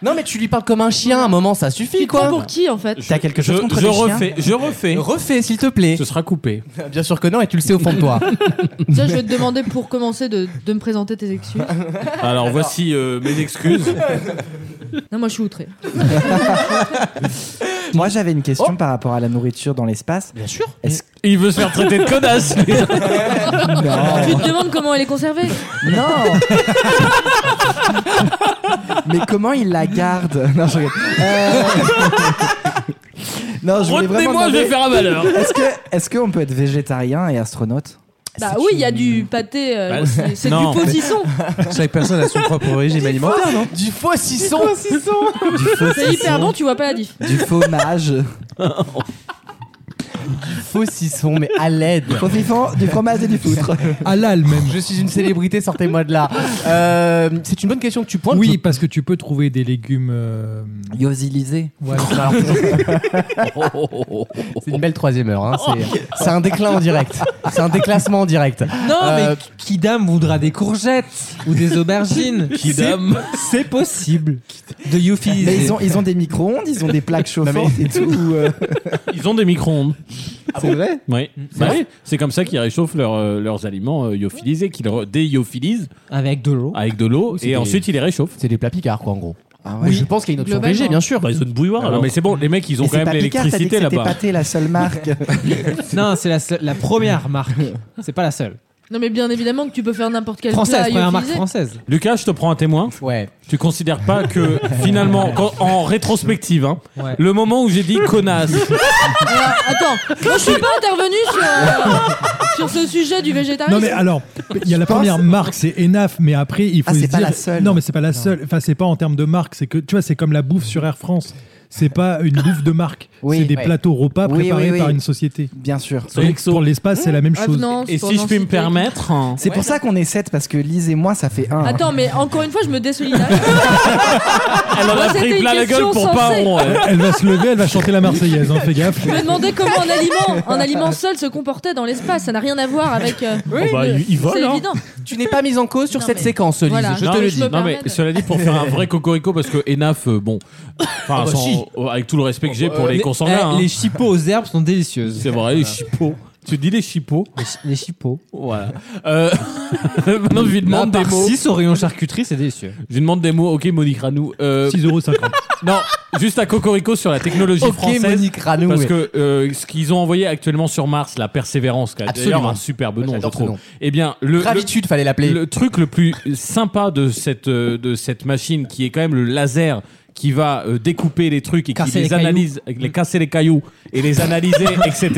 Speaker 2: Non, mais tu lui parles comme un chien, à un moment, ça suffit,
Speaker 4: Tu te prends
Speaker 2: quoi.
Speaker 4: pour qui en fait
Speaker 2: T'as quelque
Speaker 11: Je,
Speaker 2: chose contre
Speaker 11: je
Speaker 2: les chiens
Speaker 11: refais, je refais.
Speaker 2: Refais, s'il te plaît.
Speaker 11: Ce sera coupé.
Speaker 2: Bien sûr que non, et tu le sais au fond de toi.
Speaker 4: Tiens, je vais te demander pour commencer de, de me présenter tes excuses.
Speaker 11: Alors voici euh, mes excuses.
Speaker 4: Non, moi je suis outré.
Speaker 6: Moi, j'avais une question par rapport à la nourriture dans l'espace.
Speaker 2: Bien sûr.
Speaker 6: Est-ce
Speaker 11: Il veut se faire traiter de connasse.
Speaker 4: Tu te demandes comment elle est conservée
Speaker 6: Non Mais comment il la garde Non, je rigole. Euh, Non, je voulais vraiment
Speaker 11: Retenez-moi, je vais
Speaker 6: demander,
Speaker 11: faire un malheur.
Speaker 6: Est-ce que est-ce qu'on peut être végétarien et astronaute
Speaker 4: Bah oui, il y a du pâté, euh,
Speaker 11: Bah,
Speaker 4: c'est c'est du
Speaker 11: non.
Speaker 4: potisson.
Speaker 7: Chaque personne a son propre régime alimentaire, non
Speaker 2: du faux sisson.
Speaker 6: Du faux
Speaker 4: C'est hyper bon, tu vois pas la diff.
Speaker 6: Du fromage.
Speaker 2: du faux sisson, mais à l'aide.
Speaker 6: Faux sisson, du fromage et du foutre.
Speaker 2: À l'al même. Je suis une célébrité, sortez-moi de là. Euh, c'est une bonne question que tu pointes.
Speaker 8: Oui, parce que tu peux trouver des légumes. Euh...
Speaker 6: Yosilisés.
Speaker 2: Ouais. Alors, toujours- c'est une belle troisième heure. hein. C'est, c'est un déclin en direct. C'est un déclassement en direct.
Speaker 12: Non,
Speaker 2: Euh,
Speaker 12: mais qui dame voudra des courgettes ou des aubergines
Speaker 6: Qui
Speaker 12: C'est-
Speaker 6: dame
Speaker 12: C'est possible. De Youfi.
Speaker 6: Mais ils ont, ils ont des micro-ondes, ils ont des plaques chauffantes et tout. ou, euh,
Speaker 11: Ils ont des micro-ondes.
Speaker 2: Ah
Speaker 6: C'est vrai
Speaker 11: Oui. Bah
Speaker 2: Mm.
Speaker 11: oui, C'est comme ça qu'ils réchauffent leurs, euh, leurs aliments euh, lyophilisés, qu'ils re- déiophilisent.
Speaker 12: Avec de l'eau.
Speaker 11: Avec de l'eau,
Speaker 2: c'est
Speaker 11: et
Speaker 2: des-
Speaker 11: ensuite ils les réchauffent.
Speaker 2: C'est des plats picards, quoi, en gros.
Speaker 6: ouais.
Speaker 2: Oui, je pense qu'il y a une option
Speaker 6: Globalement.
Speaker 2: végé, bien sûr.
Speaker 11: Bah, ils ont une bouilloire,
Speaker 2: Ah,
Speaker 11: alors.
Speaker 2: non,
Speaker 11: Mais c'est bon, les mecs, ils ont
Speaker 6: mais
Speaker 11: quand
Speaker 6: c'est
Speaker 11: même
Speaker 6: pas Picard, t'as dit que
Speaker 11: l'électricité
Speaker 6: c'était
Speaker 11: là-bas.
Speaker 6: Pâté, la seule marque.
Speaker 12: Non, c'est la, seule- la première marque. C'est pas la seule.
Speaker 4: Non, mais bien évidemment que tu peux faire n'importe quel
Speaker 12: Française,
Speaker 4: plat
Speaker 12: première marque
Speaker 4: lyophilisé.
Speaker 12: française.
Speaker 11: Lucas, je te prends un témoin.
Speaker 2: Ouais.
Speaker 11: Tu considères pas que finalement, quand- en rétrospective, hein, le moment où j'ai dit connasse,
Speaker 4: Alors, attends, moi je suis pas intervenu sur, euh, sur ce sujet du végétarisme.
Speaker 8: Non mais alors, il y a la première marque, c'est Enaf, mais après il faut
Speaker 4: Ah,
Speaker 8: se
Speaker 4: c'est pas
Speaker 8: dire-
Speaker 4: la seule.
Speaker 8: Non mais c'est pas la seule. Enfin c'est pas en termes de marque, c'est que tu vois c'est comme la bouffe sur Air France. C'est pas une bouffe de marque.
Speaker 6: Oui,
Speaker 8: c'est des
Speaker 6: ouais.
Speaker 8: plateaux repas
Speaker 6: Oui,
Speaker 8: préparés
Speaker 6: oui, oui.
Speaker 8: par une société.
Speaker 6: Bien sûr.
Speaker 8: Donc, pour l'espace c'est la
Speaker 2: Ah,
Speaker 8: même chose.
Speaker 6: C'est pour ça qu'on est 7 parce que Lise et moi ça fait 1.
Speaker 4: Attends, mais encore une fois, je me désolidarise.
Speaker 11: Elle
Speaker 4: en a pris plein la gueule pour pas un rond,
Speaker 8: Elle, elle va se lever, elle va chanter la Marseillaise, hein, fais gaffe.
Speaker 4: Je me demandais comment un aliment, un aliment seul se comportait dans l'espace. Ça n'a rien à voir avec. euh,
Speaker 11: Oh bah, ils- ils
Speaker 4: C'est
Speaker 11: volent, hein.
Speaker 4: évident. bah,
Speaker 2: Tu n'es pas mise en cause sur cette séquence, Lise.
Speaker 4: voilà.
Speaker 2: Je
Speaker 11: Non,
Speaker 2: te
Speaker 11: mais
Speaker 2: le
Speaker 11: je
Speaker 2: dis.
Speaker 11: me Non, mais cela dit, pour faire un vrai cocorico, parce que Enaf, euh, bon, enfin,
Speaker 12: Ah bah
Speaker 11: sans-
Speaker 12: si.
Speaker 11: euh, avec tout le respect que j'ai pour
Speaker 12: Euh,
Speaker 11: les
Speaker 12: les-
Speaker 11: consanguins.
Speaker 12: eh,
Speaker 11: hein.
Speaker 12: les chipots aux herbes sont délicieuses.
Speaker 11: C'est vrai, les chipots. Tu dis les chipots
Speaker 12: Les chipots.
Speaker 11: Voilà. Euh, Maintenant, je lui demande
Speaker 12: Là,
Speaker 11: des
Speaker 12: par
Speaker 11: mots.
Speaker 12: six au rayon charcuterie, c'est délicieux.
Speaker 11: Je lui demande des mots. Ok, Monique Ranou. Euh...
Speaker 8: 6,50€.
Speaker 11: Non, juste à Cocorico sur la technologie
Speaker 2: Ok,
Speaker 11: française.
Speaker 2: Monique Ranou,
Speaker 11: Parce
Speaker 2: ouais.
Speaker 11: que euh, ce qu'ils ont envoyé actuellement sur Mars, la Persévérance, qui a d'ailleurs
Speaker 2: Absolument.
Speaker 11: un superbe
Speaker 2: Moi,
Speaker 11: nom, je
Speaker 2: j'adore ce
Speaker 11: trouve.
Speaker 2: nom.
Speaker 11: Eh bien, le.
Speaker 2: Gravitude, fallait l'appeler.
Speaker 11: Le truc le plus sympa de cette, euh, de cette machine, qui est quand même le laser qui va euh, découper les trucs et qui
Speaker 12: Casser
Speaker 11: les,
Speaker 12: les cailloux.
Speaker 11: analyse, les casser les cailloux et les analyser, etc.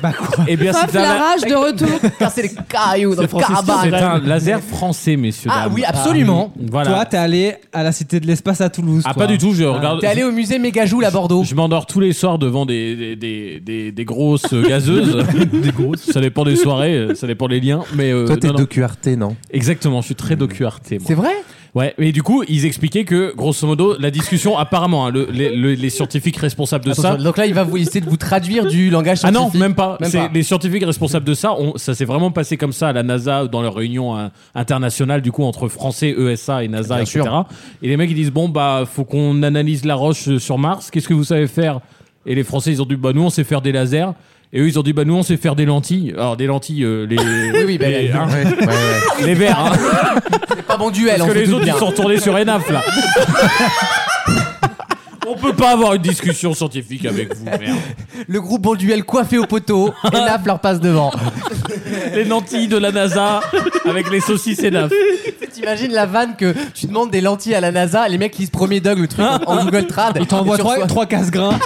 Speaker 11: Bah quoi Eh bien,
Speaker 4: Paf,
Speaker 11: c'est un
Speaker 4: la
Speaker 11: la-
Speaker 4: rage de retour.
Speaker 2: Casser les cailloux dans le
Speaker 11: C'est un
Speaker 2: carabane.
Speaker 11: laser français, messieurs.
Speaker 2: Ah
Speaker 11: dames.
Speaker 2: oui,
Speaker 12: Absolument.
Speaker 11: Voilà.
Speaker 12: Toi, t'es allé à la Cité de l'Espace à Toulouse.
Speaker 11: Ah,
Speaker 12: toi.
Speaker 11: pas du tout, je regarde.
Speaker 2: T'es allé au musée Mégajoule à Bordeaux.
Speaker 11: Je m'endors tous les soirs devant des, des, des, des, des grosses gazeuses. des grosses. Ça dépend des soirées, euh, ça dépend des liens. Mais euh,
Speaker 7: Toi, t'es
Speaker 11: non, non.
Speaker 7: docu-arté, non
Speaker 11: Exactement, je suis très docu-arté. moi.
Speaker 2: C'est vrai
Speaker 11: Ouais, et du coup, ils expliquaient que, grosso modo, la discussion, apparemment, hein, le- les, le- les scientifiques responsables de ça.
Speaker 2: Attention, Donc là, il va vous essayer de vous traduire du langage
Speaker 11: Ah non,
Speaker 2: scientifique.
Speaker 11: même pas.
Speaker 2: Même
Speaker 11: C'est
Speaker 2: pas.
Speaker 11: Les scientifiques responsables de ça, on- ça s'est vraiment passé comme ça à la NASA dans leur réunion hein, internationale, du coup, entre Français, ESA et NASA,
Speaker 2: Bien
Speaker 11: etc.
Speaker 2: sûr.
Speaker 11: Et les mecs, ils disent, bon, bah, faut qu'on analyse la roche euh, sur Mars, qu'est-ce que vous savez faire Et les Français, ils ont dit, bah, nous, on sait faire des lasers. Et eux, ils ont dit, bah, nous, on sait faire des lentilles. Alors, des lentilles, euh, les.
Speaker 2: Oui, oui, bah,
Speaker 11: les,
Speaker 2: là,
Speaker 11: hein,
Speaker 2: ouais, ouais, ouais.
Speaker 11: les verts, hein.
Speaker 2: C'est pas Ah, bon duel.
Speaker 11: Parce
Speaker 2: on se
Speaker 11: que les
Speaker 2: doute
Speaker 11: autres,
Speaker 2: bien.
Speaker 11: ils sont retournés sur Enaf, là. On peut pas avoir une discussion scientifique avec vous, merde.
Speaker 2: Le groupe Bon Duel coiffé au poteau. Et Naf leur passe devant.
Speaker 11: Les lentilles de la NASA avec les saucisses Enaf.
Speaker 2: T'imagines la vanne que tu demandes des lentilles à la NASA, les mecs ils se premier dog le truc en- en Google Trad. Ils
Speaker 12: t'envoient trois- trois casse-grains.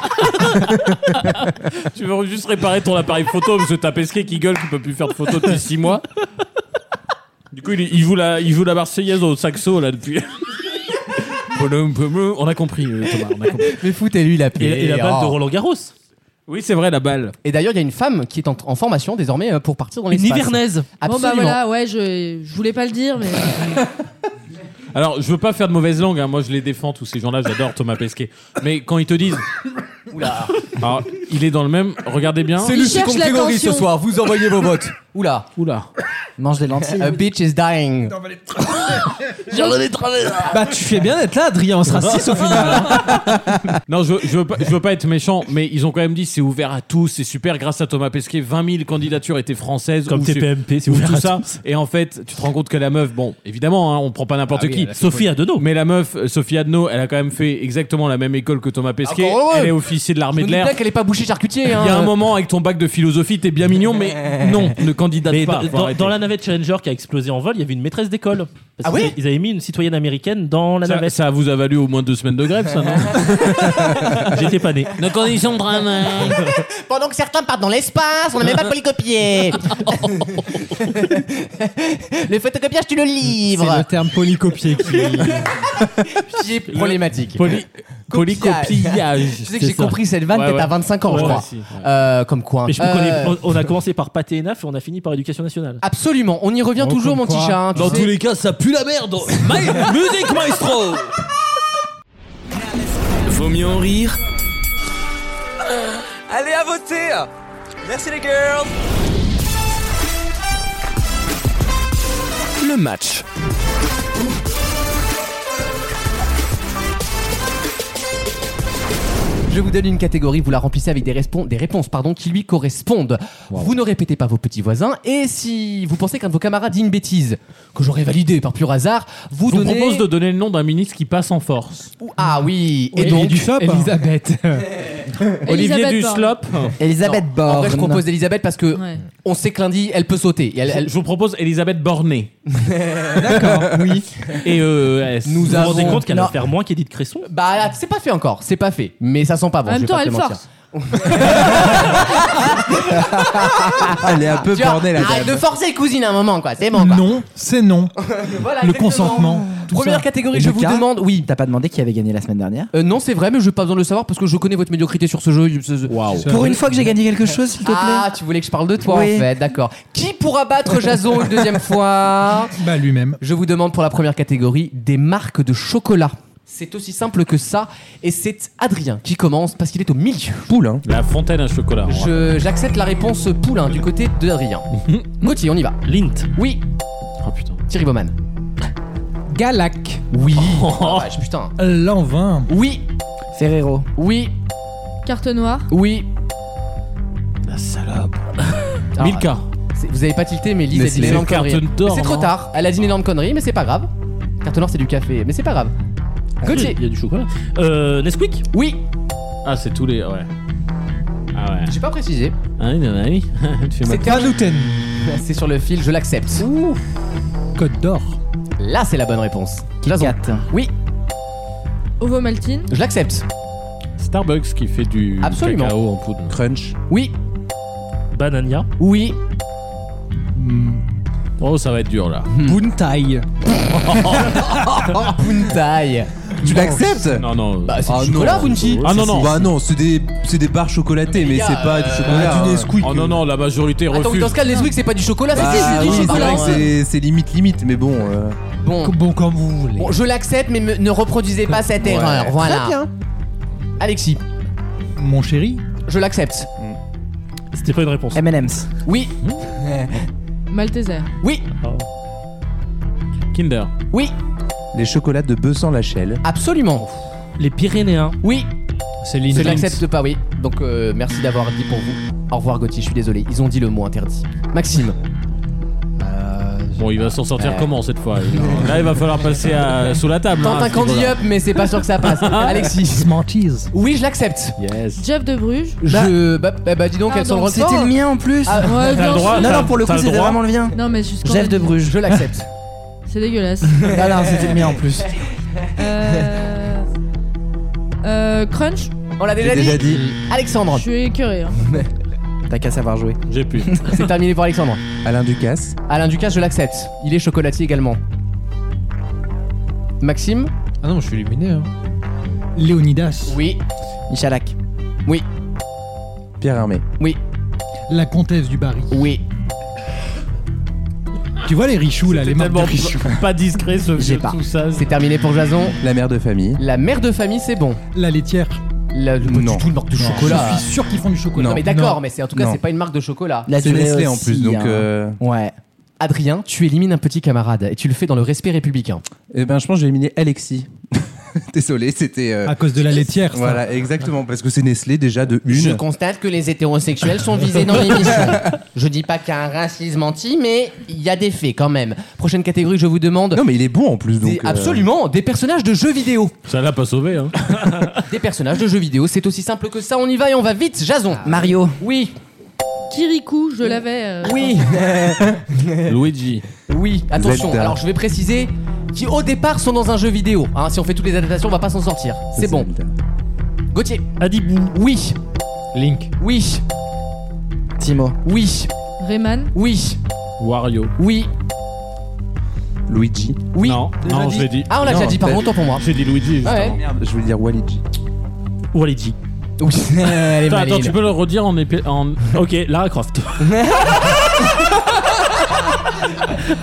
Speaker 11: Tu veux juste réparer ton appareil photo parce que t'as Pesquet qui gueule qui peut plus faire de photos depuis 6 mois. Du coup, il, il joue la, il joue la Marseillaise au saxo là depuis. Poloum, poloum. On a compris, euh, Thomas. On a compris.
Speaker 2: Mais foutez-lui la
Speaker 11: Et,
Speaker 2: pire.
Speaker 11: et la balle de Roland Garros. Oui, c'est vrai, la balle.
Speaker 2: Et d'ailleurs, il y a une femme qui est en, en formation désormais euh, pour partir dans l'espace.
Speaker 4: Bon,
Speaker 2: Absolument.
Speaker 4: bah voilà, ouais, je, je voulais pas le dire, mais.
Speaker 11: Alors, je veux pas faire de mauvaise langue. hein. Moi, je les défends tous ces gens-là. J'adore Thomas Pesquet. Mais quand ils te disent,
Speaker 2: Oula.
Speaker 11: alors, il est dans le même. Regardez bien.
Speaker 2: C'est le second catégorie ce soir. Vous envoyez vos votes. Oula.
Speaker 11: Oula.
Speaker 6: Mange des lentilles.
Speaker 15: Ah,
Speaker 2: A bitch is dying.
Speaker 12: Bah, tu fais bien d'être là, Adrien. On sera 6 au final. hein.
Speaker 11: Non, je, je, veux pas, je veux pas être méchant, mais ils ont quand même dit c'est ouvert à tous, c'est super. Grâce à Thomas Pesquet, 20 000 candidatures étaient françaises.
Speaker 5: Comme
Speaker 11: ou
Speaker 5: TPMP, c'est
Speaker 11: ou
Speaker 5: ouvert
Speaker 11: tout
Speaker 5: à
Speaker 11: ça. Et en fait, tu te rends compte que la meuf, bon, évidemment, hein, on prend pas n'importe
Speaker 5: Ah oui,
Speaker 11: qui.
Speaker 5: elle a fait Sophie
Speaker 11: Adno. Mais la meuf, euh, Sophie Adno, elle a quand même fait exactement la même école que Thomas Pesquet.
Speaker 2: Encore heureux.
Speaker 11: Elle est officier de
Speaker 2: Je
Speaker 11: l'armée
Speaker 2: me
Speaker 11: de
Speaker 2: doute
Speaker 11: l'air.
Speaker 2: bien qu'elle est pas bouchée charcutier.
Speaker 11: Ah, Il y
Speaker 2: hein.
Speaker 11: a un moment avec ton bac de philosophie, t'es bien mignon, mais non, ne candidate
Speaker 5: Mais
Speaker 11: pas.
Speaker 5: dans,
Speaker 11: Faut
Speaker 5: dans-
Speaker 11: arrêter.
Speaker 5: dans la navette Challenger qui a explosé en vol, il y avait une maîtresse d'école
Speaker 2: Ah
Speaker 5: Parce qu'ils ils avaient mis une citoyenne américaine dans la
Speaker 11: Ça,
Speaker 5: navette.
Speaker 11: ça vous a valu au moins deux semaines de grève, ça, non
Speaker 5: J'étais pas né.
Speaker 11: Nos conditions
Speaker 2: Pendant que certains partent dans l'espace, on n'a même pas polycopié. le photocopiage, tu le livres.
Speaker 3: C'est le terme polycopié qui.
Speaker 2: Qui est problématique.
Speaker 3: Poly-
Speaker 2: Copiage.
Speaker 5: polycopiage,
Speaker 2: Tu sais que
Speaker 5: c'est
Speaker 2: j'ai
Speaker 5: ça.
Speaker 2: compris cette vanne,
Speaker 5: Ouais,
Speaker 2: peut-être
Speaker 5: ouais.
Speaker 2: à 25 ans, je
Speaker 5: Ouais,
Speaker 2: crois.
Speaker 5: ouais, si, ouais.
Speaker 2: Euh, comme quoi.
Speaker 5: Mais je me
Speaker 2: Euh,
Speaker 5: connais- on, on a commencé par pâté et naf et on a fini par éducation nationale.
Speaker 2: Absolument, on y revient
Speaker 5: Oh,
Speaker 2: toujours,
Speaker 5: comme
Speaker 2: mon petit
Speaker 5: quoi.
Speaker 2: chat. hein, tu
Speaker 5: Dans
Speaker 2: sais.
Speaker 5: tous
Speaker 11: les cas, ça pue la merde.
Speaker 1: Musique
Speaker 11: maestro
Speaker 1: Vaut mieux en rire.
Speaker 15: Allez à voter Merci les girls
Speaker 1: Le match.
Speaker 2: Je vous donne une catégorie, vous la remplissez avec des, respon- des réponses pardon, qui lui correspondent. Vous ne répétez pas vos petits voisins et si vous pensez qu'un de vos camarades dit une bêtise, que j'aurais validé par pur hasard, vous
Speaker 11: Je vous
Speaker 2: donnez...
Speaker 11: propose de donner le nom d'un ministre qui passe en force.
Speaker 2: Ou- Ah oui, et
Speaker 11: Oui,
Speaker 2: donc...
Speaker 11: et du
Speaker 5: hein.
Speaker 11: sop. Elisabeth. Olivier
Speaker 2: Elisabeth Borne.
Speaker 11: Duslop.
Speaker 2: Elisabeth En vrai, je propose Elisabeth parce que on sait que lundi, elle peut sauter. Et elle, elle-
Speaker 11: Je vous propose Elisabeth Borné. D'accord, oui. Et euh,
Speaker 2: Nous
Speaker 11: nous vous vous
Speaker 2: avons-
Speaker 11: rendez compte qu'elle
Speaker 2: Non.
Speaker 11: va faire moins qu'Edith Cresson
Speaker 2: Bah là, c'est pas fait encore, c'est pas fait. Mais ça sent pas bon.
Speaker 11: En même
Speaker 2: je vais
Speaker 11: temps,
Speaker 2: pas te
Speaker 11: elle
Speaker 2: mentir.
Speaker 11: force.
Speaker 7: Elle est un peu
Speaker 2: Tu vois,
Speaker 7: bornée, la
Speaker 2: Arrête
Speaker 7: dame.
Speaker 2: de forcer, cousine, à un moment, quoi. C'est bon, quoi.
Speaker 7: Non,
Speaker 8: c'est non.
Speaker 2: Voilà,
Speaker 6: Le
Speaker 2: exactement.
Speaker 6: consentement,
Speaker 7: tout
Speaker 2: Première
Speaker 7: ça.
Speaker 2: catégorie,
Speaker 6: Et
Speaker 2: je
Speaker 6: Lucas,
Speaker 2: vous demande. Oui.
Speaker 6: T'as pas demandé qui avait gagné la semaine dernière
Speaker 2: Euh, non, c'est vrai, mais je n'ai pas besoin de le savoir parce que je connais votre médiocrité sur ce jeu.
Speaker 6: Pour une fois que j'ai gagné quelque chose, s'il te plaît.
Speaker 2: Ah, tu voulais que je parle de toi
Speaker 6: Oui.
Speaker 2: en fait, d'accord. Qui pourra battre Jason une deuxième fois
Speaker 8: Bah lui-même.
Speaker 2: Je vous demande pour la première catégorie des marques de chocolat. C'est aussi simple que ça et c'est Adrien qui commence parce qu'il est au milieu.
Speaker 7: Poulain.
Speaker 11: La fontaine à chocolat.
Speaker 2: Je- J'accepte la réponse poulain du côté d'Adrien. Gauthier, on y va.
Speaker 11: Lint.
Speaker 2: Oui.
Speaker 11: Oh putain.
Speaker 2: Thierry Baumann.
Speaker 12: Galac.
Speaker 2: Oui.
Speaker 11: Oh.
Speaker 2: Ah, vache, putain.
Speaker 8: L'envin.
Speaker 2: Oui.
Speaker 6: Ferrero.
Speaker 2: Oui.
Speaker 4: Carte noire.
Speaker 2: Oui.
Speaker 11: La salope.
Speaker 2: Alors,
Speaker 11: Milka.
Speaker 2: c'est- Vous avez pas tilté, mais Lise
Speaker 11: Mais
Speaker 2: a dit
Speaker 11: c'est
Speaker 2: une énorme
Speaker 11: les cartes
Speaker 2: connerie.
Speaker 11: d'or,
Speaker 2: Mais C'est trop
Speaker 11: non
Speaker 2: tard. Elle a dit une énorme connerie, mais c'est pas grave. Carte noire, c'est du café, mais c'est pas grave. Gauthier.
Speaker 11: Ah, Il y a du chocolat. Euh, Nesquik
Speaker 2: Oui.
Speaker 11: Ah, c'est tous les. Ouais. Ah ouais.
Speaker 2: J'ai pas précisé.
Speaker 11: Ah oui, non, ah oui. Tu fais ma-
Speaker 2: C'était un C'est sur le fil, je l'accepte.
Speaker 8: Code d'or.
Speaker 2: Là, c'est la bonne réponse. Jason. Oui,
Speaker 4: Ovo Maltine.
Speaker 2: je l'accepte.
Speaker 11: Starbucks qui fait du
Speaker 2: Absolument.
Speaker 11: cacao en poudre.
Speaker 7: Crunch.
Speaker 2: Oui.
Speaker 11: Banania.
Speaker 2: Oui.
Speaker 11: Oh, ça va être dur là.
Speaker 2: Hmm.
Speaker 12: Buntai.
Speaker 11: Ah,
Speaker 2: Buntai.
Speaker 7: Tu l'acceptes
Speaker 11: Non, non.
Speaker 7: Bah,
Speaker 2: c'est du chocolat, Bounty.
Speaker 7: Ah non, non.
Speaker 2: Bah,
Speaker 7: non, c'est des, barres chocolatées, mais c'est pas du
Speaker 2: euh,
Speaker 7: chocolat.
Speaker 11: Ah, Oh non, non, la majorité
Speaker 2: Attends,
Speaker 11: refuse. Bah
Speaker 2: dans ce cas, les trucs, c'est pas du chocolat, c'est- c'est du
Speaker 7: Ah, c'est
Speaker 2: chocolat.
Speaker 7: vrai que
Speaker 11: hein.
Speaker 7: c'est- c'est limite, limite, mais bon. euh,
Speaker 2: Bon.
Speaker 12: comme vous voulez.
Speaker 2: Bon, je l'accepte, mais me- ne reproduisez pas cette
Speaker 7: Ouais.
Speaker 2: erreur.
Speaker 7: Très
Speaker 2: Voilà.
Speaker 7: bien.
Speaker 2: Alexis,
Speaker 8: Mon chéri.
Speaker 2: je l'accepte.
Speaker 11: Mm. C'était pas une réponse. Mm.
Speaker 6: M&M's.
Speaker 2: Oui.
Speaker 4: Malteser.
Speaker 2: Oui.
Speaker 11: Kinder.
Speaker 2: Oui.
Speaker 7: Les chocolats de Besan-Lachelle.
Speaker 2: Absolument.
Speaker 11: Les Pyrénéens.
Speaker 2: Oui.
Speaker 11: C'est
Speaker 2: Je l'accepte pas, oui. Donc, euh, merci d'avoir dit pour vous. Au revoir, Gauthier. Je suis désolé. Ils ont dit le mot interdit. Maxime.
Speaker 11: Bon, il va s'en sortir
Speaker 2: Euh.
Speaker 11: comment cette fois Là, il va falloir passer à- sous la table.
Speaker 2: Tente
Speaker 11: hein, à
Speaker 2: un
Speaker 11: ce
Speaker 2: candy
Speaker 11: niveau-là.
Speaker 2: up, mais c'est pas sûr que ça passe. Alexis.
Speaker 12: Smarties.
Speaker 2: Oui, je l'accepte.
Speaker 11: Yes.
Speaker 4: Jeff de Bruges.
Speaker 2: Je. Bah, bah, bah, dis donc,
Speaker 4: Ah,
Speaker 2: elle s'en
Speaker 4: donc,
Speaker 2: rend
Speaker 4: c'était
Speaker 2: compte.
Speaker 4: le
Speaker 6: mien en plus.
Speaker 2: Ah,
Speaker 4: ouais, T'as bien le droit, sûr.
Speaker 6: Non,
Speaker 4: t'as-
Speaker 6: non, pour le
Speaker 4: t'as
Speaker 6: coup,
Speaker 4: le
Speaker 6: c'était
Speaker 4: droit.
Speaker 6: vraiment le mien.
Speaker 4: Non, mais juste.
Speaker 6: Jeff de Bruges.
Speaker 2: Je l'accepte.
Speaker 4: C'est dégueulasse.
Speaker 6: Non, non, c'était le mien en plus.
Speaker 4: Euh, euh, Crunch.
Speaker 2: On l'a déjà,
Speaker 6: J'ai déjà
Speaker 2: dit. Mm.
Speaker 6: dit.
Speaker 2: Alexandre.
Speaker 4: Je suis écœuré. hein.
Speaker 6: T'as qu'à savoir jouer.
Speaker 11: J'ai pu.
Speaker 2: C'est terminé pour Alexandre.
Speaker 7: Alain Ducasse.
Speaker 2: Alain Ducasse, je l'accepte. Il est chocolatier également. Maxime
Speaker 12: Ah non, je suis éliminé. Hein.
Speaker 8: Léonidas.
Speaker 2: Oui.
Speaker 6: Michalak.
Speaker 2: Oui.
Speaker 7: Pierre Hermé.
Speaker 2: Oui.
Speaker 8: La comtesse du Barry.
Speaker 2: Oui.
Speaker 8: Tu vois les richoux là, les marques de
Speaker 11: Tellement
Speaker 8: richoux.
Speaker 11: pas discret ce
Speaker 2: J'ai
Speaker 11: jeu,
Speaker 2: pas.
Speaker 11: tout ça.
Speaker 2: C'est terminé pour Jason.
Speaker 7: La mère de famille.
Speaker 2: La mère de famille, c'est bon.
Speaker 8: La laitière.
Speaker 2: La, le,
Speaker 7: Non.
Speaker 2: Du tout le marque de
Speaker 8: Non,
Speaker 2: chocolat.
Speaker 8: Je suis sûr qu'ils font du chocolat.
Speaker 2: Non, mais d'accord, mais c'est en tout cas,
Speaker 7: Non.
Speaker 2: c'est pas une marque de chocolat.
Speaker 6: La
Speaker 7: C'est
Speaker 6: durée
Speaker 7: Nestlé en
Speaker 6: aussi,
Speaker 7: plus, donc.
Speaker 6: hein.
Speaker 7: euh,
Speaker 6: Ouais.
Speaker 2: Adrien, tu élimines un petit camarade et tu le fais dans le respect républicain.
Speaker 7: Eh ben, je pense que j'ai éliminé Alexis. Désolé, c'était. euh,
Speaker 8: À cause de la laitière. ça.
Speaker 7: Voilà, exactement, parce que c'est Nestlé déjà de
Speaker 2: Je
Speaker 7: une.
Speaker 2: constate que les hétérosexuels sont visés dans l'émission. Je dis pas qu'il y a un racisme anti, mais il y a des faits quand même. Prochaine catégorie, je vous demande.
Speaker 7: Non, mais il est bon en plus,
Speaker 2: des-
Speaker 7: donc. euh,
Speaker 2: Absolument, des personnages de jeux vidéo.
Speaker 11: Ça l'a pas sauvé. Hein.
Speaker 2: Des personnages de jeux vidéo, c'est aussi simple que ça. On y va et on va vite. Jason.
Speaker 6: Mario.
Speaker 2: Oui,
Speaker 4: Kirikou, je l'avais. euh,
Speaker 2: oui,
Speaker 11: Luigi.
Speaker 2: oui. Attention.
Speaker 7: Zelda.
Speaker 2: Alors je vais préciser. qui au départ sont dans un jeu vidéo. hein. si on fait toutes les adaptations, on va pas s'en sortir. C'est bon. Gauthier.
Speaker 5: Adibou.
Speaker 2: Oui.
Speaker 12: Link.
Speaker 2: Oui.
Speaker 6: Timo.
Speaker 2: Oui.
Speaker 4: Rayman.
Speaker 2: Oui.
Speaker 11: Wario.
Speaker 2: Oui.
Speaker 7: Luigi.
Speaker 2: Oui.
Speaker 11: Non,
Speaker 2: Déjà
Speaker 11: non
Speaker 2: dit
Speaker 11: je l'ai dit.
Speaker 2: Ah, on l'a
Speaker 11: Non,
Speaker 2: déjà dit, pardon,
Speaker 11: t'as-
Speaker 2: autant pour moi.
Speaker 11: J'ai dit Luigi.
Speaker 2: Ah ouais.
Speaker 11: justement.
Speaker 7: Merde, je voulais dire Walidji.
Speaker 11: Walidji.
Speaker 2: Oui. maligne.
Speaker 11: Attends, attends, tu peux le redire en épée. En... Ok, Lara Croft.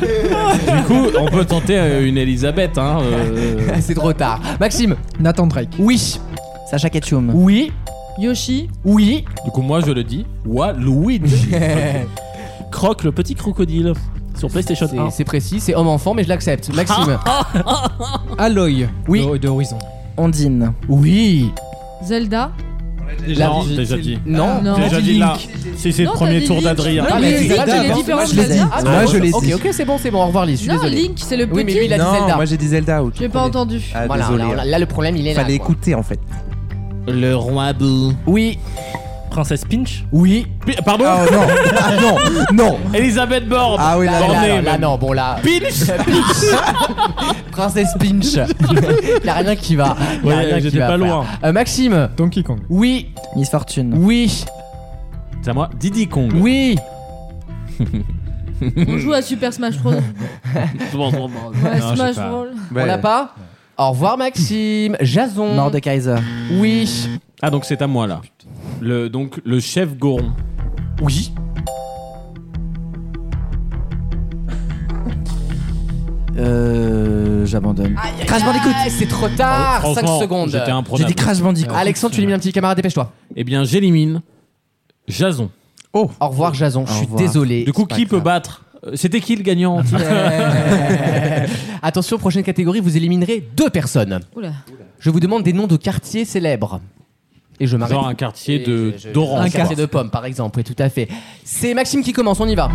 Speaker 2: Du
Speaker 11: coup, on peut tenter euh, une Elisabeth. Hein, euh.
Speaker 2: C'est trop tard. Maxime.
Speaker 12: Nathan Drake.
Speaker 2: Oui.
Speaker 6: Sacha Ketchum.
Speaker 2: Oui.
Speaker 4: Yoshi.
Speaker 2: Oui.
Speaker 11: Du coup, moi, je le dis. Waluigi. Croc, le petit crocodile. Sur PlayStation
Speaker 2: C'est-
Speaker 11: 1.
Speaker 2: C'est précis, c'est homme-enfant, mais je l'accepte. Maxime.
Speaker 12: Aloy.
Speaker 2: Oui.
Speaker 12: De, de Horizon.
Speaker 6: Ondine.
Speaker 2: Oui.
Speaker 4: Zelda.
Speaker 11: Déjà
Speaker 2: La-
Speaker 11: dit. Déjà dit.
Speaker 2: Non.
Speaker 4: Non.
Speaker 11: Déjà
Speaker 4: Link.
Speaker 11: dit là. Si c'est le
Speaker 4: Non, t'as
Speaker 11: premier
Speaker 4: dit
Speaker 11: tour
Speaker 4: Link.
Speaker 11: d'Adrien.
Speaker 4: Non, mais Zelda, les différents Zelda.
Speaker 2: Ah,
Speaker 7: Moi, je l'ai
Speaker 2: Ok,
Speaker 7: dit.
Speaker 2: ok, c'est bon, c'est bon. Au revoir, Liz. Je suis
Speaker 4: Non,
Speaker 2: désolé.
Speaker 4: Link, c'est le
Speaker 2: Oui, mais lui, il a dit
Speaker 7: non,
Speaker 2: Zelda.
Speaker 7: moi j'ai dit Zelda. ou-
Speaker 4: J'ai pas entendu.
Speaker 7: Ah,
Speaker 2: Voilà,
Speaker 7: désolé.
Speaker 2: là, là, là, le problème, il est là,
Speaker 7: Fallait
Speaker 2: quoi.
Speaker 7: écouter en fait.
Speaker 11: Le roi Boo.
Speaker 2: Oui.
Speaker 11: Princesse Pinch
Speaker 2: Oui.
Speaker 11: Pardon
Speaker 7: Ah non, ah, non, non.
Speaker 11: Elisabeth Borne.
Speaker 7: Ah oui, là,
Speaker 11: Bornée,
Speaker 7: là,
Speaker 2: là,
Speaker 11: même.
Speaker 2: non, Oh, bon, là.
Speaker 11: Pinch
Speaker 2: Princesse Pinch. Il a rien qui va. Y a
Speaker 11: Ouais,
Speaker 2: rien qui
Speaker 11: j'étais
Speaker 2: va,
Speaker 11: pas
Speaker 2: frère.
Speaker 11: loin.
Speaker 2: Euh, Maxime.
Speaker 12: Donkey Kong.
Speaker 2: Oui.
Speaker 6: Miss Fortune.
Speaker 2: Oui.
Speaker 11: C'est à moi. Diddy Kong.
Speaker 2: Oui.
Speaker 4: On joue à Super Smash Bros.
Speaker 11: Bon, bon, bon.
Speaker 4: Ouais,
Speaker 11: Non,
Speaker 4: Smash
Speaker 11: j'ai pas.
Speaker 4: Bros.
Speaker 2: On l'a pas Au revoir, Maxime. Jason.
Speaker 6: Mort de Kaiser.
Speaker 2: Oui.
Speaker 11: Ah, donc c'est à moi là. Le, donc le chef Goron.
Speaker 2: Oui.
Speaker 6: Euh, j'abandonne.
Speaker 2: Crash Bandicoot. C'est trop tard.
Speaker 11: Oh,
Speaker 2: 5
Speaker 11: franchement,
Speaker 2: Ah, secondes.
Speaker 11: j'étais imprenable. J'ai dit Crash
Speaker 6: Bandicoot.
Speaker 2: Alexandre, tu élimines un petit camarade, dépêche-toi.
Speaker 11: Eh bien, j'élimine Jason.
Speaker 2: Oh. Au revoir, Ah, Jason. Je suis désolé.
Speaker 11: Du coup, qui peut battre Euh, C'était qui le gagnant en titre
Speaker 2: Euh, Attention, prochaine catégorie, vous éliminerez deux personnes.
Speaker 4: Oula.
Speaker 2: Je vous demande des noms de quartiers célèbres. Et je m'arrête.
Speaker 11: Genre un quartier de
Speaker 2: Je-
Speaker 11: d'orange.
Speaker 2: Un quartier
Speaker 11: quoi.
Speaker 2: de pommes, par exemple. Oui, tout à fait. C'est Maxime qui commence. On y va.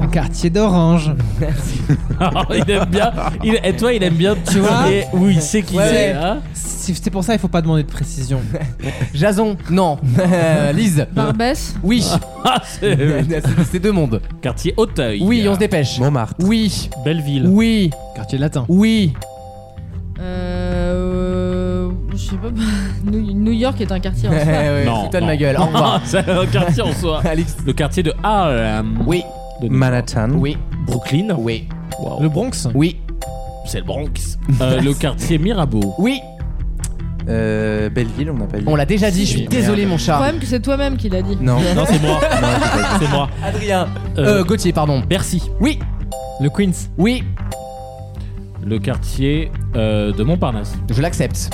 Speaker 12: Un quartier d'orange.
Speaker 11: Ah, il aime bien. Il, et toi, il aime bien.
Speaker 12: Tu vois
Speaker 11: Et oui, il sait qui
Speaker 12: Ouais.
Speaker 11: c'est. hein
Speaker 12: C'est c'est pour ça il faut pas demander de précision.
Speaker 2: Jason. Non. Lise.
Speaker 4: Barbès.
Speaker 2: Oui.
Speaker 11: Ah, c'est-
Speaker 2: C'est c'est deux mondes.
Speaker 11: quartier Auteuil.
Speaker 2: Oui, on se dépêche.
Speaker 7: Montmartre.
Speaker 2: Oui.
Speaker 11: Belleville.
Speaker 2: Oui.
Speaker 12: Quartier latin.
Speaker 2: Oui.
Speaker 4: Euh. euh, Je sais pas. New New York est un quartier en soi.
Speaker 2: Ouais,
Speaker 11: Non,
Speaker 2: Foutais de
Speaker 11: non.
Speaker 2: ma gueule. Au revoir.
Speaker 11: c'est un quartier en soi.
Speaker 2: Alex.
Speaker 11: Le quartier de Harlem.
Speaker 2: Oui.
Speaker 11: De
Speaker 7: Manhattan.
Speaker 2: Oui.
Speaker 11: Brooklyn.
Speaker 2: Oui.
Speaker 11: Wow.
Speaker 12: Le Bronx.
Speaker 2: Oui.
Speaker 11: C'est le Bronx. Euh, le quartier Mirabeau.
Speaker 2: Oui.
Speaker 7: Euh, Belleville, on n'a pas dit.
Speaker 2: On l'a déjà dit. Je suis
Speaker 7: Merde.
Speaker 2: désolé, mon
Speaker 4: Le
Speaker 2: chat.
Speaker 4: problème que c'est toi-même qui l'a dit.
Speaker 7: Non.
Speaker 11: Non, c'est moi. c'est moi.
Speaker 2: Adrien.
Speaker 11: Euh,
Speaker 2: Euh, Gauthier, pardon.
Speaker 11: Bercy.
Speaker 2: Oui.
Speaker 12: Le Queens.
Speaker 2: Oui.
Speaker 11: Le quartier euh, de Montparnasse.
Speaker 2: Je l'accepte.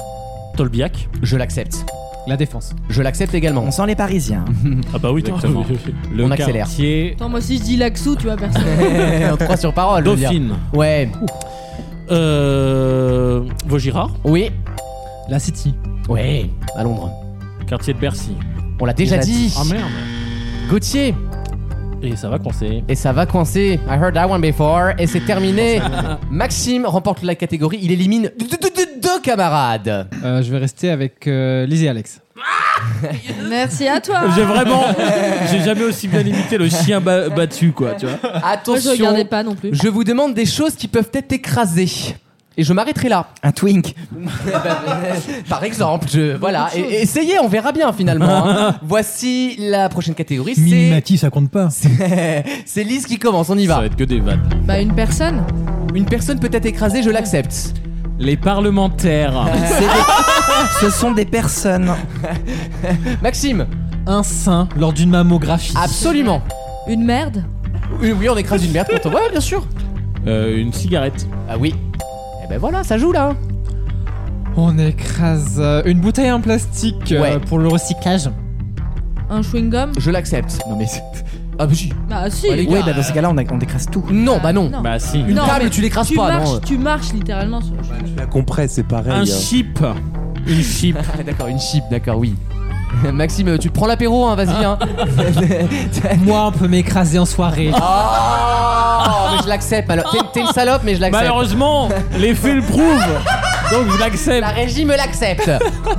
Speaker 11: Tolbiac.
Speaker 2: Je l'accepte.
Speaker 12: La défense.
Speaker 2: Je l'accepte également.
Speaker 6: On sent les Parisiens.
Speaker 11: Ah bah oui,
Speaker 5: Exactement.
Speaker 11: Le
Speaker 2: On accélère.
Speaker 11: quartier
Speaker 4: Attends, moi si je dis Laxou, tu vois personne.
Speaker 2: On croit sur parole. je veux dire.
Speaker 11: Dauphine.
Speaker 2: Ouais.
Speaker 11: Euh, Vaugirard.
Speaker 2: Oui.
Speaker 12: La City.
Speaker 2: Ouais. À Londres.
Speaker 11: Quartier de Bercy.
Speaker 2: On l'a déjà
Speaker 6: Déjà
Speaker 2: dit.
Speaker 11: Ah merde.
Speaker 2: Gauthier.
Speaker 11: Et ça va qu'on s'est.
Speaker 2: Et ça va coincer. I heard that one before. Et c'est terminé. Maxime remporte la catégorie. Il élimine deux- deux- deux- deux camarades.
Speaker 12: Euh, je vais rester avec euh, Lizzie et Alex.
Speaker 4: Merci à toi.
Speaker 11: J'ai vraiment. J'ai jamais aussi bien limité le chien ba- battu, quoi, tu vois.
Speaker 4: Moi je
Speaker 2: Attention.
Speaker 4: regardais pas non plus.
Speaker 2: Je vous demande des choses qui peuvent être écrasées. Et je m'arrêterai là.
Speaker 6: Un twink.
Speaker 2: Par exemple, je, voilà.
Speaker 4: de
Speaker 2: Et,
Speaker 4: choses.
Speaker 2: et essayez, on verra bien finalement. hein. Voici la prochaine catégorie. C'est,
Speaker 8: Minimati, ça compte pas.
Speaker 2: c'est Lise qui commence, on y
Speaker 11: Ça
Speaker 2: va.
Speaker 11: va être que des vannes.
Speaker 4: Bah une personne.
Speaker 2: Une personne peut être écrasée, je l'accepte.
Speaker 11: Les parlementaires.
Speaker 6: C'est des- Ah, Ce sont des personnes.
Speaker 2: Maxime,
Speaker 12: Un sein lors d'une mammographie.
Speaker 2: absolument.
Speaker 4: Une merde.
Speaker 2: Oui, oui, on écrase une merde quand on. Ouais, bien sûr.
Speaker 11: Euh, une cigarette.
Speaker 2: Ah oui. Et ben voilà, ça joue là.
Speaker 12: On écrase euh, une bouteille en plastique euh,
Speaker 2: Ouais.
Speaker 12: pour le recyclage.
Speaker 4: Un chewing-gum.
Speaker 2: Je l'accepte.
Speaker 6: Non mais. c'est-
Speaker 2: Ah bah si.
Speaker 4: Bah si.
Speaker 2: Ouais, les
Speaker 6: Oui, bah dans ces cas-là, on, a- on décrase tout.
Speaker 2: Non, bah non.
Speaker 11: Bah si.
Speaker 2: Une
Speaker 4: Non,
Speaker 2: table,
Speaker 4: mais
Speaker 2: tu l'écrases
Speaker 4: Tu
Speaker 2: pas,
Speaker 4: marches,
Speaker 2: non.
Speaker 4: tu marches littéralement sur le
Speaker 7: La compresse, c'est pareil.
Speaker 11: Un
Speaker 7: hein.
Speaker 11: chip. Une chip.
Speaker 2: Ah, d'accord, une chip, d'accord, oui. Maxime, tu prends l'apéro, hein, vas-y. Hein.
Speaker 12: Moi, on peut m'écraser en soirée.
Speaker 2: Oh, mais je l'accepte. alors. T'es, t'es une salope, Ah, mais je l'accepte.
Speaker 11: Malheureusement, les faits le prouvent. Donc je l'accepte.
Speaker 2: La régie me l'accepte.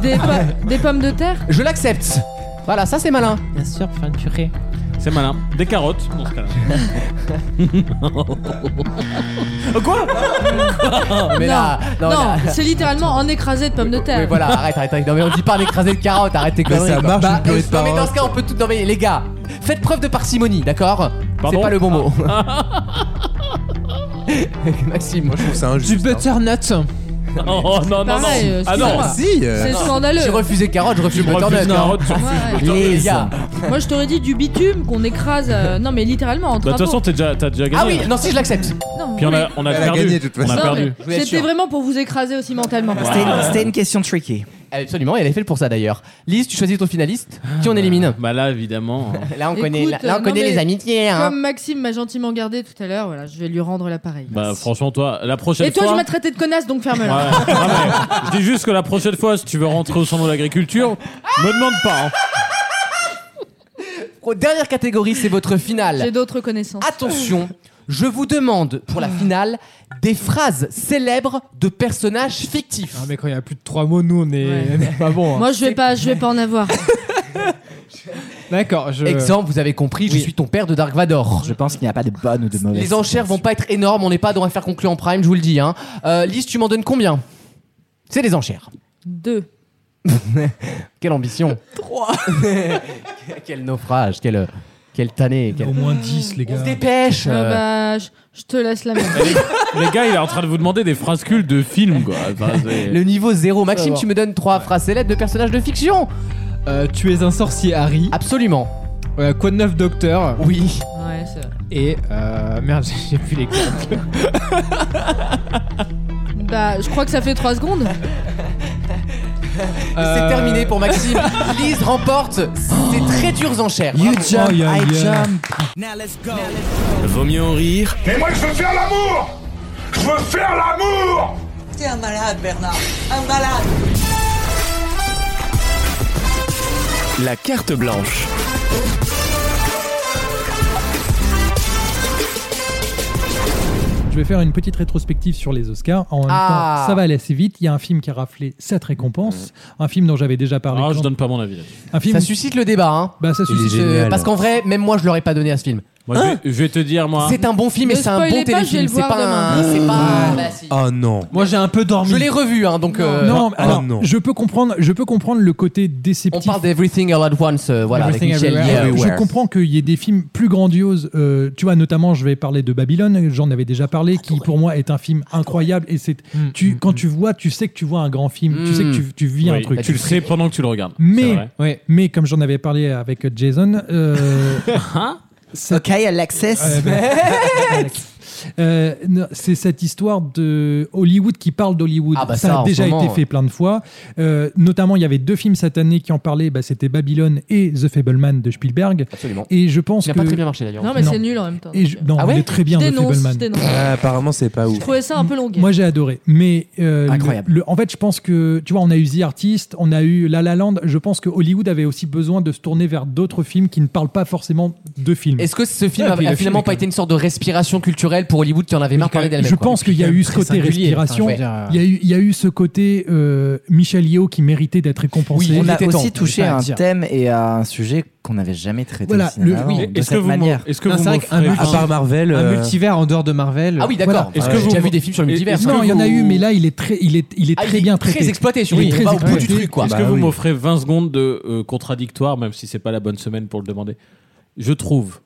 Speaker 4: Des, po- des pommes de terre.
Speaker 2: Je l'accepte. Voilà, ça c'est malin.
Speaker 12: Bien sûr, pour faire une purée.
Speaker 11: C'est malin. Des carottes, dans ce cas-là. Quoi
Speaker 2: Mais
Speaker 4: non,
Speaker 2: là, non,
Speaker 4: non,
Speaker 2: là-
Speaker 4: c'est littéralement un écrasé de pommes de terre.
Speaker 2: Mais voilà, arrête, arrête, arrête. Non, mais on dit pas un écrasé de carottes, arrête tes
Speaker 7: Mais ça
Speaker 2: conneries. quoi.
Speaker 7: marche,
Speaker 2: Bah,
Speaker 7: une purée de
Speaker 2: euh, Non, mais dans
Speaker 7: carottes.
Speaker 2: ce cas, on peut tout. Non, mais les gars, faites preuve de parcimonie, d'accord C'est
Speaker 7: Pardon
Speaker 2: pas le bon mot.
Speaker 11: Ah,
Speaker 2: Maxime. Moi, je trouve hein.
Speaker 7: ça injuste.
Speaker 2: Du butternut.
Speaker 11: Oh non, non, non.
Speaker 2: Pareil, euh,
Speaker 11: ah non,
Speaker 2: excuse-moi. C'est scandaleux. J'ai refusé carotte, je refuse
Speaker 11: Tu refuses
Speaker 2: butternut. hein.
Speaker 11: carotte, tu refuses
Speaker 2: Ouais.
Speaker 11: butternut.
Speaker 2: Les gars.
Speaker 4: Moi, je t'aurais dit du bitume qu'on écrase. euh, Non, mais littéralement en
Speaker 11: Bah, De toute
Speaker 4: travaux.
Speaker 11: façon, t'es déjà- t'as déjà,
Speaker 2: Ah
Speaker 11: gagné.
Speaker 2: oui, non, si je l'accepte.
Speaker 4: Non,
Speaker 11: Puis on a, on a
Speaker 6: Elle a
Speaker 11: perdu.
Speaker 6: gagné, de toute
Speaker 11: On
Speaker 6: façon.
Speaker 11: a
Speaker 4: Non,
Speaker 11: perdu.
Speaker 4: mais C'était vraiment pour vous écraser aussi mentalement.
Speaker 6: Ah, C'était une- c'était une question tricky.
Speaker 2: Absolument, et elle est faite pour ça d'ailleurs. Lise, tu choisis ton finaliste. Qui on
Speaker 12: Ah,
Speaker 2: élimine
Speaker 20: Bah là, évidemment.
Speaker 2: Là, on connaît,
Speaker 4: Écoute,
Speaker 2: là, là, on
Speaker 4: euh,
Speaker 2: connaît
Speaker 4: non,
Speaker 2: les
Speaker 4: mais
Speaker 2: amitiés. hein.
Speaker 4: Comme Maxime m'a gentiment gardé tout à l'heure, voilà, je vais lui rendre l'appareil.
Speaker 11: Bah franchement, toi, la prochaine
Speaker 4: Et toi,
Speaker 11: fois.
Speaker 4: tu m'as traité de connasse, donc ferme-la.
Speaker 11: Ouais, non, mais je dis juste que la prochaine fois, si tu veux rentrer au salon de l'agriculture, me demande pas. hein.
Speaker 2: Oh, Dernière catégorie, c'est votre finale.
Speaker 4: J'ai d'autres connaissances.
Speaker 2: Attention, je vous demande pour la finale des phrases célèbres de personnages fictifs.
Speaker 12: Ah, mais quand il y a plus de trois mots, nous on est,
Speaker 2: Ouais.
Speaker 12: on est pas bon. hein.
Speaker 4: Moi, je vais pas, je vais pas en avoir.
Speaker 12: D'accord. Je...
Speaker 2: Exemple, vous avez compris, je suis ton père de Dark Vador.
Speaker 6: Je pense qu'il n'y a pas de bonne ou de mauvaise.
Speaker 2: Les enchères vont pas être énormes, on n'est pas dans faire conclure en prime, je vous le dis. Hein. Euh, Lise, tu m'en donnes combien C'est des enchères.
Speaker 4: Deux.
Speaker 2: Quelle ambition. Trois. quel naufrage, quel, quel tanné. Quel... Au moins dix, les gars. On se dépêche.
Speaker 4: Euh,
Speaker 2: euh.
Speaker 4: bah, je, je te laisse la main.
Speaker 11: Euh, Les gars, il est en train de vous demander des phrases cultes de films, quoi. Enfin, c'est-
Speaker 2: Le niveau zéro. Maxime,
Speaker 11: va.
Speaker 2: tu me donnes trois phrases célèbres de personnages de fiction.
Speaker 12: Euh, tu es un sorcier, Harry.
Speaker 2: Absolument.
Speaker 12: Euh, quoi de neuf, docteur
Speaker 2: Oui.
Speaker 4: Ouais, c'est vrai.
Speaker 12: Et euh, merde, j'ai- j'ai plus les cartes.
Speaker 4: Bah, je crois que ça fait trois secondes.
Speaker 2: C'est terminé pour Maxime. Lise remporte ces très dures enchères.
Speaker 1: You
Speaker 2: Bravo.
Speaker 1: jump, Oh, yeah, I yeah. jump. Vaut mieux en rire
Speaker 10: Mais moi, je veux faire l'amour Je veux faire l'amour
Speaker 19: T'es un malade, Bernard. Un malade.
Speaker 1: la carte blanche.
Speaker 8: Je vais faire une petite rétrospective sur les Oscars. En même
Speaker 11: Ah.
Speaker 8: temps, ça va aller assez vite. Il y a un film qui a raflé cette récompense. Un film dont j'avais déjà parlé.
Speaker 11: Mm. Ah, je
Speaker 8: quand-
Speaker 11: donne pas mon avis là-dessus.
Speaker 8: Un film...
Speaker 2: Ça suscite le débat. Hein.
Speaker 8: Bah, ça suscite-
Speaker 2: Euh, parce qu'en vrai, même moi, je l'aurais pas donné à ce film. Hein
Speaker 11: Moi, je, vais, je vais te dire, moi.
Speaker 2: C'est un bon film et
Speaker 11: Ne
Speaker 2: c'est un bon
Speaker 11: spoilez pas, je vais
Speaker 2: téléfilm.
Speaker 11: le
Speaker 2: C'est
Speaker 11: voir
Speaker 2: pas un.
Speaker 11: demain.
Speaker 2: C'est pas.
Speaker 11: Mmh.
Speaker 2: Bah, si.
Speaker 7: Oh non.
Speaker 12: Moi, Euh, j'ai un peu dormi.
Speaker 2: Je l'ai revu, hein, donc. euh,
Speaker 8: Non, mais
Speaker 2: ah,
Speaker 8: alors,
Speaker 2: non.
Speaker 8: je peux comprendre, je peux comprendre le côté déceptif.
Speaker 2: On parle d'Everything All at Once, euh, voilà, avec
Speaker 8: Everything
Speaker 2: Michel
Speaker 8: Everywhere.
Speaker 2: Yeoh.
Speaker 8: Je comprends qu'il y ait des films plus grandioses. euh, tu vois, notamment, je vais parler de Babylone. J'en avais déjà parlé, qui pour moi est un film incroyable. Et c'est,
Speaker 2: Mm.
Speaker 8: tu, quand tu vois, tu sais que tu vois un grand film. Tu sais que tu, tu vis un
Speaker 11: Mm. Oui, Bah,
Speaker 8: truc.
Speaker 2: Bah,
Speaker 11: Tu le sais pendant que tu le regardes. C'est
Speaker 8: Mais,
Speaker 11: vrai.
Speaker 8: ouais, mais comme j'en avais parlé avec Jason, euh, ça-
Speaker 6: Ok, Alexis.
Speaker 8: Ouais, ben- Euh, non, c'est cette histoire de Hollywood qui parle d'Hollywood.
Speaker 2: Ah bah
Speaker 8: ça,
Speaker 2: ça, en
Speaker 8: a
Speaker 2: ce
Speaker 8: déjà
Speaker 2: moment,
Speaker 8: été fait
Speaker 2: ouais.
Speaker 8: plein de fois. Euh, notamment, il y avait deux films cette année qui en parlaient. Bah, c'était Babylone et The Fableman de Spielberg.
Speaker 2: Absolument.
Speaker 8: Et je pense
Speaker 2: Il a
Speaker 8: que
Speaker 2: pas très bien marché, d'ailleurs.
Speaker 4: Non, mais c'est nul en même temps.
Speaker 8: Et je- Non,
Speaker 4: Ah ouais
Speaker 8: il est très bien
Speaker 4: Je
Speaker 8: The
Speaker 4: dénonce,
Speaker 8: Fableman.
Speaker 4: je dénonce.
Speaker 7: Ah, apparemment, c'est pas ouf.
Speaker 4: Je trouvais ça un peu longué.
Speaker 8: Moi j'ai adoré, mais euh,
Speaker 6: Incroyable.
Speaker 8: le- le- en fait, je pense que tu vois, on a eu The Artist, on a eu La La Land. Je pense que Hollywood avait aussi besoin de se tourner vers d'autres films qui ne parlent pas forcément de films.
Speaker 2: Est-ce que ce film
Speaker 8: Ouais,
Speaker 2: a,
Speaker 8: Hmm. Ah, puis
Speaker 2: a
Speaker 8: le film
Speaker 2: finalement
Speaker 8: est
Speaker 2: pas
Speaker 8: quand
Speaker 2: été une sorte de respiration culturelle pour Hollywood qui en avait
Speaker 8: Mais
Speaker 2: marre de
Speaker 8: quand
Speaker 2: parler
Speaker 8: même,
Speaker 2: d'elle-même
Speaker 8: Je
Speaker 2: quoi.
Speaker 8: pense qu'il y a eu ce côté respiration.
Speaker 2: Ouais.
Speaker 8: Il y a eu, il y a eu ce côté euh, Michel Yeo qui méritait d'être récompensé.
Speaker 6: on a aussi touché à un thème et à un sujet qu'on n'avait jamais traité
Speaker 8: Voilà,
Speaker 6: au cinéma
Speaker 8: le-
Speaker 6: avant,
Speaker 8: oui.
Speaker 6: de
Speaker 8: Est-ce
Speaker 6: cette
Speaker 8: que vous
Speaker 6: manière.
Speaker 8: m'en- est-ce que Non, vous c'est vrai m'en- qu'un
Speaker 12: multi-
Speaker 8: À part Marvel,
Speaker 12: Un
Speaker 8: euh,
Speaker 12: multivers en dehors de Marvel.
Speaker 2: Ah oui, d'accord.
Speaker 12: Voilà.
Speaker 2: Est-ce que J'ai vous- déjà vu des films sur le multivers, hein.
Speaker 8: Non, il y en a eu, mais là il est très, il est, il est
Speaker 2: Ah,
Speaker 8: très
Speaker 2: il est
Speaker 8: bien
Speaker 2: très
Speaker 8: traité,
Speaker 2: exploité, sur
Speaker 8: Il est
Speaker 2: lui.
Speaker 8: très
Speaker 2: On va au bout
Speaker 8: exploité.
Speaker 2: du truc, quoi.
Speaker 11: Est-ce
Speaker 2: Bah
Speaker 11: que vous
Speaker 2: oui.
Speaker 11: m'offrez 20 secondes de euh, contradictoire, même si c'est pas la bonne semaine pour le demander Je trouve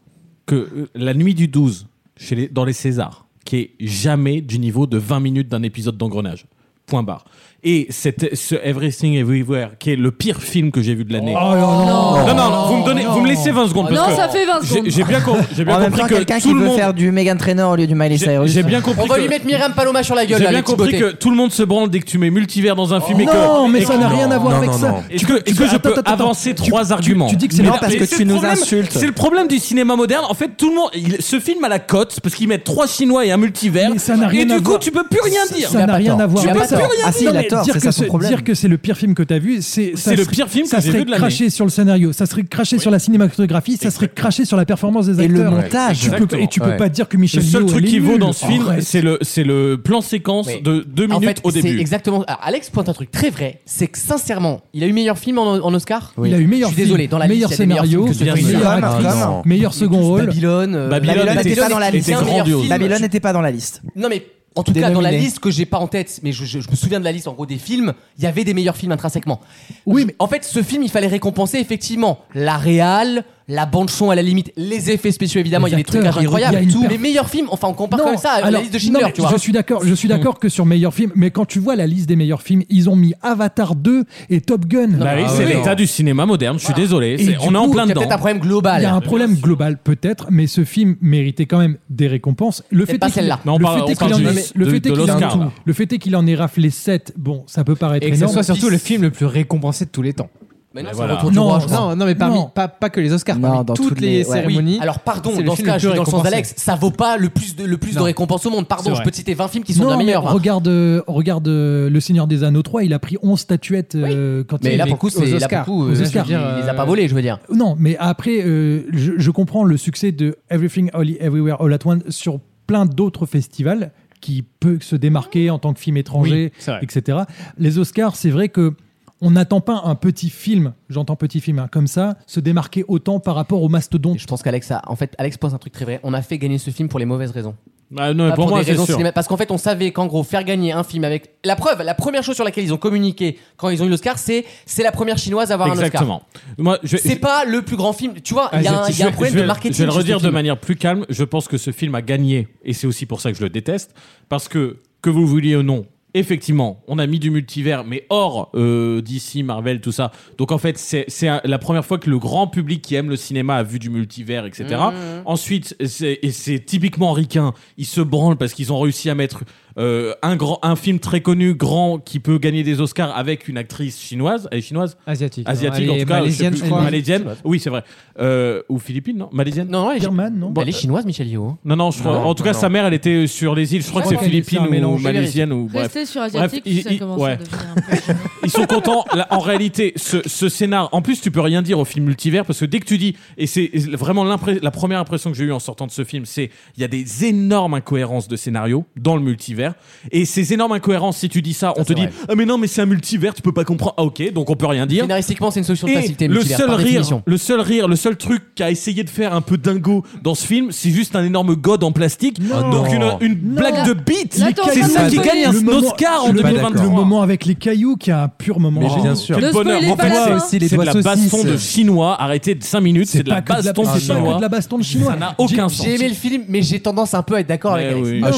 Speaker 11: que euh, la nuit du 12, chez les, dans les Césars, qui est jamais du niveau de 20 minutes d'un épisode d'engrenage. Point barre. Et cette- ce Everything Everywhere, qui est le pire film que j'ai vu de l'année.
Speaker 8: Oh là là.
Speaker 11: non, non, non, vous me, donnez, vous me laissez 20 secondes. parce
Speaker 4: Non,
Speaker 11: que
Speaker 4: ça fait 20
Speaker 11: j'ai-
Speaker 4: secondes.
Speaker 11: J'ai bien, com- j'ai bien
Speaker 6: en même
Speaker 11: compris
Speaker 6: temps,
Speaker 11: que
Speaker 6: quelqu'un
Speaker 11: tout
Speaker 6: qui
Speaker 11: le
Speaker 6: veut
Speaker 11: monde.
Speaker 6: faire du Megan Trainor au lieu du Miley Cyrus.
Speaker 11: j'ai bien compris
Speaker 2: On va
Speaker 11: que-
Speaker 2: lui mettre Myriam Paloma sur la gueule.
Speaker 11: J'ai
Speaker 2: là,
Speaker 11: bien
Speaker 2: les petits
Speaker 11: compris
Speaker 2: beautés.
Speaker 11: que tout le monde se branle dès que tu mets multivers dans un film. et
Speaker 8: Non,
Speaker 11: que-
Speaker 8: mais
Speaker 11: et
Speaker 8: ça
Speaker 11: que-
Speaker 8: n'a rien à voir
Speaker 11: Non,
Speaker 8: avec
Speaker 11: non,
Speaker 8: ça.
Speaker 11: non. Est-ce
Speaker 8: Tu- tu
Speaker 11: que, est-ce que
Speaker 8: peux-
Speaker 11: je
Speaker 8: attends,
Speaker 11: peux
Speaker 8: attends, attends.
Speaker 11: avancer
Speaker 8: Tu-
Speaker 11: trois
Speaker 8: tu-
Speaker 11: arguments
Speaker 8: tu dis que c'est
Speaker 11: Mais
Speaker 8: bien
Speaker 11: la-
Speaker 8: parce
Speaker 11: mais
Speaker 8: que
Speaker 11: c'est
Speaker 8: tu
Speaker 11: le
Speaker 8: nous
Speaker 11: problème-
Speaker 8: insultes.
Speaker 11: C'est le problème du cinéma moderne. En fait, tout le monde. il- ce film a la cote parce qu'ils mettent trois Chinois et un multivers.
Speaker 8: ça n'a rien
Speaker 11: et
Speaker 8: à
Speaker 11: du coup,
Speaker 8: voir.
Speaker 11: tu peux plus rien
Speaker 8: Ça-
Speaker 11: dire.
Speaker 8: ça n'a rien à voir.
Speaker 11: Tu
Speaker 8: Mais
Speaker 11: peux
Speaker 8: ça
Speaker 6: tort. Ah si,
Speaker 8: Non,
Speaker 6: il a
Speaker 8: mais
Speaker 6: tort,
Speaker 8: dire
Speaker 6: c'est
Speaker 8: que
Speaker 6: ça son
Speaker 8: c'est-
Speaker 6: problème.
Speaker 8: Dire que c'est le pire film que t'as vu, c'est ça
Speaker 6: C'est le
Speaker 8: serait-
Speaker 6: pire film
Speaker 8: ça
Speaker 6: que j'ai
Speaker 8: serait
Speaker 6: vu de l'année.
Speaker 8: craché sur le scénario, ça serait craché sur la cinématographie, ça serait craché sur la performance des
Speaker 6: Et le
Speaker 8: acteurs.
Speaker 6: montage.
Speaker 8: Tu peux, et tu peux
Speaker 11: Ouais.
Speaker 8: pas dire que Michel
Speaker 11: Le seul
Speaker 8: Yeo,
Speaker 11: truc
Speaker 8: elle est
Speaker 11: qui vaut
Speaker 8: nulle.
Speaker 11: dans ce film,
Speaker 8: Arrête.
Speaker 11: c'est le, c'est le plan séquence
Speaker 2: Oui.
Speaker 11: de deux
Speaker 2: En
Speaker 11: minutes
Speaker 2: fait,
Speaker 11: au
Speaker 2: c'est
Speaker 11: début.
Speaker 2: Exactement. Alors, Alex pointe un truc très vrai, c'est que sincèrement, il a eu meilleur film en, en Oscar.
Speaker 8: Il a eu meilleur
Speaker 2: Je suis désolé,
Speaker 8: film,
Speaker 2: dans la
Speaker 8: meilleur
Speaker 2: liste, il y a des meilleurs
Speaker 8: scénario,
Speaker 2: films que ce
Speaker 8: meilleure
Speaker 2: film.
Speaker 8: actrice,
Speaker 2: Ah, non.
Speaker 8: meilleur second rôle.
Speaker 2: Babylone, euh,
Speaker 6: n'était pas dans la liste.
Speaker 2: était grandiose.
Speaker 6: Babylone n'était pas dans la liste.
Speaker 2: Non mais en tout cas,
Speaker 6: Dénominé.
Speaker 2: dans la liste que j'ai pas en tête, mais je, je- je me souviens de la liste en gros des films, il y avait des meilleurs films intrinsèquement. Oui, mais en fait, ce film, il fallait récompenser effectivement la réal, la bande son à la limite, les effets spéciaux évidemment, il y a des
Speaker 8: acteurs,
Speaker 2: trucages
Speaker 8: il y a
Speaker 2: incroyables,
Speaker 8: une perf-
Speaker 2: les meilleurs films, enfin on compare comme ça à la
Speaker 8: alors,
Speaker 2: liste de
Speaker 8: non,
Speaker 2: Schindler,
Speaker 8: mais
Speaker 2: tu vois.
Speaker 8: Je suis d'accord, je suis d'accord que sur meilleur film, mais quand tu vois la liste des meilleurs films, ils ont mis Avatar 2 et Top Gun. Ah
Speaker 11: Bah oui, c'est l'état du cinéma moderne, je suis désolé.
Speaker 8: Et
Speaker 11: c'est-
Speaker 8: du
Speaker 11: On est en
Speaker 8: coup,
Speaker 11: plein
Speaker 8: il y a
Speaker 11: dedans.
Speaker 8: peut-être un
Speaker 2: problème global.
Speaker 8: Il y a un problème global peut-être, mais ce film méritait quand même des récompenses. Le
Speaker 11: Peut-être
Speaker 8: fait
Speaker 11: pas
Speaker 8: est qu'il-
Speaker 11: celle-là. Mais on
Speaker 8: le
Speaker 11: parle-
Speaker 8: fait est
Speaker 11: on parle
Speaker 8: qu'il en
Speaker 11: du-
Speaker 8: ait- le
Speaker 11: de-
Speaker 8: fait est
Speaker 11: de
Speaker 8: qu'il en ait-
Speaker 11: l'Oscar, là.
Speaker 8: le fait est qu'il en ait raflé 7, bon, ça peut paraître
Speaker 12: Et que ce
Speaker 8: énorme.
Speaker 12: soit surtout le film le plus récompensé de tous les temps.
Speaker 2: Mais
Speaker 12: non,
Speaker 2: c'est
Speaker 8: voilà. Retour du Roi, je crois.
Speaker 12: non, non, mais parmi,
Speaker 8: Non.
Speaker 12: Pas, pas que les Oscars,
Speaker 8: Non,
Speaker 12: parmi
Speaker 8: dans
Speaker 12: toutes,
Speaker 8: toutes
Speaker 12: les,
Speaker 8: les- ouais.
Speaker 12: cérémonies.
Speaker 2: Oui, alors pardon,
Speaker 12: c'est
Speaker 2: dans ce
Speaker 12: film
Speaker 2: cas,
Speaker 12: le
Speaker 2: je suis
Speaker 12: plus
Speaker 2: dans le sens
Speaker 12: récompensé.
Speaker 2: d'Alex, ça vaut pas le plus de, le plus de
Speaker 12: Non.
Speaker 2: récompenses au monde.
Speaker 12: C'est
Speaker 2: Pardon, je
Speaker 12: vrai.
Speaker 2: peux te citer 20 films qui sont
Speaker 8: Non,
Speaker 2: bien
Speaker 8: mais
Speaker 2: meilleurs. hein.
Speaker 8: Regarde, euh, regarde euh, Le Seigneur des Anneaux 3, il a pris 11 statuettes euh, quand
Speaker 2: Mais
Speaker 8: il
Speaker 2: là, pour le coup,
Speaker 8: aux
Speaker 2: c'est- là, pour le
Speaker 8: Oscars.
Speaker 2: coup, euh, je
Speaker 8: Aux
Speaker 2: veux
Speaker 8: Oscars.
Speaker 2: dire, il les a pas volés, je veux dire.
Speaker 8: Non, mais après, euh, je, je comprends le succès de Everything All Everywhere All at Once sur plein d'autres festivals qui peut se démarquer en tant que film étranger,
Speaker 12: Oui, c'est vrai.
Speaker 8: etc. Les Oscars, c'est vrai que on n'attend pas un petit film, j'entends petit film hein, comme ça, se démarquer autant par rapport au mastodonte.
Speaker 2: Je pense qu'Alex a, en fait, Alex pose un truc très vrai. On a fait gagner ce film pour les mauvaises raisons.
Speaker 11: Ah non, mais
Speaker 2: Pas
Speaker 11: pour moi,
Speaker 2: des
Speaker 11: c'est
Speaker 2: raisons
Speaker 11: sûr.
Speaker 2: cinéma- Parce qu'en fait, on savait qu'en gros, faire gagner un film avec. La preuve, la première chose sur laquelle ils ont communiqué quand ils ont eu l'Oscar, c'est c'est la première chinoise à avoir
Speaker 11: Exactement. Moi,
Speaker 2: un
Speaker 11: je- Ah,
Speaker 2: Oscar. C'est pas le plus grand film. Tu vois, il y a un, il y
Speaker 11: Je
Speaker 2: a un
Speaker 11: vais-
Speaker 2: problème
Speaker 11: je vais-
Speaker 2: de marketing.
Speaker 11: Je vais le
Speaker 2: sur ce
Speaker 11: redire de
Speaker 2: film.
Speaker 11: manière plus calme. Je pense que ce film a gagné, et c'est aussi pour ça que je le déteste, parce que, que vous le vouliez ou non, effectivement, on a mis du multivers, mais hors euh, DC, Marvel, tout ça. Donc en fait, c'est c'est un- la première fois que le grand public qui aime le cinéma a vu du multivers, etc.
Speaker 2: Mmh,
Speaker 5: Mhm.
Speaker 11: Ensuite, c'est- et c'est typiquement ricain, ils se branlent parce qu'ils ont réussi à mettre euh, un, grand, un film très connu, grand, qui peut gagner des Oscars avec une actrice chinoise, elle est chinoise
Speaker 12: Asiatique.
Speaker 11: Asiatique,
Speaker 12: Elle
Speaker 11: en
Speaker 12: est
Speaker 11: tout cas.
Speaker 12: malaisienne,
Speaker 11: sais
Speaker 12: je
Speaker 11: plus,
Speaker 12: crois.
Speaker 11: Malaisienne, oui, c'est vrai. Euh, ou philippine, non Malaisienne
Speaker 2: Non, elle est
Speaker 8: Birmane, non
Speaker 2: Elle est chinoise, Michel Yeo. hein.
Speaker 11: Non, non, je crois-
Speaker 2: Non,
Speaker 11: en tout
Speaker 2: non,
Speaker 11: cas,
Speaker 2: non.
Speaker 11: sa mère, elle était euh, sur les îles. Je crois que c'est
Speaker 2: crois qu'elle
Speaker 11: philippine
Speaker 2: fait un
Speaker 11: ou
Speaker 2: mélange.
Speaker 11: malaisienne. Ou, bref.
Speaker 4: Restez sur
Speaker 11: Bref,
Speaker 4: Asiatique,
Speaker 11: ils-
Speaker 4: ça
Speaker 11: ils-
Speaker 4: commence
Speaker 11: ouais.
Speaker 4: à devenir.
Speaker 11: Ils sont contents. Là, en réalité, ce, ce scénar, en plus, tu peux rien dire au film multivers parce que dès que tu dis, et c'est vraiment l'impré- la première impression que j'ai eue en sortant de ce film, c'est il y a des énormes incohérences de scénario dans le multivers. Et ces énormes incohérences, si tu dis ça, on te dit, ah mais non, mais c'est un multivers, tu peux pas comprendre. Ah ok, donc on peut rien dire.
Speaker 2: Scénaristiquement, c'est une solution de
Speaker 11: Et
Speaker 2: facilité.
Speaker 11: le
Speaker 2: multivers,
Speaker 11: seul
Speaker 2: par
Speaker 11: rire,
Speaker 2: définition.
Speaker 11: le seul rire, le seul truc qu'a essayé de faire un peu dingo dans ce film, c'est juste un énorme god en plastique.
Speaker 8: Ah
Speaker 11: Donc une, une blague de bite.
Speaker 4: Là, t'es en
Speaker 11: C'est
Speaker 4: train
Speaker 11: ça
Speaker 4: de
Speaker 11: qui
Speaker 4: spoiler.
Speaker 11: gagne un
Speaker 4: Le
Speaker 8: moment-
Speaker 11: Oscar en
Speaker 8: le moment-
Speaker 11: 2023.
Speaker 8: Le moment avec les cailloux qui est un pur moment. Oh.
Speaker 11: Mais bien sûr.
Speaker 8: Quel bonheur.
Speaker 11: En fait, c'est- hein. c'est de la baston de chinois. Arrêtez de 5 minutes. C'est de la
Speaker 8: pas que de la-
Speaker 11: baston de
Speaker 8: c'est pas que
Speaker 11: chinois.
Speaker 8: de la baston de chinois.
Speaker 11: Ça n'a aucun
Speaker 8: J'ai-
Speaker 11: sens. Eh
Speaker 2: J'ai aimé le film, mais j'ai tendance un peu à être d'accord avec Alex.
Speaker 8: Non, mais Ah, je, je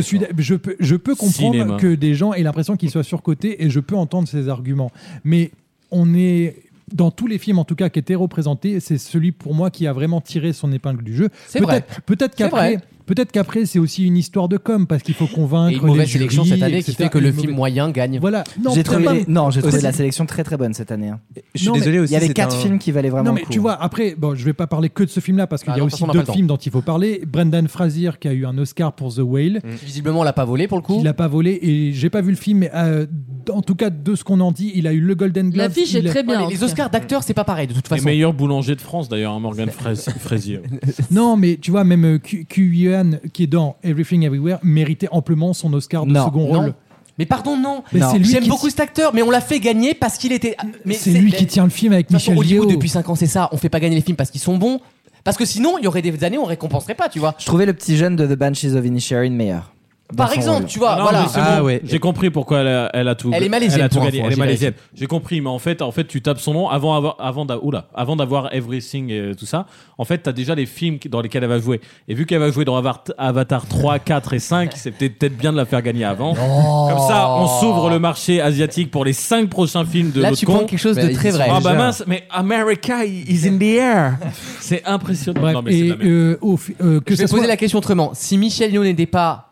Speaker 8: suis, je peux, je peux comprendre
Speaker 11: Cinéma.
Speaker 8: que des gens aient l'impression qu'ils soient surcotés et je peux entendre ces arguments. Mais on est dans tous les films, en tout cas, qui étaient représentés, c'est celui pour moi qui a vraiment tiré son épingle du jeu.
Speaker 2: C'est vrai.
Speaker 8: Peut-être- Peut-être
Speaker 2: C'est
Speaker 8: qu'après.
Speaker 2: vrai.
Speaker 8: Peut-être qu'après, c'est aussi une histoire de com, parce qu'il faut
Speaker 2: Et une
Speaker 8: convaincre les
Speaker 2: mauvaise
Speaker 8: jurys,
Speaker 2: sélection cette année qui
Speaker 8: etc.
Speaker 2: fait que le
Speaker 8: Une
Speaker 2: film
Speaker 8: mauvaise-
Speaker 2: moyen gagne.
Speaker 8: Voilà. Non,
Speaker 6: j'ai
Speaker 8: peut-être
Speaker 6: trouvé,
Speaker 8: pas-
Speaker 6: les- non, j'ai trouvé
Speaker 8: Aussi-
Speaker 6: la sélection très très bonne cette année. hein.
Speaker 8: Je suis Non, mais- désolé aussi,
Speaker 6: Il y avait
Speaker 8: c'est
Speaker 6: 4
Speaker 8: un-
Speaker 6: films qui valaient vraiment
Speaker 8: Non, mais
Speaker 6: le coup.
Speaker 8: tu vois, après, bon, je vais pas parler que de ce film-là parce qu'il
Speaker 2: Ah
Speaker 8: y a
Speaker 2: non, de toute
Speaker 8: aussi
Speaker 2: façon, on n'a pas
Speaker 8: d'autres
Speaker 2: le
Speaker 8: films dont il faut parler. Brendan Fraser qui a eu un Oscar pour The Whale.
Speaker 2: Mm. Visiblement, on l'a pas volé pour le coup.
Speaker 8: Il l'a pas volé et j'ai pas vu le film, mais euh, d- en tout cas de ce qu'on en dit, il a eu le Golden Globe. il
Speaker 2: Les,
Speaker 8: a-
Speaker 2: les Oscars d'acteurs, c'est pas pareil de toute
Speaker 11: Les
Speaker 2: façon.
Speaker 11: meilleurs boulangers de France, d'ailleurs, hein, Morgan Frais- Fraisier.
Speaker 8: Non, mais tu vois, même euh, Q- Q Yuan qui est dans Everything Everywhere méritait amplement son Oscar de second
Speaker 2: non.
Speaker 8: rôle.
Speaker 2: Mais pardon, non.
Speaker 8: Mais Non. c'est lui
Speaker 2: J'aime
Speaker 8: qui-
Speaker 2: beaucoup cet acteur, mais on l'a fait gagner parce qu'il était. Mais
Speaker 8: C'est lui qui tient le film avec
Speaker 2: De toute façon,
Speaker 8: Michel Yeo.
Speaker 2: Hollywood depuis 5 ans, c'est ça. On fait pas gagner les films parce qu'ils sont bons. Parce que sinon, il y aurait des années où on récompenserait pas, tu vois.
Speaker 6: Je trouvais le petit jeune de The Banshees of Inisherin meilleur.
Speaker 2: Par
Speaker 6: Dans son
Speaker 2: exemple,
Speaker 6: rôle.
Speaker 2: tu vois,
Speaker 11: Ah Non,
Speaker 2: voilà.
Speaker 11: mais c'est bon, J'ai compris pourquoi elle a, elle a tout.
Speaker 2: Elle est malaisienne,
Speaker 11: Elle a tout
Speaker 2: pour
Speaker 11: gagné.
Speaker 2: info,
Speaker 11: Elle est
Speaker 2: j'ai
Speaker 11: malaisienne. J'ai compris, mais en fait, en fait, tu tapes son nom avant avoir, avant d'a- oula, avant d'avoir Everything et tout ça. En fait, t'as déjà les films qui- dans lesquels elle va jouer. Et vu qu'elle va jouer dans Avar- Avatar 3, 4 et 5, c'est peut-être peut-être bien de la faire gagner avant. Comme ça, on s'ouvre le marché asiatique pour les 5 prochains films de
Speaker 2: Là,
Speaker 11: notre
Speaker 2: tu prends
Speaker 11: con.
Speaker 2: quelque chose de Bah, très ils y vrai. sont
Speaker 11: Ah bah
Speaker 2: déjà.
Speaker 11: mince, mais America is in the air. C'est impressionnant.
Speaker 8: Bref,
Speaker 11: Non, mais c'est de
Speaker 8: et
Speaker 11: la merde.
Speaker 8: euh, au fi- euh, que
Speaker 2: je vais
Speaker 8: ça
Speaker 2: poser
Speaker 8: soit
Speaker 2: la question autrement. Si Michel Lyon n'était pas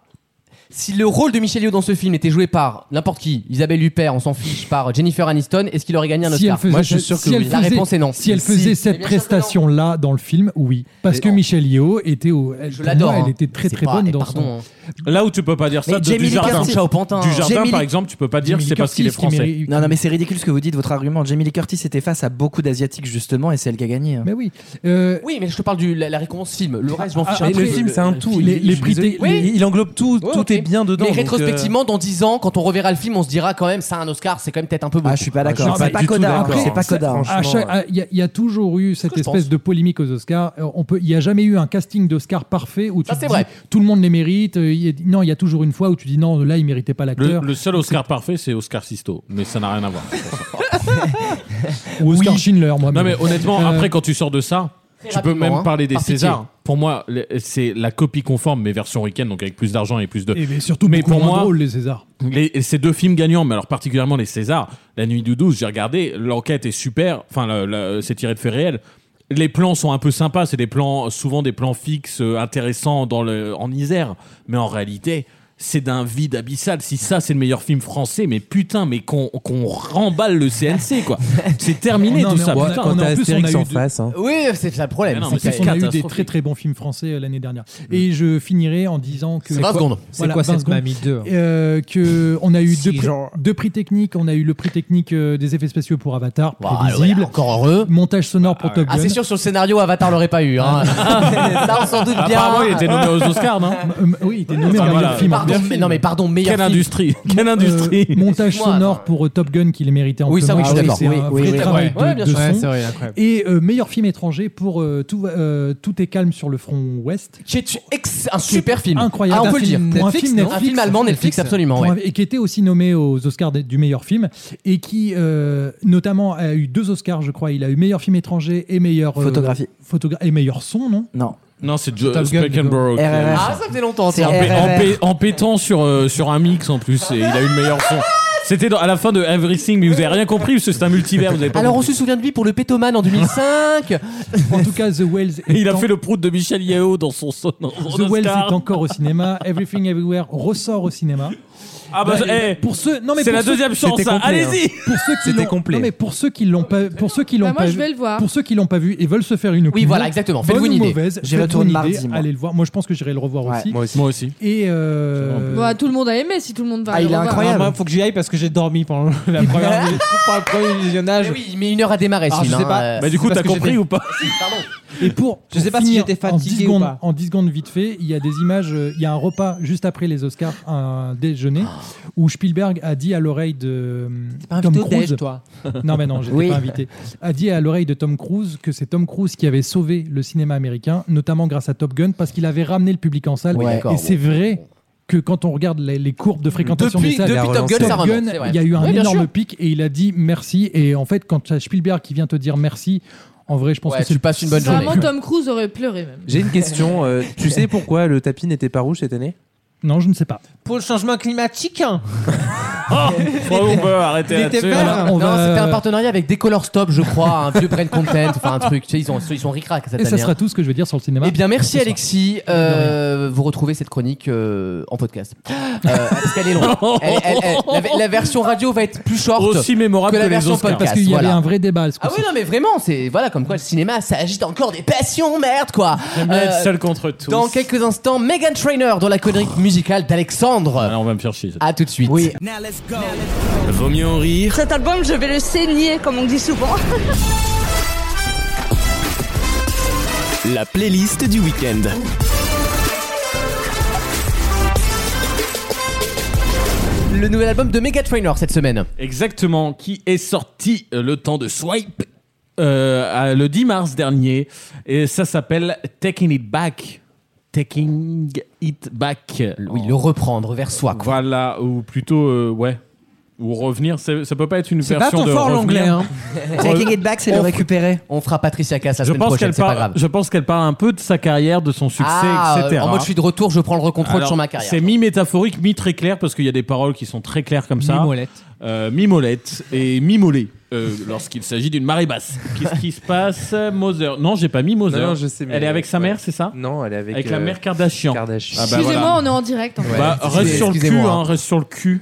Speaker 2: Si le rôle de Michel Yeo dans ce film était joué par n'importe qui, Isabelle Huppert, on s'en fiche, par Jennifer Aniston, est-ce qu'il aurait gagné un
Speaker 8: Si elle
Speaker 2: Oscar
Speaker 8: faisait, si elle
Speaker 2: La
Speaker 8: faisait-
Speaker 2: réponse est non.
Speaker 8: Si elle faisait cette prestation-là dans le film, oui. Parce que Michel Yeo était au. elle- pour
Speaker 2: l'adore,
Speaker 8: moi,
Speaker 2: hein.
Speaker 8: Elle était très
Speaker 2: C'est
Speaker 8: très
Speaker 2: pas-
Speaker 8: bonne
Speaker 2: et
Speaker 8: dans
Speaker 2: pardon,
Speaker 8: son.
Speaker 2: hein.
Speaker 11: Là où tu peux pas dire ça,
Speaker 6: Mais
Speaker 11: de
Speaker 6: Jamie Lee
Speaker 11: Dujardin.
Speaker 6: Curtis.
Speaker 11: Dujardin,
Speaker 6: Jamie
Speaker 11: par
Speaker 6: Lee-
Speaker 11: exemple, tu peux pas dire que c'est parce qu'il est français.
Speaker 6: Non, non, mais c'est ridicule ce que vous dites. Votre argument, Jamie Lee Curtis était face à beaucoup d'asiatiques justement, et c'est elle qui a gagné. hein.
Speaker 8: Mais Ah oui. Euh,
Speaker 2: Oui, mais je te parle de la, la récompense film. Le reste, je m'en
Speaker 6: Ah,
Speaker 2: fiche
Speaker 6: mais
Speaker 2: un peu.
Speaker 6: le film, c'est un tout.
Speaker 2: film.
Speaker 6: Les- les
Speaker 2: Je
Speaker 6: prix
Speaker 2: suis désolé.
Speaker 6: tec-
Speaker 2: Oui.
Speaker 6: il englobe tout,
Speaker 2: Ouais,
Speaker 6: tout
Speaker 2: ok.
Speaker 6: est bien dedans,
Speaker 2: Mais
Speaker 6: donc, euh,
Speaker 2: rétrospectivement, dans 10 ans, quand on reverra le film, on se dira quand même, ça a un Oscar, c'est quand même peut-être un peu beau.
Speaker 6: Ah, je suis pas d'accord.
Speaker 8: Non,
Speaker 6: C'est
Speaker 8: mais
Speaker 6: pas
Speaker 8: du tout
Speaker 6: Codard.
Speaker 8: d'accord.
Speaker 6: C'est pas
Speaker 8: Ça-
Speaker 6: Codard.
Speaker 8: à chaque- à- Il y, a- il y a toujours eu cette espèce de polémique aux Oscars. Alors, On peut, il n'y a jamais eu un casting d'Oscar parfait où tu te
Speaker 11: c'est
Speaker 8: dis,
Speaker 11: vrai.
Speaker 8: tout le monde les mérite. Euh, il y a- non, il y a toujours une fois où tu dis non, là il méritait pas
Speaker 11: Le,
Speaker 8: l'acteur.
Speaker 11: le seul Oscar parfait, c'est Oscar Sisto, mais ça n'a rien à voir.
Speaker 8: Ou Oscar Schindler, moi.
Speaker 11: Non
Speaker 8: mais
Speaker 11: mais
Speaker 8: bon.
Speaker 11: honnêtement,
Speaker 8: Euh,
Speaker 11: après quand tu sors de ça,
Speaker 8: Très
Speaker 11: tu peux
Speaker 8: rapidement,
Speaker 11: même
Speaker 8: hein,
Speaker 11: parler des
Speaker 8: par pitié.
Speaker 11: Césars. Pour moi, le- c'est la copie conforme, mais version week-end, donc avec plus d'argent et plus de.
Speaker 8: Et mais surtout beaucoup moins drôle, les Césars.
Speaker 11: les- et ces deux films gagnants, mais alors particulièrement les Césars, La Nuit du 12, j'ai regardé, l'enquête est super, enfin le- le- c'est tiré de faits réels. Les plans sont un peu sympas, c'est des plans souvent des plans fixes euh, intéressants dans le en Isère, mais en réalité c'est d'un vide abyssal. Si ça c'est le meilleur film français, mais putain, mais qu'on qu'on remballe le CNC quoi. C'est terminé
Speaker 8: Non,
Speaker 11: tout
Speaker 8: mais
Speaker 11: ça.
Speaker 8: on a-
Speaker 11: putain.
Speaker 8: on a- en hein. plus, on a eu de- Euh,
Speaker 2: Oui, c'est ça le problème.
Speaker 11: Mais non,
Speaker 8: En
Speaker 11: mais
Speaker 8: plus,
Speaker 11: c'est
Speaker 8: on a eu des
Speaker 11: catastrophique.
Speaker 8: très très bons films français euh, l'année dernière. Et je finirai en disant que.
Speaker 12: C'est quoi-
Speaker 8: Voilà,
Speaker 12: c'est quoi
Speaker 8: 20
Speaker 12: cette
Speaker 8: secondes.
Speaker 12: mamie deux, hein
Speaker 8: Euh, que on a eu
Speaker 12: Si,
Speaker 8: deux, prix-
Speaker 12: genre.
Speaker 8: deux prix techniques. On a eu le prix technique euh, des effets spéciaux pour Avatar,
Speaker 2: Bah,
Speaker 8: prévisible.
Speaker 2: voilà, encore heureux.
Speaker 8: Montage sonore pour Top Gun. Ah.
Speaker 2: Ah, c'est sûr, sur le scénario, Avatar l'aurait pas eu. Hein. ça, on s'en doute bien.
Speaker 11: Ah. Apparemment, il était nommé aux Oscars, non
Speaker 8: M- Oui, il était nommé en
Speaker 11: Enfin,
Speaker 8: meilleur
Speaker 11: voilà.
Speaker 8: film.
Speaker 2: Pardon, mais, non, mais pardon, meilleur
Speaker 11: Quelle
Speaker 2: film.
Speaker 11: industrie Quelle industrie
Speaker 8: Euh, montage sonore pour euh, Top Gun qu'il méritait en
Speaker 2: Oui, ça, oui, je suis d'accord.
Speaker 8: C'est
Speaker 2: Oui,
Speaker 8: un
Speaker 2: oui,
Speaker 8: vrai
Speaker 2: oui,
Speaker 8: travail
Speaker 2: ouais. Ouais,
Speaker 8: de,
Speaker 2: bien
Speaker 8: de
Speaker 2: sûr. Ouais,
Speaker 8: son.
Speaker 2: c'est vrai, incroyable.
Speaker 8: et euh, meilleur film étranger pour euh, tout, va- euh, tout est calme sur le front ouest.
Speaker 2: Qui est ex- un super film.
Speaker 8: Incroyable.
Speaker 2: Ah, on peut le dire.
Speaker 8: Pour un
Speaker 2: Netflix,
Speaker 8: film
Speaker 2: non
Speaker 8: Netflix.
Speaker 2: Un film allemand Netflix, absolument,
Speaker 8: Pour un-
Speaker 2: ouais.
Speaker 8: Et qui était aussi nommé aux Oscars des- du meilleur film et qui, euh, notamment, a eu deux Oscars, je crois. Il a eu meilleur film étranger et meilleur. euh,
Speaker 6: Photographie.
Speaker 8: photogra- et meilleur son, non
Speaker 6: Non.
Speaker 11: Non, c'est Joe
Speaker 8: Top Gun, plutôt.
Speaker 11: Speckenborough. qui a-
Speaker 2: Ah, ça faisait longtemps.
Speaker 11: en,
Speaker 2: tiens.
Speaker 11: pé- en pé- en pétant sur, euh, sur un mix en plus, et il a eu le meilleur son. C'était dans- à la fin de Everything, mais vous avez rien compris, parce que c'est un multivers, vous avez pas
Speaker 2: Alors, on
Speaker 11: compris.
Speaker 2: se souvient de lui pour le Pétoman en 2005.
Speaker 8: En tout cas, The Wells.
Speaker 11: Et il a
Speaker 8: étant-
Speaker 11: fait le prout de Michel Yao dans son son. dans son
Speaker 8: The Wells
Speaker 11: Oscar.
Speaker 8: est encore au cinéma. Everything Everywhere ressort au cinéma.
Speaker 11: Ah bah,
Speaker 8: Bah,
Speaker 11: eh,
Speaker 8: pour ceux, non mais
Speaker 11: c'est
Speaker 8: pour
Speaker 11: la
Speaker 8: ceux-
Speaker 11: deuxième chance,
Speaker 8: C'était
Speaker 11: hein.
Speaker 8: complet,
Speaker 11: allez-y
Speaker 8: hein. Pour ceux qui
Speaker 11: C'était
Speaker 8: l'ont-
Speaker 11: complet.
Speaker 8: Non mais pour ceux qui l'ont pas, pour ceux qui l'ont
Speaker 4: Bah, moi,
Speaker 8: pas
Speaker 4: je
Speaker 8: vu-
Speaker 4: vais le voir.
Speaker 8: Pour ceux qui l'ont pas vu et veulent se faire une opinion.
Speaker 2: voilà, exactement. Faites-vous
Speaker 8: bonne
Speaker 2: une
Speaker 8: ou
Speaker 2: idée.
Speaker 8: mauvaise,
Speaker 2: J'y
Speaker 8: faites-vous
Speaker 2: retourne
Speaker 8: une
Speaker 2: mardi,
Speaker 8: idée,
Speaker 2: moi.
Speaker 8: Allez le voir. Moi, je pense que j'irai le revoir aussi.
Speaker 11: Moi aussi.
Speaker 8: Et euh,
Speaker 4: Bah, tout le monde a aimé si tout le monde va. le revoir.
Speaker 12: Ah, Il faut que j'y aille parce que j'ai dormi pendant la première minute- pendant le premier visionnage.
Speaker 2: Oui, mais une heure à démarrer,
Speaker 8: Ah,
Speaker 12: Alors, je
Speaker 2: celui-là,
Speaker 12: sais pas.
Speaker 2: hein.
Speaker 12: Bah, du coup,
Speaker 2: Parce
Speaker 12: t'as
Speaker 2: que
Speaker 12: compris
Speaker 2: j'étais-
Speaker 12: ou pas
Speaker 2: Si, pardon.
Speaker 8: euh, Et pour,
Speaker 12: Je sais
Speaker 8: pour
Speaker 12: pas si
Speaker 8: finir,
Speaker 12: j'étais
Speaker 8: en 10
Speaker 12: fatigué ou
Speaker 8: secondes,
Speaker 12: pas.
Speaker 8: En 10 secondes vite fait, il y a des images, euh, il y a un repas juste après les Oscars, un déjeuner, où Spielberg a dit à l'oreille de
Speaker 12: Ah. pas
Speaker 8: euh, Tom
Speaker 12: invité au déj,
Speaker 8: Cruise.
Speaker 12: toi.
Speaker 8: Non mais non, j'étais
Speaker 12: Oui.
Speaker 8: pas invité. A dit à l'oreille de Tom Cruise que c'est Tom Cruise qui avait sauvé le cinéma américain, notamment grâce à Top Gun, parce qu'il avait ramené le public en salle.
Speaker 2: Oui,
Speaker 8: et
Speaker 2: d'accord,
Speaker 8: c'est vrai que quand on regarde les, les courbes de fréquentation
Speaker 2: Depuis-
Speaker 8: des salles,
Speaker 2: depuis Top Gun, ça remonte, c'est vrai.
Speaker 8: il y a eu un
Speaker 2: Oui, bien
Speaker 8: énorme
Speaker 2: sûr.
Speaker 8: pic et il a dit merci. Et en fait, quand t'as Spielberg qui vient te dire merci, en vrai, je pense
Speaker 2: Ouais,
Speaker 8: que c'est
Speaker 2: tu
Speaker 8: le-
Speaker 2: passes une bonne
Speaker 4: Vraiment, Tom Cruise aurait pleuré même.
Speaker 7: J'ai une question. euh, tu sais pourquoi le tapis n'était pas rouge cette année
Speaker 8: Non, je ne sais pas.
Speaker 12: Pour le changement climatique. hein.
Speaker 11: Oh, on peut arrêter
Speaker 12: Il était
Speaker 11: là-dessus.
Speaker 12: vert.
Speaker 11: Voilà.
Speaker 2: Non,
Speaker 12: On va-
Speaker 2: c'était un partenariat avec Decolor Stop, je crois, un vieux brand content, enfin un truc. Tu sais, ils sont, ils sont ric-rac cette
Speaker 8: Et ça
Speaker 2: année, hein.
Speaker 8: sera tout ce que je veux dire sur le cinéma.
Speaker 2: Eh bien, merci
Speaker 8: Ce soir.
Speaker 2: Alexis. Euh, vous retrouvez cette chronique euh, en podcast. Euh, parce qu'elle est longue. Elle- elle- elle- la, la version radio va être plus short.
Speaker 11: Aussi mémorable
Speaker 2: que la
Speaker 11: que les
Speaker 2: version
Speaker 11: Oscars.
Speaker 2: podcast.
Speaker 8: Parce qu'il y
Speaker 2: voilà.
Speaker 8: avait un vrai débat. ce
Speaker 2: Ah oui, non, mais vraiment, c'est voilà comme quoi le cinéma, ça agite encore des passions, merde quoi.
Speaker 11: J'aime bien
Speaker 2: Euh,
Speaker 11: être seul contre tous.
Speaker 2: Dans quelques instants, Megan Trainer dans la chronique musicale d'Alexandre.
Speaker 11: Ah, on va me faire chier.
Speaker 2: À tout de suite.
Speaker 1: Vaut mieux en rire.
Speaker 13: Cet album, je vais le saigner, comme on dit souvent.
Speaker 1: La playlist du week-end.
Speaker 2: Le nouvel album de Megan Trainer cette semaine.
Speaker 11: Exactement, qui est sorti euh, le temps de swipe euh, à- le 10 mars dernier. Et ça s'appelle Taking It Back. Taking It Back.
Speaker 2: Oui, le reprendre vers soi. Quoi.
Speaker 11: Voilà, ou plutôt, euh, ouais. Ou revenir, c'est- ça peut pas être une
Speaker 12: C'est pas
Speaker 11: version
Speaker 12: ton
Speaker 11: de.
Speaker 12: fort,
Speaker 11: revenir.
Speaker 12: l'anglais, hein.
Speaker 6: Taking it back, c'est le
Speaker 2: On-
Speaker 6: récupérer.
Speaker 2: On fera Patricia Cass la
Speaker 11: Je
Speaker 2: semaine
Speaker 11: pense
Speaker 2: prochaine,
Speaker 11: qu'elle
Speaker 2: c'est pas
Speaker 11: parle,
Speaker 2: grave.
Speaker 11: je pense qu'elle parle un peu de sa carrière, de son succès,
Speaker 2: Ah,
Speaker 11: etc.
Speaker 2: euh, En mode je suis de retour, je prends le recontrôle
Speaker 11: Alors,
Speaker 2: sur ma carrière.
Speaker 11: C'est mi-métaphorique, mi-très clair, parce qu'il y a des paroles qui sont très claires comme ça.
Speaker 12: Mi-molette.
Speaker 11: euh, Mimolette et Mimolé euh, lorsqu'il s'agit d'une marée basse. Qu'est-ce qui se passe Moser. Non, j'ai pas mis Moser.
Speaker 7: Non, non, je sais, mais-
Speaker 11: Elle est avec sa mère,
Speaker 7: ouais.
Speaker 11: c'est ça
Speaker 7: Non, elle est avec,
Speaker 11: Avec la
Speaker 7: euh,
Speaker 11: mère Kardashian.
Speaker 7: Kardashian.
Speaker 11: Ah bah
Speaker 4: Excusez-moi,
Speaker 11: voilà.
Speaker 4: on est en direct. En fait.
Speaker 11: Bah,
Speaker 7: Ouais,
Speaker 11: reste sur le cul,
Speaker 7: excusez-moi,
Speaker 11: hein, reste sur le cul.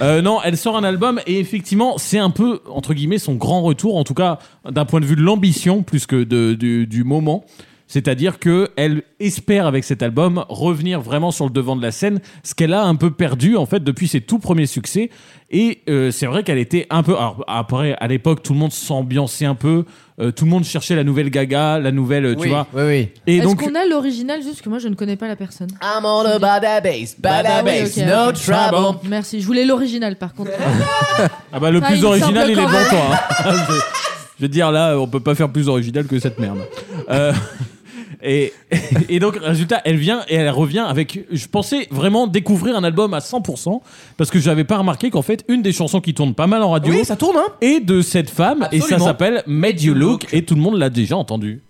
Speaker 11: Euh, non, elle sort un album et effectivement, c'est un peu, entre guillemets, son grand retour, en tout cas d'un point de vue de l'ambition plus que de- du, du moment. C'est-à-dire que elle espère avec cet album revenir vraiment sur le devant de la scène, ce qu'elle a un peu perdu en fait depuis ses tout premiers succès. Et euh, c'est vrai qu'elle était un peu. Alors après, à l'époque, tout le monde s'ambiançait un peu, euh, tout le monde cherchait la nouvelle Gaga, la nouvelle, euh, tu
Speaker 2: Oui,
Speaker 11: vois.
Speaker 2: oui, oui.
Speaker 11: Et
Speaker 4: Est-ce
Speaker 11: donc,
Speaker 4: qu'on a l'original juste que moi je ne connais pas la personne
Speaker 2: I'm on a bada bass, bada bass,
Speaker 4: oui, ok,
Speaker 2: no
Speaker 4: ok.
Speaker 2: trouble.
Speaker 4: Merci, je voulais l'original par contre.
Speaker 11: Ah bah le
Speaker 4: Ça, il
Speaker 11: plus
Speaker 4: me
Speaker 11: original
Speaker 4: semble
Speaker 11: il est
Speaker 4: quand
Speaker 11: devant
Speaker 4: même.
Speaker 11: toi. hein. je, je veux dire là on peut pas faire plus original que cette merde. Euh, et, et donc résultat elle vient et elle revient avec je pensais vraiment découvrir un album à 100% parce que j'avais pas remarqué qu'en fait une des chansons qui tourne pas mal en radio
Speaker 2: Oui, ça tourne, hein.
Speaker 11: et de cette femme et ça
Speaker 2: Absolument. Ah,
Speaker 11: s'appelle Made You Look et tout le monde l'a déjà entendu.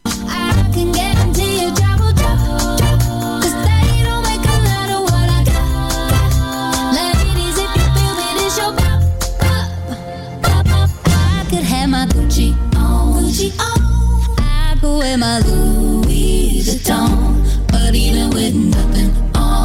Speaker 15: can guarantee you trouble, trouble, trouble. 'Cause they don't make a lot of what I got, got. Ladies, if you feel it, it's your pop, pop, pop, pop. I could have my Gucci on, Gucci on. I could wear my Louis Vuitton, but even with nothing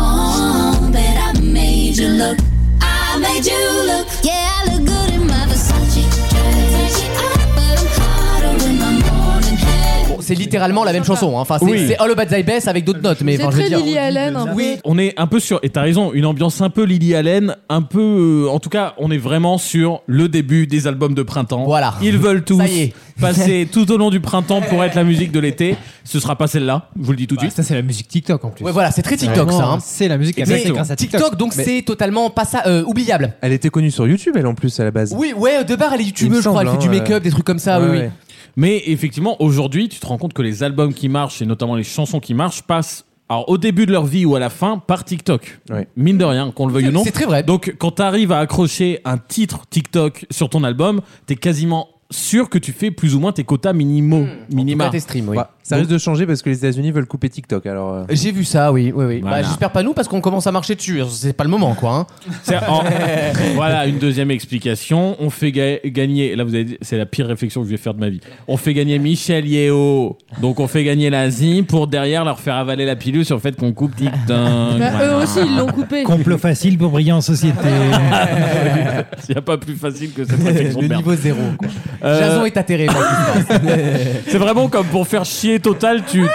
Speaker 15: on, bet I made you look. I made you look. Yeah, I look good in my Versace dress, but I'm hotter in my morning hair.
Speaker 2: Bon, c'est littéralement la même chanson. hein. Enfin, c'est
Speaker 11: Oui.
Speaker 2: c'est All About Thy Bass avec d'autres notes, mais
Speaker 4: C'est
Speaker 2: enfin, je veux
Speaker 4: très
Speaker 2: dire.
Speaker 4: Lily Allen hein. un peu.
Speaker 11: On est un peu sur, et t'as raison, une ambiance un peu Lily Allen, un peu. euh, en tout cas, on est vraiment sur le début des albums de printemps. Voilà. Ils veulent tous
Speaker 2: Ça y est.
Speaker 11: passer tout au long du printemps pour être la musique de l'été. Ce sera pas celle-là, je vous le dis tout de suite.
Speaker 21: Ça, c'est la musique TikTok en plus.
Speaker 2: Ouais, voilà, c'est très TikTok ça. hein.
Speaker 21: C'est la musique qui a
Speaker 2: Mais
Speaker 21: passé grâce à
Speaker 2: TikTok,
Speaker 21: TikTok.
Speaker 2: donc
Speaker 21: Mais-
Speaker 2: c'est totalement pas ça, euh, oubliable.
Speaker 7: Elle était connue sur YouTube, elle en plus à la base.
Speaker 2: Oui, ouais, de base elle est
Speaker 7: Il me
Speaker 2: youtubeuse, je crois, elle
Speaker 7: semble,
Speaker 2: fait du
Speaker 7: hein,
Speaker 2: make-up,
Speaker 7: euh,
Speaker 2: des trucs comme ça,
Speaker 7: ouais,
Speaker 2: oui, oui.
Speaker 7: ouais.
Speaker 11: Mais effectivement, aujourd'hui, tu te rends compte que les albums qui marchent, et notamment les chansons qui marchent, passent. Alors, au début de leur vie ou à la fin, par TikTok. Mine de rien, qu'on le veuille ou non.
Speaker 2: C'est très vrai.
Speaker 11: Donc, quand t'arrives à accrocher un titre TikTok sur ton album, t'es quasiment sûr que tu fais plus ou moins tes quotas
Speaker 2: Hmm.
Speaker 11: minimaux. minima. Bah,
Speaker 7: Ouais, Bah, ça risque de changer parce que les États-Unis veulent couper TikTok. Alors. euh,
Speaker 2: J'ai vu ça, oui, oui, oui.
Speaker 7: Voilà.
Speaker 2: Bah, j'espère pas nous parce qu'on commence à marcher dessus. C'est pas le moment, quoi. hein.
Speaker 11: C'est- en- voilà une deuxième explication. On fait ga- gagner. Là, vous avez dit- c'est la pire réflexion que je vais faire de ma vie. On fait gagner Michel Yeo. Donc, on fait gagner l'Asie pour derrière leur faire avaler la pilule sur le fait qu'on coupe TikTok.
Speaker 4: Bah, eux aussi ils l'ont coupé.
Speaker 11: Complot
Speaker 8: facile pour briller en société.
Speaker 11: Il n'y a pas plus facile que cette réflexion.
Speaker 2: Le
Speaker 11: de merde.
Speaker 2: niveau zéro. quoi.
Speaker 11: Euh,
Speaker 2: Jason est atterré. moi, je pense.
Speaker 11: C'est vraiment comme pour faire chier Total, tu, tu,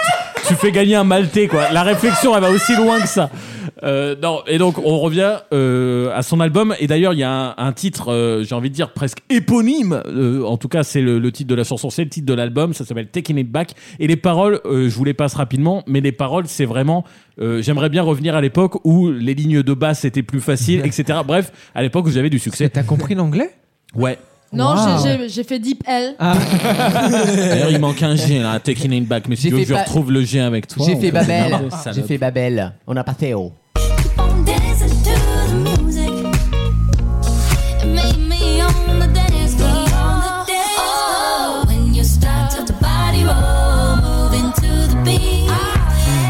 Speaker 11: tu fais gagner un Maltais, quoi. La réflexion, elle va aussi loin que ça. Euh, non, et donc on revient euh, à son album. Et d'ailleurs, il y a un, un titre, euh, j'ai envie de dire presque éponyme. Euh, en tout cas, c'est le, le titre de la chanson, c'est le titre de l'album. Ça s'appelle Taking It Back. Et les paroles, euh, je vous les passe rapidement, mais les paroles, c'est vraiment. euh, J'aimerais bien revenir à l'époque où les lignes de basse étaient plus faciles, etc. Bref, à l'époque où j'avais du succès.
Speaker 21: T'as compris l'anglais
Speaker 11: Ouais.
Speaker 4: Non,
Speaker 11: Wow. Ah.
Speaker 4: j'ai- j'ai- j'ai fait Deep L.
Speaker 11: D'ailleurs, il manque un G là, à Taking It Back. Mais si
Speaker 2: J'ai
Speaker 11: tu veux
Speaker 2: fait
Speaker 11: que je
Speaker 2: pas-
Speaker 11: retrouve le G avec toi.
Speaker 2: J'ai
Speaker 11: on
Speaker 2: fait
Speaker 11: peut-
Speaker 2: Babel.
Speaker 11: Ça
Speaker 2: J'ai
Speaker 11: me-
Speaker 2: fait oh. Babel. On n'a pas Théo.
Speaker 15: on dancing to the music. It made me on the dance floor. Oh, when you start to the body roll, moving to the beat.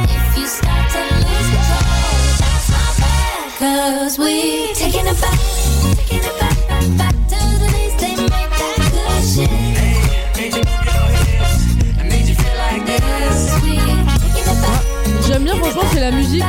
Speaker 15: If you start to lose control, that's my bad. 'Cause we taking it back, taking it back, back, back to the days they make that good shit. Made you move your hips, made you feel like this. We taking it back.
Speaker 4: J'aime bien, franchement, c'est la musique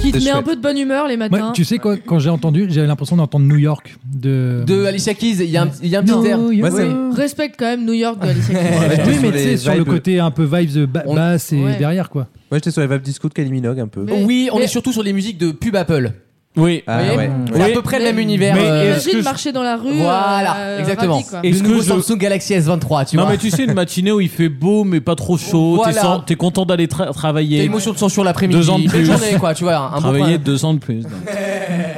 Speaker 4: qui te
Speaker 8: C'est
Speaker 4: met un
Speaker 8: chouette.
Speaker 4: peu de bonne humeur les matins.
Speaker 8: Moi, tu sais quoi, quand j'ai entendu, j'avais l'impression d'entendre New York de.
Speaker 2: De Alicia Keys, il y a un, il y a un petit air.
Speaker 8: York.
Speaker 2: Oui.
Speaker 4: Respecte quand même New York de Alicia Keys.
Speaker 8: oui, mais
Speaker 7: sur
Speaker 8: tu
Speaker 7: les
Speaker 8: sais, sur le
Speaker 7: vibes.
Speaker 8: côté un peu vibes ba- basse et
Speaker 4: Ouais.
Speaker 8: derrière, quoi.
Speaker 7: Moi, j'étais sur les vibes disco de Kylie Minogue un peu.
Speaker 2: Oui, on est surtout sur les musiques de pub Apple.
Speaker 11: Oui,
Speaker 7: Ah,
Speaker 2: Vous voyez
Speaker 7: ouais.
Speaker 2: C'est à peu près le même univers. euh,
Speaker 4: Imagine marcher dans la rue.
Speaker 2: Voilà,
Speaker 4: euh,
Speaker 2: exactement.
Speaker 4: ravi, quoi.
Speaker 2: Le
Speaker 11: Est-ce que
Speaker 2: nouveau
Speaker 11: je-
Speaker 2: Samsung Galaxy S23, tu
Speaker 11: non
Speaker 2: vois.
Speaker 11: mais tu sais une matinée où il fait beau mais pas trop chaud,
Speaker 2: Voilà.
Speaker 11: t'es, sans- t'es content d'aller tra- travailler.
Speaker 2: T'as une motion de censure l'après-midi.
Speaker 11: Deux ans de
Speaker 2: Belle
Speaker 11: plus.
Speaker 2: journée, quoi, tu vois, un bon
Speaker 11: travailler
Speaker 2: point.
Speaker 11: deux ans de plus. non.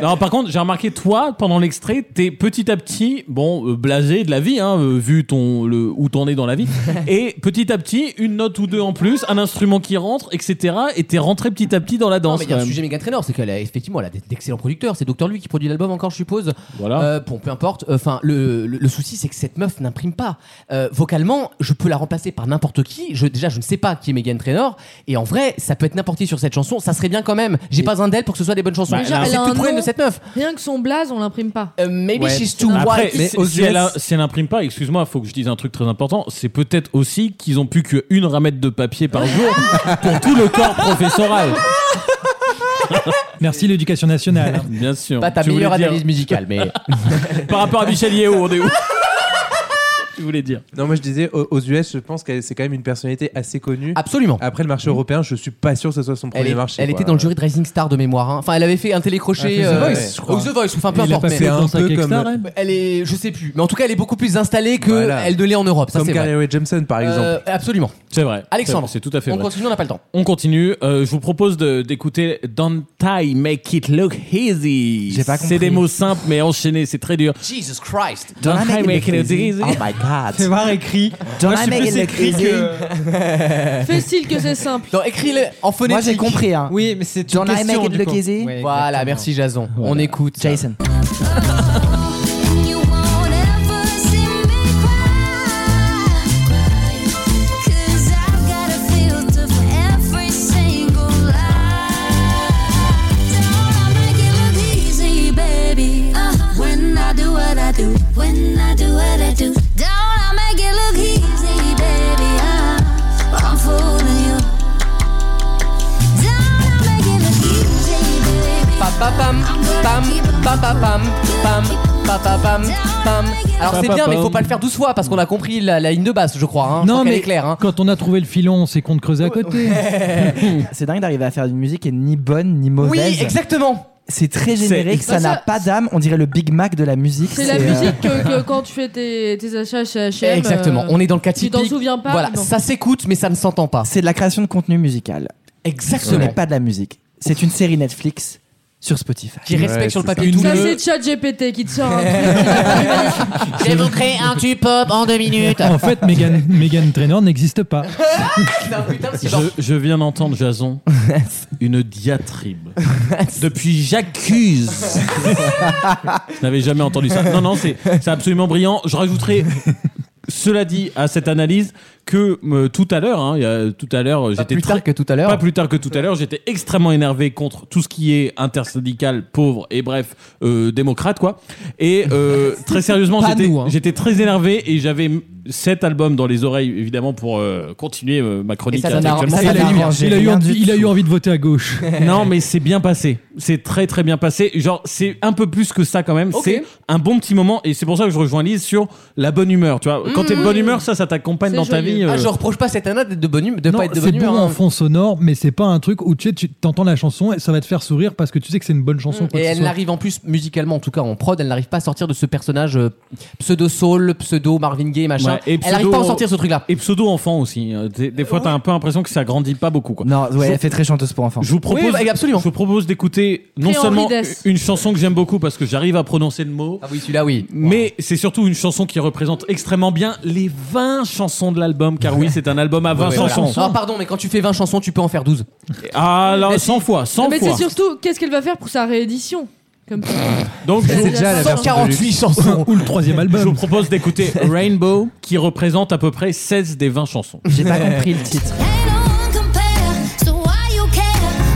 Speaker 11: non par contre j'ai remarqué toi pendant l'extrait t'es petit à petit bon euh, blasé de la vie hein, euh, vu ton le où t'en es dans la vie et petit à petit une note ou deux en plus, un instrument qui rentre etc et t'es rentré petit à petit dans la
Speaker 2: Non,
Speaker 11: danse.
Speaker 2: mais il y a
Speaker 11: quand
Speaker 2: un
Speaker 11: même.
Speaker 2: sujet méga traîneur, c'est qu'elle a effectivement elle a des- des- excellent producteur. C'est Docteur Lui qui produit l'album encore, je suppose.
Speaker 11: Voilà.
Speaker 2: Euh, bon, peu importe. Enfin, le, le- le souci, c'est que cette meuf n'imprime pas. Euh, vocalement, je peux la remplacer par n'importe qui. Je, déjà, je ne sais pas qui est Megan Trainor. Et en vrai, ça peut être n'importe qui sur cette chanson. Ça serait bien quand même. J'ai pas un d'elle pour que ce soit des bonnes chansons.
Speaker 22: Bah,
Speaker 2: Déjà,
Speaker 22: elle a-
Speaker 2: c'est
Speaker 22: elle a
Speaker 2: tout le
Speaker 22: un
Speaker 2: problème
Speaker 22: nom.
Speaker 2: de cette meuf.
Speaker 4: Rien que son blaze, on l'imprime pas.
Speaker 2: maybe she's too
Speaker 22: Après,
Speaker 2: white.
Speaker 22: si- si, elle a- si elle imprime pas, excuse-moi, faut que je dise un truc très important. C'est peut-être aussi qu'ils ont plus qu'une ramette de papier par jour pour tout le corps professoral.
Speaker 8: Merci l'éducation nationale. hein.
Speaker 11: Bien sûr.
Speaker 8: Pas ta
Speaker 11: Tu voulais
Speaker 8: meilleure
Speaker 11: dire-
Speaker 8: analyse musicale, mais-
Speaker 11: Par rapport à Michel Yeo, on est où Tu voulais dire
Speaker 7: Non, moi je disais au- aux US, je pense que c'est quand même une personnalité assez connue.
Speaker 2: Absolument.
Speaker 7: Après le marché européen, je suis pas sûr que ce soit son
Speaker 2: Elle,
Speaker 7: premier
Speaker 2: est-
Speaker 7: marché.
Speaker 2: elle était dans le jury de Rising Star de mémoire. hein. Enfin, elle avait fait un télécrochet.
Speaker 7: Elle a fait The
Speaker 2: euh,
Speaker 7: Voice, je crois.
Speaker 2: ou The Voice, enfin peu
Speaker 7: Il a
Speaker 2: importe.
Speaker 7: pas
Speaker 2: mais- euh,
Speaker 7: fait un peu comme-
Speaker 2: Elle est, je sais plus. Mais en tout cas, elle est beaucoup plus installée que
Speaker 7: Voilà.
Speaker 2: elle de l'est en Europe. Ça,
Speaker 7: Comme
Speaker 2: c'est vrai.
Speaker 7: Carrie Rae Jepsen, par exemple.
Speaker 2: Euh, absolument.
Speaker 11: C'est vrai.
Speaker 2: Alexandre,
Speaker 11: C'est c'est tout à fait
Speaker 2: on
Speaker 11: vrai.
Speaker 2: continue, on n'a pas le temps.
Speaker 11: On continue. Euh, je vous propose de- d'écouter Don't I Make It Look Easy.
Speaker 2: J'ai pas
Speaker 11: C'est
Speaker 2: compris.
Speaker 11: des mots simples mais enchaînés, c'est très dur.
Speaker 2: Jesus Christ.
Speaker 11: Don't I make it look easy? Oh my God.
Speaker 12: C'est voir écrit.
Speaker 11: Don't
Speaker 12: Moi, je
Speaker 11: I
Speaker 12: suis
Speaker 11: make
Speaker 12: plus
Speaker 11: it look
Speaker 12: écrit
Speaker 11: easy?
Speaker 12: que-
Speaker 4: Facile que c'est simple.
Speaker 2: Non, écris-le en phonétique.
Speaker 12: Moi, j'ai compris, hein.
Speaker 2: Oui, mais c'est
Speaker 12: une Don't I question, make it du look coup. easy? Ouais, exactement.
Speaker 2: voilà, merci Jason. On écoute. Jason.
Speaker 15: When I do what I do, don't I make it look easy, baby? Uh, I'm fooling you. Don't I make it look easy, baby?
Speaker 2: Pam, pam, pam, pam, pam, pam, pam, pam, pam, pam. Alors c'est
Speaker 8: Pam,
Speaker 2: bien, mais
Speaker 8: pam.
Speaker 2: faut pas le faire douze fois parce qu'on a compris la, la ligne de basse, je crois. hein. Je crois
Speaker 8: Non,
Speaker 2: qu'elle
Speaker 8: mais
Speaker 2: est claire. hein.
Speaker 8: quand on a trouvé le filon, c'est qu'on te creusait à côté.
Speaker 6: c'est dingue d'arriver à faire une musique qui est ni bonne ni
Speaker 2: Oui,
Speaker 6: mauvaise.
Speaker 2: exactement.
Speaker 6: C'est très
Speaker 2: C'est-
Speaker 6: générique, ça
Speaker 4: Bah, ça-
Speaker 6: n'a pas d'âme. On dirait le Big Mac de la musique.
Speaker 4: C'est la
Speaker 6: euh,
Speaker 4: musique que, que quand tu fais tes, tes achats chez H&M.
Speaker 6: Exactement.
Speaker 4: euh,
Speaker 6: On est dans le cas
Speaker 4: Tu t'en
Speaker 6: typique.
Speaker 4: souviens pas
Speaker 6: Voilà,
Speaker 4: non.
Speaker 2: Ça s'écoute, mais ça ne s'entend pas.
Speaker 6: C'est de la création de contenu musical.
Speaker 2: Exactement.
Speaker 6: Ce n'est pas de la musique. C'est une série Netflix sur Spotify.
Speaker 2: Qui respecte Ouais, sur le c'est papier ça. tout
Speaker 4: Ça,
Speaker 2: le-
Speaker 4: c'est ChatGPT qui te sort hein. un truc.
Speaker 2: Je vais vous créer un tube pop en deux minutes.
Speaker 8: en fait, Megan, Megan Trainor n'existe pas.
Speaker 11: Je, je viens d'entendre, Jason, une diatribe. Depuis J'accuse. Je n'avais jamais entendu ça. Non, non, c'est c'est absolument brillant. Je rajouterai. Cela dit, à cette analyse, que euh, tout à l'heure, hein, il y a- tout à l'heure, j'étais
Speaker 2: plus tard
Speaker 11: très-
Speaker 2: que tout à l'heure.
Speaker 11: pas plus tard que tout à l'heure, j'étais extrêmement énervé contre tout ce qui est intersyndical, pauvre et bref, euh, démocrate quoi. Et euh, très sérieusement,
Speaker 12: Pas
Speaker 11: j'étais
Speaker 12: nous, hein.
Speaker 11: j'étais très énervé et j'avais m- cet album dans les oreilles évidemment pour euh, continuer euh, ma chronique.
Speaker 8: Et ça donne un-
Speaker 11: intellectuelle.
Speaker 8: ça donne Il a un eu- arrangé, il a eu rien envie- du il a eu tout. envie de voter à gauche.
Speaker 11: non, mais c'est bien passé. C'est très très bien passé. Genre, c'est un peu plus que ça quand même.
Speaker 2: Ok.
Speaker 11: C'est un bon petit moment et c'est pour ça que je rejoins Lise sur la bonne humeur. Tu vois, quand t'es
Speaker 8: Mmh.
Speaker 11: de bonne humeur, ça, ça t'accompagne dans ta vie.
Speaker 2: Ah,
Speaker 11: euh,
Speaker 2: je reproche pas cette année d'être de bonne humeur, de
Speaker 8: Non,
Speaker 2: pas être de
Speaker 8: c'est
Speaker 2: bonne
Speaker 8: bon
Speaker 2: humeur.
Speaker 8: en
Speaker 2: hein.
Speaker 8: fond sonore, mais c'est pas un truc où tu sais, tu t'entends la chanson et ça va te faire sourire parce que tu sais que c'est une bonne chanson. quoi
Speaker 2: Mm. Et
Speaker 8: que ce
Speaker 2: elle
Speaker 8: soit.
Speaker 2: n'arrive en plus musicalement, en tout cas en prod, elle n'arrive pas à sortir de ce personnage euh, pseudo soul, pseudo Marvin Gaye, hein, machin.
Speaker 11: Ouais, et
Speaker 2: elle n'arrive
Speaker 11: pseudo-
Speaker 2: pas à en sortir ce truc-là.
Speaker 11: Et pseudo enfant aussi. euh, Des, des fois, t'as un peu l'impression que ça grandit pas beaucoup. Quoi.
Speaker 6: Non, ouais,
Speaker 11: Je-
Speaker 6: elle fait très chanteuse pour enfants.
Speaker 11: Je vous propose,
Speaker 6: Oui, bah,
Speaker 11: Je vous propose d'écouter non
Speaker 6: Très Henri
Speaker 11: seulement
Speaker 6: Dess.
Speaker 11: une chanson que j'aime beaucoup parce que j'arrive à prononcer le mot.
Speaker 2: Ah oui, celui-là, oui.
Speaker 11: Mais c'est surtout une chanson qui représente extrêmement bien les 20 chansons de l'album, car oui, c'est un album à 20
Speaker 2: Ouais, ouais, voilà.
Speaker 11: chansons.
Speaker 2: Ah, pardon, mais quand tu fais 20 chansons, tu peux en faire 12.
Speaker 11: Ah, là, 100 fois, 100
Speaker 4: Mais
Speaker 11: fois.
Speaker 4: c'est surtout, qu'est-ce qu'elle va faire pour sa réédition Comme ça.
Speaker 11: Donc,
Speaker 4: C'est
Speaker 11: je vous-
Speaker 4: déjà la version 148
Speaker 8: deluxe. chansons. Ou le troisième album.
Speaker 11: Je vous propose d'écouter Rainbow, qui représente à peu près 16 des 20 chansons.
Speaker 6: J'ai pas compris le titre.
Speaker 15: So why you care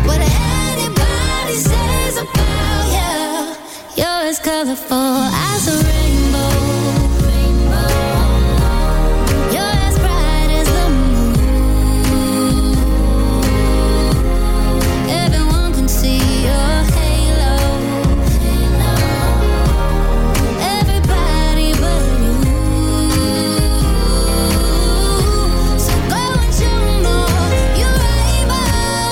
Speaker 15: what anybody says about you? You're as colorful as a rainbow. You're as bright as the moon. Everyone can see your halo. Everybody but you. So go and show more. You're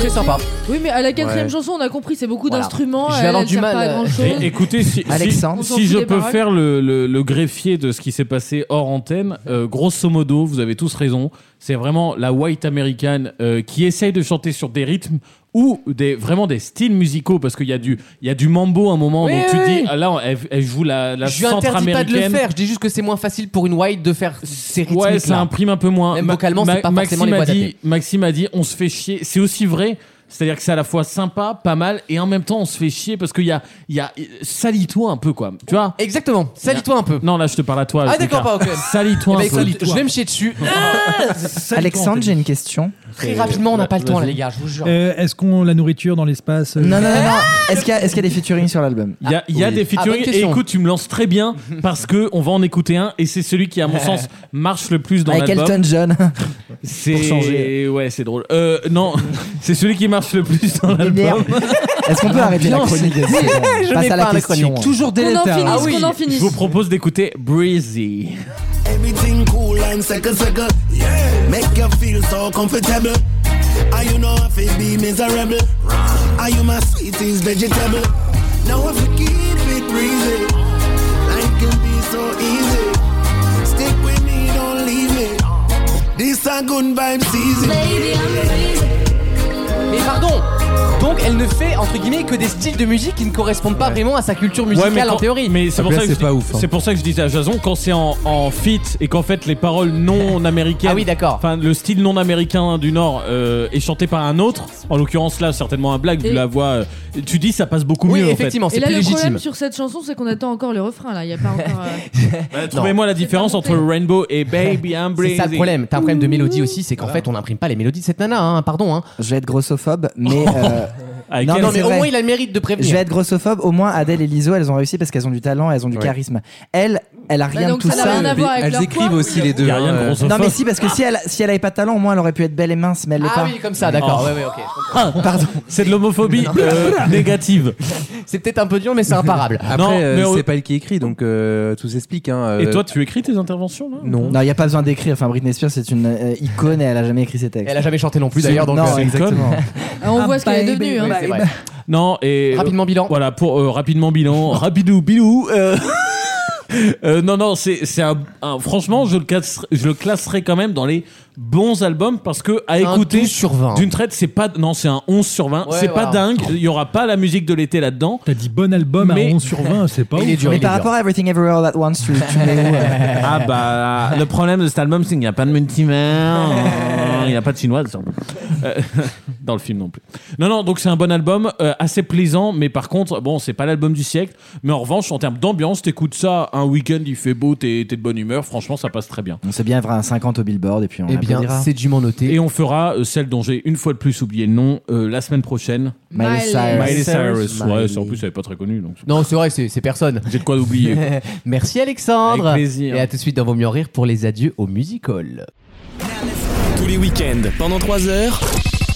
Speaker 2: C'est sympa.
Speaker 4: Oui, mais à la quatrième
Speaker 11: Ouais.
Speaker 4: chanson, on a compris, c'est beaucoup
Speaker 2: Voilà.
Speaker 4: d'instruments.
Speaker 2: Je vais
Speaker 4: elle,
Speaker 2: avoir
Speaker 4: elle
Speaker 2: du
Speaker 4: sert
Speaker 2: mal,
Speaker 4: pas à
Speaker 2: euh,
Speaker 4: grand-chose.
Speaker 11: Et- Eh, écoutez, si, si-
Speaker 2: Alexandre.
Speaker 11: si
Speaker 4: On s'en fout
Speaker 11: je
Speaker 4: des
Speaker 11: peux
Speaker 4: paroles.
Speaker 11: faire le, le- le greffier de ce qui s'est passé hors antenne, euh, grosso modo, vous avez tous raison, c'est vraiment la white américaine euh, qui essaye de chanter sur des rythmes ou des, vraiment des styles musicaux, parce qu'il y, a du- il y a du mambo à un moment,
Speaker 2: Oui,
Speaker 11: donc
Speaker 2: oui,
Speaker 11: tu
Speaker 2: oui.
Speaker 11: dis, ah, là, elle, elle joue la, la
Speaker 2: je lui interdis pas de le
Speaker 11: centre-américaine.
Speaker 2: faire, je dis juste que c'est moins facile pour une white de faire ces rythmiques
Speaker 11: Ouais, ça imprime un peu moins.
Speaker 2: Même
Speaker 11: Ma-
Speaker 2: vocalement, c'est
Speaker 11: Ma-
Speaker 2: pas forcément
Speaker 11: Maxime
Speaker 2: les
Speaker 11: a
Speaker 2: voix
Speaker 11: dit,
Speaker 2: adaptées.
Speaker 11: Maxime a dit, on se fait chier. C'est aussi vrai C'est-à-dire que c'est à la fois sympa, pas mal, et en même temps on se fait chier parce qu'il y a, il y a, salis-toi un peu quoi, tu vois
Speaker 2: Exactement, salis-toi un peu.
Speaker 11: Non là je te parle à toi.
Speaker 2: Ah, d'accord, pas, ok. Eh
Speaker 11: Salis-toi un
Speaker 2: ben,
Speaker 11: peu.
Speaker 2: écoute, je vais me chier dessus.
Speaker 6: Alexandre, j'ai une question.
Speaker 2: Très rapidement, on n'a pas le temps, là, les gars, je vous jure.
Speaker 8: Euh, Est-ce qu'on la nourriture dans l'espace euh,
Speaker 6: Non, non, non, non. Ah, Est-ce qu'il y, a- est-ce qu'il y a des featuring sur l'album
Speaker 11: Il y a, il
Speaker 2: Ah,
Speaker 11: y a des featuring et écoute, tu me lances très bien parce que on va en écouter un et c'est celui qui, à mon sens, marche le plus dans
Speaker 6: Avec
Speaker 11: l'album.
Speaker 6: Elton John.
Speaker 11: C'est
Speaker 6: Pour changer.
Speaker 11: ouais, c'est drôle. Euh, non, c'est celui qui marche le plus dans l'album.
Speaker 6: Est-ce qu'on peut arrêter la chronique
Speaker 11: Je
Speaker 6: Je Passe n'ai à la pas la question. chronique. Toujours
Speaker 11: dès
Speaker 6: délétère. Qu'on en finisse, qu'on en
Speaker 11: hein. Ah Je
Speaker 6: finisse.
Speaker 11: vous propose d'écouter Breezy.
Speaker 23: Everything cool and second second. Yeah. Make you feel so comfortable. Are you know if it be miserable? Are you my sweetest vegetable? Now if you keep it breezy, life can be so easy. Stick with me, don't leave me. This a good vibe season.
Speaker 15: Baby, I'm
Speaker 23: breezy.
Speaker 2: Mais pardon donc elle ne fait entre guillemets que des styles de musique qui ne correspondent pas vraiment à sa culture musicale
Speaker 11: Ouais, mais
Speaker 2: en
Speaker 11: quand-
Speaker 2: théorie.
Speaker 11: Mais c'est pour, ça que je dis-
Speaker 7: hein.
Speaker 11: c'est pour ça que je disais à Jason, quand c'est en, en fit et qu'en fait les paroles non américaines.
Speaker 2: Ah oui, d'accord.
Speaker 11: Enfin, le style non américain du Nord euh, est chanté par un autre, en l'occurrence là, certainement un black, vu
Speaker 4: Et-
Speaker 11: la voix. euh, tu dis, ça passe beaucoup mieux. en fait.
Speaker 4: Et là, le problème sur cette chanson, c'est qu'on attend encore le refrain. Là, il y a pas encore. euh,
Speaker 11: Bah, Trouvez-moi la différence entre Rainbow et Baby I'm Breezy.
Speaker 2: C'est ça le problème. T'as un problème de mélodie aussi, c'est qu'en fait on n'imprime pas les mélodies de cette nana, hein, pardon. Hein. Ah,
Speaker 6: Je vais être grossophobe, mais. euh,
Speaker 11: Avec
Speaker 2: non,
Speaker 6: elle,
Speaker 2: non,
Speaker 6: c'est
Speaker 2: mais au
Speaker 6: vrai.
Speaker 2: moins il a le mérite de prévenir.
Speaker 6: Je vais être grossophobe, au moins Adèle et Liso, elles ont réussi parce qu'elles ont du talent, elles ont du
Speaker 2: Ouais.
Speaker 6: charisme. Elles, elle a
Speaker 2: Bah
Speaker 6: rien de
Speaker 2: donc
Speaker 6: tout
Speaker 2: ça n'a
Speaker 6: ça.
Speaker 2: rien à voir avec Elles leur écrivent poids. aussi, les
Speaker 11: deux, Y a rien
Speaker 2: Euh,
Speaker 11: de hein. grossophobe.
Speaker 6: Non mais si, parce que si elle, si elle avait pas de talent, au moins elle aurait pu être belle et mince, mais elle l'est
Speaker 2: Ah
Speaker 6: pas.
Speaker 2: oui, comme ça, d'accord.
Speaker 6: Oh.
Speaker 2: Ouais, ouais, ok. je comprends.
Speaker 11: Ah,
Speaker 6: Pardon.
Speaker 11: C'est de l'homophobie euh, négative.
Speaker 2: C'est peut-être un peu dur, mais c'est imparable.
Speaker 7: Après, euh, c'est pas elle qui écrit, donc euh, tout s'explique. hein, euh,
Speaker 11: tu écris tes interventions là
Speaker 7: Non.
Speaker 6: Non, il n'y a pas besoin d'écrire. Enfin, Britney Spears, c'est une euh, icône et elle a jamais écrit ses textes.
Speaker 2: Elle a jamais chanté non plus d'ailleurs, donc
Speaker 6: Non,
Speaker 2: euh,
Speaker 6: exactement.
Speaker 4: on voit ce qu'elle est devenue. hein.
Speaker 2: Ouais, Ah, bah,
Speaker 24: Ah,
Speaker 2: c'est vrai.
Speaker 11: Non, et. euh,
Speaker 2: Rapidement bilan.
Speaker 11: Voilà, pour euh, rapidement bilan. Rapidou, bilou. euh, euh, non, non, c'est c'est un, un- Franchement, je le, classerai, je le classerai quand même dans les bons albums parce que à
Speaker 2: Un
Speaker 11: écouter
Speaker 2: 12 sur 20.
Speaker 11: d'une traite, c'est pas. Non, c'est un 11 sur 20.
Speaker 2: Ouais,
Speaker 11: c'est
Speaker 2: voilà.
Speaker 11: pas dingue. Il y aura pas la musique de l'été là-dedans.
Speaker 8: T'as dit bon album
Speaker 11: Mais-
Speaker 8: à 11 sur 20, c'est pas
Speaker 11: Il
Speaker 8: ouf.
Speaker 11: est dur,
Speaker 6: Mais
Speaker 11: il est
Speaker 6: par
Speaker 11: dur.
Speaker 6: rapport à Everything Everywhere All At Once, tu, tu mets où, euh
Speaker 11: Ah bah le problème de cet album c'est qu'il n'y a pas de multivers, il n'y a pas de chinoise sur- Euh, dans le film non plus. Non non donc c'est un bon album euh, assez plaisant mais par contre bon c'est pas l'album du siècle mais en revanche en termes d'ambiance t'écoutes ça un week-end il fait beau t'es t'es de bonne humeur franchement ça passe très bien.
Speaker 6: On sait bien avoir un 50 au Billboard et puis on
Speaker 2: Eh bien,
Speaker 6: applaudira.
Speaker 2: c'est dûment noté.
Speaker 11: Et on fera euh, celle dont j'ai une fois de plus oublié le nom euh, la semaine prochaine.
Speaker 6: Miley Cyrus.
Speaker 11: Miley Cyrus. Ouais,
Speaker 6: Miley.
Speaker 11: c'est- en plus elle est pas très connue donc.
Speaker 2: Non, c'est vrai, c'est c'est personne.
Speaker 11: J'ai de quoi oublier.
Speaker 2: Merci Alexandre.
Speaker 11: Avec plaisir.
Speaker 2: Et à tout de suite dans Vaut mieux en rire pour les adieux au musical.
Speaker 1: Tous les week-ends, pendant 3 heures.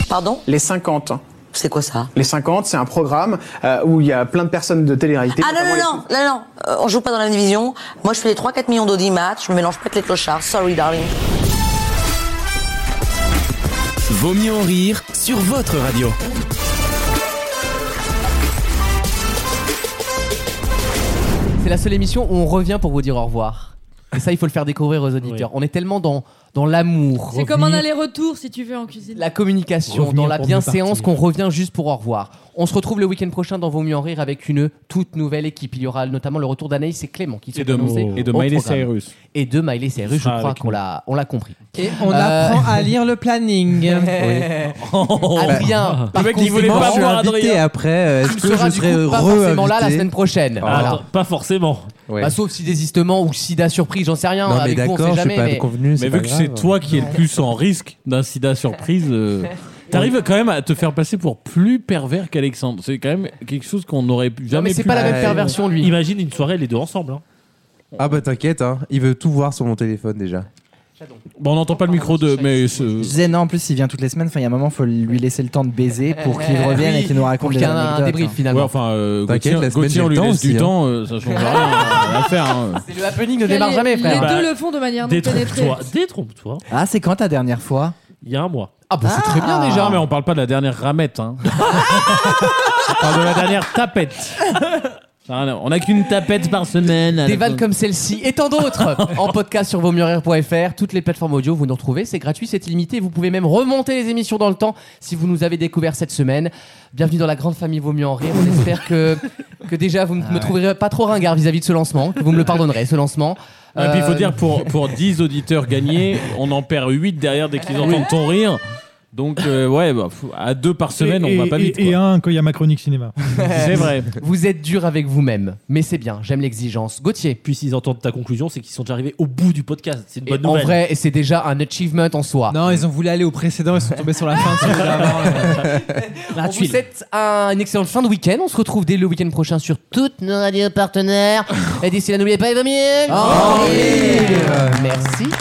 Speaker 24: Pardon
Speaker 25: Les 50.
Speaker 24: C'est quoi ça
Speaker 25: Les 50, c'est un programme euh, où il y a plein de personnes de télé-réalité.
Speaker 24: Ah non,
Speaker 25: notamment
Speaker 24: non,
Speaker 25: les-
Speaker 24: non, non, non, euh, on joue pas dans la même division. Moi, je fais les 3-4 millions d'audimat, je me mélange pas avec les clochards. Sorry, darling.
Speaker 1: Vaut mieux en rire sur votre radio.
Speaker 2: C'est la seule émission où on revient pour vous dire au revoir. Et ça, il faut le faire découvrir aux auditeurs. On est tellement dans, dans l'amour.
Speaker 4: C'est comme un
Speaker 2: Revenir-
Speaker 4: aller-retour si tu veux en cuisine.
Speaker 2: la communication,
Speaker 4: Revenir
Speaker 2: dans la
Speaker 4: pour mieux
Speaker 2: bienséance qu'on
Speaker 4: partir.
Speaker 2: revient juste pour au revoir. On se retrouve le week-end prochain dans Vaut mieux en rire avec une toute nouvelle équipe. Il y aura notamment le retour d'Anaïs et Clément qui sont
Speaker 11: Et de-
Speaker 2: annoncés
Speaker 11: et de
Speaker 2: au
Speaker 11: Miley
Speaker 2: programme.
Speaker 11: Cyrus.
Speaker 2: Et de Miley Cyrus, je
Speaker 11: sera
Speaker 2: crois
Speaker 11: avec
Speaker 2: qu'on l'a, on l'a compris.
Speaker 12: Et on
Speaker 2: Euh,
Speaker 12: apprend Oh. à lire le planning.
Speaker 2: Adrien, par conséquent,
Speaker 7: je suis invité après. euh, Est-ce
Speaker 2: tu
Speaker 7: que
Speaker 2: seras
Speaker 7: je
Speaker 2: du
Speaker 7: serai
Speaker 2: coup pas
Speaker 7: re-invité
Speaker 2: forcément là la semaine prochaine.
Speaker 7: Ah,
Speaker 2: Voilà.
Speaker 7: attends,
Speaker 11: Pas forcément.
Speaker 2: Bah, sauf si désistement ou sida surprise, j'en sais rien.
Speaker 11: Non, mais
Speaker 2: Avec vous, on sait
Speaker 11: d'accord, je suis
Speaker 2: jamais.
Speaker 11: pas
Speaker 2: Ah, mais-
Speaker 11: convenu, Mais vu que c'est toi qui es le plus en risque d'un sida surprise, euh, t'arrives quand même à te faire passer pour plus pervers qu'Alexandre. C'est quand même quelque chose qu'on n'aurait pu- jamais
Speaker 2: mais c'est pas la même Ouais. perversion, lui.
Speaker 11: Imagine une soirée les deux ensemble. hein.
Speaker 7: Ah bah t'inquiète, hein, il veut tout voir sur mon téléphone déjà.
Speaker 11: Bon, on n'entend pas le micro de. Mais euh,
Speaker 6: Je disais non, en plus il vient toutes les semaines. Enfin, il y a un moment, faut lui laisser le temps de baiser pour
Speaker 2: Eh,
Speaker 6: qu'il revienne et qu'il nous raconte des anecdotes. hein.
Speaker 11: Ouais, enfin, euh,
Speaker 7: T'inquiète,
Speaker 11: Gauthier,
Speaker 7: la semaine,
Speaker 11: Gauthier,
Speaker 7: j'ai
Speaker 11: on
Speaker 7: le
Speaker 11: lui
Speaker 7: temps
Speaker 11: laisse du
Speaker 7: aussi, hein.
Speaker 11: temps, euh, ça change rien à faire. hein.
Speaker 2: C'est le happening ne
Speaker 4: Parce que
Speaker 2: démarre
Speaker 4: les-
Speaker 2: jamais, frère.
Speaker 4: Les
Speaker 11: Bah,
Speaker 4: deux le font de manière non pénétrée.
Speaker 11: Détrompe-toi, détrompe-toi.
Speaker 6: Ah, c'est quand ta dernière fois
Speaker 11: Il y a un mois.
Speaker 2: Ah bah c'est
Speaker 11: très bien déjà. Mais on parle pas de la dernière ramette. Hein. on parle de la dernière tapette. Ah non, on a qu'une tapette par
Speaker 12: Ah,
Speaker 11: semaine. à
Speaker 2: Des
Speaker 11: la
Speaker 2: vannes comme celle-ci et tant d'autres en podcast sur vosmieuxrire.fr, toutes les plateformes audio, vous nous retrouvez, c'est gratuit, c'est illimité, vous pouvez même remonter les émissions dans le temps si vous nous avez découvert cette semaine. Bienvenue dans la grande famille Vaut mieux en rire, on espère que, que déjà vous ne
Speaker 12: Ah
Speaker 2: me trouverez pas trop ringard vis-à-vis de ce lancement, que vous me le pardonnerez, ce lancement.
Speaker 11: Ah, Et puis il faut
Speaker 2: Euh,
Speaker 11: dire, pour, pour 10 auditeurs gagnés, on en perd 8 derrière dès qu'ils entendent ton rire.
Speaker 20: Donc, euh, ouais, bah, pff, à deux par semaine, on
Speaker 8: Et-
Speaker 20: va pas
Speaker 8: et-
Speaker 20: vite.
Speaker 8: Et
Speaker 20: quoi.
Speaker 8: un quand il y a ma chronique cinéma.
Speaker 20: C'est vrai.
Speaker 2: Vous êtes dur avec vous-même, mais c'est bien, j'aime l'exigence. Gauthier.
Speaker 5: Puis s'ils entendent ta conclusion, c'est qu'ils sont déjà arrivés au bout du podcast. C'est une bonne
Speaker 2: En
Speaker 5: nouvelle.
Speaker 2: vrai, c'est déjà un achievement en soi.
Speaker 5: Non, ils
Speaker 12: ont voulu aller au précédent, ils sont tombés sur la fin euh. de celui
Speaker 2: On vous souhaite un- une excellente fin de week-end. On se retrouve dès le week-end prochain sur toutes nos radios partenaires. Et d'ici là, n'oubliez pas, il vaut mieux.
Speaker 15: En rire.
Speaker 2: Merci.